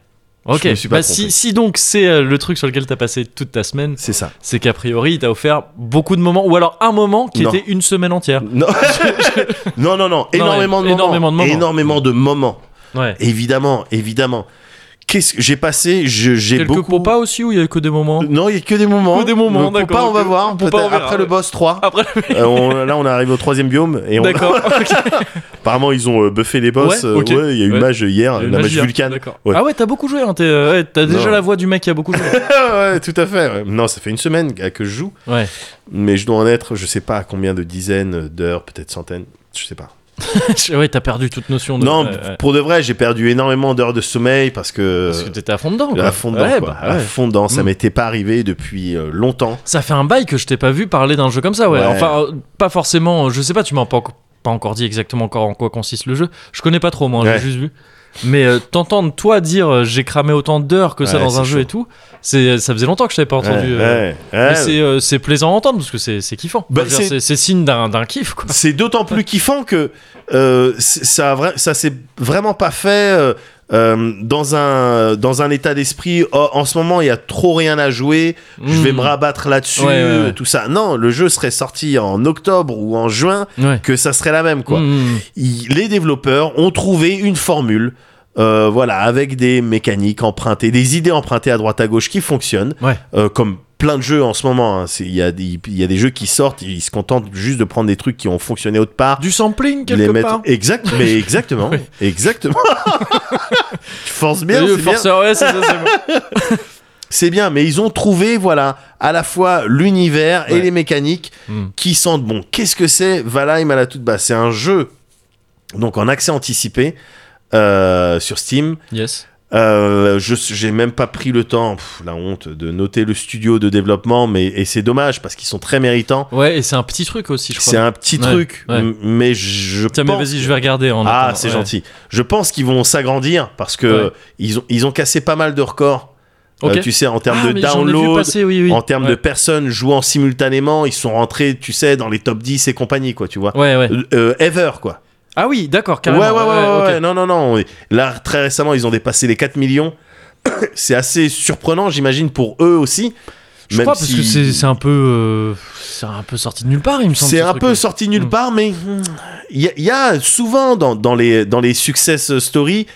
[SPEAKER 1] Ok.
[SPEAKER 2] Je me suis pas
[SPEAKER 1] Bah,
[SPEAKER 2] trompé.
[SPEAKER 1] si, si donc c'est euh, le truc sur lequel t'as passé toute ta semaine,
[SPEAKER 2] C'est ça.
[SPEAKER 1] c'est qu'a priori il t'a offert beaucoup de moments, ou alors un moment qui
[SPEAKER 2] Non.
[SPEAKER 1] était une semaine entière.
[SPEAKER 2] Non, [LAUGHS] non, non, non, énormément, de moments,
[SPEAKER 1] énormément de moments.
[SPEAKER 2] Énormément de moments.
[SPEAKER 1] Ouais.
[SPEAKER 2] Évidemment, évidemment. Qu'est-ce que j'ai passé je- J'ai
[SPEAKER 1] Quelques
[SPEAKER 2] beaucoup. Euh,
[SPEAKER 1] compas aussi où il y avait que des moments.
[SPEAKER 2] Non, il y a que des moments. Euh,
[SPEAKER 1] Que des moments,
[SPEAKER 2] Le compas,
[SPEAKER 1] d'accord,
[SPEAKER 2] on va
[SPEAKER 1] ok.
[SPEAKER 2] voir.
[SPEAKER 1] Compas,
[SPEAKER 2] peut-être
[SPEAKER 1] on verra,
[SPEAKER 2] après le
[SPEAKER 1] ouais.
[SPEAKER 2] boss 3.
[SPEAKER 1] [LAUGHS] Après,
[SPEAKER 2] Euh, on- là, on arrive au troisième biome. Et on- [LAUGHS]
[SPEAKER 1] d'accord. ok.
[SPEAKER 2] apparemment, ils ont euh, buffé les boss.
[SPEAKER 1] Ouais,
[SPEAKER 2] Euh,
[SPEAKER 1] ok.
[SPEAKER 2] il y a eu
[SPEAKER 1] Ouais.
[SPEAKER 2] mage hier, la mage
[SPEAKER 1] Magia,
[SPEAKER 2] Vulcan.
[SPEAKER 1] d'accord.
[SPEAKER 2] Ouais.
[SPEAKER 1] Ah ouais, t'as beaucoup joué. Hein, t'es, euh, ouais, t'as déjà
[SPEAKER 2] Non.
[SPEAKER 1] la voix du mec qui a beaucoup joué.
[SPEAKER 2] [LAUGHS] ouais, tout à fait. ouais. Non, ça fait une semaine que je joue.
[SPEAKER 1] ouais.
[SPEAKER 2] Mais je dois en être, je sais pas à combien de dizaines d'heures, peut-être centaines, je sais pas. [LAUGHS]
[SPEAKER 1] ouais, t'as perdu toute notion de.
[SPEAKER 2] non, euh,
[SPEAKER 1] ouais, ouais.
[SPEAKER 2] pour de vrai, j'ai perdu énormément d'heures de sommeil parce que.
[SPEAKER 1] Parce que t'étais à fond dedans. Quoi.
[SPEAKER 2] à fond dedans,
[SPEAKER 1] Ouais,
[SPEAKER 2] quoi.
[SPEAKER 1] bah,
[SPEAKER 2] À
[SPEAKER 1] ouais.
[SPEAKER 2] fond dedans, ça
[SPEAKER 1] Mm.
[SPEAKER 2] m'était pas arrivé depuis euh, longtemps.
[SPEAKER 1] Ça fait un bail que je t'ai pas vu parler d'un jeu comme ça, ouais.
[SPEAKER 2] Ouais.
[SPEAKER 1] Enfin, euh, pas forcément, euh, je sais pas, tu m'as pas, enco- pas encore dit exactement encore en quoi consiste le jeu. Je connais pas trop, moi, hein,
[SPEAKER 2] Ouais.
[SPEAKER 1] j'ai juste vu. Mais euh, t'entendre toi dire euh, j'ai cramé autant d'heures que ça
[SPEAKER 2] Ouais,
[SPEAKER 1] dans un
[SPEAKER 2] c'est
[SPEAKER 1] jeu et tout, c'est euh, ça faisait longtemps que je t'avais pas entendu.
[SPEAKER 2] Ouais,
[SPEAKER 1] euh,
[SPEAKER 2] ouais,
[SPEAKER 1] mais
[SPEAKER 2] ouais.
[SPEAKER 1] c'est, euh, c'est plaisant à entendre parce que c'est, c'est kiffant.
[SPEAKER 2] Bah,
[SPEAKER 1] Je veux dire,
[SPEAKER 2] c'est-
[SPEAKER 1] c'est... c'est signe d'un, d'un kiff, quoi.
[SPEAKER 2] C'est d'autant plus kiffant que euh, c'est- ça, a vra- ça s'est vraiment pas fait euh, euh, dans, un, dans un état d'esprit. oh, en ce moment, il y a trop rien à jouer. Je vais
[SPEAKER 1] Mm.
[SPEAKER 2] me rabattre là-dessus,
[SPEAKER 1] Ouais, ouais, ouais.
[SPEAKER 2] tout ça. Non, le jeu serait sorti en octobre ou en juin,
[SPEAKER 1] Ouais.
[SPEAKER 2] que ça serait la même, quoi.
[SPEAKER 1] Mm.
[SPEAKER 2] Il- les développeurs ont trouvé une formule, euh, voilà, avec des mécaniques empruntées, des idées empruntées à droite à gauche qui fonctionnent,
[SPEAKER 1] Ouais.
[SPEAKER 2] Euh, comme plein de jeux en ce moment. hein. C'est- Il y, a des- il y a des jeux qui sortent, ils se contentent juste de prendre des trucs qui ont fonctionné autre part.
[SPEAKER 1] Du sampling,
[SPEAKER 2] de
[SPEAKER 1] quelque
[SPEAKER 2] les mettre
[SPEAKER 1] part.
[SPEAKER 2] exact
[SPEAKER 1] [LAUGHS]
[SPEAKER 2] mais exactement
[SPEAKER 1] Oui.
[SPEAKER 2] exactement
[SPEAKER 1] [LAUGHS]
[SPEAKER 2] tu forces bien
[SPEAKER 1] Le
[SPEAKER 2] c'est bien
[SPEAKER 1] forceur, Euh, ouais, c'est ça,
[SPEAKER 2] [LAUGHS]
[SPEAKER 1] c'est bon.
[SPEAKER 2] c'est bien mais ils ont trouvé voilà à la fois l'univers et
[SPEAKER 1] Ouais.
[SPEAKER 2] les mécaniques
[SPEAKER 1] Mm.
[SPEAKER 2] qui sentent bon. Qu'est-ce que c'est Valheim à la toute basse C'est un jeu donc en accès anticipé euh, sur Steam
[SPEAKER 1] Yes.
[SPEAKER 2] Euh, je j'ai même pas pris le temps, pff, la honte, de noter le studio de développement, mais et c'est dommage parce qu'ils sont très méritants.
[SPEAKER 1] Ouais, et c'est un petit truc aussi, je crois.
[SPEAKER 2] C'est un petit
[SPEAKER 1] Ouais,
[SPEAKER 2] truc,
[SPEAKER 1] ouais.
[SPEAKER 2] m- mais je
[SPEAKER 1] Tiens, mais
[SPEAKER 2] pense.
[SPEAKER 1] vas-y, je vais regarder. En
[SPEAKER 2] ah,
[SPEAKER 1] attendant,
[SPEAKER 2] c'est
[SPEAKER 1] ouais.
[SPEAKER 2] gentil. Je pense qu'ils vont s'agrandir parce que
[SPEAKER 1] Ouais.
[SPEAKER 2] ils ont ils ont cassé pas mal de records.
[SPEAKER 1] Ok.
[SPEAKER 2] Euh, tu sais, en termes
[SPEAKER 1] Ah,
[SPEAKER 2] de
[SPEAKER 1] mais j'en ai vu
[SPEAKER 2] download,
[SPEAKER 1] passer, oui, oui.
[SPEAKER 2] en termes
[SPEAKER 1] Ouais.
[SPEAKER 2] de personnes jouant simultanément, ils sont rentrés, tu sais, dans les top 10 et compagnie, quoi, tu vois.
[SPEAKER 1] Ouais, ouais.
[SPEAKER 2] Euh, euh, ever, quoi.
[SPEAKER 1] Ah oui, d'accord,
[SPEAKER 2] Ouais, ouais,
[SPEAKER 1] carrément.
[SPEAKER 2] ouais, ouais,
[SPEAKER 1] ok.
[SPEAKER 2] ouais, non, non, non. Là, très récemment, ils ont dépassé les 4 millions. [COUGHS] C'est assez surprenant, j'imagine, pour eux aussi.
[SPEAKER 1] Je
[SPEAKER 2] même
[SPEAKER 1] crois, parce
[SPEAKER 2] si-
[SPEAKER 1] que c'est c'est un peu. euh, c'est un peu sorti de nulle part, il me semble.
[SPEAKER 2] C'est
[SPEAKER 1] ce
[SPEAKER 2] un
[SPEAKER 1] truc,
[SPEAKER 2] peu
[SPEAKER 1] ouais.
[SPEAKER 2] sorti nulle
[SPEAKER 1] Mm.
[SPEAKER 2] part, mais hmm, il y, a- il y a souvent dans, dans les, dans les success stories,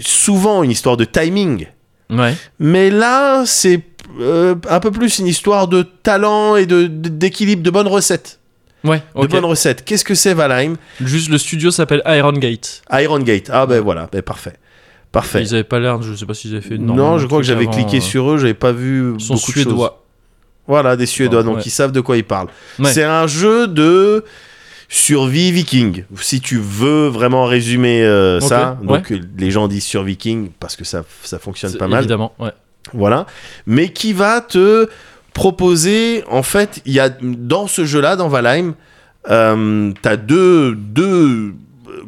[SPEAKER 2] souvent une histoire de timing.
[SPEAKER 1] Ouais.
[SPEAKER 2] Mais là, c'est euh, un peu plus une histoire de talent et de- de- d'équilibre, de, bonne recette.
[SPEAKER 1] Ouais,
[SPEAKER 2] De
[SPEAKER 1] ok.
[SPEAKER 2] bonne recette. Qu'est-ce que c'est Valheim
[SPEAKER 1] Juste le studio s'appelle Iron Gate.
[SPEAKER 2] Iron Gate. Ah ben voilà, ben parfait. Parfait.
[SPEAKER 1] Ils avaient pas l'air, je sais pas s'ils avaient fait.
[SPEAKER 2] Non, je crois que j'avais cliqué
[SPEAKER 1] sur
[SPEAKER 2] sur eux, j'avais pas vu
[SPEAKER 1] Ils sont
[SPEAKER 2] beaucoup de choses.
[SPEAKER 1] euh, suédois.
[SPEAKER 2] Voilà, des Suédois, donc
[SPEAKER 1] Ouais.
[SPEAKER 2] ils savent de quoi ils parlent.
[SPEAKER 1] Ouais.
[SPEAKER 2] C'est un jeu de survie viking, si tu veux vraiment résumer euh,
[SPEAKER 1] Ok,
[SPEAKER 2] ça. Donc euh, les gens disent survie viking parce que ça, ça fonctionne
[SPEAKER 1] C'est-
[SPEAKER 2] pas mal.
[SPEAKER 1] Évidemment, ouais.
[SPEAKER 2] Voilà. Mais qui va te proposer, en fait, il y a dans ce jeu-là, dans Valheim, euh, t'as deux, deux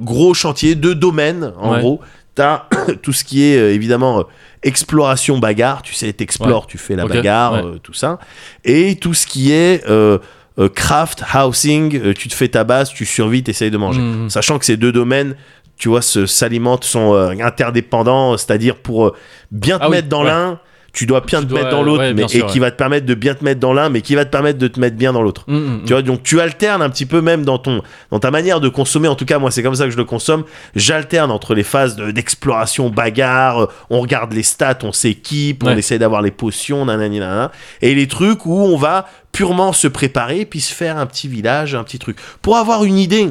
[SPEAKER 2] gros chantiers, deux domaines, en
[SPEAKER 1] Ouais.
[SPEAKER 2] gros. T'as [COUGHS] tout ce qui est euh, évidemment euh, exploration bagarre, tu sais, t'explores, tu fais la
[SPEAKER 1] Ok,
[SPEAKER 2] bagarre,
[SPEAKER 1] ouais.
[SPEAKER 2] euh, tout ça. Et tout ce qui est euh, euh, craft, housing, euh, tu te fais ta base, tu survis, t'essayes de manger.
[SPEAKER 1] Mhm.
[SPEAKER 2] Sachant que ces deux domaines, tu vois, se- s'alimentent, sont euh, interdépendants, c'est-à-dire pour euh, bien te
[SPEAKER 1] Ah oui,
[SPEAKER 2] mettre dans
[SPEAKER 1] ouais.
[SPEAKER 2] l'un, tu dois bien
[SPEAKER 1] Tu
[SPEAKER 2] te
[SPEAKER 1] dois,
[SPEAKER 2] mettre dans
[SPEAKER 1] euh,
[SPEAKER 2] l'autre,
[SPEAKER 1] ouais,
[SPEAKER 2] mais
[SPEAKER 1] bien sûr,
[SPEAKER 2] et qui
[SPEAKER 1] ouais.
[SPEAKER 2] va te permettre de bien te mettre dans l'un, mais qui va te permettre de te mettre bien dans l'autre.
[SPEAKER 1] Mhm, mhm.
[SPEAKER 2] Tu vois, donc tu alternes un petit peu même dans ton, dans ta manière de consommer. En tout cas, moi, c'est comme ça que je le consomme. J'alterne entre les phases de- d'exploration, bagarre. euh, On regarde les stats, on s'équipe, on
[SPEAKER 1] Ouais.
[SPEAKER 2] essaye d'avoir les potions, nanani, nanana, et les trucs où on va purement se préparer puis se faire un petit village, un petit truc, pour avoir une idée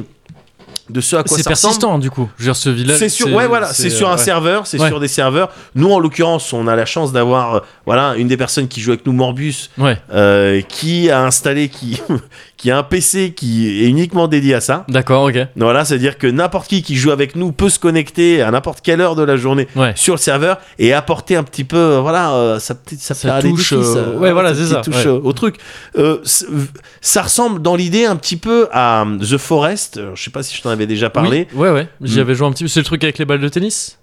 [SPEAKER 2] de ce à quoi
[SPEAKER 1] C'est
[SPEAKER 2] ça ressemble.
[SPEAKER 1] persistant du coup. Je veux dire, ce village.
[SPEAKER 2] C'est sur, ouais, voilà, c'est sur
[SPEAKER 1] euh,
[SPEAKER 2] un
[SPEAKER 1] ouais.
[SPEAKER 2] serveur, c'est
[SPEAKER 1] Ouais.
[SPEAKER 2] sur des serveurs. Nous, en l'occurrence, on a la chance d'avoir, euh, voilà, une des personnes qui joue avec nous, Morbus,
[SPEAKER 1] Ouais,
[SPEAKER 2] euh, qui a installé, qui, [LAUGHS] qui a un PC qui est uniquement dédié à ça.
[SPEAKER 1] d'accord, ok.
[SPEAKER 2] Voilà, c'est-à-dire que n'importe qui qui joue avec nous peut se connecter à n'importe quelle heure de la journée
[SPEAKER 1] Ouais.
[SPEAKER 2] sur le serveur et apporter un petit peu, euh, voilà, euh, sa petite, sa
[SPEAKER 1] Sa
[SPEAKER 2] petite
[SPEAKER 1] touche,
[SPEAKER 2] édifice,
[SPEAKER 1] euh, ouais, voilà,
[SPEAKER 2] sa
[SPEAKER 1] c'est
[SPEAKER 2] petite
[SPEAKER 1] ça,
[SPEAKER 2] touche,
[SPEAKER 1] ouais.
[SPEAKER 2] euh, au truc. Euh, c'est- ça ressemble dans l'idée un petit peu à euh, The Forest. Euh, Je sais pas si je t'en avais déjà parlé.
[SPEAKER 1] Oui, ouais, ouais. J'y
[SPEAKER 2] Mm.
[SPEAKER 1] avais joué un petit peu. C'est le truc avec les balles de tennis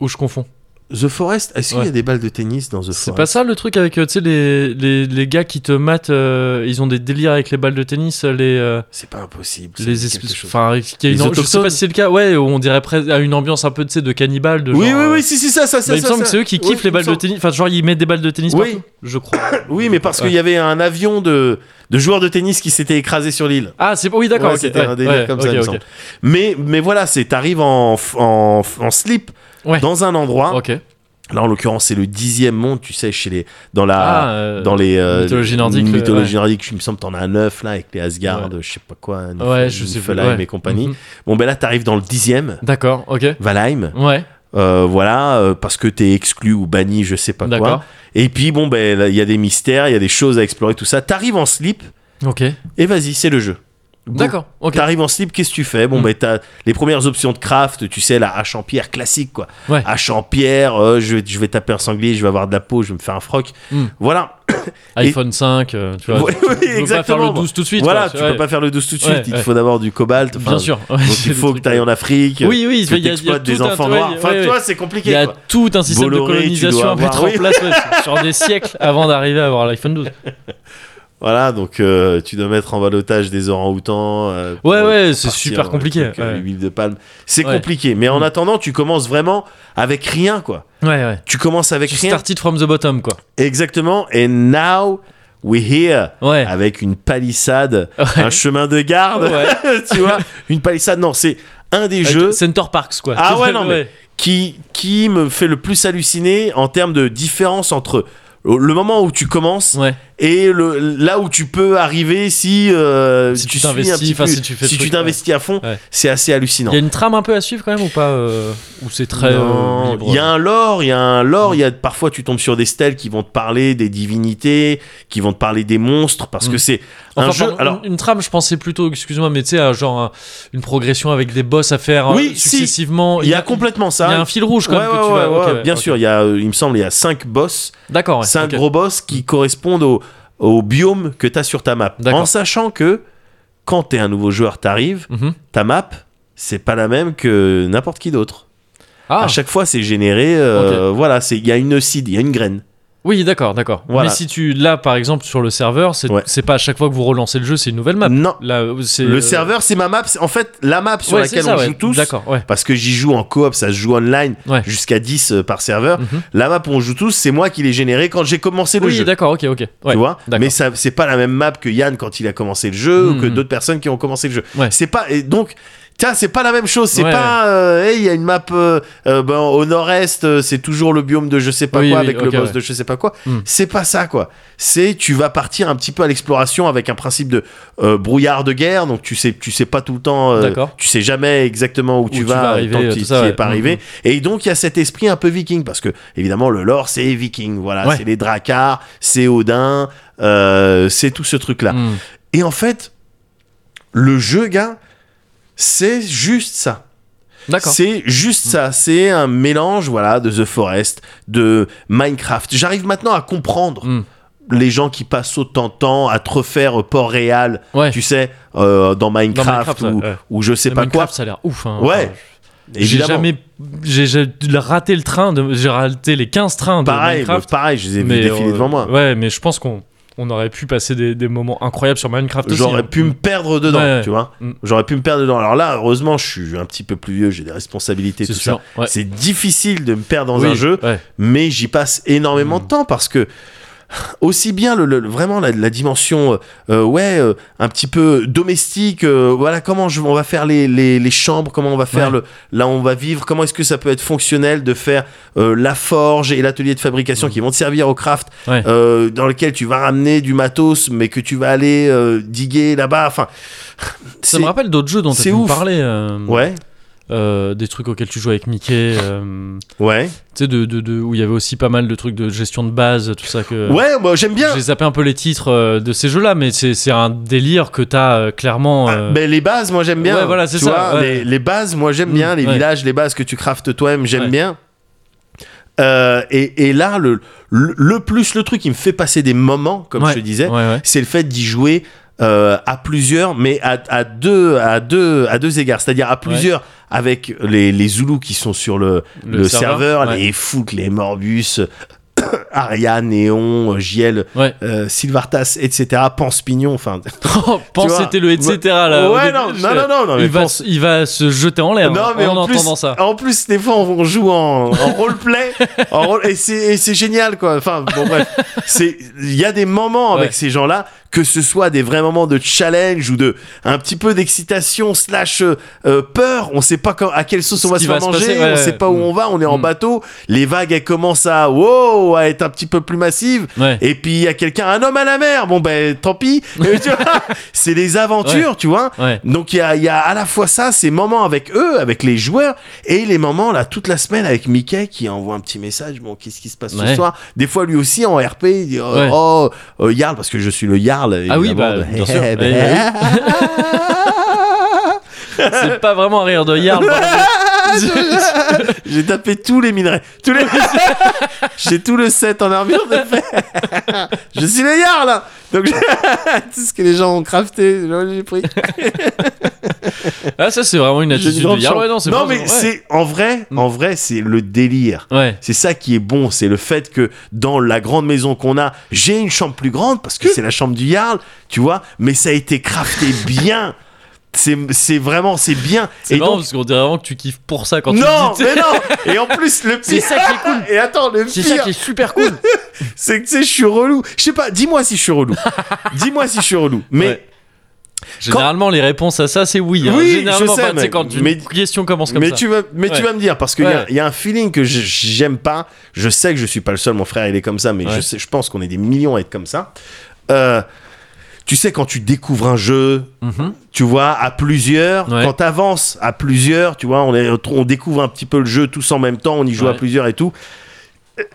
[SPEAKER 1] Ou je confonds
[SPEAKER 2] The Forest, est-ce qu'il y a
[SPEAKER 1] Ouais.
[SPEAKER 2] des balles de tennis dans The Forest
[SPEAKER 1] C'est pas ça le truc avec, euh, tu sais, les, les, les gars qui te matent, euh, ils ont des délires avec les balles de tennis, les. euh,
[SPEAKER 2] C'est pas impossible. ça
[SPEAKER 1] les
[SPEAKER 2] dit quelque
[SPEAKER 1] espèces.
[SPEAKER 2] chose.
[SPEAKER 1] Enfin, qui a
[SPEAKER 2] Les
[SPEAKER 1] une, je sais
[SPEAKER 2] autochtones.
[SPEAKER 1] pas si c'est le cas, ouais, on dirait presque à une ambiance un peu, tu sais, de cannibale. De
[SPEAKER 2] oui,
[SPEAKER 1] genre,
[SPEAKER 2] oui,
[SPEAKER 1] euh,
[SPEAKER 2] oui, si, si, ça, ça, ça.
[SPEAKER 1] bah, il me
[SPEAKER 2] ça,
[SPEAKER 1] semble que
[SPEAKER 2] ça.
[SPEAKER 1] c'est eux qui
[SPEAKER 2] Oui,
[SPEAKER 1] kiffent les
[SPEAKER 2] il me
[SPEAKER 1] balles de
[SPEAKER 2] semble.
[SPEAKER 1] tennis. Enfin, genre, ils mettent des balles de tennis
[SPEAKER 2] Oui.
[SPEAKER 1] partout, je crois.
[SPEAKER 2] Oui, mais parce
[SPEAKER 1] Ouais.
[SPEAKER 2] qu'il y avait un avion de, de joueurs de tennis qui s'était écrasé sur l'île.
[SPEAKER 1] Ah, c'est oui, d'accord.
[SPEAKER 2] Ouais,
[SPEAKER 1] ok,
[SPEAKER 2] c'était
[SPEAKER 1] ouais,
[SPEAKER 2] un délire
[SPEAKER 1] ouais,
[SPEAKER 2] comme
[SPEAKER 1] ok,
[SPEAKER 2] ça, il me
[SPEAKER 1] ok.
[SPEAKER 2] semble. Mais, mais voilà, c'est t'arrives en, f- en, f- en slip
[SPEAKER 1] Ouais.
[SPEAKER 2] dans un endroit.
[SPEAKER 1] Ok.
[SPEAKER 2] Là, en l'occurrence, c'est le dixième monde, tu sais, chez les, dans la,
[SPEAKER 1] Ah, euh,
[SPEAKER 2] dans les euh,
[SPEAKER 1] mythologie nordique, le-
[SPEAKER 2] mythologie
[SPEAKER 1] ouais.
[SPEAKER 2] nordique, il me semble, t'en as neuf là avec les Asgard, je sais pas quoi,
[SPEAKER 1] Ouais, je sais plus,
[SPEAKER 2] Niflheim
[SPEAKER 1] ouais.
[SPEAKER 2] et compagnie.
[SPEAKER 1] Mhm.
[SPEAKER 2] Bon, ben là, t'arrives dans le dixième,
[SPEAKER 1] D'accord, ok.
[SPEAKER 2] Valheim.
[SPEAKER 1] Ouais,
[SPEAKER 2] Euh, voilà, euh, parce que t'es exclu ou banni, je sais pas quoi.
[SPEAKER 1] D'accord.
[SPEAKER 2] Et puis bon, ben là, il y a des mystères, il y a des choses à explorer, tout ça. T'arrives en slip
[SPEAKER 1] ok.
[SPEAKER 2] et vas-y, c'est le jeu. Bon,
[SPEAKER 1] D'accord, ok.
[SPEAKER 2] T'arrives en slip, qu'est-ce que tu fais Bon,
[SPEAKER 1] Mm.
[SPEAKER 2] ben t'as les premières options de craft, tu sais, la hache en pierre classique, quoi.
[SPEAKER 1] Ouais.
[SPEAKER 2] Hache en pierre, euh, je, vais, je vais taper un sanglier, je vais avoir de la peau, je vais me faire un froc.
[SPEAKER 1] Mm.
[SPEAKER 2] Voilà.
[SPEAKER 1] iPhone 5, euh, tu vois.
[SPEAKER 2] [LAUGHS] Ouais,
[SPEAKER 1] tu- tu
[SPEAKER 2] ouais,
[SPEAKER 1] peux
[SPEAKER 2] exactement.
[SPEAKER 1] pas faire le 12 tout de suite.
[SPEAKER 2] voilà,
[SPEAKER 1] quoi,
[SPEAKER 2] tu
[SPEAKER 1] vois,
[SPEAKER 2] peux pas faire le 12 tout de suite,
[SPEAKER 1] Ouais,
[SPEAKER 2] il te
[SPEAKER 1] ouais.
[SPEAKER 2] faut d'abord du cobalt. enfin,
[SPEAKER 1] Bien sûr. [LAUGHS] ouais,
[SPEAKER 2] [LAUGHS] Donc
[SPEAKER 1] j'ai
[SPEAKER 2] il
[SPEAKER 1] des
[SPEAKER 2] faut que
[SPEAKER 1] trucs,
[SPEAKER 2] t'ailles en Afrique,
[SPEAKER 1] Oui, oui,
[SPEAKER 2] que
[SPEAKER 1] il y a- il y a
[SPEAKER 2] t'exploites
[SPEAKER 1] tout
[SPEAKER 2] des
[SPEAKER 1] un-
[SPEAKER 2] enfants
[SPEAKER 1] ouais,
[SPEAKER 2] noirs. Enfin,
[SPEAKER 1] ouais,
[SPEAKER 2] tu vois,
[SPEAKER 1] ouais.
[SPEAKER 2] c'est
[SPEAKER 1] Il y
[SPEAKER 2] compliqué,
[SPEAKER 1] a
[SPEAKER 2] quoi.
[SPEAKER 1] tout un système
[SPEAKER 2] Bolloré,
[SPEAKER 1] de
[SPEAKER 2] tu dois
[SPEAKER 1] colonisation à
[SPEAKER 2] avoir- [LAUGHS]
[SPEAKER 1] mettre en
[SPEAKER 2] oui.
[SPEAKER 1] place, ouais, sur des siècles avant d'arriver à avoir l'iPhone 12.
[SPEAKER 2] Voilà, donc euh, tu dois mettre en balotage des orangs-outans. euh, pour
[SPEAKER 1] Ouais, ouais,
[SPEAKER 2] partir,
[SPEAKER 1] c'est super
[SPEAKER 2] euh,
[SPEAKER 1] compliqué,
[SPEAKER 2] truc, euh,
[SPEAKER 1] ouais.
[SPEAKER 2] Huile de palme. C'est
[SPEAKER 1] Ouais. Mm.
[SPEAKER 2] compliqué, mais en attendant, tu commences vraiment avec rien, quoi.
[SPEAKER 1] Ouais, ouais.
[SPEAKER 2] Tu commences avec
[SPEAKER 1] Tu
[SPEAKER 2] rien.
[SPEAKER 1] started from the bottom, quoi.
[SPEAKER 2] Exactement. Et now we here.
[SPEAKER 1] Ouais.
[SPEAKER 2] Avec une palissade,
[SPEAKER 1] Ouais.
[SPEAKER 2] Ah, un chemin de garde,
[SPEAKER 1] Ouais.
[SPEAKER 2] [LAUGHS] tu vois. Une palissade, non, c'est un des
[SPEAKER 1] Avec
[SPEAKER 2] jeux
[SPEAKER 1] Center Parks, quoi.
[SPEAKER 2] Ah
[SPEAKER 1] Tu
[SPEAKER 2] ouais,
[SPEAKER 1] sais,
[SPEAKER 2] non, mais- qui, qui me fait le plus halluciner en termes de différence entre le moment où tu commences
[SPEAKER 1] Ouais.
[SPEAKER 2] et le, là où tu peux arriver si, euh,
[SPEAKER 1] Si tu
[SPEAKER 2] suis un
[SPEAKER 1] t'investis,
[SPEAKER 2] petit
[SPEAKER 1] enfin,
[SPEAKER 2] peu-
[SPEAKER 1] si tu fais le truc,
[SPEAKER 2] t'investis à fond,
[SPEAKER 1] Ouais.
[SPEAKER 2] c'est assez hallucinant.
[SPEAKER 1] Il y a une trame un peu à suivre quand même ou pas euh, Ou c'est très euh,
[SPEAKER 2] Non,
[SPEAKER 1] libre
[SPEAKER 2] il y a un lore, il y a un lore, il y a parfois tu tombes sur des stèles qui vont te parler des divinités, qui vont te parler des monstres parce que
[SPEAKER 1] Mm.
[SPEAKER 2] c'est
[SPEAKER 1] Enfin,
[SPEAKER 2] un jeu.
[SPEAKER 1] pardon,
[SPEAKER 2] alors
[SPEAKER 1] une, une trame, je pensais plutôt, excuse-moi, mais tu sais, à genre un- une progression avec des boss à faire euh,
[SPEAKER 2] Oui, si.
[SPEAKER 1] successivement.
[SPEAKER 2] il y a complètement
[SPEAKER 1] il
[SPEAKER 2] ça.
[SPEAKER 1] y a un fil rouge quand
[SPEAKER 2] Ouais,
[SPEAKER 1] même
[SPEAKER 2] ouais,
[SPEAKER 1] que tu
[SPEAKER 2] ouais,
[SPEAKER 1] vas. ok,
[SPEAKER 2] ouais,
[SPEAKER 1] ouais,
[SPEAKER 2] bien
[SPEAKER 1] ok.
[SPEAKER 2] sûr, il y a, euh, il me semble, il y a 5 boss,
[SPEAKER 1] D'accord. Ouais,
[SPEAKER 2] 5
[SPEAKER 1] ok.
[SPEAKER 2] gros boss qui correspondent au, au biome que tu as sur ta map.
[SPEAKER 1] D'accord.
[SPEAKER 2] En sachant que quand t'es un nouveau joueur, t'arrives,
[SPEAKER 1] Mhm.
[SPEAKER 2] ta map, c'est pas la même que n'importe qui d'autre.
[SPEAKER 1] Ah,
[SPEAKER 2] À chaque fois, c'est généré. euh, Voilà, c'est il y a une seed, il y a une graine.
[SPEAKER 1] oui, d'accord, d'accord.
[SPEAKER 2] Voilà.
[SPEAKER 1] Mais si tu, là, par exemple, sur le serveur, c'est
[SPEAKER 2] Ouais.
[SPEAKER 1] c'est pas à chaque fois que vous relancez le jeu, c'est une nouvelle map.
[SPEAKER 2] Non,
[SPEAKER 1] Là, euh, c'est
[SPEAKER 2] le
[SPEAKER 1] euh,
[SPEAKER 2] serveur, c'est ma map. c'est- En fait, la map sur
[SPEAKER 1] ouais, c'est
[SPEAKER 2] laquelle
[SPEAKER 1] ça,
[SPEAKER 2] on
[SPEAKER 1] ouais.
[SPEAKER 2] joue tous.
[SPEAKER 1] D'accord, ouais.
[SPEAKER 2] Parce que j'y joue en coop, ça se joue online
[SPEAKER 1] Ouais.
[SPEAKER 2] jusqu'à 10 euh, par serveur.
[SPEAKER 1] Mhm.
[SPEAKER 2] La map, on joue tous, c'est moi qui l'ai générée quand j'ai commencé le
[SPEAKER 1] Oui,
[SPEAKER 2] jeu.
[SPEAKER 1] d'accord, ok, ok. Ouais.
[SPEAKER 2] tu vois
[SPEAKER 1] d'accord.
[SPEAKER 2] mais ça c'est pas la même map que Yann quand il a commencé le jeu ou que
[SPEAKER 1] Mhm.
[SPEAKER 2] d'autres personnes qui ont commencé le jeu
[SPEAKER 1] Ouais.
[SPEAKER 2] c'est pas et donc tiens c'est pas la même chose c'est
[SPEAKER 1] Ouais,
[SPEAKER 2] pas euh, hey, il y a une map euh, euh, ben, au nord-est euh, c'est toujours le biome de je sais pas
[SPEAKER 1] Oui,
[SPEAKER 2] quoi
[SPEAKER 1] oui,
[SPEAKER 2] avec
[SPEAKER 1] ok,
[SPEAKER 2] le boss
[SPEAKER 1] ouais.
[SPEAKER 2] de je sais pas quoi
[SPEAKER 1] Mhm.
[SPEAKER 2] c'est pas ça quoi c'est tu vas partir un petit peu à l'exploration avec un principe de euh, brouillard de guerre donc tu sais tu sais pas tout le temps euh,
[SPEAKER 1] D'accord.
[SPEAKER 2] tu sais jamais exactement où, tu
[SPEAKER 1] tu
[SPEAKER 2] vas,
[SPEAKER 1] vas arriver,
[SPEAKER 2] tant
[SPEAKER 1] euh,
[SPEAKER 2] que
[SPEAKER 1] tout
[SPEAKER 2] tu
[SPEAKER 1] ça,
[SPEAKER 2] tu y
[SPEAKER 1] ouais.
[SPEAKER 2] es pas arrivé
[SPEAKER 1] Mhm.
[SPEAKER 2] et donc, il y a cet esprit un peu viking, parce que, évidemment, le lore, c'est viking, voilà.
[SPEAKER 1] Ouais.
[SPEAKER 2] C'est les Drakkar, c'est Odin, euh, c'est tout ce truc-là.
[SPEAKER 1] Hmm.
[SPEAKER 2] Et en fait, le jeu, gars, c'est juste ça.
[SPEAKER 1] D'accord. Mm.
[SPEAKER 2] C'est juste ça. C'est un mélange, voilà, de The Forest, de Minecraft. J'arrive maintenant à comprendre
[SPEAKER 1] Hmm.
[SPEAKER 2] les gens qui passent autant de temps à te refaire Port-Réal,
[SPEAKER 1] Ouais.
[SPEAKER 2] tu sais, euh, dans Minecraft,
[SPEAKER 1] Minecraft,
[SPEAKER 2] ou,
[SPEAKER 1] ouais, ouais.
[SPEAKER 2] ou je sais
[SPEAKER 1] Mais
[SPEAKER 2] pas
[SPEAKER 1] Minecraft, ça a l'air ouf. hein.
[SPEAKER 2] quoi. Ouais.
[SPEAKER 1] Enfin, J'ai
[SPEAKER 2] évidemment.
[SPEAKER 1] jamais, j'ai j'ai raté le train, de, j'ai raté les 15 trains de
[SPEAKER 2] Pareil,
[SPEAKER 1] Minecraft.
[SPEAKER 2] pareil, je les ai vus
[SPEAKER 1] mais,
[SPEAKER 2] défiler
[SPEAKER 1] euh,
[SPEAKER 2] devant moi.
[SPEAKER 1] Ouais, mais je pense qu'on on aurait pu passer des, des moments incroyables sur Minecraft aussi,
[SPEAKER 2] J'aurais
[SPEAKER 1] hein.
[SPEAKER 2] pu me perdre dedans,
[SPEAKER 1] Ouais, ouais.
[SPEAKER 2] tu vois.
[SPEAKER 1] Mm.
[SPEAKER 2] J'aurais pu me perdre dedans. Alors là, heureusement, je suis un petit peu plus vieux, j'ai des responsabilités,
[SPEAKER 1] C'est
[SPEAKER 2] tout
[SPEAKER 1] sûr.
[SPEAKER 2] ça.
[SPEAKER 1] ouais.
[SPEAKER 2] C'est difficile de me perdre dans
[SPEAKER 1] Oui,
[SPEAKER 2] un jeu,
[SPEAKER 1] ouais.
[SPEAKER 2] mais j'y passe énormément
[SPEAKER 1] Hmm.
[SPEAKER 2] de temps parce que aussi bien le, le- le- vraiment la, la dimension euh, euh, ouais euh, un petit peu domestique euh, voilà comment je, on va faire les, les- les chambres comment on va faire
[SPEAKER 1] Ouais.
[SPEAKER 2] le là où on va vivre comment est-ce que ça peut être fonctionnel de faire euh, la forge et l'atelier de fabrication qui vont te servir au craft
[SPEAKER 1] Hmm. Ouais.
[SPEAKER 2] euh, dans lequel tu vas ramener du matos mais que tu vas aller euh, diguer là-bas enfin
[SPEAKER 1] Ça
[SPEAKER 2] c'est-
[SPEAKER 1] me rappelle d'autres jeux dont
[SPEAKER 2] c'est
[SPEAKER 1] tu nous
[SPEAKER 2] ouf.
[SPEAKER 1] parlais. euh,
[SPEAKER 2] ouais
[SPEAKER 1] euh, des trucs auxquels tu jouais avec Mickey. euh,
[SPEAKER 2] ouais
[SPEAKER 1] tu sais, de, de- de- où il y avait aussi pas mal de trucs de gestion de base, tout ça. Que,
[SPEAKER 2] ouais moi j'aime bien
[SPEAKER 1] J'ai zappé un peu les titres euh, de ces jeux-là, mais c'est c'est un délire que t'as euh, clairement.
[SPEAKER 2] Ah,
[SPEAKER 1] euh,
[SPEAKER 2] ben, les bases, moi j'aime bien.
[SPEAKER 1] Ouais, voilà, c'est
[SPEAKER 2] Tu
[SPEAKER 1] ça,
[SPEAKER 2] vois,
[SPEAKER 1] ouais.
[SPEAKER 2] les, les bases, moi j'aime
[SPEAKER 1] Mm,
[SPEAKER 2] bien. Les
[SPEAKER 1] ouais.
[SPEAKER 2] villages, les bases que tu craftes toi-même, j'aime
[SPEAKER 1] Ouais.
[SPEAKER 2] bien. Euh, et, et là, le, le, le plus, le truc qui me fait passer des moments, comme
[SPEAKER 1] ouais,
[SPEAKER 2] je te disais,
[SPEAKER 1] ouais, ouais.
[SPEAKER 2] c'est le fait d'y jouer euh, à plusieurs, mais à, à deux, à, deux, à deux égards. C'est-à-dire à plusieurs avec les, les Zoulous qui sont sur le,
[SPEAKER 1] Le
[SPEAKER 2] le,
[SPEAKER 1] serveur,
[SPEAKER 2] serveur,
[SPEAKER 1] ouais.
[SPEAKER 2] les Foot, les Morbus, [COUGHS] Aria, Néon, JL,
[SPEAKER 1] Ouais. [LAUGHS]
[SPEAKER 2] euh, Sylvartas, etc., Pense Pignon, enfin.
[SPEAKER 1] Oh, pense
[SPEAKER 2] vois,
[SPEAKER 1] c'était le etc. Là, au
[SPEAKER 2] ouais,
[SPEAKER 1] début,
[SPEAKER 2] non,
[SPEAKER 1] je-
[SPEAKER 2] non, non, non, non, mais
[SPEAKER 1] il, va,
[SPEAKER 2] pense-
[SPEAKER 1] se- il va se jeter en l'air
[SPEAKER 2] Non,
[SPEAKER 1] hein,
[SPEAKER 2] mais
[SPEAKER 1] en,
[SPEAKER 2] en, plus,
[SPEAKER 1] entendant ça.
[SPEAKER 2] en plus, des fois, on joue en, en
[SPEAKER 1] [LAUGHS]
[SPEAKER 2] roleplay, en role- et c'est et c'est génial, quoi. Enfin, bon, bref, c'est il y a des moments avec
[SPEAKER 1] Ouais.
[SPEAKER 2] ces gens-là, que ce soit des vrais moments de challenge ou de un petit peu d'excitation slash euh, euh, peur. On sait pas quand- à quelle sauce
[SPEAKER 1] Ce
[SPEAKER 2] on va
[SPEAKER 1] qui
[SPEAKER 2] se
[SPEAKER 1] va
[SPEAKER 2] faire
[SPEAKER 1] se
[SPEAKER 2] manger,
[SPEAKER 1] passer, ouais,
[SPEAKER 2] on
[SPEAKER 1] ouais.
[SPEAKER 2] sait pas où
[SPEAKER 1] Mm.
[SPEAKER 2] on va, on est en
[SPEAKER 1] Mm.
[SPEAKER 2] bateau, les vagues elles commencent à wow, à être un petit peu plus massives.
[SPEAKER 1] Ouais.
[SPEAKER 2] Et puis il y a quelqu'un, un homme à la mer. Bon ben, tant pis. Mais tu vois, [LAUGHS] c'est des aventures, tu vois. [LAUGHS]
[SPEAKER 1] Ouais.
[SPEAKER 2] Donc il y a, il y a à la fois ça, ces moments avec eux, avec les joueurs, et les moments là toute la semaine avec Mickey qui envoie un petit message. Bon, qu'est-ce qui se passe
[SPEAKER 1] Ouais.
[SPEAKER 2] ce soir Des fois lui aussi en RP, il dit euh,
[SPEAKER 1] Ouais.
[SPEAKER 2] oh euh, Jarl parce que je suis le Jarl.
[SPEAKER 1] Ah oui,
[SPEAKER 2] évidemment,
[SPEAKER 1] bah,
[SPEAKER 2] de- [LAUGHS]
[SPEAKER 1] bien sûr. eh.
[SPEAKER 2] Eh ben, eh,
[SPEAKER 1] [LAUGHS] C'est pas vraiment un rire de Yarl.
[SPEAKER 2] J'ai tapé tous les minerais, tous les. J'ai tout le set en armure de fer. je suis le Jarl. hein. Donc [LAUGHS] tout ce que les gens ont crafté, j'ai pris.
[SPEAKER 1] [LAUGHS] Ah, ça, c'est vraiment une
[SPEAKER 2] J'ai
[SPEAKER 1] attitude
[SPEAKER 2] une
[SPEAKER 1] de
[SPEAKER 2] grande
[SPEAKER 1] Yarl.
[SPEAKER 2] chance.
[SPEAKER 1] Ouais, non, c'est
[SPEAKER 2] non
[SPEAKER 1] pas-
[SPEAKER 2] mais
[SPEAKER 1] ouais. Mm.
[SPEAKER 2] c'est en vrai, en vrai, c'est le délire.
[SPEAKER 1] Ouais.
[SPEAKER 2] C'est ça qui est bon, c'est le fait que dans la grande maison qu'on a, j'ai une chambre plus grande parce que c'est la chambre du Jarl, tu vois, mais ça a été crafté bien. C'est c'est vraiment, c'est bien.
[SPEAKER 1] C'est
[SPEAKER 2] Et
[SPEAKER 1] marrant
[SPEAKER 2] donc-
[SPEAKER 1] parce qu'on dirait vraiment que tu kiffes pour ça quand tu
[SPEAKER 2] non,
[SPEAKER 1] le dis.
[SPEAKER 2] mais non Et en plus, le
[SPEAKER 1] C'est
[SPEAKER 2] pire.
[SPEAKER 1] ça qui est cool.
[SPEAKER 2] Et attends, le
[SPEAKER 1] C'est ça
[SPEAKER 2] pire,
[SPEAKER 1] qui est super cool.
[SPEAKER 2] c'est que tu sais, je suis relou. Je sais pas, dis-moi si je
[SPEAKER 1] [LAUGHS]
[SPEAKER 2] suis relou. dis-moi si je suis relou. [LAUGHS] Mais
[SPEAKER 1] Ouais. Généralement, les réponses à ça, c'est oui. hein.
[SPEAKER 2] Oui,
[SPEAKER 1] Généralement,
[SPEAKER 2] je sais,
[SPEAKER 1] enfin, tu
[SPEAKER 2] mais-
[SPEAKER 1] quand une
[SPEAKER 2] mais-
[SPEAKER 1] question commence comme
[SPEAKER 2] mais
[SPEAKER 1] ça.
[SPEAKER 2] tu vas mais
[SPEAKER 1] Ouais.
[SPEAKER 2] tu vas me dire parce qu'il
[SPEAKER 1] Ouais.
[SPEAKER 2] y, a un feeling que je- j'aime pas je sais que je suis pas le seul mon frère il est comme ça mais
[SPEAKER 1] Ouais.
[SPEAKER 2] je, sais, je pense qu'on est des millions à être comme ça euh, tu sais, quand tu découvres un jeu,
[SPEAKER 1] Mhm.
[SPEAKER 2] tu vois, à plusieurs,
[SPEAKER 1] Ouais.
[SPEAKER 2] quand t'avances à plusieurs, tu vois, on, est, on découvre un petit peu le jeu tous en même temps, on y joue à
[SPEAKER 1] Ouais.
[SPEAKER 2] plusieurs et tout.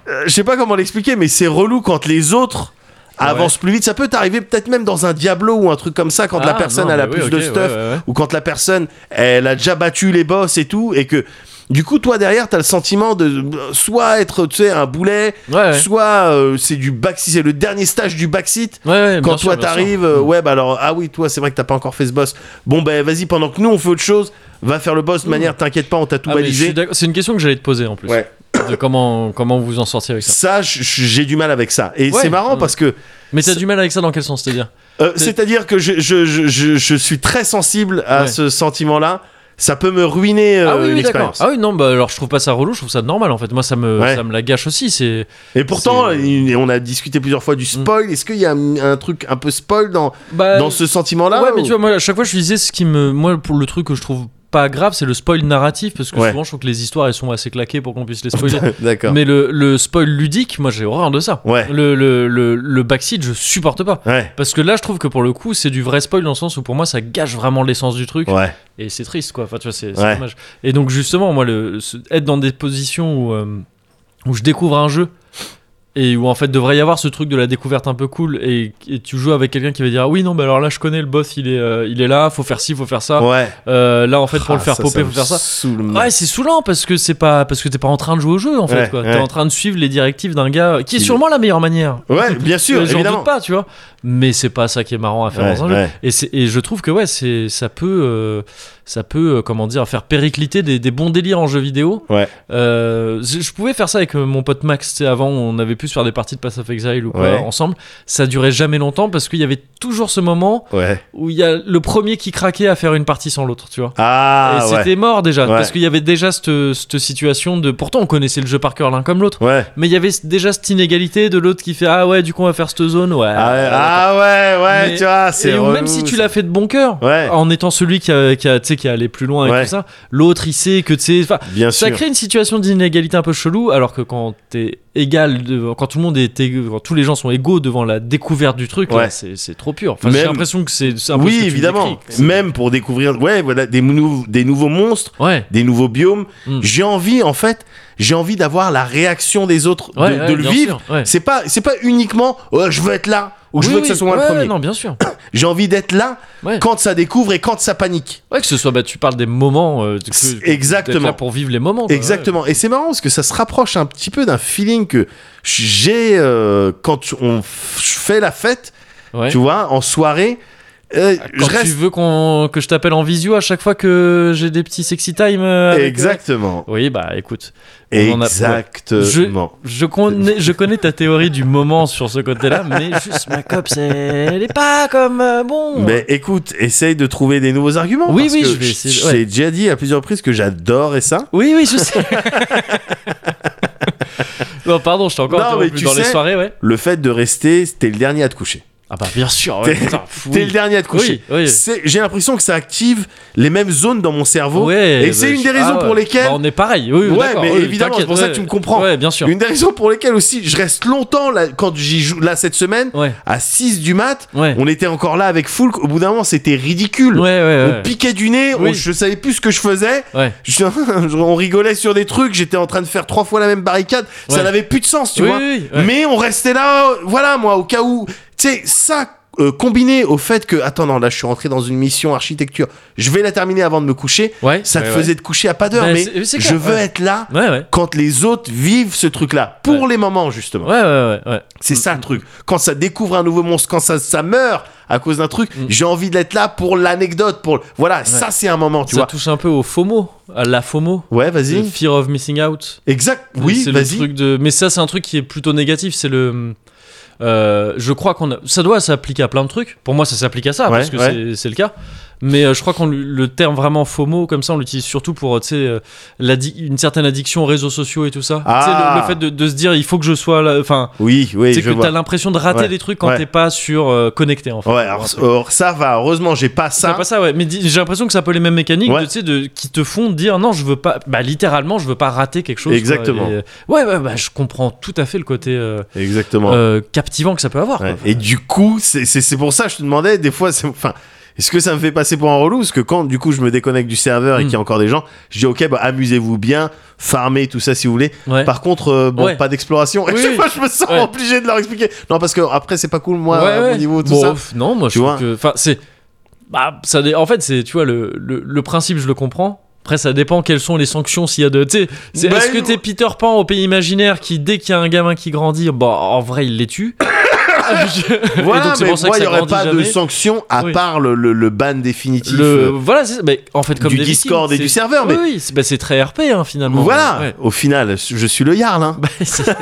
[SPEAKER 2] Euh, Je sais pas comment l'expliquer, mais c'est relou quand les autres
[SPEAKER 1] Ah
[SPEAKER 2] avancent plus vite. Ça peut t'arriver peut-être même dans un Diablo ou un truc comme ça, quand la
[SPEAKER 1] Ah,
[SPEAKER 2] personne
[SPEAKER 1] non,
[SPEAKER 2] elle a
[SPEAKER 1] mais
[SPEAKER 2] plus
[SPEAKER 1] oui,
[SPEAKER 2] de
[SPEAKER 1] ok,
[SPEAKER 2] stuff,
[SPEAKER 1] ouais, ouais, ouais.
[SPEAKER 2] ou quand la personne elle a déjà battu les boss et tout, et que du coup, toi derrière, t'as le sentiment de euh, soit être, tu sais, un boulet,
[SPEAKER 1] Ouais, ouais.
[SPEAKER 2] soit euh, c'est du backseat, c'est le dernier stage du backseat.
[SPEAKER 1] Ouais, ouais, bien
[SPEAKER 2] Quand
[SPEAKER 1] sûr,
[SPEAKER 2] toi
[SPEAKER 1] bien sûr.
[SPEAKER 2] t'arrives, euh, ouais, bah alors, ah oui, toi, c'est vrai que t'as pas encore fait ce boss. Bon, ben vas-y, pendant que nous on fait autre chose, va faire le boss de manière, t'inquiète pas, on t'a tout
[SPEAKER 1] Ah, mais je suis
[SPEAKER 2] balisé.
[SPEAKER 1] d'accord. C'est une question que j'allais te poser en plus.
[SPEAKER 2] Ouais.
[SPEAKER 1] De comment, comment vous en sortir avec ça.
[SPEAKER 2] Ça, je- je- j'ai du mal avec ça. Et
[SPEAKER 1] Ouais.
[SPEAKER 2] c'est marrant
[SPEAKER 1] Mm.
[SPEAKER 2] parce que,
[SPEAKER 1] Mais t'as
[SPEAKER 2] C'est-
[SPEAKER 1] du mal avec ça dans quel sens, c'est-à-dire
[SPEAKER 2] euh,
[SPEAKER 1] C'est-
[SPEAKER 2] c'est-à-dire que je, je, je, je, je suis très sensible à
[SPEAKER 1] Ouais.
[SPEAKER 2] ce sentiment-là. Ça peut me ruiner euh,
[SPEAKER 1] Ah oui, oui d'accord.
[SPEAKER 2] l'expérience.
[SPEAKER 1] Ah oui, non, bah alors je trouve pas ça relou, je trouve ça normal en fait. Moi, ça me,
[SPEAKER 2] Ouais.
[SPEAKER 1] ça me la gâche aussi. C'est.
[SPEAKER 2] Et pourtant,
[SPEAKER 1] C'est- euh, Mm.
[SPEAKER 2] il- on a discuté plusieurs fois du spoil. Est-ce qu'il y a un, un truc un peu spoil dans,
[SPEAKER 1] Bah,
[SPEAKER 2] dans ce sentiment-là
[SPEAKER 1] ouais,
[SPEAKER 2] ou-
[SPEAKER 1] mais tu vois, moi, à chaque fois, je disais ce qui me. Moi, pour le truc que je trouve pas grave, c'est le spoil narratif, parce que
[SPEAKER 2] Ouais.
[SPEAKER 1] souvent, je trouve que les histoires, elles sont assez claquées pour qu'on puisse les spoiler.
[SPEAKER 2] [LAUGHS] D'accord.
[SPEAKER 1] mais le, le spoil ludique, moi, j'ai horreur de ça.
[SPEAKER 2] Ouais.
[SPEAKER 1] Le, le, le, le backseat, je supporte pas.
[SPEAKER 2] Ouais.
[SPEAKER 1] Parce que là, je trouve que pour le coup, c'est du vrai spoil dans le sens où pour moi, ça gâche vraiment l'essence du truc.
[SPEAKER 2] Ouais.
[SPEAKER 1] Et c'est triste, quoi. Enfin, tu vois, c'est c'est
[SPEAKER 2] Ouais.
[SPEAKER 1] dommage. Et donc, justement, moi, le, ce- être dans des positions où, euh, où je découvre un jeu et où en fait devrait y avoir ce truc de la découverte un peu cool et, et tu joues avec quelqu'un qui va dire ah oui non mais alors là je connais le boss il est euh, il est là faut faire ci faut faire ça
[SPEAKER 2] Ouais.
[SPEAKER 1] Euh, là en fait pour
[SPEAKER 2] Ah,
[SPEAKER 1] le faire
[SPEAKER 2] ça,
[SPEAKER 1] popper
[SPEAKER 2] ça me
[SPEAKER 1] faut faire ça
[SPEAKER 2] saoule, mec.
[SPEAKER 1] ouais c'est saoulant parce que c'est pas parce que t'es pas en train de jouer au jeu en fait
[SPEAKER 2] Ouais,
[SPEAKER 1] quoi
[SPEAKER 2] ouais.
[SPEAKER 1] t'es en train de suivre les directives d'un gars euh, qui est
[SPEAKER 2] Qui-
[SPEAKER 1] sûrement la meilleure manière
[SPEAKER 2] Ouais, bien sûr,
[SPEAKER 1] Euh, j'en
[SPEAKER 2] évidemment.
[SPEAKER 1] doute pas tu vois mais c'est pas ça qui est marrant à faire
[SPEAKER 2] Ouais,
[SPEAKER 1] dans un jeu
[SPEAKER 2] ouais.
[SPEAKER 1] et, c'est- et je trouve que ouais, c'est ça peut, euh, ça peut, euh, comment dire, faire péricliter des, des bons délires en jeu vidéo.
[SPEAKER 2] Ouais.
[SPEAKER 1] Euh, je je pouvais faire ça avec euh, mon pote Max. tu sais, Avant, on avait pu se faire des parties de Pass of Exile ou quoi
[SPEAKER 2] Ouais.
[SPEAKER 1] ensemble. Ça durait jamais longtemps parce qu'il y avait toujours ce moment
[SPEAKER 2] Ouais.
[SPEAKER 1] où il y a le premier qui craquait à faire une partie sans l'autre, tu vois.
[SPEAKER 2] Ah,
[SPEAKER 1] et
[SPEAKER 2] ouais.
[SPEAKER 1] c'était mort déjà
[SPEAKER 2] Ouais.
[SPEAKER 1] parce qu'il y avait déjà cette, cette situation de. Pourtant, on connaissait le jeu par cœur l'un comme l'autre.
[SPEAKER 2] Ouais.
[SPEAKER 1] Mais il y avait déjà cette inégalité de l'autre qui fait ah ouais du coup on va faire cette zone ouais
[SPEAKER 2] Ah, ouais, ah ouais, ouais,
[SPEAKER 1] Mais-
[SPEAKER 2] tu vois, c'est
[SPEAKER 1] et ou
[SPEAKER 2] relou,
[SPEAKER 1] même si tu
[SPEAKER 2] ça.
[SPEAKER 1] l'as fait de bon cœur
[SPEAKER 2] Ouais,
[SPEAKER 1] en étant celui qui a, qui a, tu sais, qui a allé plus loin et
[SPEAKER 2] Ouais.
[SPEAKER 1] tout ça, l'autre il sait que tu sais. enfin,
[SPEAKER 2] bien
[SPEAKER 1] Ça
[SPEAKER 2] sûr.
[SPEAKER 1] crée une situation d'inégalité un peu chelou, alors que quand t'es égal, de- quand tout le monde est, ég- quand tous les gens sont égaux devant la découverte du truc,
[SPEAKER 2] Ouais.
[SPEAKER 1] là, c'est c'est trop pur. Enfin, J'ai
[SPEAKER 2] Même-
[SPEAKER 1] l'impression que c'est c'est un peu ce
[SPEAKER 2] Oui,
[SPEAKER 1] que tu
[SPEAKER 2] évidemment.
[SPEAKER 1] décris. C'est-
[SPEAKER 2] Même pour découvrir, ouais, voilà, des, nou- des nouveaux monstres,
[SPEAKER 1] Ouais.
[SPEAKER 2] des nouveaux biomes.
[SPEAKER 1] Mm.
[SPEAKER 2] J'ai envie, en fait, j'ai envie d'avoir la réaction des autres, de,
[SPEAKER 1] Ouais,
[SPEAKER 2] de
[SPEAKER 1] ouais,
[SPEAKER 2] le
[SPEAKER 1] bien
[SPEAKER 2] vivre.
[SPEAKER 1] sûr, ouais.
[SPEAKER 2] C'est pas, c'est pas uniquement, oh, je veux être là ou je
[SPEAKER 1] Oui,
[SPEAKER 2] veux que ça
[SPEAKER 1] oui,
[SPEAKER 2] soit moi
[SPEAKER 1] ouais,
[SPEAKER 2] le premier.
[SPEAKER 1] Non, bien sûr.
[SPEAKER 2] J'ai envie d'être là
[SPEAKER 1] Ouais.
[SPEAKER 2] quand ça découvre et quand ça panique.
[SPEAKER 1] Ouais, que ce soit, bah, tu parles des moments. euh, que-
[SPEAKER 2] C'est-
[SPEAKER 1] d'être là
[SPEAKER 2] exactement.
[SPEAKER 1] pour vivre les moments. quoi,
[SPEAKER 2] Exactement. Et c'est marrant parce que ça se rapproche un petit peu d'un feeling que j'ai euh, quand on f- fait la fête,
[SPEAKER 1] ouais. Ouais.
[SPEAKER 2] tu vois, en soirée. Euh, je
[SPEAKER 1] Quand tu
[SPEAKER 2] reste.
[SPEAKER 1] veux qu'on- que je t'appelle en visio à chaque fois que j'ai des petits sexy time. euh, avec-
[SPEAKER 2] Exactement.
[SPEAKER 1] Oui, bah écoute. on en a-
[SPEAKER 2] Exactement.
[SPEAKER 1] Je connais, je connais ta théorie du moment sur ce côté-là, mais juste ma cop, c'est- elle est pas comme euh, bon.
[SPEAKER 2] Mais écoute, essaye de trouver des nouveaux arguments.
[SPEAKER 1] Oui,
[SPEAKER 2] parce
[SPEAKER 1] oui,
[SPEAKER 2] que
[SPEAKER 1] je vais essayer,
[SPEAKER 2] Je
[SPEAKER 1] ouais.
[SPEAKER 2] l'ai déjà dit à plusieurs reprises que j'adorais ça.
[SPEAKER 1] Oui, oui, je sais. [LAUGHS] non, pardon, je t'ai encore
[SPEAKER 2] Non,
[SPEAKER 1] interrompu
[SPEAKER 2] mais tu
[SPEAKER 1] dans les
[SPEAKER 2] sais-
[SPEAKER 1] soirées, ouais.
[SPEAKER 2] Le fait de rester, t'es le dernier à te coucher.
[SPEAKER 1] Ah bah bien sûr. Ouais,
[SPEAKER 2] T'es-
[SPEAKER 1] putain, fou.
[SPEAKER 2] T'es le dernier à te coucher.
[SPEAKER 1] Oui, oui.
[SPEAKER 2] C'est- J'ai l'impression que ça active les mêmes zones dans mon cerveau.
[SPEAKER 1] Ouais,
[SPEAKER 2] et c'est
[SPEAKER 1] bah,
[SPEAKER 2] une
[SPEAKER 1] je-
[SPEAKER 2] des raisons
[SPEAKER 1] ah ouais.
[SPEAKER 2] pour lesquelles.
[SPEAKER 1] Bah, on est pareil. Oui, oui,
[SPEAKER 2] Ouais,
[SPEAKER 1] d'accord,
[SPEAKER 2] mais
[SPEAKER 1] oui,
[SPEAKER 2] évidemment,
[SPEAKER 1] t'inquiète,
[SPEAKER 2] c'est pour ça que
[SPEAKER 1] ouais.
[SPEAKER 2] tu me comprends.
[SPEAKER 1] Ouais, bien sûr.
[SPEAKER 2] Une des raisons pour lesquelles aussi je reste longtemps là, quand j'y joue là cette semaine
[SPEAKER 1] Ouais,
[SPEAKER 2] à 6 du mat,
[SPEAKER 1] ouais.
[SPEAKER 2] on était encore là avec Foulk, au bout d'un moment c'était ridicule.
[SPEAKER 1] Ouais, ouais,
[SPEAKER 2] On piquait du nez, on-
[SPEAKER 1] Oui.
[SPEAKER 2] je savais plus ce que je faisais.
[SPEAKER 1] ouais. ouais.
[SPEAKER 2] [LAUGHS] Je- on rigolait sur des trucs, j'étais en train de faire trois fois la même barricade, ça
[SPEAKER 1] Ouais.
[SPEAKER 2] n'avait plus de sens, tu
[SPEAKER 1] Oui,
[SPEAKER 2] vois.
[SPEAKER 1] oui, oui, ouais.
[SPEAKER 2] Mais on restait là, euh, voilà, moi, au cas où. Tu sais, ça, euh, combiné au fait que, attends, non, là, je suis rentré dans une mission architecture, je vais la terminer avant de me coucher,
[SPEAKER 1] Ouais,
[SPEAKER 2] ça
[SPEAKER 1] ouais,
[SPEAKER 2] te
[SPEAKER 1] ouais.
[SPEAKER 2] faisait te coucher à pas d'heure,
[SPEAKER 1] Ben,
[SPEAKER 2] mais,
[SPEAKER 1] c'est- c'est clair,
[SPEAKER 2] je veux
[SPEAKER 1] ouais.
[SPEAKER 2] être là
[SPEAKER 1] Ouais, ouais.
[SPEAKER 2] quand les autres vivent ce truc-là, pour les moments, justement.
[SPEAKER 1] Ouais, Mm, ouais, ouais, ouais.
[SPEAKER 2] C'est ça le truc. Quand ça découvre un nouveau monstre, quand ça, ça meurt à cause d'un truc,
[SPEAKER 1] Mm.
[SPEAKER 2] j'ai envie d'être là pour l'anecdote, pour... le- Voilà, ça, c'est un moment, tu
[SPEAKER 1] Ça
[SPEAKER 2] vois.
[SPEAKER 1] touche un peu au FOMO, à la FOMO.
[SPEAKER 2] Ouais,
[SPEAKER 1] Le
[SPEAKER 2] vas-y.
[SPEAKER 1] Fear of missing out.
[SPEAKER 2] Exact, oui,
[SPEAKER 1] c'est le
[SPEAKER 2] vas-y.
[SPEAKER 1] truc de. Mais ça, c'est un truc qui est plutôt négatif. C'est le. euh, je crois qu'on a. Ça doit s'appliquer à plein de trucs. Pour moi, ça s'applique à ça
[SPEAKER 2] Ouais,
[SPEAKER 1] parce que
[SPEAKER 2] ouais.
[SPEAKER 1] c'est- c'est le cas. Mais euh, je crois qu'on lui- le terme vraiment FOMO, comme ça, on l'utilise surtout pour euh, tu sais, euh, l'addi- une certaine addiction aux réseaux sociaux et tout ça. Tu sais,
[SPEAKER 2] Ah.
[SPEAKER 1] le, le fait de, de se dire il faut que je sois là. Enfin,
[SPEAKER 2] Oui, oui,
[SPEAKER 1] c'est
[SPEAKER 2] je
[SPEAKER 1] que
[SPEAKER 2] vois.
[SPEAKER 1] t'as l'impression de rater
[SPEAKER 2] Ouais.
[SPEAKER 1] des trucs quand
[SPEAKER 2] Ouais.
[SPEAKER 1] t'es pas sur euh, connecté en fait.
[SPEAKER 2] Ouais, alors, or, ça va, heureusement, j'ai pas
[SPEAKER 1] C'est
[SPEAKER 2] ça.
[SPEAKER 1] pas ça, ouais. Mais dis- j'ai l'impression que ça peut les mêmes mécaniques
[SPEAKER 2] Ouais.
[SPEAKER 1] de, tu sais, de- qui te font dire non, je veux pas. Bah, littéralement, je veux pas rater quelque chose. quoi.
[SPEAKER 2] Exactement.
[SPEAKER 1] Et, euh, ouais, ouais, bah, je comprends tout à fait le côté euh,
[SPEAKER 2] Exactement.
[SPEAKER 1] euh, captivant que ça peut avoir.
[SPEAKER 2] Ouais.
[SPEAKER 1] quoi.
[SPEAKER 2] Et du coup, c'est- c'est c'est pour ça que je te demandais, des fois, c'est- enfin, est-ce que ça me fait passer pour un relou Parce que quand, du coup, je me déconnecte du serveur et
[SPEAKER 1] Mm.
[SPEAKER 2] qu'il y a encore des gens, je dis, ok, bah, amusez-vous bien, farmez, tout ça, si vous voulez.
[SPEAKER 1] Ouais.
[SPEAKER 2] Par contre, euh, bon,
[SPEAKER 1] Ouais.
[SPEAKER 2] pas d'exploration. Et
[SPEAKER 1] Oui,
[SPEAKER 2] [LAUGHS] je,
[SPEAKER 1] oui.
[SPEAKER 2] je me sens
[SPEAKER 1] Ouais.
[SPEAKER 2] obligé de leur expliquer. Non, parce que après, c'est pas cool, moi,
[SPEAKER 1] Ouais,
[SPEAKER 2] à mon
[SPEAKER 1] ouais.
[SPEAKER 2] niveau, tout
[SPEAKER 1] Bon,
[SPEAKER 2] ça.
[SPEAKER 1] pff, non, moi, je
[SPEAKER 2] Tu
[SPEAKER 1] trouve
[SPEAKER 2] vois.
[SPEAKER 1] que. Enfin, c'est. Bah, ça, dé- en fait, c'est. Tu vois, le, le, le principe, je le comprends. Après, ça dépend quelles sont les sanctions s'il y a de. Tu sais, c'est-
[SPEAKER 2] Ben,
[SPEAKER 1] est-ce que t'es Peter Pan au pays imaginaire qui, dès qu'il y a un gamin qui grandit, bah, en vrai, il les
[SPEAKER 2] [LAUGHS]
[SPEAKER 1] tue [LAUGHS] [LAUGHS] Et
[SPEAKER 2] Voilà,
[SPEAKER 1] donc, c'est
[SPEAKER 2] mais
[SPEAKER 1] pour ça que
[SPEAKER 2] moi,
[SPEAKER 1] ça
[SPEAKER 2] il n'y aurait
[SPEAKER 1] grandit
[SPEAKER 2] pas de
[SPEAKER 1] jamais.
[SPEAKER 2] sanction à
[SPEAKER 1] Oui.
[SPEAKER 2] part le, le, le ban définitif.
[SPEAKER 1] Le,
[SPEAKER 2] euh,
[SPEAKER 1] voilà, c'est- mais en fait, comme
[SPEAKER 2] du
[SPEAKER 1] des victimes,
[SPEAKER 2] Discord et
[SPEAKER 1] c'est-
[SPEAKER 2] du serveur,
[SPEAKER 1] Oui,
[SPEAKER 2] mais-
[SPEAKER 1] oui, c'est bah, c'est très RP hein, finalement.
[SPEAKER 2] Voilà,
[SPEAKER 1] Ouais.
[SPEAKER 2] au final, je suis le Jarl. Hein.
[SPEAKER 1] [LAUGHS] Bah,
[SPEAKER 2] [LAUGHS]
[SPEAKER 1] c'est-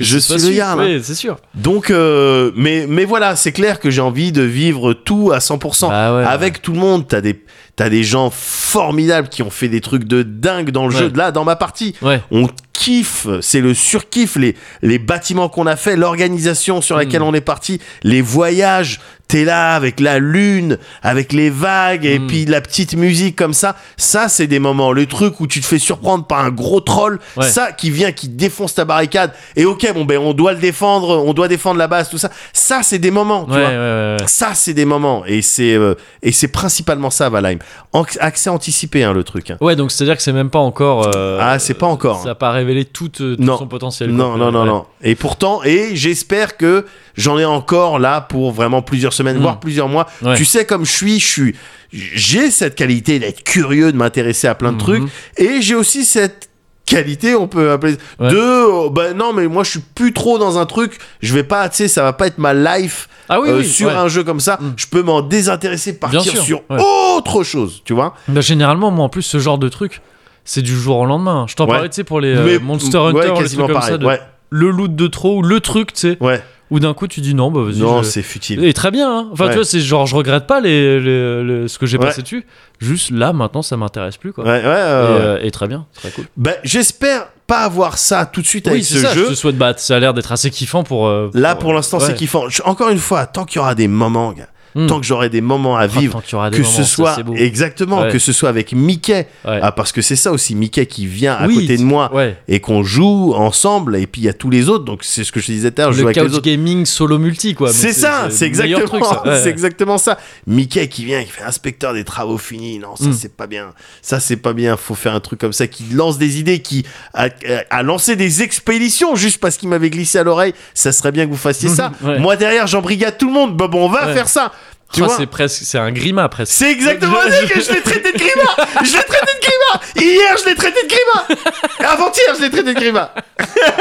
[SPEAKER 2] je suis
[SPEAKER 1] c'est
[SPEAKER 2] le
[SPEAKER 1] sûr,
[SPEAKER 2] Jarl. hein.
[SPEAKER 1] oui, c'est sûr.
[SPEAKER 2] Donc, euh, mais, mais voilà, c'est clair que j'ai envie de vivre tout à 100%.
[SPEAKER 1] Bah ouais,
[SPEAKER 2] Avec tout le monde, t'as des, t'as des gens formidables qui ont fait des trucs de dingue dans le
[SPEAKER 1] Ouais.
[SPEAKER 2] jeu. Là, dans ma partie,
[SPEAKER 1] Ouais.
[SPEAKER 2] on kiffe, c'est le surkiff, les, les bâtiments qu'on a fait, l'organisation sur laquelle
[SPEAKER 1] Mm.
[SPEAKER 2] on est parti, les voyages. T'es là avec la lune, avec les vagues et
[SPEAKER 1] Mm.
[SPEAKER 2] puis la petite musique comme ça. Ça, c'est des moments. Le truc où tu te fais surprendre par un gros troll,
[SPEAKER 1] Ouais.
[SPEAKER 2] ça qui vient, qui défonce ta barricade. Et ok, bon ben on doit le défendre, on doit défendre la base, tout ça. Ça, c'est des moments. Tu
[SPEAKER 1] Ouais,
[SPEAKER 2] vois
[SPEAKER 1] ouais, ouais, ouais.
[SPEAKER 2] ça, c'est des moments. Et c'est euh, et c'est principalement ça, Valheim. En- accès anticipé, hein, le truc. hein.
[SPEAKER 1] Ouais, donc c'est à dire que c'est même pas encore. euh,
[SPEAKER 2] Ah, c'est pas encore.
[SPEAKER 1] Ça n'a pas révélé tout, euh, tout
[SPEAKER 2] Non.
[SPEAKER 1] son potentiel.
[SPEAKER 2] Non,
[SPEAKER 1] quoi.
[SPEAKER 2] non, non,
[SPEAKER 1] Ouais.
[SPEAKER 2] non. Et pourtant, et j'espère que j'en ai encore là pour vraiment plusieurs semaines,
[SPEAKER 1] Mm.
[SPEAKER 2] voire plusieurs mois.
[SPEAKER 1] Ouais.
[SPEAKER 2] Tu sais, comme je suis, je suis, j'ai cette qualité d'être curieux, de m'intéresser à plein de
[SPEAKER 1] Mhm.
[SPEAKER 2] trucs, et j'ai aussi cette qualité, on peut appeler
[SPEAKER 1] Ouais.
[SPEAKER 2] de, euh, bah non, mais moi je suis plus trop dans un truc. Je vais pas, tu sais, ça va pas être ma life.
[SPEAKER 1] Ah oui,
[SPEAKER 2] euh,
[SPEAKER 1] oui,
[SPEAKER 2] sur
[SPEAKER 1] ouais.
[SPEAKER 2] un jeu comme ça,
[SPEAKER 1] Mm.
[SPEAKER 2] je peux m'en désintéresser, partir
[SPEAKER 1] sûr,
[SPEAKER 2] sur
[SPEAKER 1] ouais.
[SPEAKER 2] autre chose, tu vois.
[SPEAKER 1] Bah, généralement, moi en plus, ce genre de truc, c'est du jour au lendemain. Je t'en
[SPEAKER 2] Ouais.
[SPEAKER 1] parlais, tu sais, pour les euh, Monster
[SPEAKER 2] ouais,
[SPEAKER 1] Hunter, ou les
[SPEAKER 2] quasiment
[SPEAKER 1] trucs comme
[SPEAKER 2] pareil.
[SPEAKER 1] ça, de-
[SPEAKER 2] Ouais,
[SPEAKER 1] le loot de trop ou le truc, tu sais,
[SPEAKER 2] ouais.
[SPEAKER 1] où d'un coup tu dis non, bah vas-y.
[SPEAKER 2] Non,
[SPEAKER 1] je-
[SPEAKER 2] c'est futile.
[SPEAKER 1] Et très bien, hein. Enfin,
[SPEAKER 2] Ouais.
[SPEAKER 1] tu vois, c'est genre, je regrette pas les, les- les- ce que j'ai
[SPEAKER 2] Ouais.
[SPEAKER 1] passé dessus. Juste là, maintenant, ça m'intéresse plus, quoi.
[SPEAKER 2] Ouais, ouais, ouais,
[SPEAKER 1] Et,
[SPEAKER 2] ouais.
[SPEAKER 1] euh, et très bien, très cool.
[SPEAKER 2] Ben, j'espère pas avoir ça tout de suite avec
[SPEAKER 1] Oui,
[SPEAKER 2] ce
[SPEAKER 1] c'est ça, je
[SPEAKER 2] jeu.
[SPEAKER 1] te souhaite battre. Ça a l'air d'être assez kiffant pour. euh,
[SPEAKER 2] Là, pour l'instant, c'est
[SPEAKER 1] ouais.
[SPEAKER 2] kiffant. Je- Encore une fois, tant qu'il y aura des moments, gars,
[SPEAKER 1] Hmm.
[SPEAKER 2] tant que j'aurai des moments à
[SPEAKER 1] Ah,
[SPEAKER 2] vivre,
[SPEAKER 1] tant qu'il y aura des
[SPEAKER 2] que
[SPEAKER 1] moments,
[SPEAKER 2] ce
[SPEAKER 1] ça,
[SPEAKER 2] soit
[SPEAKER 1] c'est beau.
[SPEAKER 2] exactement,
[SPEAKER 1] Ouais.
[SPEAKER 2] que ce soit avec Mickey,
[SPEAKER 1] Ouais.
[SPEAKER 2] ah, parce que c'est ça aussi, Mickey qui vient à
[SPEAKER 1] Oui,
[SPEAKER 2] côté de moi
[SPEAKER 1] ouais.
[SPEAKER 2] et qu'on joue ensemble, et puis il y a tous les autres. Donc c'est ce que je te disais tout à l'heure, je joue
[SPEAKER 1] le
[SPEAKER 2] avec les
[SPEAKER 1] couch
[SPEAKER 2] autres.
[SPEAKER 1] gaming solo multi quoi. mais
[SPEAKER 2] C'est ça, c'est
[SPEAKER 1] le meilleur
[SPEAKER 2] exactement,
[SPEAKER 1] truc, ça. Ouais.
[SPEAKER 2] [LAUGHS] c'est exactement ça. Mickey qui vient, qui fait inspecteur des travaux finis. Non, ça
[SPEAKER 1] Mm.
[SPEAKER 2] c'est pas bien. Ça c'est pas bien. Faut faire un truc comme ça qui lance des idées, qui a, a lancé des expéditions juste parce qu'il m'avait glissé à l'oreille. Ça serait bien que vous fassiez ça.
[SPEAKER 1] [LAUGHS] Ouais.
[SPEAKER 2] Moi derrière, j'embrigade tout le monde. Bah bon, on va
[SPEAKER 1] Ouais.
[SPEAKER 2] faire ça. Tu
[SPEAKER 1] Ah,
[SPEAKER 2] vois
[SPEAKER 1] c'est presque, c'est un grima presque.
[SPEAKER 2] c'est exactement
[SPEAKER 1] [LAUGHS] Je-
[SPEAKER 2] ça que je l'ai traité de grima Je l'ai traité de grima Hier, je l'ai traité de grima Avant-hier, je l'ai traité de grima
[SPEAKER 1] [LAUGHS]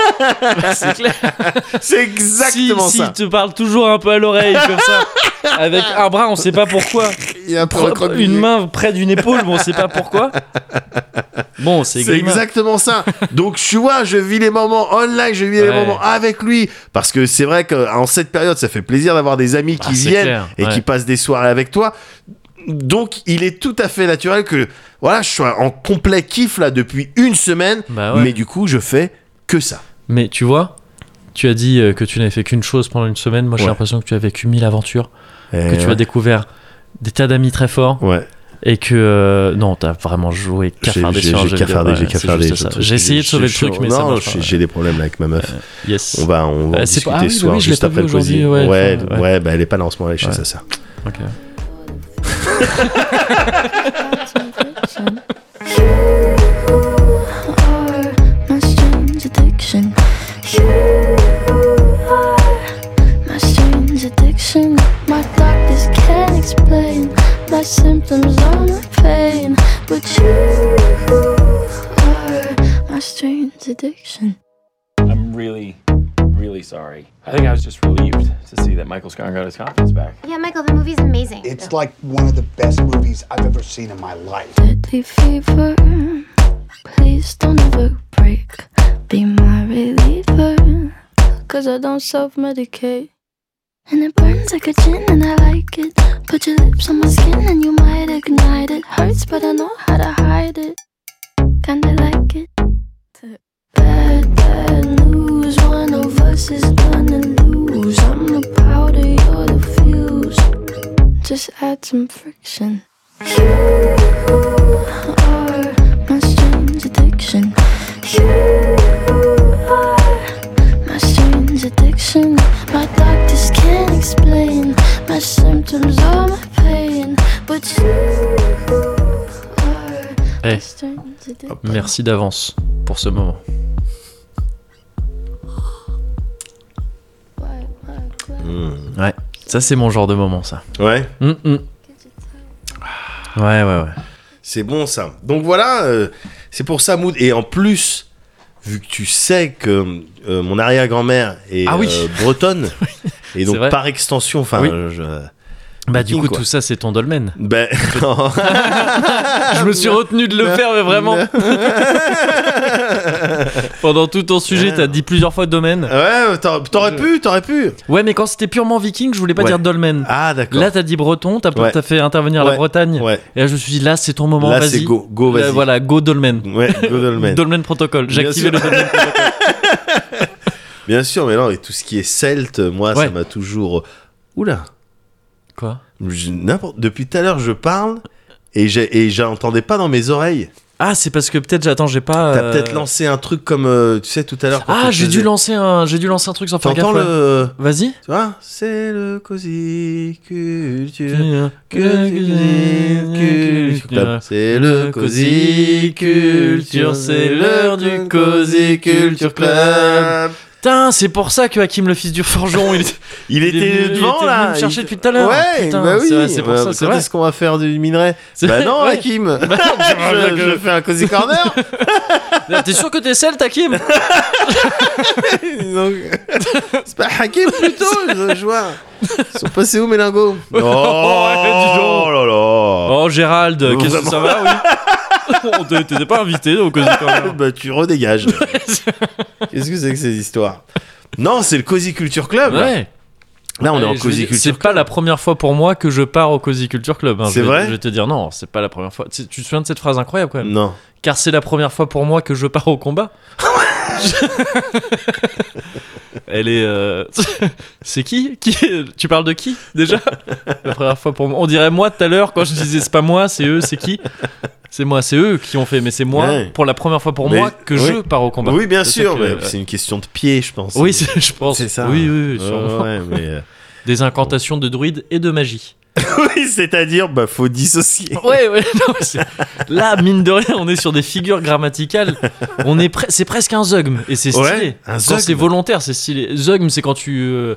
[SPEAKER 1] C'est clair.
[SPEAKER 2] [LAUGHS] C'est
[SPEAKER 1] Si,
[SPEAKER 2] exactement
[SPEAKER 1] si,
[SPEAKER 2] ça
[SPEAKER 1] il te parle toujours un peu à l'oreille comme ça, avec un bras, on sait pas pourquoi,
[SPEAKER 2] Il y a un peu recroquevillé.
[SPEAKER 1] une main près d'une épaule, mais on sait pas pourquoi. Bon, c'est
[SPEAKER 2] C'est
[SPEAKER 1] grima.
[SPEAKER 2] exactement ça. Donc, tu vois, je vis les moments online, je vis les
[SPEAKER 1] Ouais.
[SPEAKER 2] moments avec lui. Parce que c'est vrai qu'en cette période, ça fait plaisir d'avoir des amis qui
[SPEAKER 1] Ah, c'est
[SPEAKER 2] viennent
[SPEAKER 1] clair,
[SPEAKER 2] et
[SPEAKER 1] ouais.
[SPEAKER 2] qui passent des soirées avec toi. Donc, il est tout à fait naturel que, voilà, je sois en complet kiff là depuis une semaine.
[SPEAKER 1] Bah ouais.
[SPEAKER 2] Mais du coup, je fais que ça.
[SPEAKER 1] Mais tu vois, tu as dit euh, que tu n'avais fait qu'une chose pendant une semaine. Moi, j'ai
[SPEAKER 2] Ouais.
[SPEAKER 1] l'impression que tu as vécu mille aventures, que
[SPEAKER 2] Et
[SPEAKER 1] tu
[SPEAKER 2] ouais.
[SPEAKER 1] as découvert des tas d'amis très forts
[SPEAKER 2] Ouais.
[SPEAKER 1] et que euh, non, t'as vraiment joué cafardé
[SPEAKER 2] J'ai-
[SPEAKER 1] sur un
[SPEAKER 2] j'ai
[SPEAKER 1] jeu vidéo.
[SPEAKER 2] cafardé,
[SPEAKER 1] Ouais,
[SPEAKER 2] j'ai
[SPEAKER 1] c'est juste
[SPEAKER 2] cafardé.
[SPEAKER 1] ça.
[SPEAKER 2] ce truc.
[SPEAKER 1] J'ai essayé de
[SPEAKER 2] J'ai-
[SPEAKER 1] sauver le
[SPEAKER 2] j'ai chaud.
[SPEAKER 1] truc, mais ça
[SPEAKER 2] non,
[SPEAKER 1] marche pas.
[SPEAKER 2] j'ai j'ai des problèmes là avec ma meuf.
[SPEAKER 1] Yes.
[SPEAKER 2] On va, on va en
[SPEAKER 1] Euh, c'est
[SPEAKER 2] discuter
[SPEAKER 1] pas- ah oui,
[SPEAKER 2] ce
[SPEAKER 1] oui,
[SPEAKER 2] soir,
[SPEAKER 1] oui, je l'ai
[SPEAKER 2] juste
[SPEAKER 1] pas vu
[SPEAKER 2] après le
[SPEAKER 1] aujourd'hui,
[SPEAKER 2] cosy.
[SPEAKER 1] ouais,
[SPEAKER 2] Ouais,
[SPEAKER 1] enfin, ouais.
[SPEAKER 2] ouais, bah, elle est pas là en ce moment, elle est chez
[SPEAKER 1] Ouais.
[SPEAKER 2] sa sœur.
[SPEAKER 1] Ok.
[SPEAKER 5] are my strange addiction. You are my strange addiction. My doctors can't explain my symptoms or my pain, but you are my strange addiction.
[SPEAKER 6] I'm really, really sorry. I think I was just relieved to see that Michael Scarn got his confidence back.
[SPEAKER 7] Yeah, Michael, the movie's amazing.
[SPEAKER 8] It's like one of the best movies I've ever seen in my life.
[SPEAKER 5] Deadly fever, please don't ever break. Be my reliever, cause I don't self medicate. And it burns like a gin and I like it. Put your lips on my skin and you might ignite it. Hurts, but I know how to hide it. Kinda like it. Bad, bad news. One of us is gonna lose. I'm the powder, you're the fuse. Just add some friction. You are my strange addiction. You are my strange addiction. My doctors can't explain my symptoms or my pain, but you are my
[SPEAKER 1] Hey.
[SPEAKER 5] strange addiction.
[SPEAKER 1] Merci d'avance pour ce moment.
[SPEAKER 5] Why am I glad?
[SPEAKER 1] Ouais. Ça, c'est mon genre de moment, ça.
[SPEAKER 2] Ouais.
[SPEAKER 1] Hum, hum. Ouais, ouais, ouais.
[SPEAKER 2] C'est bon ça. Donc voilà, euh, c'est pour ça Mood. Et en plus, vu que tu sais que euh, mon arrière-grand-mère est
[SPEAKER 1] Ah oui. [LAUGHS]
[SPEAKER 2] euh, bretonne, et
[SPEAKER 1] C'est
[SPEAKER 2] donc
[SPEAKER 1] vrai.
[SPEAKER 2] par extension, enfin,
[SPEAKER 1] Oui.
[SPEAKER 2] euh, je-
[SPEAKER 1] Bah, du
[SPEAKER 2] Viking,
[SPEAKER 1] coup,
[SPEAKER 2] quoi.
[SPEAKER 1] tout ça, c'est ton dolmen. [LAUGHS]
[SPEAKER 2] ben, [LAUGHS] Ah,
[SPEAKER 1] Je me suis retenu de le faire, mais vraiment.
[SPEAKER 2] [LAUGHS]
[SPEAKER 1] Pendant tout ton sujet, t'as dit plusieurs fois domaine.
[SPEAKER 2] ouais, t'aurais- t'aurais pu, t'aurais pu.
[SPEAKER 1] Ouais, mais quand c'était purement viking, je voulais pas
[SPEAKER 2] Ouais.
[SPEAKER 1] dire dolmen.
[SPEAKER 2] Ah d'accord.
[SPEAKER 1] Là, t'as dit breton, t'as
[SPEAKER 2] Ouais.
[SPEAKER 1] t'as fait intervenir la
[SPEAKER 2] Ouais.
[SPEAKER 1] Bretagne.
[SPEAKER 2] ouais,
[SPEAKER 1] Et là, je me suis dit, là, c'est ton moment,
[SPEAKER 2] là
[SPEAKER 1] vas-y.
[SPEAKER 2] c'est go, go,
[SPEAKER 1] Là,
[SPEAKER 2] vas-y.
[SPEAKER 1] Voilà, go dolmen.
[SPEAKER 2] Ouais, go Dolmen.
[SPEAKER 1] [LAUGHS] Dolmen protocole. J'ai
[SPEAKER 2] Bien
[SPEAKER 1] activé le
[SPEAKER 2] sûr. [LAUGHS]
[SPEAKER 1] dolmen.
[SPEAKER 2] Bien sûr, mais non, et tout ce qui est celte, moi,
[SPEAKER 1] Ouais.
[SPEAKER 2] ça m'a toujours. Oula.
[SPEAKER 1] Quoi
[SPEAKER 2] je- N'importe. Depuis tout à l'heure, je parle et j'ai- et j'entendais pas dans mes oreilles.
[SPEAKER 1] Ah, c'est parce que peut-être, j'attends, j'ai pas.
[SPEAKER 2] T'as
[SPEAKER 1] euh,
[SPEAKER 2] peut-être lancé un truc comme euh, tu sais tout à l'heure. quand
[SPEAKER 1] Ah,
[SPEAKER 2] tu
[SPEAKER 1] j'ai
[SPEAKER 2] faisais-
[SPEAKER 1] dû lancer un, j'ai dû lancer un truc sans faire
[SPEAKER 2] T'entends
[SPEAKER 1] gaffe. ouais.
[SPEAKER 2] le. [LAUGHS]
[SPEAKER 1] Vas-y.
[SPEAKER 2] Tu vois C'est le Cozy Culture.
[SPEAKER 1] Culture.
[SPEAKER 2] C'est le Cozy Culture, c'est l'heure du Cozy Culture Club.
[SPEAKER 1] Putain, c'est pour ça que Hakim, le fils du forgeron, il était, il
[SPEAKER 2] Il
[SPEAKER 1] est
[SPEAKER 2] était
[SPEAKER 1] venu- il
[SPEAKER 2] devant
[SPEAKER 1] était
[SPEAKER 2] là
[SPEAKER 1] venu me chercher
[SPEAKER 2] Il-
[SPEAKER 1] depuis tout à l'heure.
[SPEAKER 2] Ouais,
[SPEAKER 1] Putain,
[SPEAKER 2] bah oui
[SPEAKER 1] c'est vrai, c'est pour
[SPEAKER 2] Bah,
[SPEAKER 1] ça, c'est
[SPEAKER 2] Quand
[SPEAKER 1] vrai.
[SPEAKER 2] est-ce qu'on va faire du minerai
[SPEAKER 1] C'est-
[SPEAKER 2] [LAUGHS] Bah non,
[SPEAKER 1] [LAUGHS] ouais. Ah,
[SPEAKER 2] Hakim Bah,
[SPEAKER 1] j'aimerais
[SPEAKER 2] je,
[SPEAKER 1] bien
[SPEAKER 2] je
[SPEAKER 1] que-
[SPEAKER 2] fais un Cozy Corner
[SPEAKER 1] T'es sûr que t'es celte, Hakim
[SPEAKER 2] Dis
[SPEAKER 1] [LAUGHS]
[SPEAKER 2] donc. C'est pas Hakim plutôt, le joueur Ils sont passés où mes lingots
[SPEAKER 1] [LAUGHS]
[SPEAKER 2] Oh,
[SPEAKER 1] ouais, dis donc.
[SPEAKER 2] oh là là
[SPEAKER 1] Oh, Gérald,
[SPEAKER 2] Oh,
[SPEAKER 1] qu'est-ce que
[SPEAKER 2] vraiment.
[SPEAKER 1] ça va, oui
[SPEAKER 2] [LAUGHS]
[SPEAKER 1] On t'a- T'étais pas invité, donc vas-y, quand même.
[SPEAKER 2] Bah tu redégages.
[SPEAKER 1] [LAUGHS]
[SPEAKER 2] Qu'est-ce que c'est que ces histoires Non, c'est le Cozy Culture Club.
[SPEAKER 1] Ouais.
[SPEAKER 2] Là, Ah, bah. on est
[SPEAKER 1] Ouais,
[SPEAKER 2] en
[SPEAKER 1] je veux
[SPEAKER 2] Cozy
[SPEAKER 1] dire, C'est
[SPEAKER 2] Culture
[SPEAKER 1] pas la première fois pour moi que je pars au Cozy Culture Club. hein. Je
[SPEAKER 2] C'est
[SPEAKER 1] vais-
[SPEAKER 2] vrai Mm.
[SPEAKER 1] Je vais te dire, non, c'est pas la première fois. Tu tu te souviens de cette phrase incroyable quand même
[SPEAKER 2] Non.
[SPEAKER 1] Car c'est la première fois pour moi que je pars au
[SPEAKER 2] [LAUGHS]
[SPEAKER 1] combat. Elle est. euh, [LAUGHS] C'est qui, qui Tu parles de qui déjà La première fois pour moi. On dirait moi tout à l'heure quand je disais c'est pas moi, c'est eux, c'est qui C'est moi, c'est eux qui ont fait, mais c'est moi
[SPEAKER 2] Ouais.
[SPEAKER 1] pour la première fois pour
[SPEAKER 2] Mais-
[SPEAKER 1] moi que
[SPEAKER 2] oui.
[SPEAKER 1] je pars au combat.
[SPEAKER 2] oui, bien
[SPEAKER 1] bah, C'est ça
[SPEAKER 2] sûr,
[SPEAKER 1] que- euh,
[SPEAKER 2] mais c'est une question de pied, je pense.
[SPEAKER 1] Oui, c'est- je pense.
[SPEAKER 2] c'est ça. hein.
[SPEAKER 1] Oui, oui, oui,
[SPEAKER 2] Ouais,
[SPEAKER 1] sûrement.
[SPEAKER 2] ouais, mais,
[SPEAKER 1] [LAUGHS]
[SPEAKER 2] euh,
[SPEAKER 1] Des incantations de druides et de magie.
[SPEAKER 2] [LAUGHS] oui, c'est-à-dire, bah, faut dissocier.
[SPEAKER 1] Ouais, ouais, non, mais c'est- là, mine de rien, on est sur des figures grammaticales. On est pre- C'est presque un zeugme, et c'est stylé.
[SPEAKER 2] Ouais, un
[SPEAKER 1] quand c'est
[SPEAKER 2] zeugme.
[SPEAKER 1] volontaire, c'est stylé. Zeugme, c'est quand tu. euh,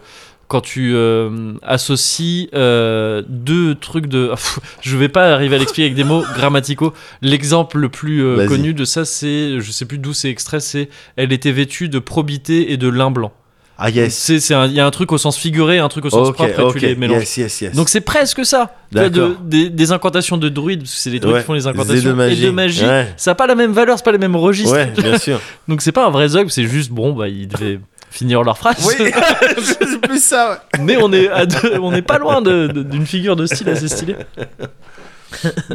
[SPEAKER 1] Quand tu euh, associes euh, deux trucs de, Ah, pff, je vais pas arriver à l'expliquer avec des mots grammaticaux. L'exemple le plus euh,
[SPEAKER 2] Vas-y.
[SPEAKER 1] connu de ça, c'est, je sais plus d'où c'est extrait, c'est, elle était vêtue de probité et de lin blanc.
[SPEAKER 2] Ah
[SPEAKER 1] C'est,
[SPEAKER 2] yes.
[SPEAKER 1] c'est un- il y a un truc au sens figuré, un truc au sens
[SPEAKER 2] ok,
[SPEAKER 1] propre, et
[SPEAKER 2] ok.
[SPEAKER 1] tu les mélanges.
[SPEAKER 2] Yes, yes, yes.
[SPEAKER 1] Donc c'est presque ça. Tu vois, de-
[SPEAKER 2] D'accord.
[SPEAKER 1] des, des incantations de druides, parce que c'est les druides
[SPEAKER 2] Ouais,
[SPEAKER 1] qui font les
[SPEAKER 2] c'est de
[SPEAKER 1] incantations, et de magie.
[SPEAKER 2] Ouais.
[SPEAKER 1] Ça n'a pas la même valeur, c'est pas les mêmes registres.
[SPEAKER 2] Ouais,
[SPEAKER 1] [LAUGHS]
[SPEAKER 2] bien sûr.
[SPEAKER 1] Donc c'est pas un vrai zog, c'est juste bon, bah ils devaient [LAUGHS] finir leur phrase.
[SPEAKER 2] oui, [LAUGHS] c'est plus ça.
[SPEAKER 1] [LAUGHS]
[SPEAKER 2] ouais.
[SPEAKER 1] Mais on est, à deux- on est pas loin de- de- d'une figure de style assez stylée.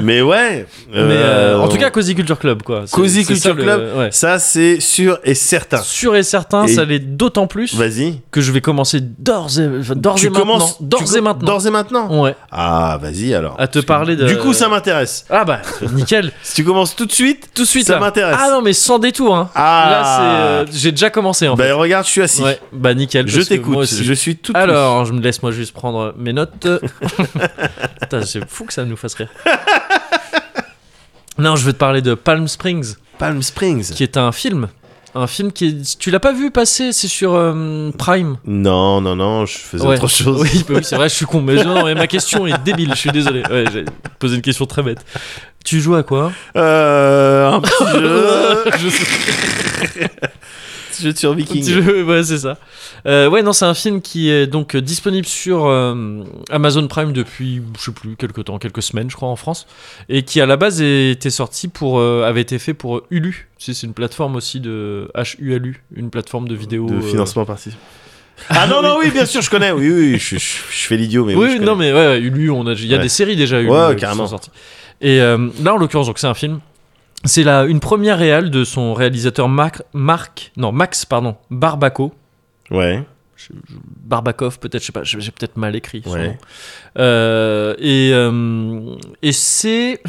[SPEAKER 2] Mais ouais.
[SPEAKER 1] Mais euh,
[SPEAKER 2] euh,
[SPEAKER 1] en tout cas, Cozy Culture Club quoi. C'est-
[SPEAKER 2] Cozy
[SPEAKER 1] c'est ça,
[SPEAKER 2] Culture
[SPEAKER 1] le-
[SPEAKER 2] Club,
[SPEAKER 1] ouais.
[SPEAKER 2] ça c'est sûr et certain.
[SPEAKER 1] Sûr et certain,
[SPEAKER 2] Et-
[SPEAKER 1] ça l'est d'autant plus
[SPEAKER 2] Vas-y.
[SPEAKER 1] que je vais commencer d'ores et, enfin, d'ores
[SPEAKER 2] Tu
[SPEAKER 1] et maintenant.
[SPEAKER 2] commences tu
[SPEAKER 1] D'ores et
[SPEAKER 2] com-
[SPEAKER 1] maintenant.
[SPEAKER 2] D'ores et maintenant.
[SPEAKER 1] Ouais.
[SPEAKER 2] Ah, vas-y alors.
[SPEAKER 1] À te
[SPEAKER 2] Parce que
[SPEAKER 1] parler de-
[SPEAKER 2] Du coup, ça m'intéresse.
[SPEAKER 1] Ah bah [LAUGHS] nickel.
[SPEAKER 2] Si tu commences tout de suite,
[SPEAKER 1] Tout de suite.
[SPEAKER 2] ça
[SPEAKER 1] là.
[SPEAKER 2] m'intéresse.
[SPEAKER 1] Ah non mais sans détour. Hein.
[SPEAKER 2] Ah.
[SPEAKER 1] Là c'est, euh, j'ai déjà commencé en fait.
[SPEAKER 2] Ben regarde, je suis assis.
[SPEAKER 1] Ouais, bah nickel.
[SPEAKER 2] je
[SPEAKER 1] parce que moi
[SPEAKER 2] t'écoute.
[SPEAKER 1] aussi.
[SPEAKER 2] Je suis tout.
[SPEAKER 1] Alors, je me laisse moi juste prendre mes
[SPEAKER 2] [LAUGHS]
[SPEAKER 1] notes. Putain, c'est fou que ça nous fasse rire. Non, je veux te parler de Palm Springs,
[SPEAKER 2] Palm Springs.
[SPEAKER 1] qui est un film. Un film qui est... Tu l'as pas vu passer, c'est sur euh,
[SPEAKER 2] [LAUGHS]
[SPEAKER 1] Prime.
[SPEAKER 2] Non, non, non, je faisais
[SPEAKER 1] Ouais.
[SPEAKER 2] autre chose.
[SPEAKER 1] Oui, bah oui, c'est vrai, je suis con. Mais non, mais ma question est débile, je suis désolé. Ouais, j'ai posé une question très bête. Tu joues à quoi
[SPEAKER 2] Euh, un petit
[SPEAKER 1] [LAUGHS]
[SPEAKER 2] jeu,
[SPEAKER 1] Je sais-
[SPEAKER 2] petit jeu sur Viking.
[SPEAKER 1] Petit jeu, ouais, c'est ça. Euh, ouais, non, c'est un film qui est donc euh, disponible sur euh, Amazon Prime depuis, je sais plus, quelques temps, quelques semaines, je crois, en France, et qui à la base était sorti pour, euh, avait été fait pour euh, Hulu. Tu sais, c'est une plateforme aussi de HULU, une plateforme de vidéo.
[SPEAKER 2] de
[SPEAKER 1] euh, [LAUGHS]
[SPEAKER 2] financement participatif. Ah non, non, oui, bien sûr, je connais. Oui, oui, je, je- je fais l'idiot, mais oui.
[SPEAKER 1] oui,
[SPEAKER 2] je
[SPEAKER 1] non
[SPEAKER 2] connais.
[SPEAKER 1] mais ouais, ouais, Ulu, on a, il y a
[SPEAKER 2] Ouais.
[SPEAKER 1] des séries déjà Ulu
[SPEAKER 2] Ouais,
[SPEAKER 1] euh,
[SPEAKER 2] ouais,
[SPEAKER 1] qui
[SPEAKER 2] carrément.
[SPEAKER 1] sont sorties. Et euh, là, en l'occurrence, donc c'est un film. C'est la une première réale de son réalisateur Marc, Marc- non Max, pardon, Barbaco.
[SPEAKER 2] Ouais.
[SPEAKER 1] Barbakov, peut-être, je sais pas, j'ai j'ai peut-être mal écrit. son
[SPEAKER 2] Ouais.
[SPEAKER 1] nom. Euh, et euh, et c'est,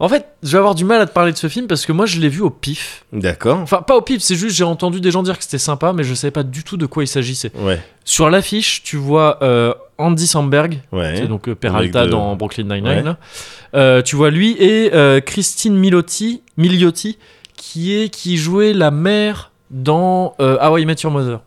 [SPEAKER 1] en fait, je vais avoir du mal à te parler de ce film parce que moi, je l'ai vu au pif.
[SPEAKER 2] D'accord.
[SPEAKER 1] Enfin, pas au pif, c'est juste j'ai entendu des gens dire que c'était sympa, mais je savais pas du tout de quoi il s'agissait.
[SPEAKER 2] Ouais.
[SPEAKER 1] Sur l'affiche, tu vois euh, Andy Samberg,
[SPEAKER 2] Ouais.
[SPEAKER 1] c'est donc euh, Peralta
[SPEAKER 2] de-
[SPEAKER 1] dans Brooklyn Nine-Nine.
[SPEAKER 2] Ouais.
[SPEAKER 1] là. Euh, tu vois lui et euh, Christine Milotti, Miliotti, qui est qui jouait la mère dans euh, How I Met Your Mother.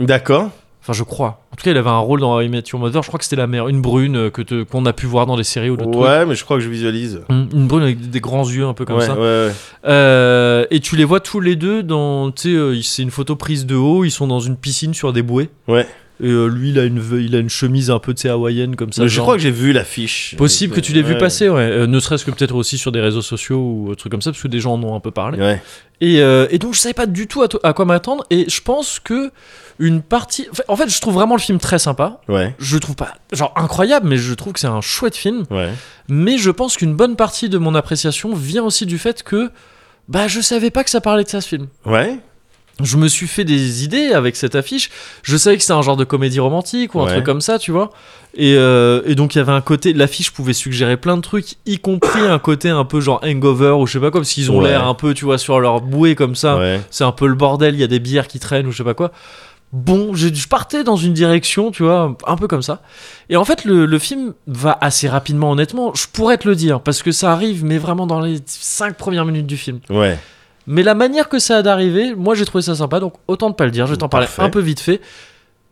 [SPEAKER 2] D'accord.
[SPEAKER 1] Enfin, je crois. En tout cas, il avait un rôle dans How I Met Your Mother. Je crois que c'était la mère, une brune euh, que te- qu'on a pu voir dans des séries ou d'autres
[SPEAKER 2] Ouais, mais je crois que je visualise.
[SPEAKER 1] trucs. Mm, Une brune avec des grands yeux un peu comme
[SPEAKER 2] ouais,
[SPEAKER 1] ça.
[SPEAKER 2] ouais, ouais.
[SPEAKER 1] Euh, et tu les vois tous les deux dans. Tu sais, euh, c'est une photo prise de haut. Ils sont dans une piscine sur des bouées.
[SPEAKER 2] Ouais.
[SPEAKER 1] Et euh, lui, il a une, ve- il a une chemise un peu de hawaïenne comme ça.
[SPEAKER 2] Mais je
[SPEAKER 1] genre-
[SPEAKER 2] crois que j'ai vu l'affiche.
[SPEAKER 1] Possible que tu l'aies vu
[SPEAKER 2] Ouais.
[SPEAKER 1] passer, ouais. Euh, ne serait-ce que peut-être aussi sur des réseaux sociaux ou euh, trucs comme ça, parce que des gens en ont un peu parlé.
[SPEAKER 2] Ouais.
[SPEAKER 1] Et, euh, et donc je savais pas du tout à, to- à quoi m'attendre. Et je pense que une partie. enfin, En fait, je trouve vraiment le film très sympa.
[SPEAKER 2] Ouais.
[SPEAKER 1] Je le trouve pas genre incroyable, mais je trouve que c'est un chouette film.
[SPEAKER 2] Ouais.
[SPEAKER 1] Mais je pense qu'une bonne partie de mon appréciation vient aussi du fait que bah je savais pas que ça parlait de ça ce film.
[SPEAKER 2] Ouais.
[SPEAKER 1] Je me suis fait des idées avec cette affiche. Je savais que c'était un genre de comédie romantique ou un
[SPEAKER 2] Ouais.
[SPEAKER 1] truc comme ça, tu vois. Et, euh, et donc il y avait un côté, l'affiche pouvait suggérer plein de trucs, y compris un côté un peu genre hangover ou je sais pas quoi, parce qu'ils ont
[SPEAKER 2] Ouais.
[SPEAKER 1] l'air un peu, tu vois, sur leur bouée comme ça.
[SPEAKER 2] Ouais.
[SPEAKER 1] C'est un peu le bordel, il y a des bières qui traînent ou je sais pas quoi. Bon, j'ai- je partais dans une direction, tu vois, un peu comme ça. Et en fait, le, le film va assez rapidement, honnêtement. Je pourrais te le dire, parce que ça arrive, mais vraiment dans les cinq premières minutes du film.
[SPEAKER 2] Ouais.
[SPEAKER 1] Mais la manière que ça a d'arriver, moi j'ai trouvé ça sympa, donc autant de pas le dire, je vais t'en parler
[SPEAKER 2] Parfait.
[SPEAKER 1] un peu vite fait.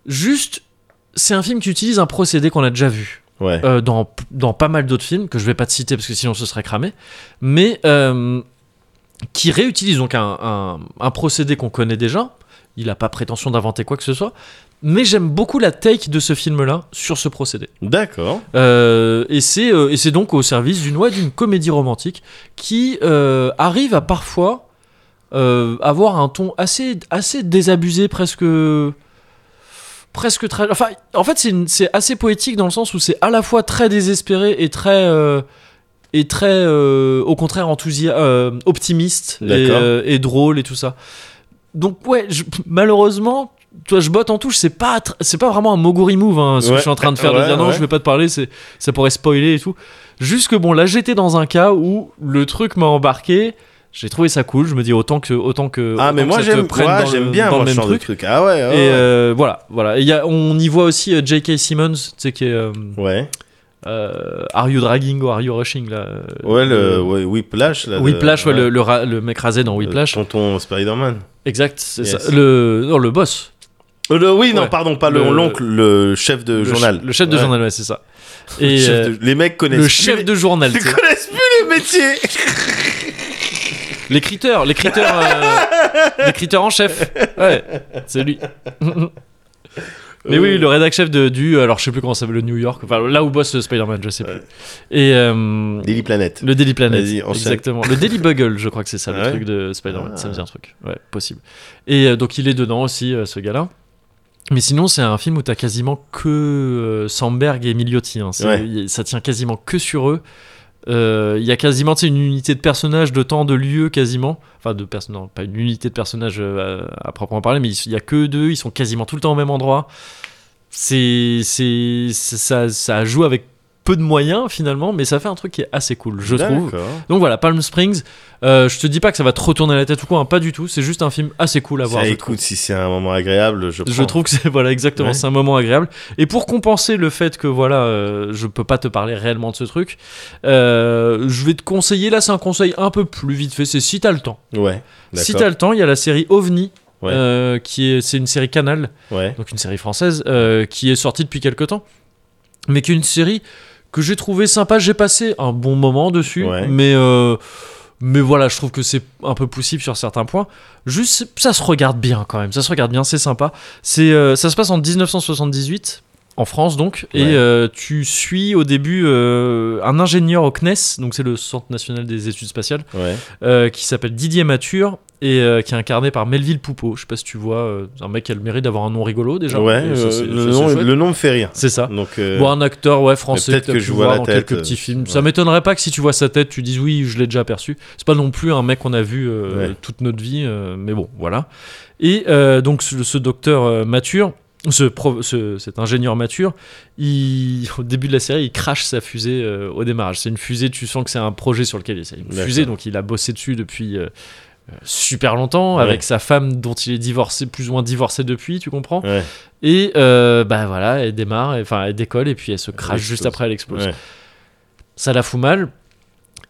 [SPEAKER 1] Juste, c'est un film qui utilise un procédé qu'on a déjà vu
[SPEAKER 2] Ouais.
[SPEAKER 1] euh, dans, dans pas mal d'autres films, que je vais pas te citer parce que sinon ce serait cramé, mais euh, qui réutilise donc un, un- un procédé qu'on connaît déjà. Il n'a pas prétention d'inventer quoi que ce soit, mais j'aime beaucoup la take de ce film-là sur ce procédé.
[SPEAKER 2] D'accord.
[SPEAKER 1] Euh, et c'est euh, et c'est donc au service d'une ouais, d'une comédie romantique qui euh, arrive à parfois euh, avoir un ton assez assez désabusé presque presque très enfin en fait c'est une- c'est assez poétique dans le sens où c'est à la fois très désespéré et très euh, et très euh, au contraire enthousiaste optimiste et,
[SPEAKER 2] D'accord.
[SPEAKER 1] euh, et drôle et tout ça donc ouais je- malheureusement toi je botte en touche c'est pas tr- c'est pas vraiment un moguri move hein, ce que
[SPEAKER 2] Ouais.
[SPEAKER 1] je suis en train de faire de
[SPEAKER 2] Ouais,
[SPEAKER 1] dire non
[SPEAKER 2] ouais.
[SPEAKER 1] je vais pas te parler c'est ça pourrait spoiler et tout juste que bon là j'étais dans un cas où le truc m'a embarqué j'ai trouvé ça cool je me dis autant que autant que
[SPEAKER 2] Ah, mais
[SPEAKER 1] autant
[SPEAKER 2] moi
[SPEAKER 1] que ça te
[SPEAKER 2] j'aime
[SPEAKER 1] prenne
[SPEAKER 2] moi,
[SPEAKER 1] dans le-
[SPEAKER 2] j'aime bien
[SPEAKER 1] dans
[SPEAKER 2] moi,
[SPEAKER 1] le
[SPEAKER 2] ce
[SPEAKER 1] même
[SPEAKER 2] genre de
[SPEAKER 1] truc
[SPEAKER 2] truc. Ah ouais.
[SPEAKER 1] et
[SPEAKER 2] ouais, ouais.
[SPEAKER 1] euh, voilà voilà Et il y a- on y voit aussi euh, J.K. Simmons tu sais qui est euh,
[SPEAKER 2] Ouais.
[SPEAKER 1] euh, Are You Dragging ou Are You Rushing là euh,
[SPEAKER 2] Ouais,
[SPEAKER 1] de-
[SPEAKER 2] le ouais, Whiplash. Là, de-
[SPEAKER 1] Whiplash, ouais, Le, le ra- le mec rasé dans
[SPEAKER 2] Euh,
[SPEAKER 1] Whiplash.
[SPEAKER 2] Tonton Spider-Man.
[SPEAKER 1] Exact, c'est
[SPEAKER 2] Yes.
[SPEAKER 1] ça. Le, non, le boss.
[SPEAKER 2] Euh, le- oui, non,
[SPEAKER 1] Ouais.
[SPEAKER 2] pardon, pas le-
[SPEAKER 1] Le-
[SPEAKER 2] l'oncle, le chef de
[SPEAKER 1] le
[SPEAKER 2] journal.
[SPEAKER 1] ch- le chef de
[SPEAKER 2] Ouais.
[SPEAKER 1] journal, ouais, c'est ça.
[SPEAKER 2] Le
[SPEAKER 1] Et
[SPEAKER 2] chef
[SPEAKER 1] euh,
[SPEAKER 2] de- Les mecs connaissent.
[SPEAKER 1] le
[SPEAKER 2] plus
[SPEAKER 1] chef
[SPEAKER 2] les-
[SPEAKER 1] de journal, tu
[SPEAKER 2] Ils [LAUGHS]
[SPEAKER 1] sais.
[SPEAKER 2] connaissent plus les métiers.
[SPEAKER 1] L'écriteur, l'écriteur, euh, l'écriteur en chef. Ouais, c'est lui. Mais oui, le rédac chef de, du, alors je sais plus comment ça s'appelle, le New York, enfin là où bosse Spider-Man, je sais plus. Et euh,
[SPEAKER 2] Daily Planet.
[SPEAKER 1] le Daily Planet,
[SPEAKER 2] Vas-y, enchaîne.
[SPEAKER 1] exactement. Le Daily Bugle, je crois que c'est ça, le
[SPEAKER 2] Ouais.
[SPEAKER 1] truc de Spider-Man, ça me
[SPEAKER 2] Ah.
[SPEAKER 1] dit un truc, ouais, possible. Et euh, donc il est dedans aussi, euh, ce gars-là. Mais sinon, c'est un film où t'as quasiment que euh, Sandberg et Miliotti. hein. C'est-
[SPEAKER 2] Ouais.
[SPEAKER 1] y- Ça tient quasiment que sur eux. Euh, Il y a quasiment tu sais, une unité de personnages, de temps, de lieu, quasiment. Enfin, de personnes, non, pas une unité de personnages euh, à, à proprement parler, mais il n'y a que deux. Ils sont quasiment tout le temps au même endroit. C'est, c'est, c'est- ça, ça joue avec peu de moyens finalement, mais ça fait un truc qui est assez cool, je trouve.
[SPEAKER 2] D'accord.
[SPEAKER 1] Donc voilà, Palm Springs. euh, je te dis pas que ça va te retourner la tête ou quoi, hein, pas du tout. C'est juste un film assez cool à voir.
[SPEAKER 2] Ça,
[SPEAKER 1] je
[SPEAKER 2] écoute, si c'est un moment agréable, je
[SPEAKER 1] je trouve que c'est [LAUGHS] voilà exactement
[SPEAKER 2] Ouais.
[SPEAKER 1] c'est un moment agréable et pour compenser le fait que voilà euh, je peux pas te parler réellement de ce truc euh, je vais te conseiller là c'est un conseil un peu plus vite fait c'est si t'as le temps
[SPEAKER 2] Ouais.
[SPEAKER 1] si t'as
[SPEAKER 2] d'accord.
[SPEAKER 1] le temps il y a la série OVNI
[SPEAKER 2] Ouais.
[SPEAKER 1] euh, qui est c'est une série Canal
[SPEAKER 2] Ouais.
[SPEAKER 1] donc une série française euh, qui est sortie depuis quelque temps mais qui est une série que j'ai trouvé sympa j'ai passé un bon moment dessus
[SPEAKER 2] Ouais.
[SPEAKER 1] mais euh, mais voilà, je trouve que c'est un peu poussif sur certains points. Juste, ça se regarde bien quand même. Ça se regarde bien, c'est sympa. C'est, euh, ça se passe en 1978, en France donc, et
[SPEAKER 2] Ouais.
[SPEAKER 1] euh, tu suis au début euh, un ingénieur au CNES, donc c'est le Centre national des études spatiales,
[SPEAKER 2] Ouais.
[SPEAKER 1] euh, qui s'appelle Didier Mature et euh, qui est incarné par Melville Poupeau. Je sais pas si tu vois, euh, c'est un mec qui a le mérite d'avoir un nom rigolo déjà.
[SPEAKER 2] ouais,
[SPEAKER 1] Et ça,
[SPEAKER 2] euh,
[SPEAKER 1] c'est-
[SPEAKER 2] le,
[SPEAKER 1] ça, c'est
[SPEAKER 2] nom,
[SPEAKER 1] chouette.
[SPEAKER 2] le nom me fait rien.
[SPEAKER 1] C'est ça.
[SPEAKER 2] Donc, euh,
[SPEAKER 1] Bon, un acteur ouais, français
[SPEAKER 2] mais
[SPEAKER 1] que,
[SPEAKER 2] peut-être
[SPEAKER 1] t'as
[SPEAKER 2] que
[SPEAKER 1] pu
[SPEAKER 2] je vois
[SPEAKER 1] voir
[SPEAKER 2] la
[SPEAKER 1] dans
[SPEAKER 2] tête,
[SPEAKER 1] quelques
[SPEAKER 2] euh,
[SPEAKER 1] petits films.
[SPEAKER 2] ouais.
[SPEAKER 1] Ça m'étonnerait pas que si tu vois sa tête, tu dises oui, je l'ai déjà aperçu. C'est pas non plus un mec qu'on a vu euh,
[SPEAKER 2] Ouais.
[SPEAKER 1] toute notre vie, euh, mais bon, voilà. Et euh, donc ce, ce docteur euh, mature, ce, pro- ce- cet ingénieur mature, il, [LAUGHS] au début de la série, il crache sa fusée euh, au démarrage. C'est une fusée, tu sens que c'est un projet sur lequel il c'est une
[SPEAKER 2] D'accord.
[SPEAKER 1] fusée, donc il a bossé dessus depuis. euh, euh, super longtemps
[SPEAKER 2] Ouais.
[SPEAKER 1] avec sa femme dont il est divorcé plus ou moins divorcé depuis tu comprends
[SPEAKER 2] ouais,
[SPEAKER 1] et euh, bah voilà, elle démarre, et- enfin elle décolle et puis elle se crache
[SPEAKER 2] explose.
[SPEAKER 1] juste après elle explose.
[SPEAKER 2] ouais.
[SPEAKER 1] Ça la fout mal.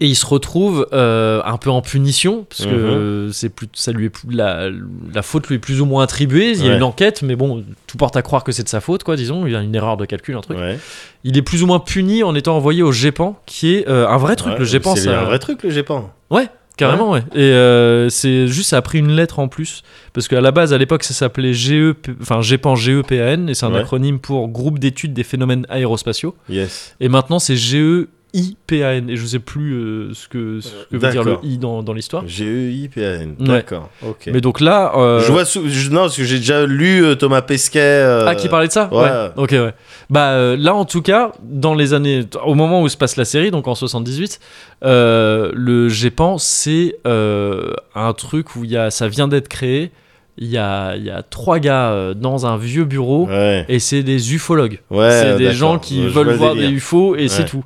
[SPEAKER 1] Et il se retrouve euh, un peu en punition parce que
[SPEAKER 2] Mhm.
[SPEAKER 1] euh, c'est plus, ça lui est plus- la, la faute lui est plus ou moins attribuée. Il y a
[SPEAKER 2] Ouais.
[SPEAKER 1] une enquête, mais bon, tout porte à croire que c'est de sa faute, quoi. Disons, il y a une erreur de calcul, un truc.
[SPEAKER 2] ouais.
[SPEAKER 1] Il est plus ou moins puni en étant envoyé au GEPAN, qui est euh, un vrai truc.
[SPEAKER 2] Ouais,
[SPEAKER 1] le GEPAN,
[SPEAKER 2] c'est
[SPEAKER 1] ça-
[SPEAKER 2] un vrai truc, le GEPAN.
[SPEAKER 1] Ouais, carrément, ouais. Et euh, c'est juste, ça a pris une lettre en plus. Parce qu'à la base, à l'époque, ça s'appelait GEP, enfin, E GEPAN, GEPAN, et c'est un
[SPEAKER 2] Ouais.
[SPEAKER 1] acronyme pour Groupe d'études des phénomènes aérospatiaux.
[SPEAKER 2] Yes.
[SPEAKER 1] Et maintenant, c'est E GEIPAN, et je sais plus euh, ce que, ce que veut dire le
[SPEAKER 2] D'accord.
[SPEAKER 1] I dans, dans l'histoire.
[SPEAKER 2] E G-E-I-P-A-N.
[SPEAKER 1] Ouais.
[SPEAKER 2] D'accord. Ok.
[SPEAKER 1] Mais donc là. euh,
[SPEAKER 2] Je vois. sous- je- non, parce que j'ai déjà lu euh, Thomas Pesquet. euh,
[SPEAKER 1] Ah, qui parlait de ça
[SPEAKER 2] ouais.
[SPEAKER 1] Ok, ouais. Bah euh, là, en tout cas, dans les années, au moment où se passe la série, donc en 78, euh, le GEPAN, c'est euh, un truc où il y a, ça vient d'être créé. Il y a, il y a trois gars euh, dans un vieux bureau
[SPEAKER 2] Ouais.
[SPEAKER 1] et c'est des ufologues.
[SPEAKER 2] Ouais, euh,
[SPEAKER 1] c'est des
[SPEAKER 2] d'accord.
[SPEAKER 1] gens qui
[SPEAKER 2] Je vois
[SPEAKER 1] veulent
[SPEAKER 2] le
[SPEAKER 1] voir
[SPEAKER 2] délire.
[SPEAKER 1] des UFO et c'est
[SPEAKER 2] Ouais.
[SPEAKER 1] tout.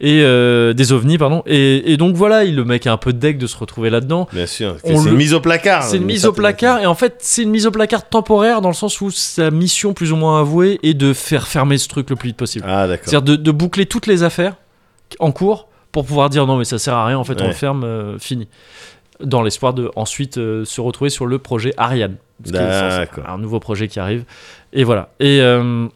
[SPEAKER 1] Et euh, des ovnis, pardon. Et, et donc voilà, il- le mec est un peu deck de se retrouver là-dedans.
[SPEAKER 2] Bien sûr. C'est
[SPEAKER 1] On le-
[SPEAKER 2] une mise au placard.
[SPEAKER 1] C'est une
[SPEAKER 2] d'une
[SPEAKER 1] mise au
[SPEAKER 2] certaine
[SPEAKER 1] placard et en fait c'est une mise au placard temporaire dans le sens où sa mission plus ou moins avouée est de faire fermer ce truc le plus vite possible.
[SPEAKER 2] Ah, d'accord.
[SPEAKER 1] C'est-à-dire de, de boucler toutes les affaires en cours pour pouvoir dire non mais ça sert à rien en fait on
[SPEAKER 2] Ouais.
[SPEAKER 1] le ferme, euh, fini. Dans l'espoir de ensuite euh, se retrouver sur le projet Ariane. Ce qui est
[SPEAKER 2] D'accord.
[SPEAKER 1] un nouveau projet qui arrive. Et voilà. Et, euh,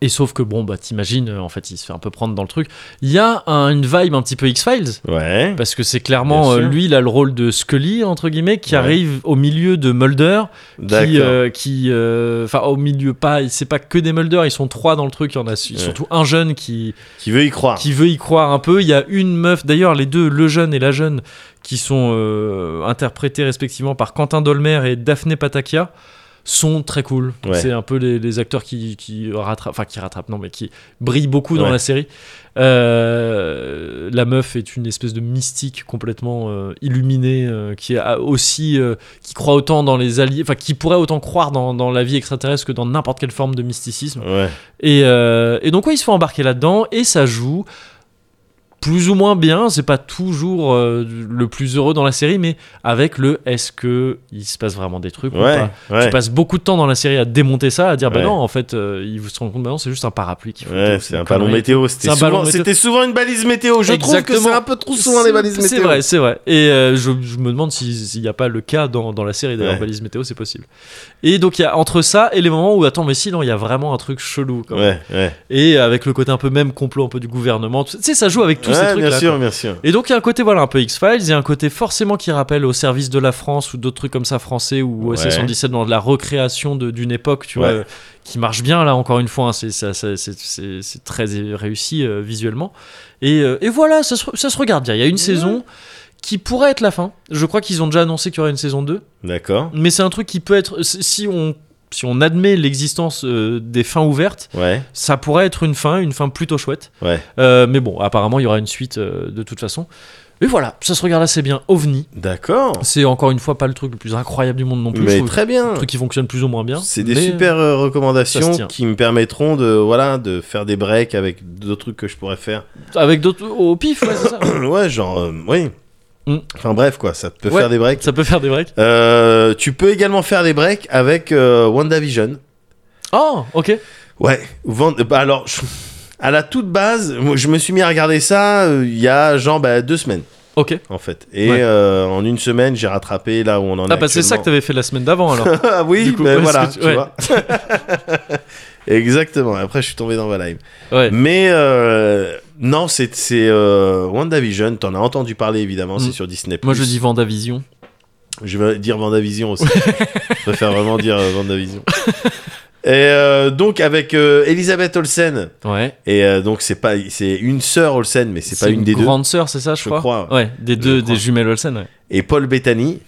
[SPEAKER 1] et sauf que bon bah t'imagines euh, en fait il se fait un peu prendre dans le truc. Il y a un- une vibe un petit peu X-Files.
[SPEAKER 2] Ouais.
[SPEAKER 1] Parce que c'est clairement,
[SPEAKER 2] Bien
[SPEAKER 1] euh,
[SPEAKER 2] sûr.
[SPEAKER 1] lui, il a le rôle de Scully, entre guillemets, qui
[SPEAKER 2] Ouais.
[SPEAKER 1] arrive au milieu de Mulder, qui,
[SPEAKER 2] D'accord.
[SPEAKER 1] euh, qui, euh, enfin, au milieu, pas, c'est pas que des Mulder, ils sont trois dans le truc, il y en a su-
[SPEAKER 2] Ouais.
[SPEAKER 1] surtout un jeune qui,
[SPEAKER 2] Qui veut y croire.
[SPEAKER 1] qui veut y croire un peu, il y a une meuf, d'ailleurs, les deux, le jeune et la jeune, qui sont euh, interprétés respectivement par Quentin Dolmer et Daphné Patakia, sont très cool.
[SPEAKER 2] Ouais.
[SPEAKER 1] C'est un peu les, les acteurs qui, qui rattrapent, enfin qui rattrapent, non, mais qui brillent beaucoup dans
[SPEAKER 2] Ouais.
[SPEAKER 1] la série. Euh, la meuf est une espèce de mystique complètement euh, illuminée euh, qui a aussi euh, qui croit autant dans les alliés, enfin qui pourrait autant croire dans, dans la vie extraterrestre que dans n'importe quelle forme de mysticisme.
[SPEAKER 2] Ouais.
[SPEAKER 1] Et, euh, et donc ouais, il se fait embarquer là-dedans et ça joue plus ou moins bien. C'est pas toujours euh, le plus heureux dans la série, mais avec le est-ce que il se passe vraiment des trucs ou
[SPEAKER 2] Ouais.
[SPEAKER 1] pas
[SPEAKER 2] Ouais.
[SPEAKER 1] tu passes beaucoup de temps dans la série à démonter ça, à dire bah
[SPEAKER 2] Ouais.
[SPEAKER 1] non, en fait, euh, il vous se rend compte maintenant, c'est juste un parapluie qui
[SPEAKER 2] Ouais, c'est un ballon météo. C'était
[SPEAKER 1] C'est un ballon
[SPEAKER 2] souvent,
[SPEAKER 1] météo.
[SPEAKER 2] c'était souvent une balise météo. Je trouve
[SPEAKER 1] Exactement.
[SPEAKER 2] que c'est un peu trop souvent des balises météo.
[SPEAKER 1] C'est vrai, c'est vrai. Et euh, je, je me demande si- s'il n'y a pas le cas dans, dans la série d'ailleurs,
[SPEAKER 2] Ouais.
[SPEAKER 1] balise météo, c'est possible. Et donc il y a entre ça et les moments où attends, mais si, non, il y a vraiment un truc chelou. Quand même.
[SPEAKER 2] Ouais, ouais.
[SPEAKER 1] Et avec le côté un peu même complot, un peu du gouvernement, tu sais, ça joue avec tous ces
[SPEAKER 2] Ouais,
[SPEAKER 1] trucs
[SPEAKER 2] bien sûr, bien sûr.
[SPEAKER 1] Et donc il y a un côté voilà un peu X-Files, il y a un côté forcément qui rappelle au service de la France ou d'autres trucs comme ça français ou au
[SPEAKER 2] Ouais.
[SPEAKER 1] 77 dans de la recréation de- d'une époque, tu vois,
[SPEAKER 2] Ouais.
[SPEAKER 1] euh, qui marche bien là encore une fois, hein, c'est ça- ça- c'est- c'est- c'est très réussi euh, visuellement. Et, euh, et voilà, ça se, re- ça se regarde bien. Il y a une saison qui pourrait être la fin. Je crois qu'ils ont déjà annoncé qu'il y aurait une saison 2,
[SPEAKER 2] D'accord.
[SPEAKER 1] mais c'est un truc qui peut être si on si on admet l'existence euh, des fins ouvertes
[SPEAKER 2] Ouais,
[SPEAKER 1] ça pourrait être une fin, une fin plutôt chouette.
[SPEAKER 2] Ouais.
[SPEAKER 1] Euh, mais bon, apparemment, il y aura une suite euh, de toute façon. Et voilà, ça se regarde assez bien. OVNI,
[SPEAKER 2] d'accord.
[SPEAKER 1] c'est encore une fois pas le truc le plus incroyable du monde non plus. je
[SPEAKER 2] Mais
[SPEAKER 1] trouve
[SPEAKER 2] très bien.
[SPEAKER 1] un truc qui fonctionne plus ou moins bien.
[SPEAKER 2] C'est des
[SPEAKER 1] mais-
[SPEAKER 2] super euh,
[SPEAKER 1] ça se
[SPEAKER 2] recommandations
[SPEAKER 1] tient.
[SPEAKER 2] qui me permettront de voilà de faire des breaks avec d'autres trucs que je pourrais faire. [CLEARS THROAT]
[SPEAKER 1] Avec d'autres. Au pif, ouais, c'est ça. [COUGHS]
[SPEAKER 2] ouais, genre euh, oui.
[SPEAKER 1] Mm.
[SPEAKER 2] Enfin bref quoi, ça peut
[SPEAKER 1] Ouais.
[SPEAKER 2] faire des breaks.
[SPEAKER 1] ça peut faire des breaks.
[SPEAKER 2] Euh, tu peux également faire des breaks avec euh, WandaVision.
[SPEAKER 1] Oh, ok.
[SPEAKER 2] Ouais. Van- bah, alors je- à la toute base, moi, je me suis mis à regarder ça euh, il y a genre bah, deux semaines
[SPEAKER 1] Ok.
[SPEAKER 2] en fait. Et
[SPEAKER 1] Ouais.
[SPEAKER 2] euh, en une semaine, j'ai rattrapé là où on en est.
[SPEAKER 1] Ah, bah c'est ça que
[SPEAKER 2] actuellement.
[SPEAKER 1] t'avais fait la semaine d'avant
[SPEAKER 2] [LAUGHS]
[SPEAKER 1] alors.
[SPEAKER 2] Ah oui,
[SPEAKER 1] Du coup,
[SPEAKER 2] ben
[SPEAKER 1] ouais, ce
[SPEAKER 2] voilà,
[SPEAKER 1] que
[SPEAKER 2] tu
[SPEAKER 1] tu- ouais.
[SPEAKER 2] vois. [LAUGHS] Exactement. Après, je suis tombé dans Valheim.
[SPEAKER 1] Ouais.
[SPEAKER 2] Mais euh, non, c'est c'est euh, WandaVision. T'en as entendu parler évidemment.
[SPEAKER 1] Mm.
[SPEAKER 2] C'est sur Disney.
[SPEAKER 1] Moi je dis Vendavision.
[SPEAKER 2] Je vais dire
[SPEAKER 1] [LAUGHS]
[SPEAKER 2] WandaVision aussi. je préfère vraiment dire euh, WandaVision. Et euh, donc avec euh, Elisabeth Olsen.
[SPEAKER 1] Ouais.
[SPEAKER 2] Et euh, donc c'est pas c'est une sœur Olsen, mais c'est pas une, des
[SPEAKER 1] grande sœur, c'est ça, je,
[SPEAKER 2] Je crois,
[SPEAKER 1] Ouais, des deux,
[SPEAKER 2] crois.
[SPEAKER 1] des jumelles Olsen. Ouais.
[SPEAKER 2] deux. Et Paul Bettany.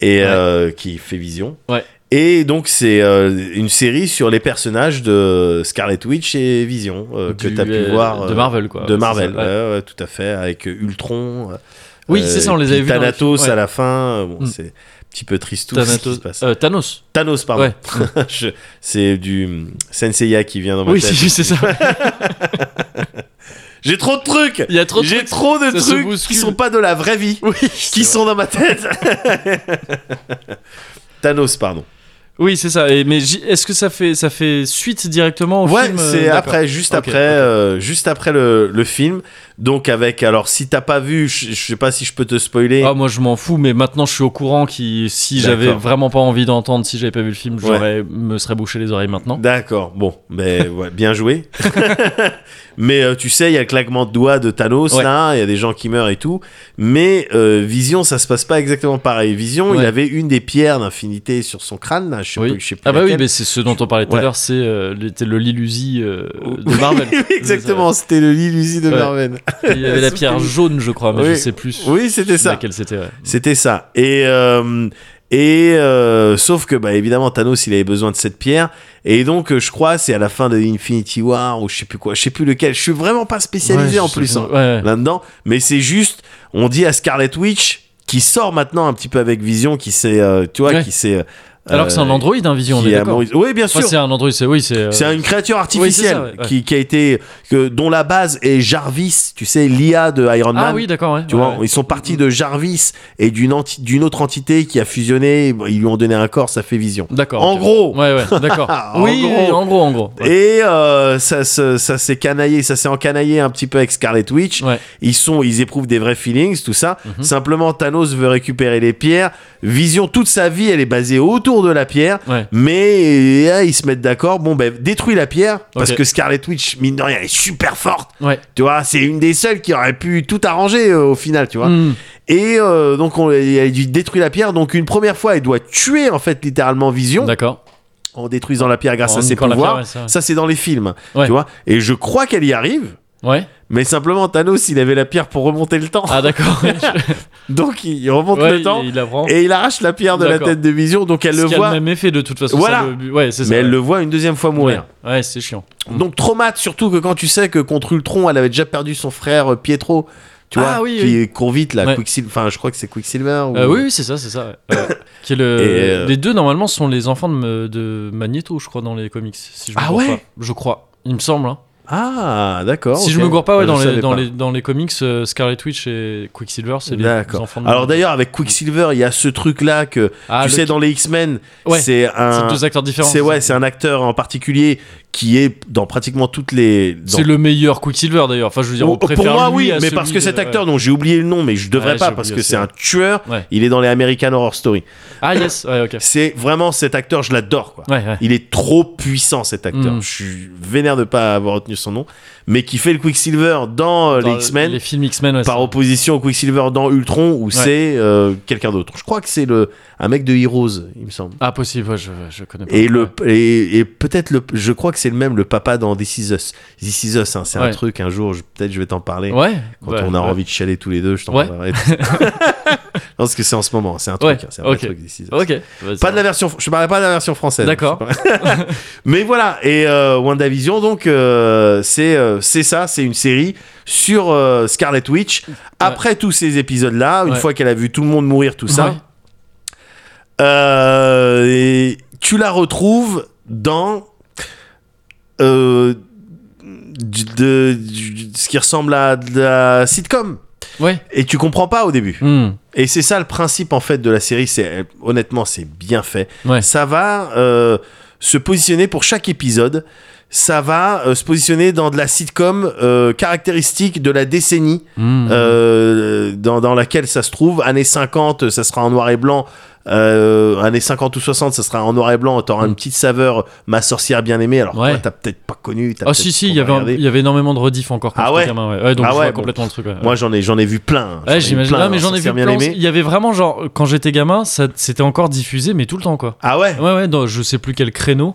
[SPEAKER 2] et euh, qui fait Vision.
[SPEAKER 1] Ouais.
[SPEAKER 2] Et donc c'est euh, une série sur les personnages de Scarlet Witch et Vision euh, que
[SPEAKER 1] Du,
[SPEAKER 2] tu as pu
[SPEAKER 1] euh,
[SPEAKER 2] voir
[SPEAKER 1] de
[SPEAKER 2] euh,
[SPEAKER 1] Marvel quoi.
[SPEAKER 2] de
[SPEAKER 1] C'est
[SPEAKER 2] Marvel,
[SPEAKER 1] ça, ouais.
[SPEAKER 2] ouais, ouais, tout à fait, avec euh, Ultron. euh,
[SPEAKER 1] Oui, c'est ça, on
[SPEAKER 2] et
[SPEAKER 1] les avait
[SPEAKER 2] Euh, puis
[SPEAKER 1] vus dans les
[SPEAKER 2] Thanatos
[SPEAKER 1] films, ouais.
[SPEAKER 2] à la fin. euh, Bon,
[SPEAKER 1] Mm.
[SPEAKER 2] c'est un petit peu triste tout ce qui
[SPEAKER 1] Thanatos.
[SPEAKER 2] se passe.
[SPEAKER 1] euh, Thanos.
[SPEAKER 2] Thanos, [LAUGHS] pardon.
[SPEAKER 1] ouais. Mm.
[SPEAKER 2] Je- c'est du mm, Senseiya qui vient dans ma
[SPEAKER 1] Oui,
[SPEAKER 2] tête.
[SPEAKER 1] c'est c'est ça.
[SPEAKER 2] [LAUGHS] J'ai trop de trucs.
[SPEAKER 1] Il y a trop de
[SPEAKER 2] J'ai
[SPEAKER 1] trucs.
[SPEAKER 2] trop de
[SPEAKER 1] Ça se
[SPEAKER 2] trucs qui
[SPEAKER 1] bouscule.
[SPEAKER 2] sont pas de la vraie vie, [LAUGHS]
[SPEAKER 1] Oui, c'est
[SPEAKER 2] qui sont dans ma tête. [LAUGHS] Thanos, pardon.
[SPEAKER 1] vrai. Oui, c'est ça. Et, mais j- est-ce que ça fait ça fait suite directement au
[SPEAKER 2] ouais,
[SPEAKER 1] film euh,
[SPEAKER 2] c'est
[SPEAKER 1] d'accord.
[SPEAKER 2] après, juste
[SPEAKER 1] Ok,
[SPEAKER 2] après, euh, juste après le, le film. Donc avec, alors si t'as pas vu, je, je sais pas si je peux te spoiler.
[SPEAKER 1] Ah moi je m'en fous mais maintenant je suis au courant qui si
[SPEAKER 2] D'accord.
[SPEAKER 1] j'avais vraiment pas envie d'entendre si j'avais pas vu le film j'aurais me serais bouché les oreilles maintenant.
[SPEAKER 2] D'accord, bon, mais ouais, bien joué. [LAUGHS] mais euh, tu sais, il y a le claquement de doigts de Thanos
[SPEAKER 1] Ouais.
[SPEAKER 2] là, il y a des gens qui meurent et tout. Mais euh, Vision, ça se passe pas exactement pareil. Vision, il
[SPEAKER 1] Ouais.
[SPEAKER 2] avait une des pierres d'infinité sur son crâne là, je sais,
[SPEAKER 1] Oui.
[SPEAKER 2] plus, je sais plus
[SPEAKER 1] Ah bah oui
[SPEAKER 2] laquelle.
[SPEAKER 1] mais c'est ce dont on parlait tout
[SPEAKER 2] Ouais. Oh.
[SPEAKER 1] à l'heure c'est euh, le c'était le Lilusi euh, de Marvel.
[SPEAKER 2] [LAUGHS] Oui, exactement, c'était le Lilusi de
[SPEAKER 1] Ouais.
[SPEAKER 2] Merven.
[SPEAKER 1] Il y avait la pierre jaune je crois mais
[SPEAKER 2] Oui.
[SPEAKER 1] je sais plus.
[SPEAKER 2] Oui, c'était ça.
[SPEAKER 1] Laquelle c'était. ouais.
[SPEAKER 2] C'était ça. Et, euh, et euh, sauf que, bah, évidemment, Thanos, il avait besoin de cette pierre. Et donc, euh, je crois, c'est à la fin de Infinity War ou je sais plus quoi, je sais plus lequel. Je suis vraiment pas spécialisé
[SPEAKER 1] Ouais,
[SPEAKER 2] en
[SPEAKER 1] je
[SPEAKER 2] plus
[SPEAKER 1] sais
[SPEAKER 2] hein,
[SPEAKER 1] pas. Ouais, ouais.
[SPEAKER 2] là-dedans. Mais c'est juste, on dit à Scarlet Witch qui sort maintenant un petit peu avec Vision, qui s'est, euh, tu vois,
[SPEAKER 1] Ouais.
[SPEAKER 2] qui s'est. euh,
[SPEAKER 1] Alors que c'est un android hein, Vision on
[SPEAKER 2] qui
[SPEAKER 1] est
[SPEAKER 2] est
[SPEAKER 1] d'accord.
[SPEAKER 2] amoureuse- Oui, bien sûr.
[SPEAKER 1] Enfin, c'est un android c'est oui c'est. euh,
[SPEAKER 2] C'est une créature artificielle
[SPEAKER 1] ouais, ouais.
[SPEAKER 2] Qui, qui a été que, dont la base est Jarvis, tu sais, l'IA de Iron Man.
[SPEAKER 1] Ah oui d'accord ouais.
[SPEAKER 2] Tu
[SPEAKER 1] ouais,
[SPEAKER 2] vois,
[SPEAKER 1] ouais.
[SPEAKER 2] ils sont partis de Jarvis et d'une enti- d'une autre entité qui a fusionné. bon, Ils lui ont donné un corps, ça fait vision.
[SPEAKER 1] D'accord.
[SPEAKER 2] En
[SPEAKER 1] ok.
[SPEAKER 2] gros.
[SPEAKER 1] Ouais ouais d'accord.
[SPEAKER 2] [LAUGHS] En
[SPEAKER 1] oui
[SPEAKER 2] gros.
[SPEAKER 1] oui, en gros en gros. Ouais.
[SPEAKER 2] Et euh, ça, se- ça s'est canaillé, ça s'est encanaillé un petit peu avec Scarlet Witch.
[SPEAKER 1] Ouais. Mhm.
[SPEAKER 2] Ils sont, ils éprouvent des vrais feelings, tout ça. Simplement, Thanos veut récupérer les pierres. Vision, toute sa vie, elle est basée autour de la pierre.
[SPEAKER 1] Ouais.
[SPEAKER 2] Mais euh, ils se mettent d'accord. Bon, ben détruis la pierre parce
[SPEAKER 1] Ok.
[SPEAKER 2] que Scarlet Witch, mine de rien, elle est super forte.
[SPEAKER 1] Ouais.
[SPEAKER 2] Tu vois, c'est une des seules qui aurait pu tout arranger euh, au final, tu vois.
[SPEAKER 1] Mm.
[SPEAKER 2] Et euh, donc, on, elle lui détruit la pierre. Donc, une première fois, elle doit tuer, en fait, littéralement Vision
[SPEAKER 1] D'accord.
[SPEAKER 2] en détruisant la pierre grâce
[SPEAKER 1] En
[SPEAKER 2] à ses
[SPEAKER 1] niquant la
[SPEAKER 2] pouvoirs.
[SPEAKER 1] pierre, ouais, ça, ouais.
[SPEAKER 2] ça, c'est dans les films,
[SPEAKER 1] Ouais.
[SPEAKER 2] tu vois. Et je crois qu'elle y arrive.
[SPEAKER 1] Ouais.
[SPEAKER 2] Mais simplement, Thanos, il avait la pierre pour remonter le temps.
[SPEAKER 1] Ah d'accord. Je-
[SPEAKER 2] [LAUGHS] Donc, il, il remonte
[SPEAKER 1] ouais,
[SPEAKER 2] le temps
[SPEAKER 1] il, il la prend.
[SPEAKER 2] et il arrache la pierre de la
[SPEAKER 1] D'accord.
[SPEAKER 2] tête de Vision. Donc, elle
[SPEAKER 1] Ce
[SPEAKER 2] le
[SPEAKER 1] qui a
[SPEAKER 2] voit.
[SPEAKER 1] le même effet de toute façon.
[SPEAKER 2] Voilà.
[SPEAKER 1] ça, le but- ouais, c'est ça,
[SPEAKER 2] Mais elle
[SPEAKER 1] ouais.
[SPEAKER 2] le voit une deuxième fois mourir.
[SPEAKER 1] Ouais, ouais, Mm. c'est chiant.
[SPEAKER 2] Donc, traumate, surtout que quand tu sais que contre Ultron, elle avait déjà perdu son frère euh, Pietro. Tu
[SPEAKER 1] Ah,
[SPEAKER 2] vois,
[SPEAKER 1] oui,
[SPEAKER 2] qui court vite, là.
[SPEAKER 1] Ouais.
[SPEAKER 2] Quicksil- Enfin, je crois que c'est Quicksilver. ou- euh,
[SPEAKER 1] Euh, oui, oui, c'est ça, c'est ça. ouais. Ouais. Qui est le-
[SPEAKER 2] Et, euh,
[SPEAKER 1] Les deux normalement sont les enfants de, me- de Magneto, je crois, dans les comics. Si je me
[SPEAKER 2] Ah
[SPEAKER 1] gourre
[SPEAKER 2] ouais
[SPEAKER 1] pas. Je crois. Il me semble. hein.
[SPEAKER 2] Ah, d'accord.
[SPEAKER 1] si
[SPEAKER 2] ok.
[SPEAKER 1] je me gourre pas, ouais,
[SPEAKER 2] Je
[SPEAKER 1] dans, les,
[SPEAKER 2] savais
[SPEAKER 1] dans,
[SPEAKER 2] pas.
[SPEAKER 1] les, dans les comics, euh, Scarlet Witch et Quicksilver, c'est les
[SPEAKER 2] D'accord.
[SPEAKER 1] enfants de
[SPEAKER 2] Alors
[SPEAKER 1] Magneto.
[SPEAKER 2] d'ailleurs, avec Quicksilver, il y a ce truc-là que
[SPEAKER 1] Ah,
[SPEAKER 2] tu
[SPEAKER 1] le-
[SPEAKER 2] sais dans les X-Men,
[SPEAKER 1] Ouais,
[SPEAKER 2] c'est un,
[SPEAKER 1] c'est deux acteurs différents.
[SPEAKER 2] c'est ouais, c'est un acteur en particulier qui est dans pratiquement toutes les. dans- Oh,
[SPEAKER 1] C'est le meilleur Quicksilver d'ailleurs. Enfin, je veux dire, on
[SPEAKER 2] Pour-
[SPEAKER 1] préfère
[SPEAKER 2] pour moi,
[SPEAKER 1] lui
[SPEAKER 2] oui,
[SPEAKER 1] à
[SPEAKER 2] mais
[SPEAKER 1] celui
[SPEAKER 2] parce que
[SPEAKER 1] de-
[SPEAKER 2] cet acteur dont j'ai oublié le nom, mais je devrais
[SPEAKER 1] Ouais,
[SPEAKER 2] pas
[SPEAKER 1] j'ai
[SPEAKER 2] parce
[SPEAKER 1] oublié
[SPEAKER 2] que c'est un
[SPEAKER 1] aussi,
[SPEAKER 2] tueur.
[SPEAKER 1] Ouais.
[SPEAKER 2] Il est dans les American Horror Story.
[SPEAKER 1] Ah yes, ouais, ok.
[SPEAKER 2] C'est vraiment cet acteur, je l'adore quoi.
[SPEAKER 1] Ouais, ouais.
[SPEAKER 2] Il est trop puissant cet acteur.
[SPEAKER 1] Mm.
[SPEAKER 2] Je suis vénère de pas avoir retenu son nom, mais qui fait le Quicksilver dans, euh,
[SPEAKER 1] Dans
[SPEAKER 2] les X-Men.
[SPEAKER 1] Les films X-Men, ouais,
[SPEAKER 2] par
[SPEAKER 1] ça-
[SPEAKER 2] opposition au Quicksilver dans Ultron où c'est euh, quelqu'un d'autre. Je crois que c'est le un mec de Heroes, il me semble.
[SPEAKER 1] Ah possible, ouais, je, je connais pas.
[SPEAKER 2] Et le et, et peut-être le je crois que c'est le même le papa dans This Is Us. This Is Us, hein, c'est un
[SPEAKER 1] Ouais.
[SPEAKER 2] truc un jour je- peut-être je vais t'en parler
[SPEAKER 1] Ouais. bah,
[SPEAKER 2] quand
[SPEAKER 1] ouais,
[SPEAKER 2] on a
[SPEAKER 1] ouais.
[SPEAKER 2] envie de chialer tous les deux, je t'en
[SPEAKER 1] Ouais. [LAUGHS]
[SPEAKER 2] parlerai. Parce que c'est en ce moment, c'est un truc,
[SPEAKER 1] Ouais,
[SPEAKER 2] hein, c'est un vrai
[SPEAKER 1] ok.
[SPEAKER 2] truc This Is Us.
[SPEAKER 1] Ok. bah,
[SPEAKER 2] Pas de la version, je parlais pas de la version française.
[SPEAKER 1] D'accord.
[SPEAKER 2] Je
[SPEAKER 1] [LAUGHS]
[SPEAKER 2] parlais- [LAUGHS] Mais voilà, et euh, WandaVision, donc, euh, c'est euh, c'est ça, c'est une série sur euh, Scarlet Witch. Après tous ces épisodes-là, une
[SPEAKER 1] Ouais.
[SPEAKER 2] fois qu'elle a vu tout le monde mourir, tout ça,
[SPEAKER 1] Ouais.
[SPEAKER 2] euh, et tu la retrouves dans. euh, du- de, du- ce qui ressemble à de la sitcom.
[SPEAKER 1] Ouais.
[SPEAKER 2] Et tu comprends pas au début.
[SPEAKER 1] Hmm.
[SPEAKER 2] Et c'est ça le principe en fait de la série. C'est honnêtement, c'est bien fait.
[SPEAKER 1] Ouais.
[SPEAKER 2] Ça va euh, se positionner pour chaque épisode. Ça va euh, se positionner dans de la sitcom euh, caractéristique de la décennie
[SPEAKER 1] Hmm.
[SPEAKER 2] euh, dans, dans laquelle ça se trouve. Années 50, ça sera en noir et blanc. Euh, années 50 ou 60, ça sera en noir et blanc. T'auras une petite saveur, ma sorcière bien aimée. Alors
[SPEAKER 1] Mhm. Ouais.
[SPEAKER 2] toi, t'as peut-être pas connu. t'as
[SPEAKER 1] Ah si
[SPEAKER 2] peut-être
[SPEAKER 1] si,
[SPEAKER 2] pas
[SPEAKER 1] il y avait un-
[SPEAKER 2] regardé.
[SPEAKER 1] il y avait énormément de rediff encore. quand
[SPEAKER 2] Ah
[SPEAKER 1] j'étais
[SPEAKER 2] ouais
[SPEAKER 1] gamin, ouais. Ouais, donc
[SPEAKER 2] Ah
[SPEAKER 1] je
[SPEAKER 2] ouais,
[SPEAKER 1] vois
[SPEAKER 2] bon.
[SPEAKER 1] complètement le truc. Ouais.
[SPEAKER 2] Moi, j'en ai, j'en ai vu plein. J'en ai
[SPEAKER 1] Ouais,
[SPEAKER 2] vu
[SPEAKER 1] j'imagine.
[SPEAKER 2] plein
[SPEAKER 1] Non,
[SPEAKER 2] dans
[SPEAKER 1] mais j'en ai vu
[SPEAKER 2] Sorcière bien
[SPEAKER 1] plein.
[SPEAKER 2] aimée.
[SPEAKER 1] Il y avait vraiment genre quand j'étais gamin, ça c'était encore diffusé mais tout le temps quoi.
[SPEAKER 2] Ah ouais.
[SPEAKER 1] Ouais ouais, dans je sais plus quel créneau.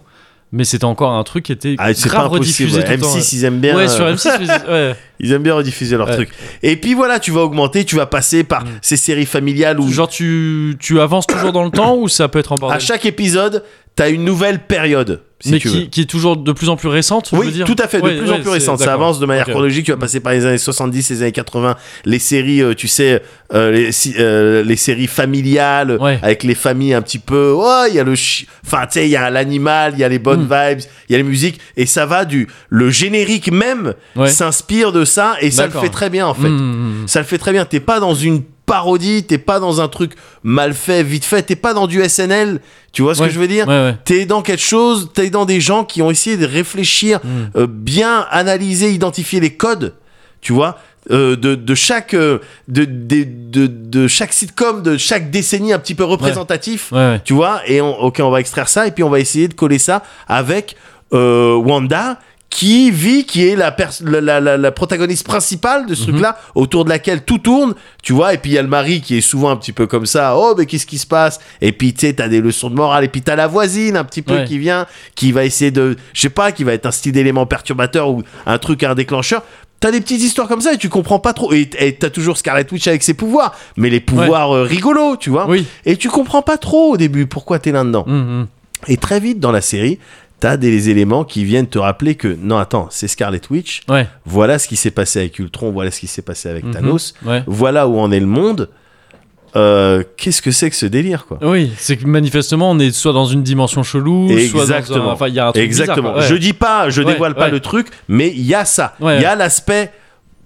[SPEAKER 1] Mais c'était encore un truc qui était
[SPEAKER 2] Ah, c'est pas
[SPEAKER 1] grave
[SPEAKER 2] impossible.
[SPEAKER 1] rediffusé
[SPEAKER 2] ouais.
[SPEAKER 1] tout le temps.
[SPEAKER 2] M6, ils aiment bien.
[SPEAKER 1] ouais,
[SPEAKER 2] euh,
[SPEAKER 1] sur M6, ils- ouais.
[SPEAKER 2] Ils aiment bien rediffuser leurs
[SPEAKER 1] Ouais. Mm.
[SPEAKER 2] trucs. Et puis voilà, tu vas augmenter, tu vas passer par ces séries familiales où
[SPEAKER 1] Genre, tu, tu avances toujours dans le temps ou ça peut être en bordel
[SPEAKER 2] à chaque épisode, t'as une nouvelle période, si
[SPEAKER 1] Mais
[SPEAKER 2] tu
[SPEAKER 1] qui,
[SPEAKER 2] veux.
[SPEAKER 1] qui est toujours de plus en plus récente, je veux
[SPEAKER 2] Oui,
[SPEAKER 1] dire.
[SPEAKER 2] tout à fait, de
[SPEAKER 1] Ouais,
[SPEAKER 2] plus
[SPEAKER 1] ouais,
[SPEAKER 2] en plus
[SPEAKER 1] c'est-
[SPEAKER 2] récente. Ça
[SPEAKER 1] d'accord.
[SPEAKER 2] avance de manière
[SPEAKER 1] Ok.
[SPEAKER 2] chronologique, tu vas passer par les années 70, les années 80, les séries, euh, tu sais, euh, les, si- euh, les séries familiales,
[SPEAKER 1] Ouais.
[SPEAKER 2] avec les familles un petit peu. Oh, il y a le chi- Enfin, tu sais, il y a l'animal, il y a les bonnes
[SPEAKER 1] Hmm.
[SPEAKER 2] vibes, il y a les musiques, et ça va du. Le générique même
[SPEAKER 1] Ouais.
[SPEAKER 2] s'inspire de ça, et ça le
[SPEAKER 1] D'accord.
[SPEAKER 2] fait très bien, en fait.
[SPEAKER 1] Mm, mm,
[SPEAKER 2] Ça le fait très bien. T'es pas dans une parodie, t'es pas dans un truc mal fait, vite fait, t'es pas dans du SNL. Tu vois ce
[SPEAKER 1] Ouais.
[SPEAKER 2] que je veux dire
[SPEAKER 1] Ouais, ouais.
[SPEAKER 2] T'es dans quelque chose, t'es dans des gens qui ont essayé de réfléchir, euh, bien analyser, identifier les codes, tu vois, euh, de, de chaque euh, de, de, de- de chaque sitcom, de chaque décennie un petit peu représentatif,
[SPEAKER 1] Ouais, ouais.
[SPEAKER 2] tu vois. Et on, ok, on va extraire ça et puis on va essayer de coller ça avec euh, Wanda qui vit, qui est la, pers- la, la- la- la protagoniste principale de ce
[SPEAKER 1] Mhm.
[SPEAKER 2] truc-là, autour de laquelle tout tourne, tu vois, et puis il y a le mari qui est souvent un petit peu comme ça, oh mais qu'est-ce qui se passe Et puis tu sais, t'as des leçons de morale, et puis t'as la voisine un petit peu
[SPEAKER 1] Ouais.
[SPEAKER 2] qui vient, qui va essayer de, je sais pas, qui va être un style d'élément perturbateur ou un truc, un déclencheur. T'as des petites histoires comme ça et tu comprends pas trop. Et et t'as toujours Scarlet Witch avec ses pouvoirs, mais les pouvoirs euh, rigolos, tu vois.
[SPEAKER 1] Oui.
[SPEAKER 2] Et tu comprends pas trop au début pourquoi t'es là-dedans.
[SPEAKER 1] Mm, mm.
[SPEAKER 2] Et très vite dans la série, t'as des éléments qui viennent te rappeler que non, attends, c'est Scarlet Witch.
[SPEAKER 1] Ouais,
[SPEAKER 2] Voilà ce qui s'est passé avec Ultron. Voilà ce qui s'est passé avec
[SPEAKER 1] Mhm.
[SPEAKER 2] Thanos.
[SPEAKER 1] ouais.
[SPEAKER 2] Voilà où en est le monde. Euh, Qu'est-ce que c'est que ce délire, quoi
[SPEAKER 1] Oui, c'est que manifestement, on est soit dans une dimension chelou, soit dans
[SPEAKER 2] Exactement.
[SPEAKER 1] un... Enfin, il y a un truc
[SPEAKER 2] Exactement.
[SPEAKER 1] bizarre, quoi.
[SPEAKER 2] Je
[SPEAKER 1] Ouais.
[SPEAKER 2] dis pas, je
[SPEAKER 1] Ouais,
[SPEAKER 2] dévoile pas
[SPEAKER 1] ouais.
[SPEAKER 2] le truc, mais il y a ça. Il
[SPEAKER 1] Ouais,
[SPEAKER 2] y a l'aspect.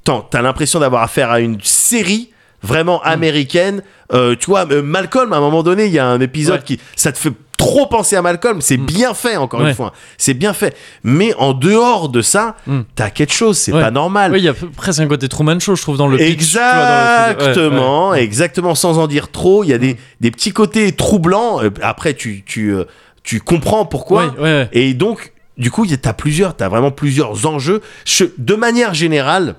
[SPEAKER 2] Tant, t'as l'impression d'avoir affaire à une série
[SPEAKER 1] Mm.
[SPEAKER 2] vraiment américaine. Euh, tu vois, euh, Malcolm, à un moment donné, il y a un épisode
[SPEAKER 1] Ouais. Mm.
[SPEAKER 2] qui. Ça te fait trop penser à Malcolm. C'est bien fait, encore
[SPEAKER 1] Ouais.
[SPEAKER 2] une fois. C'est bien fait. Mais en dehors de ça,
[SPEAKER 1] Mm.
[SPEAKER 2] t'as quelque chose. C'est
[SPEAKER 1] Ouais.
[SPEAKER 2] pas normal.
[SPEAKER 1] Oui, il y a p- presque un côté Truman Show, je trouve, dans le pitch, tu vois, dans le truc. Ouais, Mm.
[SPEAKER 2] Exactement, exactement, sans en dire trop. Il y a des, des petits côtés troublants. Euh, Après, tu, tu, euh, tu comprends pourquoi.
[SPEAKER 1] Ouais, ouais, ouais.
[SPEAKER 2] Et donc, du coup, y a- t'as plusieurs, t'as vraiment plusieurs enjeux. Je- de manière générale,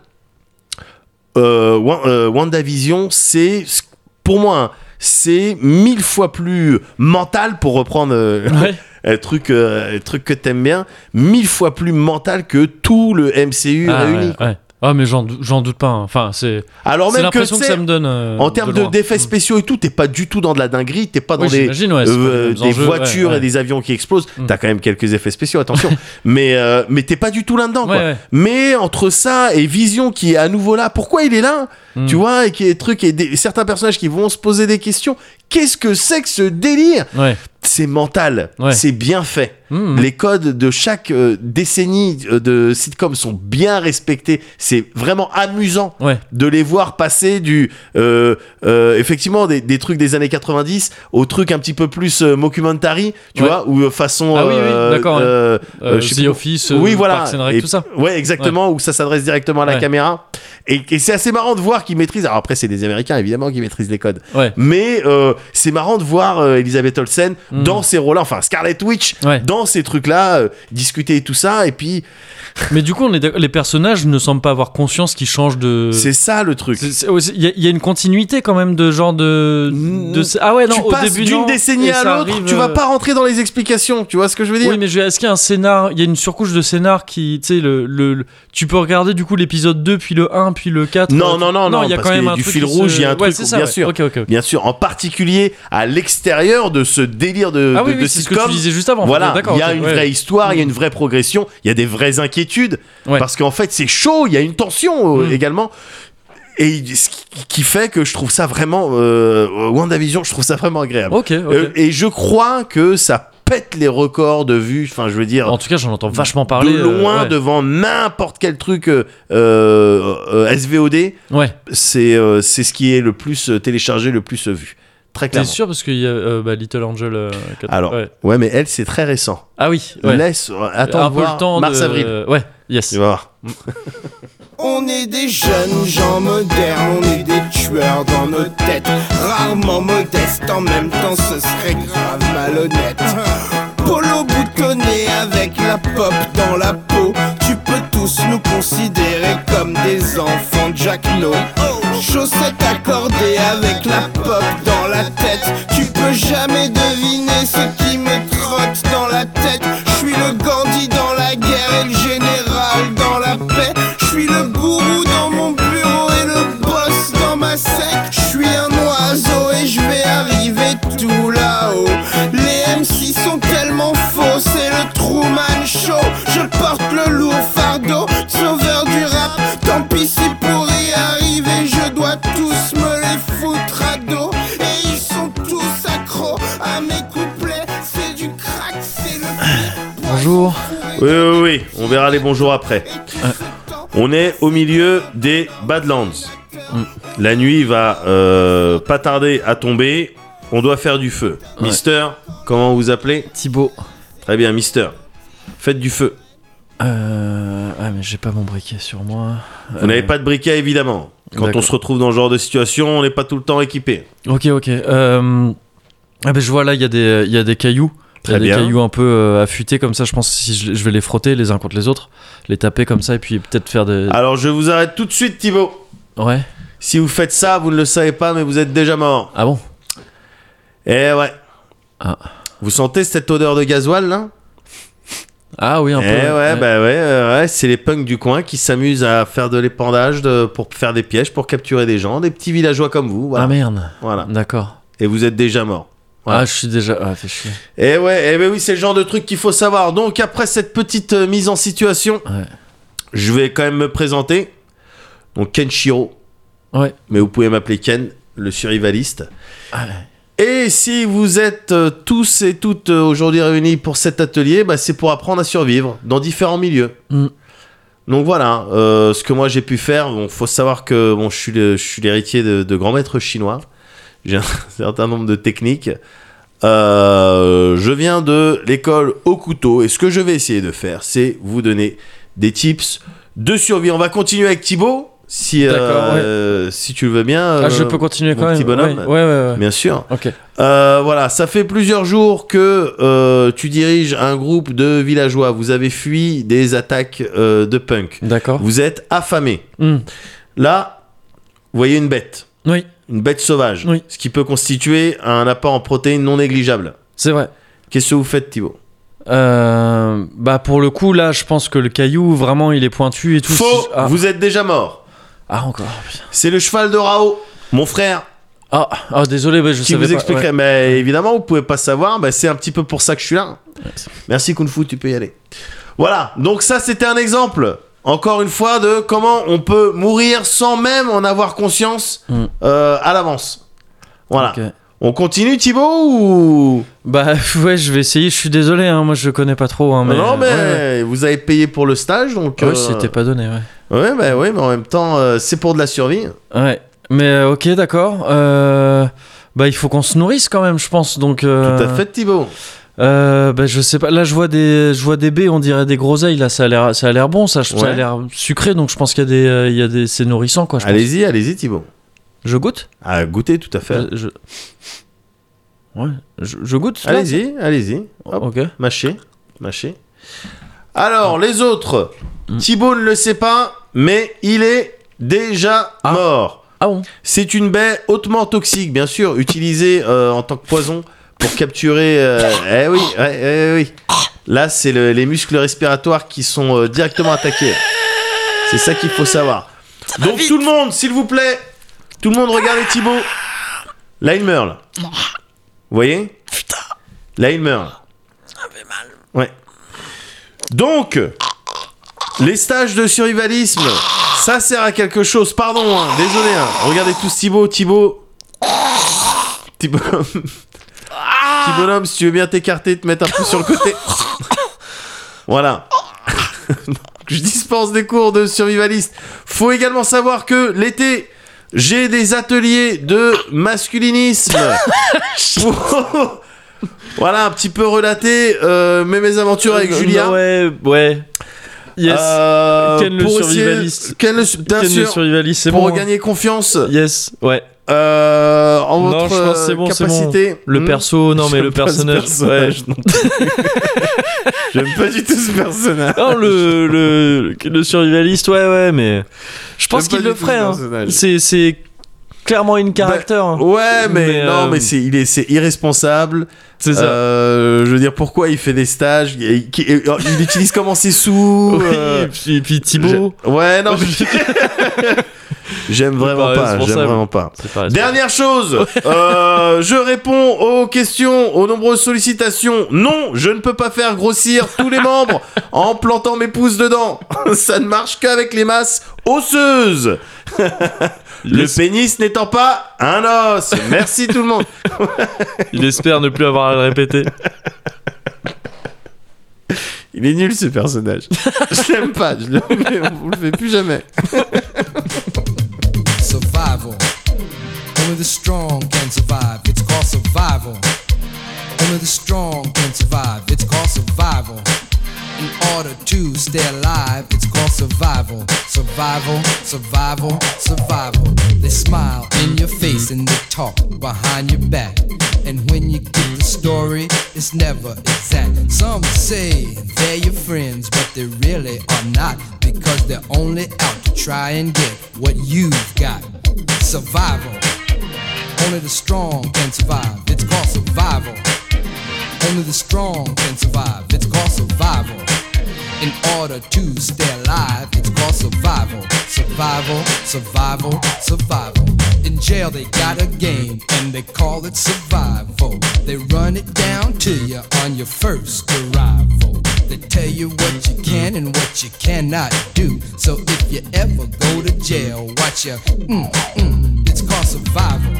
[SPEAKER 2] euh, Wan- euh, WandaVision, c'est ce- pour moi, hein, c'est mille fois plus mental pour reprendre euh,
[SPEAKER 1] Ouais.
[SPEAKER 2] [LAUGHS] un truc, euh, un truc que t'aimes bien, mille fois plus mental que tout le MCU
[SPEAKER 1] Ah,
[SPEAKER 2] réuni.
[SPEAKER 1] ouais, ouais. Ah, mais j'en dou- j'en doute pas. hein. Enfin, c'est
[SPEAKER 2] Alors
[SPEAKER 1] c'est
[SPEAKER 2] même que,
[SPEAKER 1] l'impression que,
[SPEAKER 2] tu sais,
[SPEAKER 1] ça me donne. euh,
[SPEAKER 2] en termes de
[SPEAKER 1] loin.
[SPEAKER 2] d'effets spéciaux et tout, t'es pas du tout dans de la dinguerie, t'es pas
[SPEAKER 1] Oui,
[SPEAKER 2] dans des,
[SPEAKER 1] j'imagine, ouais, c'est pas les
[SPEAKER 2] euh,
[SPEAKER 1] mêmes
[SPEAKER 2] des
[SPEAKER 1] enjeux, ouais,
[SPEAKER 2] voitures
[SPEAKER 1] ouais.
[SPEAKER 2] et des avions qui explosent.
[SPEAKER 1] Mm.
[SPEAKER 2] T'as quand même quelques effets spéciaux, attention. [LAUGHS] mais euh, mais t'es pas du tout là-dedans. quoi.
[SPEAKER 1] Ouais, ouais.
[SPEAKER 2] Mais entre ça et Vision qui est à nouveau là, pourquoi il est là
[SPEAKER 1] Mm.
[SPEAKER 2] Tu vois, et qui est truc et des- certains personnages qui vont se poser des questions. Qu'est-ce que c'est que ce délire
[SPEAKER 1] Ouais.
[SPEAKER 2] C'est mental,
[SPEAKER 1] Ouais.
[SPEAKER 2] c'est bien fait.
[SPEAKER 1] Mm.
[SPEAKER 2] Les codes de chaque euh, décennie euh, de sitcom sont bien respectés. C'est vraiment amusant
[SPEAKER 1] Ouais.
[SPEAKER 2] de les voir passer du euh, euh, effectivement des, des trucs des années 90 au truc un petit peu plus euh, mockumentary tu
[SPEAKER 1] Ouais.
[SPEAKER 2] vois ou euh, façon
[SPEAKER 1] Ah oui, oui,
[SPEAKER 2] euh,
[SPEAKER 1] d'accord, ouais.
[SPEAKER 2] euh,
[SPEAKER 1] Euh,
[SPEAKER 2] euh, je sais
[SPEAKER 1] The
[SPEAKER 2] plus-
[SPEAKER 1] Office, euh,
[SPEAKER 2] oui voilà
[SPEAKER 1] Parks and Rec,
[SPEAKER 2] Et-
[SPEAKER 1] tout ça.
[SPEAKER 2] ouais exactement où ça s'adresse directement à la
[SPEAKER 1] Ouais.
[SPEAKER 2] caméra et, et c'est assez marrant de voir qu'ils maîtrisent alors après c'est des américains évidemment qui maîtrisent les codes [LAUGHS]
[SPEAKER 1] Ouais.
[SPEAKER 2] mais euh, c'est marrant de voir euh, Elisabeth Olsen dans ces rôles enfin Scarlett Witch
[SPEAKER 1] Mm. Ouais.
[SPEAKER 2] dans ces trucs là discuter et tout ça et puis
[SPEAKER 1] Mais du coup, on est d'ac- les personnages ne semblent pas avoir conscience qu'ils changent de.
[SPEAKER 2] c'est ça le truc
[SPEAKER 1] C'est- c'est- ouais, c'est- Il y, a- il y a une continuité quand même de genre de. de ce- ah ouais, non,
[SPEAKER 2] tu
[SPEAKER 1] au
[SPEAKER 2] passes
[SPEAKER 1] début.
[SPEAKER 2] d'une
[SPEAKER 1] non,
[SPEAKER 2] décennie
[SPEAKER 1] et
[SPEAKER 2] à
[SPEAKER 1] ça
[SPEAKER 2] l'autre,
[SPEAKER 1] arrive,
[SPEAKER 2] tu vas
[SPEAKER 1] euh,
[SPEAKER 2] pas rentrer dans les explications, tu vois ce que je veux dire
[SPEAKER 1] Oui, mais je- est-ce qu'il y a un scénar Il y a une surcouche de scénar qui. Tu sais, le, le, le- tu peux regarder du coup l'épisode 2, puis le 1, puis le 4.
[SPEAKER 2] Non,
[SPEAKER 1] euh,
[SPEAKER 2] non, non, non,
[SPEAKER 1] il y a
[SPEAKER 2] parce
[SPEAKER 1] quand même
[SPEAKER 2] qu'il y a
[SPEAKER 1] un
[SPEAKER 2] du
[SPEAKER 1] truc
[SPEAKER 2] fil
[SPEAKER 1] qui se-
[SPEAKER 2] rouge, il y a un
[SPEAKER 1] Ouais,
[SPEAKER 2] truc,
[SPEAKER 1] c'est ça,
[SPEAKER 2] bien
[SPEAKER 1] ouais.
[SPEAKER 2] sûr.
[SPEAKER 1] Ok, ok, ok.
[SPEAKER 2] Bien sûr, en particulier à l'extérieur de ce délire de,
[SPEAKER 1] Ah
[SPEAKER 2] de,
[SPEAKER 1] oui,
[SPEAKER 2] de
[SPEAKER 1] oui, c'est ce que tu
[SPEAKER 2] sitcom.
[SPEAKER 1] disais juste avant.
[SPEAKER 2] Voilà,
[SPEAKER 1] D'accord,
[SPEAKER 2] il y a
[SPEAKER 1] ok,
[SPEAKER 2] une
[SPEAKER 1] ouais. Mm.
[SPEAKER 2] vraie histoire, il y a une vraie progression, il y a des vraies inquiétudes,
[SPEAKER 1] Ouais.
[SPEAKER 2] parce qu'en fait c'est chaud, il y a une tension euh,
[SPEAKER 1] Mm.
[SPEAKER 2] également, et il- ce qui- qui fait que je trouve ça vraiment, euh, WandaVision, je trouve ça vraiment agréable.
[SPEAKER 1] Ok, ok.
[SPEAKER 2] Euh, et je crois que ça pète les records de vues, enfin je veux dire,
[SPEAKER 1] en tout cas, j'en entends vachement parler.
[SPEAKER 2] de loin
[SPEAKER 1] euh, ouais.
[SPEAKER 2] devant n'importe quel truc euh, euh, euh, SVOD,
[SPEAKER 1] Ouais,
[SPEAKER 2] c'est euh, c'est ce qui est le plus euh, téléchargé, le plus euh, vu. Très
[SPEAKER 1] t'es
[SPEAKER 2] clairement.
[SPEAKER 1] sûr parce qu'il y a euh, bah, Little Angel. euh, quatre-
[SPEAKER 2] Alors,
[SPEAKER 1] ouais.
[SPEAKER 2] ouais. mais elle, c'est très récent.
[SPEAKER 1] Ah oui, ouais.
[SPEAKER 2] Laisse, euh, attends,
[SPEAKER 1] un
[SPEAKER 2] de
[SPEAKER 1] peu
[SPEAKER 2] voir
[SPEAKER 1] le temps. de-
[SPEAKER 2] mars-avril.
[SPEAKER 1] Ouais, yes.
[SPEAKER 2] Tu vas voir.
[SPEAKER 7] On est des jeunes gens modernes, on est des tueurs dans nos têtes, rarement modestes, en même temps ce serait grave malhonnête. Polo boutonné avec la pop dans la peau, tu peux tous nous considérer comme des enfants de Jackno. Chaussettes accordées avec la pop dans la tête, tu peux jamais deviner ce qui me trotte dans la tête. Je suis le
[SPEAKER 1] bonjour.
[SPEAKER 2] Oui, oui, oui, on verra les bonjours après. On est au milieu des Badlands.
[SPEAKER 1] Mm.
[SPEAKER 2] La nuit va euh, pas tarder à tomber. On doit faire du feu.
[SPEAKER 1] Ouais.
[SPEAKER 2] Mister, comment vous appelez
[SPEAKER 1] Thibaut.
[SPEAKER 2] Très bien, Mister. Faites du feu.
[SPEAKER 1] Euh... Ah, mais j'ai pas mon briquet sur moi.
[SPEAKER 2] Vous n'avez pas de briquet, évidemment. Quand on
[SPEAKER 1] D'accord.
[SPEAKER 2] se retrouve dans ce genre de situation, on n'est pas tout le temps équipé.
[SPEAKER 1] Ok, ok. Euh, Ah ben je vois là, il y, a des- il y a des cailloux. Il y
[SPEAKER 2] Très
[SPEAKER 1] a des
[SPEAKER 2] bien.
[SPEAKER 1] cailloux un peu euh, affûtés comme ça. Je pense que si je, je vais les frotter les uns contre les autres, les taper comme ça et puis peut-être faire des.
[SPEAKER 2] Alors je vous arrête tout de suite, Thibaut.
[SPEAKER 1] Ouais.
[SPEAKER 2] Si vous faites ça, vous ne le savez pas, mais vous êtes déjà mort.
[SPEAKER 1] Ah bon
[SPEAKER 2] Eh ouais.
[SPEAKER 1] Ah.
[SPEAKER 2] Vous sentez cette odeur de gasoil, là
[SPEAKER 1] Ah oui, un
[SPEAKER 2] Eh
[SPEAKER 1] peu.
[SPEAKER 2] ouais, bah ouais, euh, ouais, c'est les punks du coin qui s'amusent à faire de l'épandage de- pour faire des pièges, pour capturer des gens, des petits villageois comme vous. Voilà.
[SPEAKER 1] Ah merde.
[SPEAKER 2] Voilà.
[SPEAKER 1] D'accord.
[SPEAKER 2] Et vous êtes déjà mort. Voilà.
[SPEAKER 1] Ah, je suis déjà. Ah, fais chier.
[SPEAKER 2] Eh ouais, eh ben oui, c'est le genre de truc qu'il faut savoir. Donc après cette petite euh, mise en situation,
[SPEAKER 1] Ouais.
[SPEAKER 2] je vais quand même me présenter. Donc Kenshiro,
[SPEAKER 1] Ouais.
[SPEAKER 2] mais vous pouvez m'appeler Ken, le survivaliste. Ah, Et si vous êtes euh, tous et toutes euh, aujourd'hui réunis pour cet atelier, bah, c'est pour apprendre à survivre dans différents milieux.
[SPEAKER 1] Mm.
[SPEAKER 2] Donc voilà, euh, ce que moi j'ai pu faire, bon, faut savoir que bon, je suis le- je suis l'héritier de, de grands maîtres chinois. J'ai un [LAUGHS] certain nombre de techniques. Euh, je viens de l'école au couteau et ce que je vais essayer de faire, c'est vous donner des tips de survie. On va continuer avec Thibaut, si, euh,
[SPEAKER 1] D'accord, ouais.
[SPEAKER 2] euh, si tu le veux bien.
[SPEAKER 1] Ah, je
[SPEAKER 2] euh,
[SPEAKER 1] peux continuer
[SPEAKER 2] mon
[SPEAKER 1] quand même.
[SPEAKER 2] petit bonhomme.
[SPEAKER 1] Ouais, ouais, ouais. ouais.
[SPEAKER 2] Bien sûr.
[SPEAKER 1] Ok.
[SPEAKER 2] Euh, voilà, ça fait plusieurs jours que euh, tu diriges un groupe de villageois. Vous avez fui des attaques euh, de punk.
[SPEAKER 1] D'accord.
[SPEAKER 2] Vous êtes affamés.
[SPEAKER 1] Hmm.
[SPEAKER 2] Là, vous voyez une bête.
[SPEAKER 1] Oui,
[SPEAKER 2] Une bête sauvage.
[SPEAKER 1] Oui.
[SPEAKER 2] Ce qui peut constituer un apport en protéines non négligeable.
[SPEAKER 1] c'est vrai.
[SPEAKER 2] Qu'est-ce que vous faites, Thibaut
[SPEAKER 1] Euh, bah pour le coup là, je pense que le caillou vraiment il est pointu et tout.
[SPEAKER 2] Faux
[SPEAKER 1] Si- Ah,
[SPEAKER 2] Vous êtes déjà mort.
[SPEAKER 1] Ah, encore. putain.
[SPEAKER 2] C'est le cheval de Rao, mon frère,
[SPEAKER 1] Ah, ah, désolé, bah, je
[SPEAKER 2] qui
[SPEAKER 1] savais
[SPEAKER 2] vous
[SPEAKER 1] pas.
[SPEAKER 2] expliquerait.
[SPEAKER 1] Ouais.
[SPEAKER 2] Mais évidemment, vous pouvez pas savoir. Bah, c'est un petit peu pour ça que je suis là. Merci Kung Fu, tu peux y aller. Voilà, donc ça c'était un exemple, encore une fois, de comment on peut mourir sans même en avoir conscience
[SPEAKER 1] Mm.
[SPEAKER 2] euh, à l'avance. Voilà.
[SPEAKER 1] Ok.
[SPEAKER 2] On continue Thibaut ou...
[SPEAKER 1] Bah [LAUGHS] ouais, je vais essayer. Je suis désolé, hein, moi je connais pas trop. hein, mais...
[SPEAKER 2] Non mais
[SPEAKER 1] Ouais, ouais.
[SPEAKER 2] vous avez payé pour le stage, donc...
[SPEAKER 1] Ah
[SPEAKER 2] euh,
[SPEAKER 1] oui, c'était pas donné, ouais.
[SPEAKER 2] Ouais, bah, ouais, mais en même temps, euh, c'est pour de la survie.
[SPEAKER 1] Ouais. Mais euh, ok, d'accord. Euh, Bah il faut qu'on se nourrisse quand même, je pense. Donc. euh,
[SPEAKER 2] Tout à fait Thibaut.
[SPEAKER 1] Euh, bah, je sais pas. Là, je vois des, je vois des baies, on dirait des groseilles. Là, ça a l'air, ça a l'air bon. Ça, je- ça a
[SPEAKER 2] Ouais.
[SPEAKER 1] l'air sucré. Donc, je pense qu'il y a des, euh, il y a des, c'est nourrissant, quoi. Je, pense.
[SPEAKER 2] Allez-y, allez-y Thibaut.
[SPEAKER 1] je goûte.
[SPEAKER 2] À goûter tout à fait.
[SPEAKER 1] Je, je- Ouais. Je, je goûte. là
[SPEAKER 2] Allez-y, allez-y. Hop.
[SPEAKER 1] Ok.
[SPEAKER 2] Mâché, mâché. Alors, les autres,
[SPEAKER 1] Hmm.
[SPEAKER 2] Thibaut ne le sait pas, mais il est déjà
[SPEAKER 1] Ah.
[SPEAKER 2] mort.
[SPEAKER 1] Ah bon.
[SPEAKER 2] C'est une baie hautement toxique, bien sûr, utilisée euh, en tant que poison pour capturer. euh, eh oui, ouais, eh oui. Là, c'est le- les muscles respiratoires qui sont euh, directement attaqués. C'est ça qu'il faut savoir. Donc, tout le monde, s'il vous plaît, tout le monde regardez Thibaut. Là, il meurt. Là. Vous voyez Putain. Là, il meurt. Là. Ouais. Donc, les stages de survivalisme, ça sert à quelque chose. Pardon, hein, désolé. hein. Regardez tous Thibaut, Thibaut. Petit bonhomme.
[SPEAKER 1] Ah.
[SPEAKER 2] Petit bonhomme, si tu veux bien t'écarter, te mettre un peu sur le côté. Voilà. [LAUGHS] Donc, Je dispense des cours de survivaliste. Faut également savoir que l'été, j'ai des ateliers de
[SPEAKER 1] [LAUGHS]
[SPEAKER 2] masculinisme. Pour- [LAUGHS] voilà, un petit peu relater euh, mes mésaventures avec
[SPEAKER 1] Euh,
[SPEAKER 2] Julia.
[SPEAKER 1] Ouais. Ouais. Yes.
[SPEAKER 2] Euh,
[SPEAKER 1] Ken le
[SPEAKER 2] pour essayer-
[SPEAKER 1] survivaliste.
[SPEAKER 2] Ken le su- bien
[SPEAKER 1] Ken le
[SPEAKER 2] sûr.
[SPEAKER 1] survivaliste, c'est
[SPEAKER 2] pour
[SPEAKER 1] bon. hein.
[SPEAKER 2] gagner confiance
[SPEAKER 1] Yes. Ouais.
[SPEAKER 2] euh, en
[SPEAKER 1] Non,
[SPEAKER 2] votre
[SPEAKER 1] je pense que c'est
[SPEAKER 2] euh,
[SPEAKER 1] bon, c'est bon.
[SPEAKER 2] capacité.
[SPEAKER 1] Le
[SPEAKER 2] Hmm. [LAUGHS]
[SPEAKER 1] perso, non mais
[SPEAKER 2] J'aime
[SPEAKER 1] le
[SPEAKER 2] pas ce
[SPEAKER 1] personnage.
[SPEAKER 2] personnage
[SPEAKER 1] ouais.
[SPEAKER 2] [LAUGHS] non plus. J'aime pas du tout ce personnage.
[SPEAKER 1] Non, le, le, le survivaliste, ouais, ouais, mais. Je pense
[SPEAKER 2] J'aime pas
[SPEAKER 1] qu'il
[SPEAKER 2] du
[SPEAKER 1] le
[SPEAKER 2] tout ce
[SPEAKER 1] ferait, hein.
[SPEAKER 2] personnage. Bah,
[SPEAKER 1] C'est, c'est clairement une caractère. hein. [LAUGHS]
[SPEAKER 2] Ouais, mais,
[SPEAKER 1] Mais,
[SPEAKER 2] non,
[SPEAKER 1] euh,
[SPEAKER 2] mais c'est il est c'est irresponsable.
[SPEAKER 1] C'est ça.
[SPEAKER 2] Euh, je veux dire, pourquoi il fait des stages Il, qui- euh, il [LAUGHS] utilise comment ses sous
[SPEAKER 1] Oui,
[SPEAKER 2] euh,
[SPEAKER 1] et puis, et puis Thibaut.
[SPEAKER 2] j'ai- Ouais,
[SPEAKER 1] [LAUGHS]
[SPEAKER 2] non. mais- J'aime vraiment
[SPEAKER 1] paraît
[SPEAKER 2] pas. J'aime
[SPEAKER 1] responsable.
[SPEAKER 2] vraiment pas.
[SPEAKER 1] C'est pas- c'est pas-
[SPEAKER 2] Dernière [LAUGHS] chose, euh, je réponds aux questions, aux nombreuses sollicitations. Non, je ne peux pas faire grossir tous les [LAUGHS] membres en plantant mes pouces dedans. [LAUGHS] Ça ne marche qu'avec les masses [LAUGHS] osseuses. Le
[SPEAKER 1] Yes.
[SPEAKER 2] pénis n'étant pas un os. Merci tout le monde.
[SPEAKER 1] Il espère ne plus avoir à le répéter.
[SPEAKER 2] [LAUGHS] Il Il est nul ce personnage. [LAUGHS] je l'aime pas, je le fais, on le fait plus jamais.
[SPEAKER 4] survival. Only the strong can survive. It's called survival. Only the strong can survive. It's called survival. In order to stay alive, it's called survival. Survival, survival, survival. They smile in your face and they talk behind your back. And when you get the story, it's never exact. Some say they're your friends, but they really are not because they're only out to try and get what you've got. Survival. Only the strong can survive. It's called survival. Only the strong can survive. It's called survival. In order to stay alive, it's called survival. Survival, survival, survival. In jail, they got a game and they call it survival. They run it down to you on your first arrival. They tell you what you can and what you cannot do. So if you ever go to jail, watch your mm, mm. It's called survival.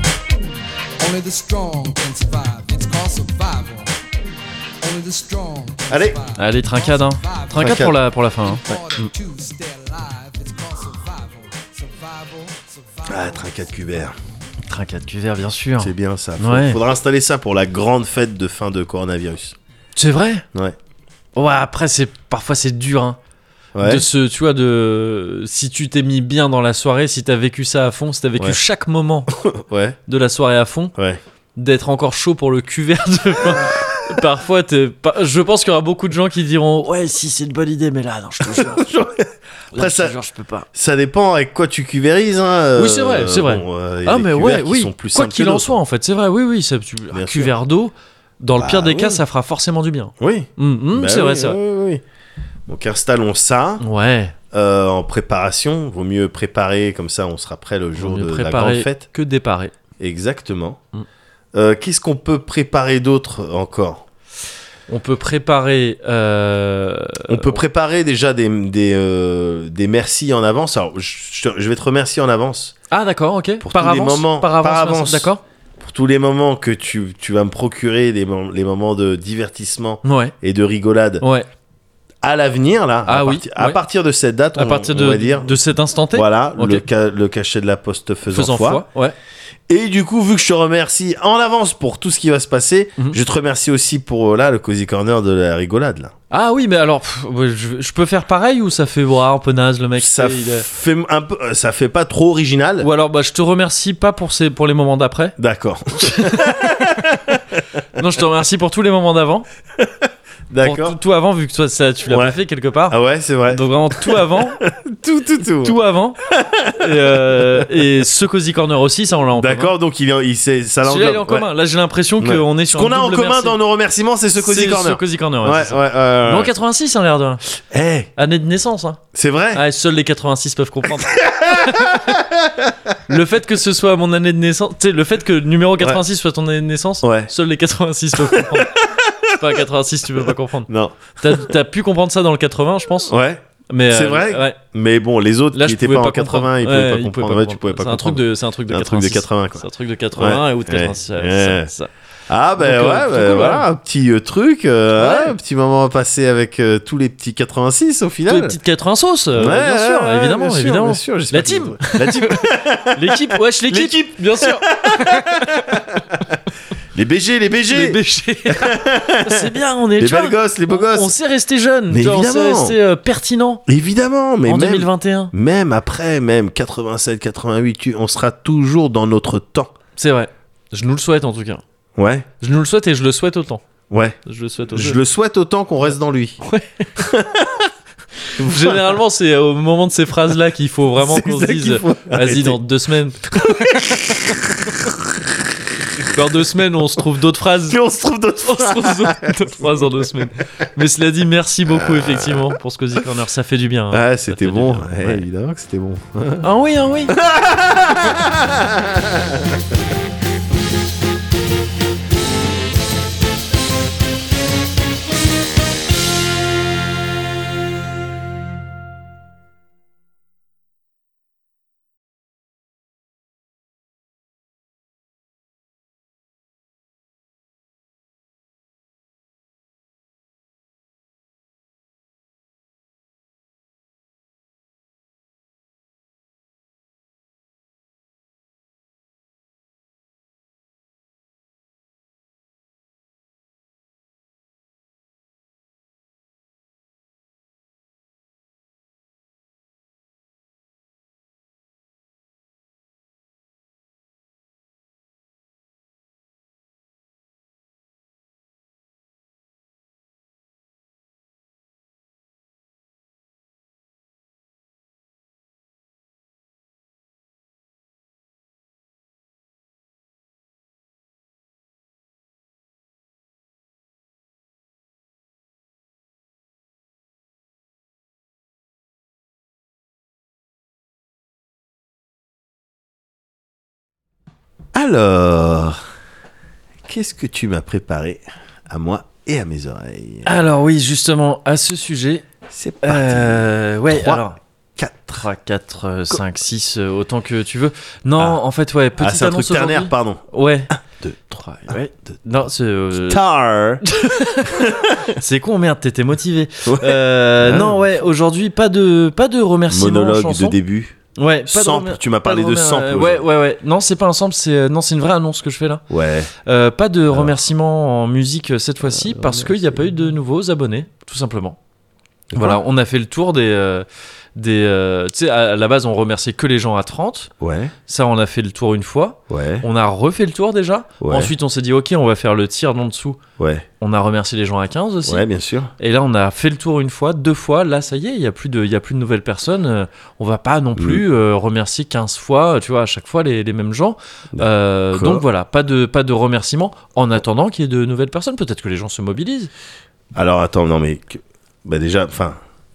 [SPEAKER 4] Only the strong can survive. It's called survival. Only the strong can
[SPEAKER 2] Allez.
[SPEAKER 4] survive.
[SPEAKER 1] Allez, trincade, hein.
[SPEAKER 4] Survival.
[SPEAKER 1] Trincade pour la, pour la fin. hein.
[SPEAKER 2] Ah, trinquet de Cubert,
[SPEAKER 1] Trincade cuvert, bien sûr.
[SPEAKER 2] c'est bien ça. Faut-
[SPEAKER 1] Ouais.
[SPEAKER 2] Faudra installer ça pour la grande fête de fin de coronavirus.
[SPEAKER 1] C'est vrai
[SPEAKER 2] Ouais.
[SPEAKER 1] Ouais, après, c'est parfois c'est dur, hein.
[SPEAKER 2] Ouais.
[SPEAKER 1] De ce, tu vois, de si tu t'es mis bien dans la soirée, si t'as vécu ça à fond, si t'as vécu
[SPEAKER 2] Ouais.
[SPEAKER 1] chaque moment
[SPEAKER 2] Ouais.
[SPEAKER 1] de la soirée à fond,
[SPEAKER 2] Ouais.
[SPEAKER 1] d'être encore chaud pour le [LAUGHS] cuvert de Parfois, t'es pas- je pense qu'il y aura beaucoup de gens qui diront Ouais, si c'est une bonne idée, mais là, non, je
[SPEAKER 2] [LAUGHS]
[SPEAKER 1] te jure. Là, je
[SPEAKER 2] ça-
[SPEAKER 1] te jure, je peux pas.
[SPEAKER 2] Ça dépend avec quoi tu cuvérises. Hein.
[SPEAKER 1] Oui, c'est vrai, c'est vrai.
[SPEAKER 2] euh, il y a
[SPEAKER 1] Ah,
[SPEAKER 2] des
[SPEAKER 1] mais
[SPEAKER 2] cuverts
[SPEAKER 1] ouais,
[SPEAKER 2] qui
[SPEAKER 1] oui.
[SPEAKER 2] sont plus
[SPEAKER 1] Quoi
[SPEAKER 2] simples
[SPEAKER 1] qu'il
[SPEAKER 2] que
[SPEAKER 1] en
[SPEAKER 2] d'autres.
[SPEAKER 1] soit, en fait, c'est vrai, oui, oui. ça- tu-
[SPEAKER 2] Bien
[SPEAKER 1] un
[SPEAKER 2] sûr.
[SPEAKER 1] cuvert d'eau, dans le
[SPEAKER 2] Bah
[SPEAKER 1] pire des cas,
[SPEAKER 2] oui.
[SPEAKER 1] ça fera forcément du bien.
[SPEAKER 2] Oui.
[SPEAKER 1] Hum, hum,
[SPEAKER 2] Bah
[SPEAKER 1] c'est
[SPEAKER 2] oui,
[SPEAKER 1] vrai, c'est vrai.
[SPEAKER 2] oui, oui, oui. Donc installons ça
[SPEAKER 1] Ouais,
[SPEAKER 2] euh, en préparation. Vaut mieux préparer, comme ça on sera prêt le jour
[SPEAKER 1] on
[SPEAKER 2] de
[SPEAKER 1] est
[SPEAKER 2] la grande
[SPEAKER 1] préparé
[SPEAKER 2] fête.
[SPEAKER 1] que déparé.
[SPEAKER 2] Exactement.
[SPEAKER 1] Mm.
[SPEAKER 2] Euh, Qu'est-ce qu'on peut préparer d'autre encore
[SPEAKER 1] On peut préparer. euh,
[SPEAKER 2] On peut préparer déjà des, des, euh, des merci en avance. Alors, je, je- je vais te remercier en avance
[SPEAKER 1] Ah, d'accord, ok.
[SPEAKER 2] Pour
[SPEAKER 1] par,
[SPEAKER 2] tous les
[SPEAKER 1] avance,
[SPEAKER 2] moments,
[SPEAKER 1] par avance,
[SPEAKER 2] par
[SPEAKER 1] merci,
[SPEAKER 2] avance.
[SPEAKER 1] D'accord
[SPEAKER 2] pour tous les moments que tu, tu vas me procurer, les, mom- les moments de divertissement
[SPEAKER 1] Ouais,
[SPEAKER 2] et de rigolade
[SPEAKER 1] ouais.
[SPEAKER 2] à l'avenir, là.
[SPEAKER 1] Ah
[SPEAKER 2] à,
[SPEAKER 1] oui,
[SPEAKER 2] parti- à
[SPEAKER 1] ouais.
[SPEAKER 2] partir de cette date,
[SPEAKER 1] à
[SPEAKER 2] on,
[SPEAKER 1] partir
[SPEAKER 2] on
[SPEAKER 1] de,
[SPEAKER 2] va dire.
[SPEAKER 1] de cet instant T,
[SPEAKER 2] Voilà,
[SPEAKER 1] Ok.
[SPEAKER 2] le, ca- le cachet de la poste faisant,
[SPEAKER 1] faisant
[SPEAKER 2] foi.
[SPEAKER 1] foi. Ouais.
[SPEAKER 2] Et du coup, vu que je te remercie en avance pour tout ce qui va se passer,
[SPEAKER 1] Mhm.
[SPEAKER 2] je te remercie aussi pour euh, là le cozy corner de la rigolade là.
[SPEAKER 1] Ah oui, mais alors, pff, ouais, je, je peux faire pareil ou ça fait ouah, un peu naze le mec
[SPEAKER 2] ça
[SPEAKER 1] tu sais, il est-
[SPEAKER 2] fait un peu, euh, ça fait pas trop original.
[SPEAKER 1] Ou alors, bah, je te remercie pas pour, ces, pour les moments d'après.
[SPEAKER 2] D'accord,
[SPEAKER 1] Non, je te remercie pour tous les moments d'avant. Pour
[SPEAKER 2] [LAUGHS] d'accord.
[SPEAKER 1] tout, tout avant, vu que toi, ça, tu l'as
[SPEAKER 2] Ouais.
[SPEAKER 1] pas fait quelque part.
[SPEAKER 2] Ah ouais, c'est vrai.
[SPEAKER 1] Donc vraiment tout
[SPEAKER 2] [LAUGHS]
[SPEAKER 1] avant,
[SPEAKER 2] tout, tout, tout.
[SPEAKER 1] tout avant. Et, euh, et ce Cozy Corner aussi, ça on l'a en commun.
[SPEAKER 2] D'accord, donc il, est- il c'est- ça
[SPEAKER 1] Celui-là il est en
[SPEAKER 2] l'englobe, ouais.
[SPEAKER 1] commun. Là j'ai l'impression
[SPEAKER 2] Ouais.
[SPEAKER 1] qu'on est
[SPEAKER 2] Ce
[SPEAKER 1] sur
[SPEAKER 2] qu'on
[SPEAKER 1] un
[SPEAKER 2] a en
[SPEAKER 1] double
[SPEAKER 2] commun
[SPEAKER 1] merci.
[SPEAKER 2] dans nos remerciements, c'est ce cozy
[SPEAKER 1] C'est
[SPEAKER 2] corner.
[SPEAKER 1] ce Cozy Corner.
[SPEAKER 2] Ouais,
[SPEAKER 1] ouais,
[SPEAKER 2] ouais,
[SPEAKER 1] c'est ça.
[SPEAKER 2] ouais, ouais,
[SPEAKER 1] Mais en
[SPEAKER 2] ouais.
[SPEAKER 1] 86 hein, l'air de rien.
[SPEAKER 2] Eh,
[SPEAKER 1] Année de naissance hein.
[SPEAKER 2] c'est vrai.
[SPEAKER 1] Ah, et seuls les 86 peuvent comprendre. le fait que ce soit mon année de naissance, tu sais, le fait que numéro 86 soit ton année de naissance,
[SPEAKER 2] Ouais.
[SPEAKER 1] seuls les 86 peuvent
[SPEAKER 2] [LAUGHS]
[SPEAKER 1] comprendre. C'est pas 86, tu peux pas comprendre.
[SPEAKER 2] Non.
[SPEAKER 1] T'as, t'as pu comprendre ça dans le 80, je pense.
[SPEAKER 2] Ouais.
[SPEAKER 1] Mais
[SPEAKER 2] C'est
[SPEAKER 1] euh,
[SPEAKER 2] vrai
[SPEAKER 1] ouais.
[SPEAKER 2] Mais bon, les autres
[SPEAKER 1] Là,
[SPEAKER 2] qui
[SPEAKER 1] je
[SPEAKER 2] étaient
[SPEAKER 1] pouvais
[SPEAKER 2] pas en
[SPEAKER 1] pas
[SPEAKER 2] 80, ils
[SPEAKER 1] comprendre.
[SPEAKER 2] pouvaient
[SPEAKER 1] Ouais, ils
[SPEAKER 2] pas
[SPEAKER 1] pouvaient
[SPEAKER 2] comprendre. Ouais, tu pouvais pas
[SPEAKER 1] c'est un truc
[SPEAKER 2] comprendre.
[SPEAKER 1] de, c'est un truc de
[SPEAKER 2] C'est un truc
[SPEAKER 1] 86.
[SPEAKER 2] de 80, quoi.
[SPEAKER 1] C'est un truc de 80
[SPEAKER 2] Ouais,
[SPEAKER 1] et ou de
[SPEAKER 2] ouais,
[SPEAKER 1] 86. ouais,
[SPEAKER 2] ouais.
[SPEAKER 1] c'est ça.
[SPEAKER 2] Ah ben
[SPEAKER 1] Donc, euh,
[SPEAKER 2] ouais,
[SPEAKER 1] plutôt
[SPEAKER 2] ben
[SPEAKER 1] cool,
[SPEAKER 2] voilà,
[SPEAKER 1] ouais.
[SPEAKER 2] un petit euh, truc, euh,
[SPEAKER 1] Ouais.
[SPEAKER 2] hein, un petit moment à passer avec euh, tous les petits 86 au
[SPEAKER 1] Tous les
[SPEAKER 2] final.
[SPEAKER 1] petites 80 sauces, euh,
[SPEAKER 2] Ouais,
[SPEAKER 1] bien
[SPEAKER 2] ouais,
[SPEAKER 1] sûr,
[SPEAKER 2] ouais,
[SPEAKER 1] évidemment,
[SPEAKER 2] bien sûr,
[SPEAKER 1] évidemment.
[SPEAKER 2] bien sûr, j'espère
[SPEAKER 1] La team.
[SPEAKER 2] que- la
[SPEAKER 1] [LAUGHS]
[SPEAKER 2] team,
[SPEAKER 1] L'équipe, wesh, l'équipe, bien sûr.
[SPEAKER 2] les BG, les BG,
[SPEAKER 1] Les
[SPEAKER 2] [LAUGHS] les,
[SPEAKER 1] BG. [LAUGHS] c'est bien, on est tu vois,
[SPEAKER 2] belles gosses, les beaux
[SPEAKER 1] on- On
[SPEAKER 2] gosses.
[SPEAKER 1] sait rester jeune,
[SPEAKER 2] Mais
[SPEAKER 1] tu vois, on sait
[SPEAKER 2] évidemment.
[SPEAKER 1] rester euh, pertinent
[SPEAKER 2] Évidemment, mais
[SPEAKER 1] en
[SPEAKER 2] même,
[SPEAKER 1] 2021.
[SPEAKER 2] même après, même 87, 88, tu- on sera toujours dans notre temps.
[SPEAKER 1] C'est vrai. Je nous le souhaite en tout cas.
[SPEAKER 2] Ouais,
[SPEAKER 1] Je nous le souhaite et je le souhaite autant.
[SPEAKER 2] ouais.
[SPEAKER 1] Je le souhaite autant.
[SPEAKER 2] Je le souhaite autant qu'on reste dans lui. [LAUGHS]
[SPEAKER 1] [LAUGHS] Généralement, c'est au moment de ces phrases-là qu'il faut vraiment
[SPEAKER 2] C'est
[SPEAKER 1] qu'on se
[SPEAKER 2] ça qu'il
[SPEAKER 1] dise
[SPEAKER 2] faut
[SPEAKER 1] Vas-y,
[SPEAKER 2] arrêter.
[SPEAKER 1] dans deux
[SPEAKER 2] [LAUGHS]
[SPEAKER 1] semaines. dans deux semaines, on se trouve d'autres phrases.
[SPEAKER 2] Si on se trouve d'autres
[SPEAKER 1] [LAUGHS] On se
[SPEAKER 2] fois.
[SPEAKER 1] trouve d'autres phrases dans deux semaines. Mais cela dit, merci
[SPEAKER 2] Euh.
[SPEAKER 1] beaucoup, effectivement, pour ce Cozy Corner. Ça fait du bien. hein.
[SPEAKER 2] Ah,
[SPEAKER 1] Ça fait
[SPEAKER 2] c'était
[SPEAKER 1] du
[SPEAKER 2] bon.
[SPEAKER 1] bien,
[SPEAKER 2] Eh,
[SPEAKER 1] ouais.
[SPEAKER 2] Évidemment que c'était bon.
[SPEAKER 1] Ah oui, ah oui.
[SPEAKER 2] Alors, qu'est-ce que tu m'as préparé à moi et à mes oreilles
[SPEAKER 1] Alors oui, justement, à ce sujet,
[SPEAKER 2] C'est parti.
[SPEAKER 1] euh, ouais,
[SPEAKER 2] Bah, Trois.
[SPEAKER 1] alors euh,
[SPEAKER 2] 4.
[SPEAKER 1] 3, 4, 5, 6, autant que tu veux. Non, en fait, ouais, petite
[SPEAKER 2] Ah, c'est un truc
[SPEAKER 1] annonce
[SPEAKER 2] ternaire,
[SPEAKER 1] aujourd'hui.
[SPEAKER 2] pardon.
[SPEAKER 1] Ouais.
[SPEAKER 2] 2,
[SPEAKER 1] 3, ouais. Non, c'est... [LAUGHS] euh,
[SPEAKER 2] Star
[SPEAKER 1] C'est con, merde, t'étais motivé.
[SPEAKER 2] Ouais.
[SPEAKER 1] Euh,
[SPEAKER 2] Ouais.
[SPEAKER 1] Non, ouais, aujourd'hui, pas de, pas de remerciements.
[SPEAKER 2] Ah. Monologue
[SPEAKER 1] chansons.
[SPEAKER 2] de début.
[SPEAKER 1] Ouais, pas de
[SPEAKER 2] Sample,
[SPEAKER 1] remer-
[SPEAKER 2] tu m'as
[SPEAKER 1] pas
[SPEAKER 2] parlé de
[SPEAKER 1] remer-
[SPEAKER 2] sample
[SPEAKER 1] euh, Ouais,
[SPEAKER 2] aujourd'hui.
[SPEAKER 1] ouais, ouais. Non, c'est pas un sample, c'est, euh, non, c'est une vraie annonce que je fais là.
[SPEAKER 2] Ouais.
[SPEAKER 1] Euh, pas de
[SPEAKER 2] Ah.
[SPEAKER 1] remerciements en musique euh, cette fois-ci parce qu'il n'y a pas eu de nouveaux abonnés, tout simplement. Voilà, on a fait le tour des. euh, des euh, tu sais, à à la base, on remerciait que les gens à 30.
[SPEAKER 2] Ouais.
[SPEAKER 1] Ça, on a fait le tour une fois.
[SPEAKER 2] Ouais.
[SPEAKER 1] On a refait le tour déjà.
[SPEAKER 2] Ouais.
[SPEAKER 1] Ensuite, on s'est dit, ok, on va faire le tir d'en dessous.
[SPEAKER 2] Ouais.
[SPEAKER 1] On a remercié les gens à 15 aussi.
[SPEAKER 2] Ouais, bien sûr.
[SPEAKER 1] Et là, on a fait le tour une fois, deux fois. Là, ça y est, il n'y a, plus de- il y a plus de nouvelles personnes. Euh, On va pas non plus
[SPEAKER 2] Mm.
[SPEAKER 1] euh, remercier 15 fois, tu vois, à chaque fois les, les mêmes gens. Euh,
[SPEAKER 2] D'accord.
[SPEAKER 1] donc voilà, pas de, pas de remerciements en attendant qu'il y ait de nouvelles personnes. Peut-être que les gens se mobilisent.
[SPEAKER 2] Alors attends, non mais que- bah déjà, enfin,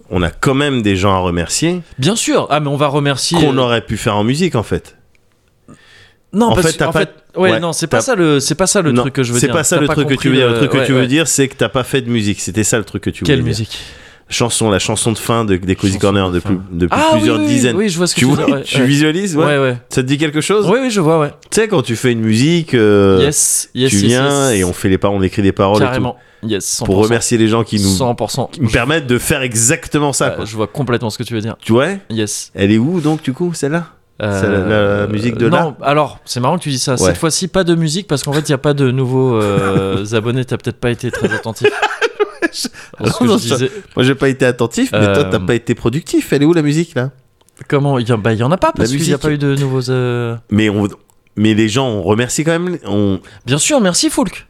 [SPEAKER 2] on a quand même des gens à remercier
[SPEAKER 1] Bien sûr. Ah, mais on va remercier.
[SPEAKER 2] qu'on aurait pu faire en musique en fait.
[SPEAKER 1] Non,
[SPEAKER 2] en
[SPEAKER 1] parce
[SPEAKER 2] fait, t'as
[SPEAKER 1] en
[SPEAKER 2] pas-
[SPEAKER 1] fait, ouais,
[SPEAKER 2] ouais,
[SPEAKER 1] non, c'est pas
[SPEAKER 2] t'as-
[SPEAKER 1] ça le, c'est pas ça le
[SPEAKER 2] Non,
[SPEAKER 1] truc que je veux
[SPEAKER 2] C'est
[SPEAKER 1] dire.
[SPEAKER 2] pas ça
[SPEAKER 1] T'as
[SPEAKER 2] le truc que
[SPEAKER 1] compris
[SPEAKER 2] tu veux dire. Le truc que
[SPEAKER 1] ouais,
[SPEAKER 2] tu veux
[SPEAKER 1] ouais.
[SPEAKER 2] dire, c'est que t'as pas fait de musique. C'était ça le truc que tu voulais
[SPEAKER 1] Quelle
[SPEAKER 2] dire.
[SPEAKER 1] musique
[SPEAKER 2] Chanson, la chanson de fin de, des Cozy
[SPEAKER 1] Chanson
[SPEAKER 2] Corner
[SPEAKER 1] de
[SPEAKER 2] depuis,
[SPEAKER 1] fin.
[SPEAKER 2] depuis
[SPEAKER 1] Ah oui,
[SPEAKER 2] plusieurs
[SPEAKER 1] oui, oui,
[SPEAKER 2] dizaines.
[SPEAKER 1] Oui, je vois ce que
[SPEAKER 2] tu
[SPEAKER 1] tu veux
[SPEAKER 2] vois,
[SPEAKER 1] dire, ouais,
[SPEAKER 2] tu
[SPEAKER 1] ouais.
[SPEAKER 2] visualises, ouais.
[SPEAKER 1] Ouais, ouais.
[SPEAKER 2] Ça te dit quelque chose
[SPEAKER 1] Oui, oui, je vois, ouais.
[SPEAKER 2] Tu sais quand tu fais une musique, euh,
[SPEAKER 1] yes, yes,
[SPEAKER 2] tu
[SPEAKER 1] yes,
[SPEAKER 2] viens
[SPEAKER 1] yes.
[SPEAKER 2] et on fait les paroles, on écrit des paroles et tout.
[SPEAKER 1] carrément. Yes, 100%.
[SPEAKER 2] pour remercier les gens qui nous
[SPEAKER 1] 100%.
[SPEAKER 2] qui me permettent de faire exactement ça.
[SPEAKER 1] Euh,
[SPEAKER 2] quoi.
[SPEAKER 1] je vois complètement ce que tu veux dire.
[SPEAKER 2] Tu vois
[SPEAKER 1] Yes.
[SPEAKER 2] Elle est où donc du coup celle-là
[SPEAKER 1] Euh,
[SPEAKER 2] C'est la- la musique de
[SPEAKER 1] Non, alors, c'est marrant que tu dis ça.
[SPEAKER 2] Ouais.
[SPEAKER 1] Cette fois-ci, pas de musique parce qu'en fait, il n'y a pas de nouveaux
[SPEAKER 2] [LAUGHS]
[SPEAKER 1] euh, abonnés. T'as peut-être pas été très attentif. Parce que
[SPEAKER 2] Non, non,
[SPEAKER 1] je disais,
[SPEAKER 2] Moi, j'ai pas été attentif, mais toi,
[SPEAKER 1] Euh,
[SPEAKER 2] t'as pas été productif. Elle est où la musique là
[SPEAKER 1] comment Il n'y bah, il y en a pas parce qu'il n'y a
[SPEAKER 2] musique.
[SPEAKER 1] pas eu de nouveaux. euh,
[SPEAKER 2] Mais on, mais les gens, on remercie quand même. On,
[SPEAKER 1] Bien sûr, merci Foulk.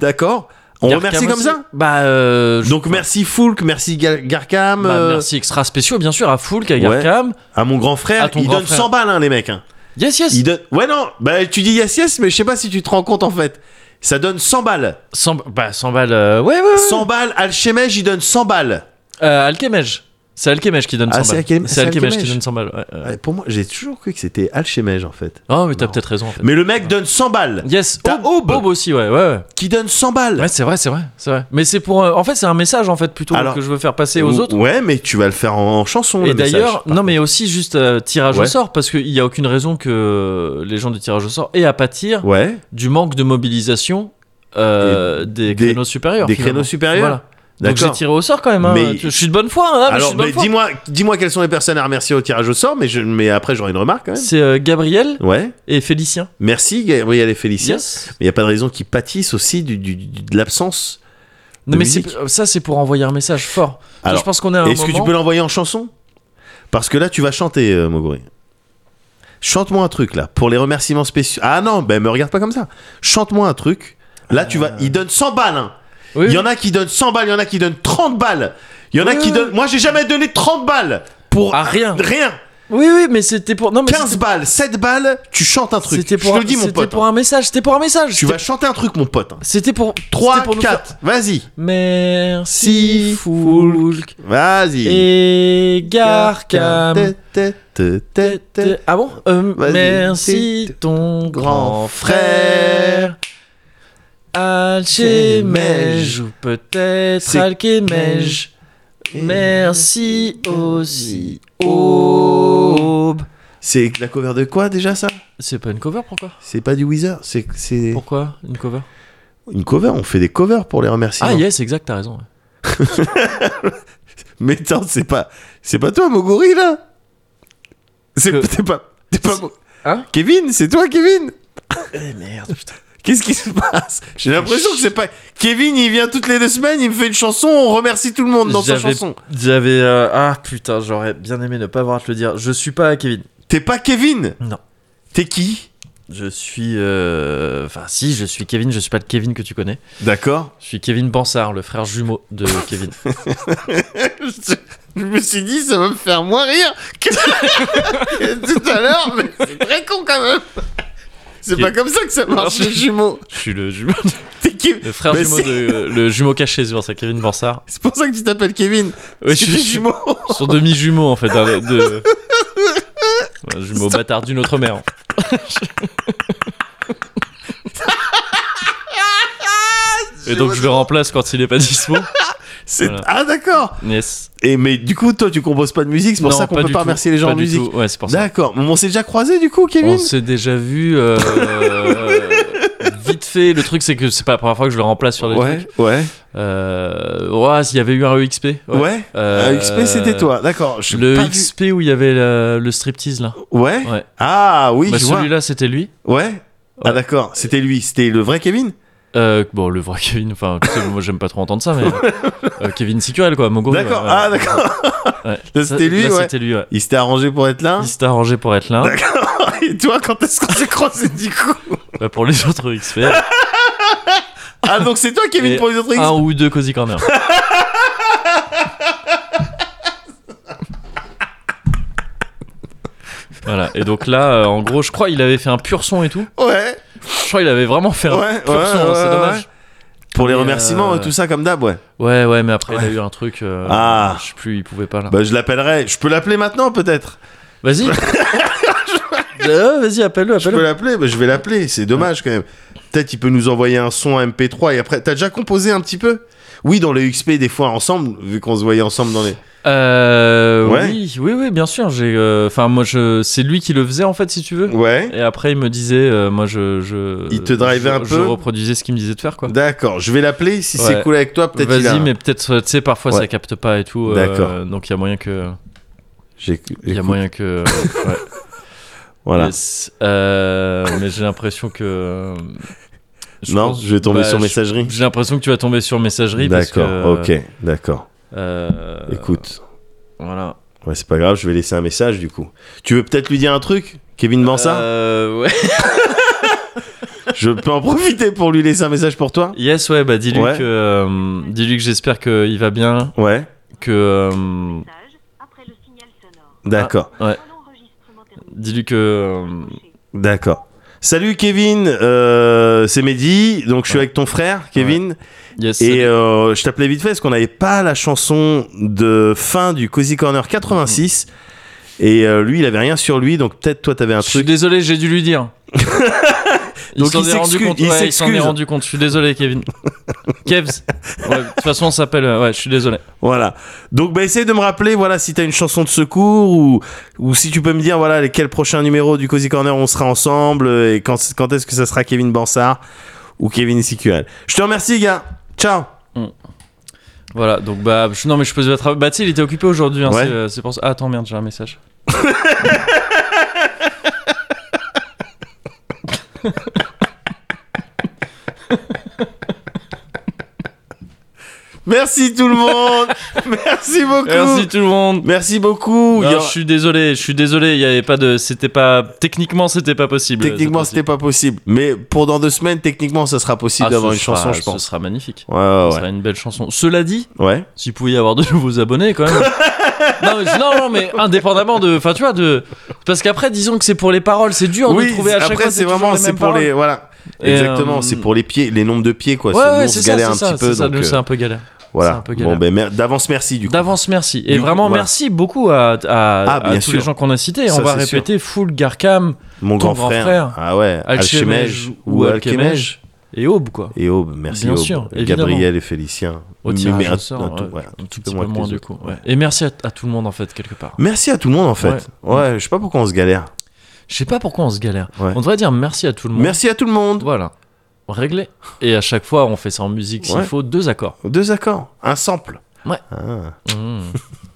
[SPEAKER 2] d'accord. On
[SPEAKER 1] Garcam
[SPEAKER 2] remercie comme
[SPEAKER 1] aussi.
[SPEAKER 2] ça.
[SPEAKER 1] Bah, euh, je-
[SPEAKER 2] Donc merci Foulk, merci Ga- Garcam,
[SPEAKER 1] bah,
[SPEAKER 2] euh,
[SPEAKER 1] merci extra spéciaux, bien sûr, à Foulk, à
[SPEAKER 2] Ouais.
[SPEAKER 1] Garcam.
[SPEAKER 2] à mon grand frère.
[SPEAKER 1] À ton
[SPEAKER 2] Ils
[SPEAKER 1] grand
[SPEAKER 2] donnent
[SPEAKER 1] frère.
[SPEAKER 2] 100 balles hein, les mecs. hein.
[SPEAKER 1] Yes, yes.
[SPEAKER 2] Ils donnent. Ouais non. Bah tu dis yes yes, mais je sais pas si tu te rends compte en fait. Ça donne 100 balles.
[SPEAKER 1] 100, bah, 100 balles. euh, Ouais, ouais, ouais.
[SPEAKER 2] 100 balles. Alchemège, il donne 100 balles.
[SPEAKER 1] Euh, Alkemej. C'est Alkemej qui donne
[SPEAKER 2] Ah,
[SPEAKER 1] 100
[SPEAKER 2] c'est
[SPEAKER 1] balles.
[SPEAKER 2] Alkem- c'est
[SPEAKER 1] Alkemej qui
[SPEAKER 2] Alkemej.
[SPEAKER 1] donne 100 balles. ouais, euh, ouais.
[SPEAKER 2] Ouais, pour moi, j'ai toujours cru que c'était Alchemège en fait.
[SPEAKER 1] Oh, mais t'as
[SPEAKER 2] Non.
[SPEAKER 1] peut-être raison en fait.
[SPEAKER 2] Mais le mec donne 100 balles.
[SPEAKER 1] Yes,
[SPEAKER 2] T'as
[SPEAKER 1] Aube, Aube. aussi, ouais, ouais, ouais.
[SPEAKER 2] Qui donne 100 balles.
[SPEAKER 1] Ouais, c'est vrai, c'est vrai, c'est vrai. Mais c'est pour, euh, en fait, c'est un message en fait plutôt
[SPEAKER 2] Alors-
[SPEAKER 1] que je veux faire passer aux autres.
[SPEAKER 2] Ouais, mais tu vas le faire en, en chanson.
[SPEAKER 1] Et
[SPEAKER 2] le message,
[SPEAKER 1] d'ailleurs,
[SPEAKER 2] par
[SPEAKER 1] non, mais aussi juste euh, tirage au
[SPEAKER 2] Ouais.
[SPEAKER 1] sort, parce qu'il n'y a aucune raison que les gens du tirage au sort aient à pâtir
[SPEAKER 2] contre. Ouais.
[SPEAKER 1] du manque de mobilisation euh, des,
[SPEAKER 2] des-
[SPEAKER 1] créneaux supérieurs.
[SPEAKER 2] des
[SPEAKER 1] finalement.
[SPEAKER 2] créneaux supérieurs
[SPEAKER 1] Voilà. Donc j'ai
[SPEAKER 2] D'accord.
[SPEAKER 1] tiré au sort quand même. hein.
[SPEAKER 2] Mais-
[SPEAKER 1] Je suis de bonne foi. hein, mais je
[SPEAKER 2] Alors,
[SPEAKER 1] suis de bonne
[SPEAKER 2] mais
[SPEAKER 1] foi.
[SPEAKER 2] dis-moi, dis-moi quelles sont les personnes à remercier au tirage au sort, mais, je, mais après j'aurai une remarque quand même.
[SPEAKER 1] C'est euh, Gabriel
[SPEAKER 2] Ouais.
[SPEAKER 1] et Félicien.
[SPEAKER 2] Merci Gabriel et Félicien.
[SPEAKER 1] Yes.
[SPEAKER 2] Mais il n'y a pas de raison qu'ils pâtissent aussi du, du- du- de l'absence.
[SPEAKER 1] Non,
[SPEAKER 2] De
[SPEAKER 1] mais c'est- euh,
[SPEAKER 2] musique.
[SPEAKER 1] ça, c'est pour envoyer un message fort. Ça,
[SPEAKER 2] Alors,
[SPEAKER 1] je pense qu'on est à un
[SPEAKER 2] Est-ce que tu
[SPEAKER 1] moment-
[SPEAKER 2] peux l'envoyer en chanson Parce que là, tu vas chanter, euh, Moguri. Chante-moi un truc là, pour les remerciements spéciaux. Ah non, ben me regarde pas comme ça. Chante-moi un truc. Là, tu vas. Il donne 100 balles. hein.
[SPEAKER 1] Euh. Oui,
[SPEAKER 2] Il
[SPEAKER 1] oui.
[SPEAKER 2] y en a qui donnent 100 balles, il y en a qui donnent 30 balles. Il y en a
[SPEAKER 1] Oui,
[SPEAKER 2] qui
[SPEAKER 1] oui.
[SPEAKER 2] donnent. Moi, j'ai jamais donné 30 balles pour
[SPEAKER 1] Ah, rien.
[SPEAKER 2] Rien.
[SPEAKER 1] Oui, oui, mais c'était pour. Non, mais
[SPEAKER 2] 15 balles, 7 balles, tu chantes un truc.
[SPEAKER 1] C'était pour, un-
[SPEAKER 2] je te le dis, mon
[SPEAKER 1] c'était
[SPEAKER 2] pote. hein.
[SPEAKER 1] pour un message. C'était pour un message.
[SPEAKER 2] Tu vas chanter un truc, mon pote.
[SPEAKER 1] C'était pour
[SPEAKER 2] 3,
[SPEAKER 1] c'était pour nous
[SPEAKER 2] 4,
[SPEAKER 1] faire-
[SPEAKER 2] vas-y.
[SPEAKER 1] Merci Foulk
[SPEAKER 2] Vas-y.
[SPEAKER 1] et Garcam.
[SPEAKER 2] Te, te, te, te.
[SPEAKER 1] Ah bon Euh,
[SPEAKER 2] Vas-y.
[SPEAKER 1] Merci ton grand
[SPEAKER 2] Grand
[SPEAKER 1] frère. Alchemège ou peut-être
[SPEAKER 2] C'est-
[SPEAKER 1] Alchemège. Merci aussi Aube.
[SPEAKER 2] C'est la cover de quoi déjà ça
[SPEAKER 1] C'est pas une cover pourquoi
[SPEAKER 2] C'est pas du Weezer, c'est c'est
[SPEAKER 1] Pourquoi une cover
[SPEAKER 2] une cover, on fait des covers pour les remercier.
[SPEAKER 1] Ah yes, exact, t'as raison. ouais.
[SPEAKER 2] Mais attends, c'est pas c'est pas toi Moguri là C'est
[SPEAKER 1] Que-
[SPEAKER 2] t'es pas t'es pas Mo-
[SPEAKER 1] Hein
[SPEAKER 2] Kevin, c'est toi Kevin
[SPEAKER 1] Eh merde, putain.
[SPEAKER 2] Qu'est-ce qui se passe J'ai l'impression que c'est pas Kevin, il vient toutes les deux semaines, il me fait une chanson, on remercie tout le monde dans sa
[SPEAKER 1] J'avais-
[SPEAKER 2] chanson.
[SPEAKER 1] J'avais. euh, ah putain, j'aurais bien aimé ne pas avoir à te le dire. Je suis pas Kevin.
[SPEAKER 2] T'es pas Kevin
[SPEAKER 1] Non.
[SPEAKER 2] T'es qui
[SPEAKER 1] Je suis. euh, Enfin, si, je suis Kevin. Je suis pas le Kevin que tu connais.
[SPEAKER 2] D'accord.
[SPEAKER 1] Je suis Kevin Bansard, le frère jumeau de Kevin.
[SPEAKER 2] Je je me suis dit, ça va me faire moins rire que, que [LAUGHS] tout à l'heure, mais c'est très con quand même. C'est
[SPEAKER 1] Ok.
[SPEAKER 2] pas comme ça que ça marche, les jumeaux.
[SPEAKER 1] [LAUGHS] je suis le jumeau.
[SPEAKER 2] T'es qui
[SPEAKER 1] Le frère
[SPEAKER 2] Mais
[SPEAKER 1] jumeau
[SPEAKER 2] c'est-
[SPEAKER 1] de. euh, le jumeau caché, c'est pour ça, Kevin Bansard.
[SPEAKER 2] C'est pour ça que tu t'appelles Kevin.
[SPEAKER 1] Oui,
[SPEAKER 2] tu
[SPEAKER 1] je suis
[SPEAKER 2] jumeau.
[SPEAKER 1] Son demi-jumeau, en fait. hein, d'un- hein. [LAUGHS] de... Un jumeau bâtard d'une autre mère. Et donc je le remplace quand il est pas dispo.
[SPEAKER 2] C'est-
[SPEAKER 1] Voilà.
[SPEAKER 2] Ah d'accord.
[SPEAKER 1] Yes.
[SPEAKER 2] Et mais du coup, toi, tu composes pas de musique, c'est pour
[SPEAKER 1] Non,
[SPEAKER 2] ça qu'on peut
[SPEAKER 1] du
[SPEAKER 2] pas
[SPEAKER 1] tout.
[SPEAKER 2] remercier les gens
[SPEAKER 1] Pas
[SPEAKER 2] en
[SPEAKER 1] du
[SPEAKER 2] musique.
[SPEAKER 1] tout. Ouais, c'est pour ça.
[SPEAKER 2] D'accord. Mais On s'est déjà croisé du coup, Kevin.
[SPEAKER 1] On s'est déjà vu euh, euh, vite fait. Le truc, c'est que c'est pas la première fois que je le remplace sur des
[SPEAKER 2] Ouais,
[SPEAKER 1] trucs.
[SPEAKER 2] ouais,
[SPEAKER 1] Euh, ouais, il y avait eu un EXP.
[SPEAKER 2] ouais.
[SPEAKER 1] Euh,
[SPEAKER 2] Euh, XP, c'était toi. D'accord. je
[SPEAKER 1] Le
[SPEAKER 2] pas vu.
[SPEAKER 1] XP où il y avait le, le striptease là.
[SPEAKER 2] Ouais.
[SPEAKER 1] Ouais.
[SPEAKER 2] Ah oui,
[SPEAKER 1] Bah,
[SPEAKER 2] je vois.
[SPEAKER 1] celui-là, c'était lui.
[SPEAKER 2] Ouais. Ah d'accord. C'était lui. C'était le vrai Kevin.
[SPEAKER 1] Euh, bon, le vrai Kevin, enfin, tu sais, moi j'aime pas trop entendre ça,
[SPEAKER 2] [LAUGHS]
[SPEAKER 1] mais euh, Kevin Sicurel quoi, mon gars.
[SPEAKER 2] D'accord. Ah d'accord. Là, c'était lui, ouais. Hein
[SPEAKER 1] C'était lui, ouais.
[SPEAKER 2] Il s'était arrangé pour être là.
[SPEAKER 1] Il s'est arrangé pour être là.
[SPEAKER 2] [LAUGHS] Et toi, quand est-ce qu'on s'est croisé du coup
[SPEAKER 1] Bah, pour les autres XP,
[SPEAKER 2] Ah donc c'est toi, Kevin,
[SPEAKER 1] Et ah,
[SPEAKER 2] pour les autres XP.
[SPEAKER 1] un ou deux Cozy
[SPEAKER 2] [LAUGHS]
[SPEAKER 1] Corner. voilà, et donc là, euh, en gros, je crois il avait fait un pur son et tout.
[SPEAKER 2] Ouais.
[SPEAKER 1] Je crois il avait vraiment fait un
[SPEAKER 2] Ouais,
[SPEAKER 1] pur
[SPEAKER 2] ouais,
[SPEAKER 1] son, hein,
[SPEAKER 2] ouais,
[SPEAKER 1] c'est
[SPEAKER 2] ouais,
[SPEAKER 1] dommage.
[SPEAKER 2] ouais. Pour les
[SPEAKER 1] Mais,
[SPEAKER 2] remerciements
[SPEAKER 1] euh,
[SPEAKER 2] et tout ça comme d'hab, ouais.
[SPEAKER 1] Ouais, ouais, mais après il a
[SPEAKER 2] Ouais.
[SPEAKER 1] eu un truc. euh,
[SPEAKER 2] Ah.
[SPEAKER 1] Je sais plus, il pouvait pas là.
[SPEAKER 2] Bah je l'appellerai. Je peux l'appeler maintenant peut-être. [LAUGHS]
[SPEAKER 1] Vas-y. Euh, Vas-y, appelle-le,
[SPEAKER 2] Je peux
[SPEAKER 1] appelle-le.
[SPEAKER 2] l'appeler, bah, je vais l'appeler, c'est dommage quand même. Peut-être il peut nous envoyer un son MP3 et après. T'as déjà composé un petit peu Oui, dans les XP, des fois ensemble, vu qu'on se voyait ensemble dans les.
[SPEAKER 1] Euh,
[SPEAKER 2] Ouais.
[SPEAKER 1] Oui, oui, oui, bien sûr. J'ai, euh, enfin, moi, je, c'est lui qui le faisait en fait, si tu veux.
[SPEAKER 2] Ouais.
[SPEAKER 1] Et après, il me disait, euh, moi, je, je.
[SPEAKER 2] Il te drivait
[SPEAKER 1] je-
[SPEAKER 2] un
[SPEAKER 1] Je
[SPEAKER 2] peu
[SPEAKER 1] reproduisais ce qu'il me disait de faire, quoi.
[SPEAKER 2] D'accord, je vais l'appeler si c'est
[SPEAKER 1] Ouais.
[SPEAKER 2] cool avec toi, peut-être il
[SPEAKER 1] Vas-y,
[SPEAKER 2] a-
[SPEAKER 1] mais peut-être, euh, tu sais, parfois
[SPEAKER 2] Ouais.
[SPEAKER 1] ça capte pas et tout. euh,
[SPEAKER 2] D'accord.
[SPEAKER 1] donc il y a moyen que,
[SPEAKER 2] J'ai-
[SPEAKER 1] il y a
[SPEAKER 2] écoute,
[SPEAKER 1] moyen que. euh,
[SPEAKER 2] [LAUGHS]
[SPEAKER 1] ouais.
[SPEAKER 2] Voilà.
[SPEAKER 1] Yes. Euh, mais j'ai l'impression que. euh, je
[SPEAKER 2] non,
[SPEAKER 1] pense-
[SPEAKER 2] je vais tomber
[SPEAKER 1] bah,
[SPEAKER 2] sur
[SPEAKER 1] je-
[SPEAKER 2] messagerie.
[SPEAKER 1] J'ai l'impression que tu vas tomber sur messagerie. parce
[SPEAKER 2] D'accord,
[SPEAKER 1] que,
[SPEAKER 2] ok, d'accord.
[SPEAKER 1] euh,
[SPEAKER 2] Écoute,
[SPEAKER 1] Voilà.
[SPEAKER 2] ouais, c'est pas grave, je vais laisser un message du coup. Tu veux peut-être lui dire un truc Kevin Bansard
[SPEAKER 1] Euh, ouais. [LAUGHS]
[SPEAKER 2] Je peux en profiter pour lui laisser un message pour toi
[SPEAKER 1] Yes, ouais, bah dis-lui
[SPEAKER 2] Ouais.
[SPEAKER 1] que, euh, dis-lui que j'espère qu'il va bien,
[SPEAKER 2] Ouais,
[SPEAKER 1] que, euh,
[SPEAKER 2] d'accord,
[SPEAKER 1] ouais, dis-lui que, euh,
[SPEAKER 2] d'accord. Salut Kevin, euh, c'est Mehdi, donc je suis avec ton frère Kevin.
[SPEAKER 1] yes,
[SPEAKER 2] Et euh, je t'appelais vite fait parce qu'on n'avait pas la chanson de fin du Cozy Corner 86. Et euh, lui, il avait rien sur lui, donc peut-être toi, t'avais un
[SPEAKER 1] je suis
[SPEAKER 2] truc.
[SPEAKER 1] désolé, j'ai dû lui
[SPEAKER 2] [LAUGHS]
[SPEAKER 1] dire. il
[SPEAKER 2] Donc
[SPEAKER 1] s'en
[SPEAKER 2] il
[SPEAKER 1] est rendu
[SPEAKER 2] s'excuse,
[SPEAKER 1] compte,
[SPEAKER 2] il
[SPEAKER 1] ouais, il s'en est
[SPEAKER 2] s'excuse.
[SPEAKER 1] rendu compte, je suis désolé, Kevin. Kevs, Ouais, de toute façon, on s'appelle, euh, ouais, je suis désolé.
[SPEAKER 2] Voilà. Donc, bah, essaye de me rappeler, voilà, si t'as une chanson de secours ou, ou si tu peux me dire, voilà, les- quel prochain numéro du Cozy Corner on sera ensemble euh, et quand, quand est-ce que ça sera Kevin Bansard ou Kevin Sicuel. Je te remercie, gars. Ciao.
[SPEAKER 1] Voilà, donc bah, je- non, mais je peux te travailler. Bah, tu sais, il était occupé aujourd'hui, hein,
[SPEAKER 2] Ouais.
[SPEAKER 1] c'est, euh, c'est pour ça. Ah, attends, merde, j'ai un message.
[SPEAKER 2] Merci tout le [LAUGHS] monde. Merci beaucoup.
[SPEAKER 1] Merci tout le monde.
[SPEAKER 2] Merci beaucoup. Il y
[SPEAKER 1] Non,
[SPEAKER 2] a-
[SPEAKER 1] je suis désolé, je suis désolé, il y avait pas de, c'était pas, techniquement, c'était pas possible.
[SPEAKER 2] Techniquement,
[SPEAKER 1] cette fois-ci.
[SPEAKER 2] c'était pas possible. Mais pour dans deux semaines, techniquement, ça sera possible
[SPEAKER 1] Ah,
[SPEAKER 2] d'avoir
[SPEAKER 1] ce
[SPEAKER 2] une chanson,
[SPEAKER 1] sera-
[SPEAKER 2] je pense.
[SPEAKER 1] Ce sera magnifique.
[SPEAKER 2] Ouais, ouais,
[SPEAKER 1] Ce
[SPEAKER 2] ouais.
[SPEAKER 1] sera une belle chanson. Cela dit,
[SPEAKER 2] Ouais.
[SPEAKER 1] s'il pouvait y avoir de nouveaux abonnés quand
[SPEAKER 2] [LAUGHS]
[SPEAKER 1] même. non, mais, non, non, mais indépendamment de. Enfin, tu vois, de. Parce qu'après, disons que c'est pour les paroles, c'est dur de
[SPEAKER 2] Oui,
[SPEAKER 1] trouver à chaque
[SPEAKER 2] après,
[SPEAKER 1] fois.
[SPEAKER 2] c'est vraiment, c'est pour les, voilà.
[SPEAKER 1] Et,
[SPEAKER 2] Exactement,
[SPEAKER 1] euh,
[SPEAKER 2] c'est pour les pieds, les nombres de pieds, quoi.
[SPEAKER 1] paroles. Ouais,
[SPEAKER 2] Sinon,
[SPEAKER 1] ouais,
[SPEAKER 2] on
[SPEAKER 1] c'est
[SPEAKER 2] se
[SPEAKER 1] ça,
[SPEAKER 2] galère
[SPEAKER 1] c'est
[SPEAKER 2] un
[SPEAKER 1] ça.
[SPEAKER 2] petit peu.
[SPEAKER 1] C'est ça,
[SPEAKER 2] donc,
[SPEAKER 1] nous,
[SPEAKER 2] euh,
[SPEAKER 1] c'est un peu galère. c'est un
[SPEAKER 2] Voilà.
[SPEAKER 1] peu galère.
[SPEAKER 2] Bon, ben, mer- d'avance, merci, du coup.
[SPEAKER 1] D'avance, merci. Et
[SPEAKER 2] Du coup,
[SPEAKER 1] vraiment,
[SPEAKER 2] voilà.
[SPEAKER 1] merci beaucoup à, à,
[SPEAKER 2] Ah,
[SPEAKER 1] à
[SPEAKER 2] bien
[SPEAKER 1] tous les
[SPEAKER 2] sûr.
[SPEAKER 1] gens qu'on a cités.
[SPEAKER 2] Ça,
[SPEAKER 1] On va
[SPEAKER 2] c'est sûr.
[SPEAKER 1] répéter Full Garkam
[SPEAKER 2] Mon
[SPEAKER 1] ton
[SPEAKER 2] grand
[SPEAKER 1] grand
[SPEAKER 2] frère.
[SPEAKER 1] frère.
[SPEAKER 2] Ah ouais,
[SPEAKER 1] Alchemège
[SPEAKER 2] Alchemège
[SPEAKER 1] ou
[SPEAKER 2] ou
[SPEAKER 1] Alchemège.
[SPEAKER 2] Alchemège.
[SPEAKER 1] et Aube, quoi.
[SPEAKER 2] Et Aube, merci
[SPEAKER 1] Bien
[SPEAKER 2] Aube.
[SPEAKER 1] sûr, évidemment.
[SPEAKER 2] Gabriel et Félicien.
[SPEAKER 1] Au
[SPEAKER 2] Mais-
[SPEAKER 1] tirage
[SPEAKER 2] mais
[SPEAKER 1] au
[SPEAKER 2] un-
[SPEAKER 1] sort,
[SPEAKER 2] un
[SPEAKER 1] ouais,
[SPEAKER 2] tout- ouais,
[SPEAKER 1] un tout petit peu
[SPEAKER 2] que
[SPEAKER 1] moins
[SPEAKER 2] les
[SPEAKER 1] du
[SPEAKER 2] autres.
[SPEAKER 1] coup. ouais. Et merci à, à tout le monde en fait quelque part.
[SPEAKER 2] Merci à tout le monde en fait.
[SPEAKER 1] Ouais.
[SPEAKER 2] Ouais, je sais pas pourquoi on se galère.
[SPEAKER 1] Je sais pas pourquoi on se galère.
[SPEAKER 2] Ouais.
[SPEAKER 1] On devrait dire merci à tout le monde.
[SPEAKER 2] Merci à tout le monde.
[SPEAKER 1] Voilà. Réglé. Et à chaque fois, on fait ça en musique s'il
[SPEAKER 2] Ouais.
[SPEAKER 1] faut, deux accords.
[SPEAKER 2] Deux accords, un sample.
[SPEAKER 1] Ouais.
[SPEAKER 2] Ah.
[SPEAKER 1] Mmh.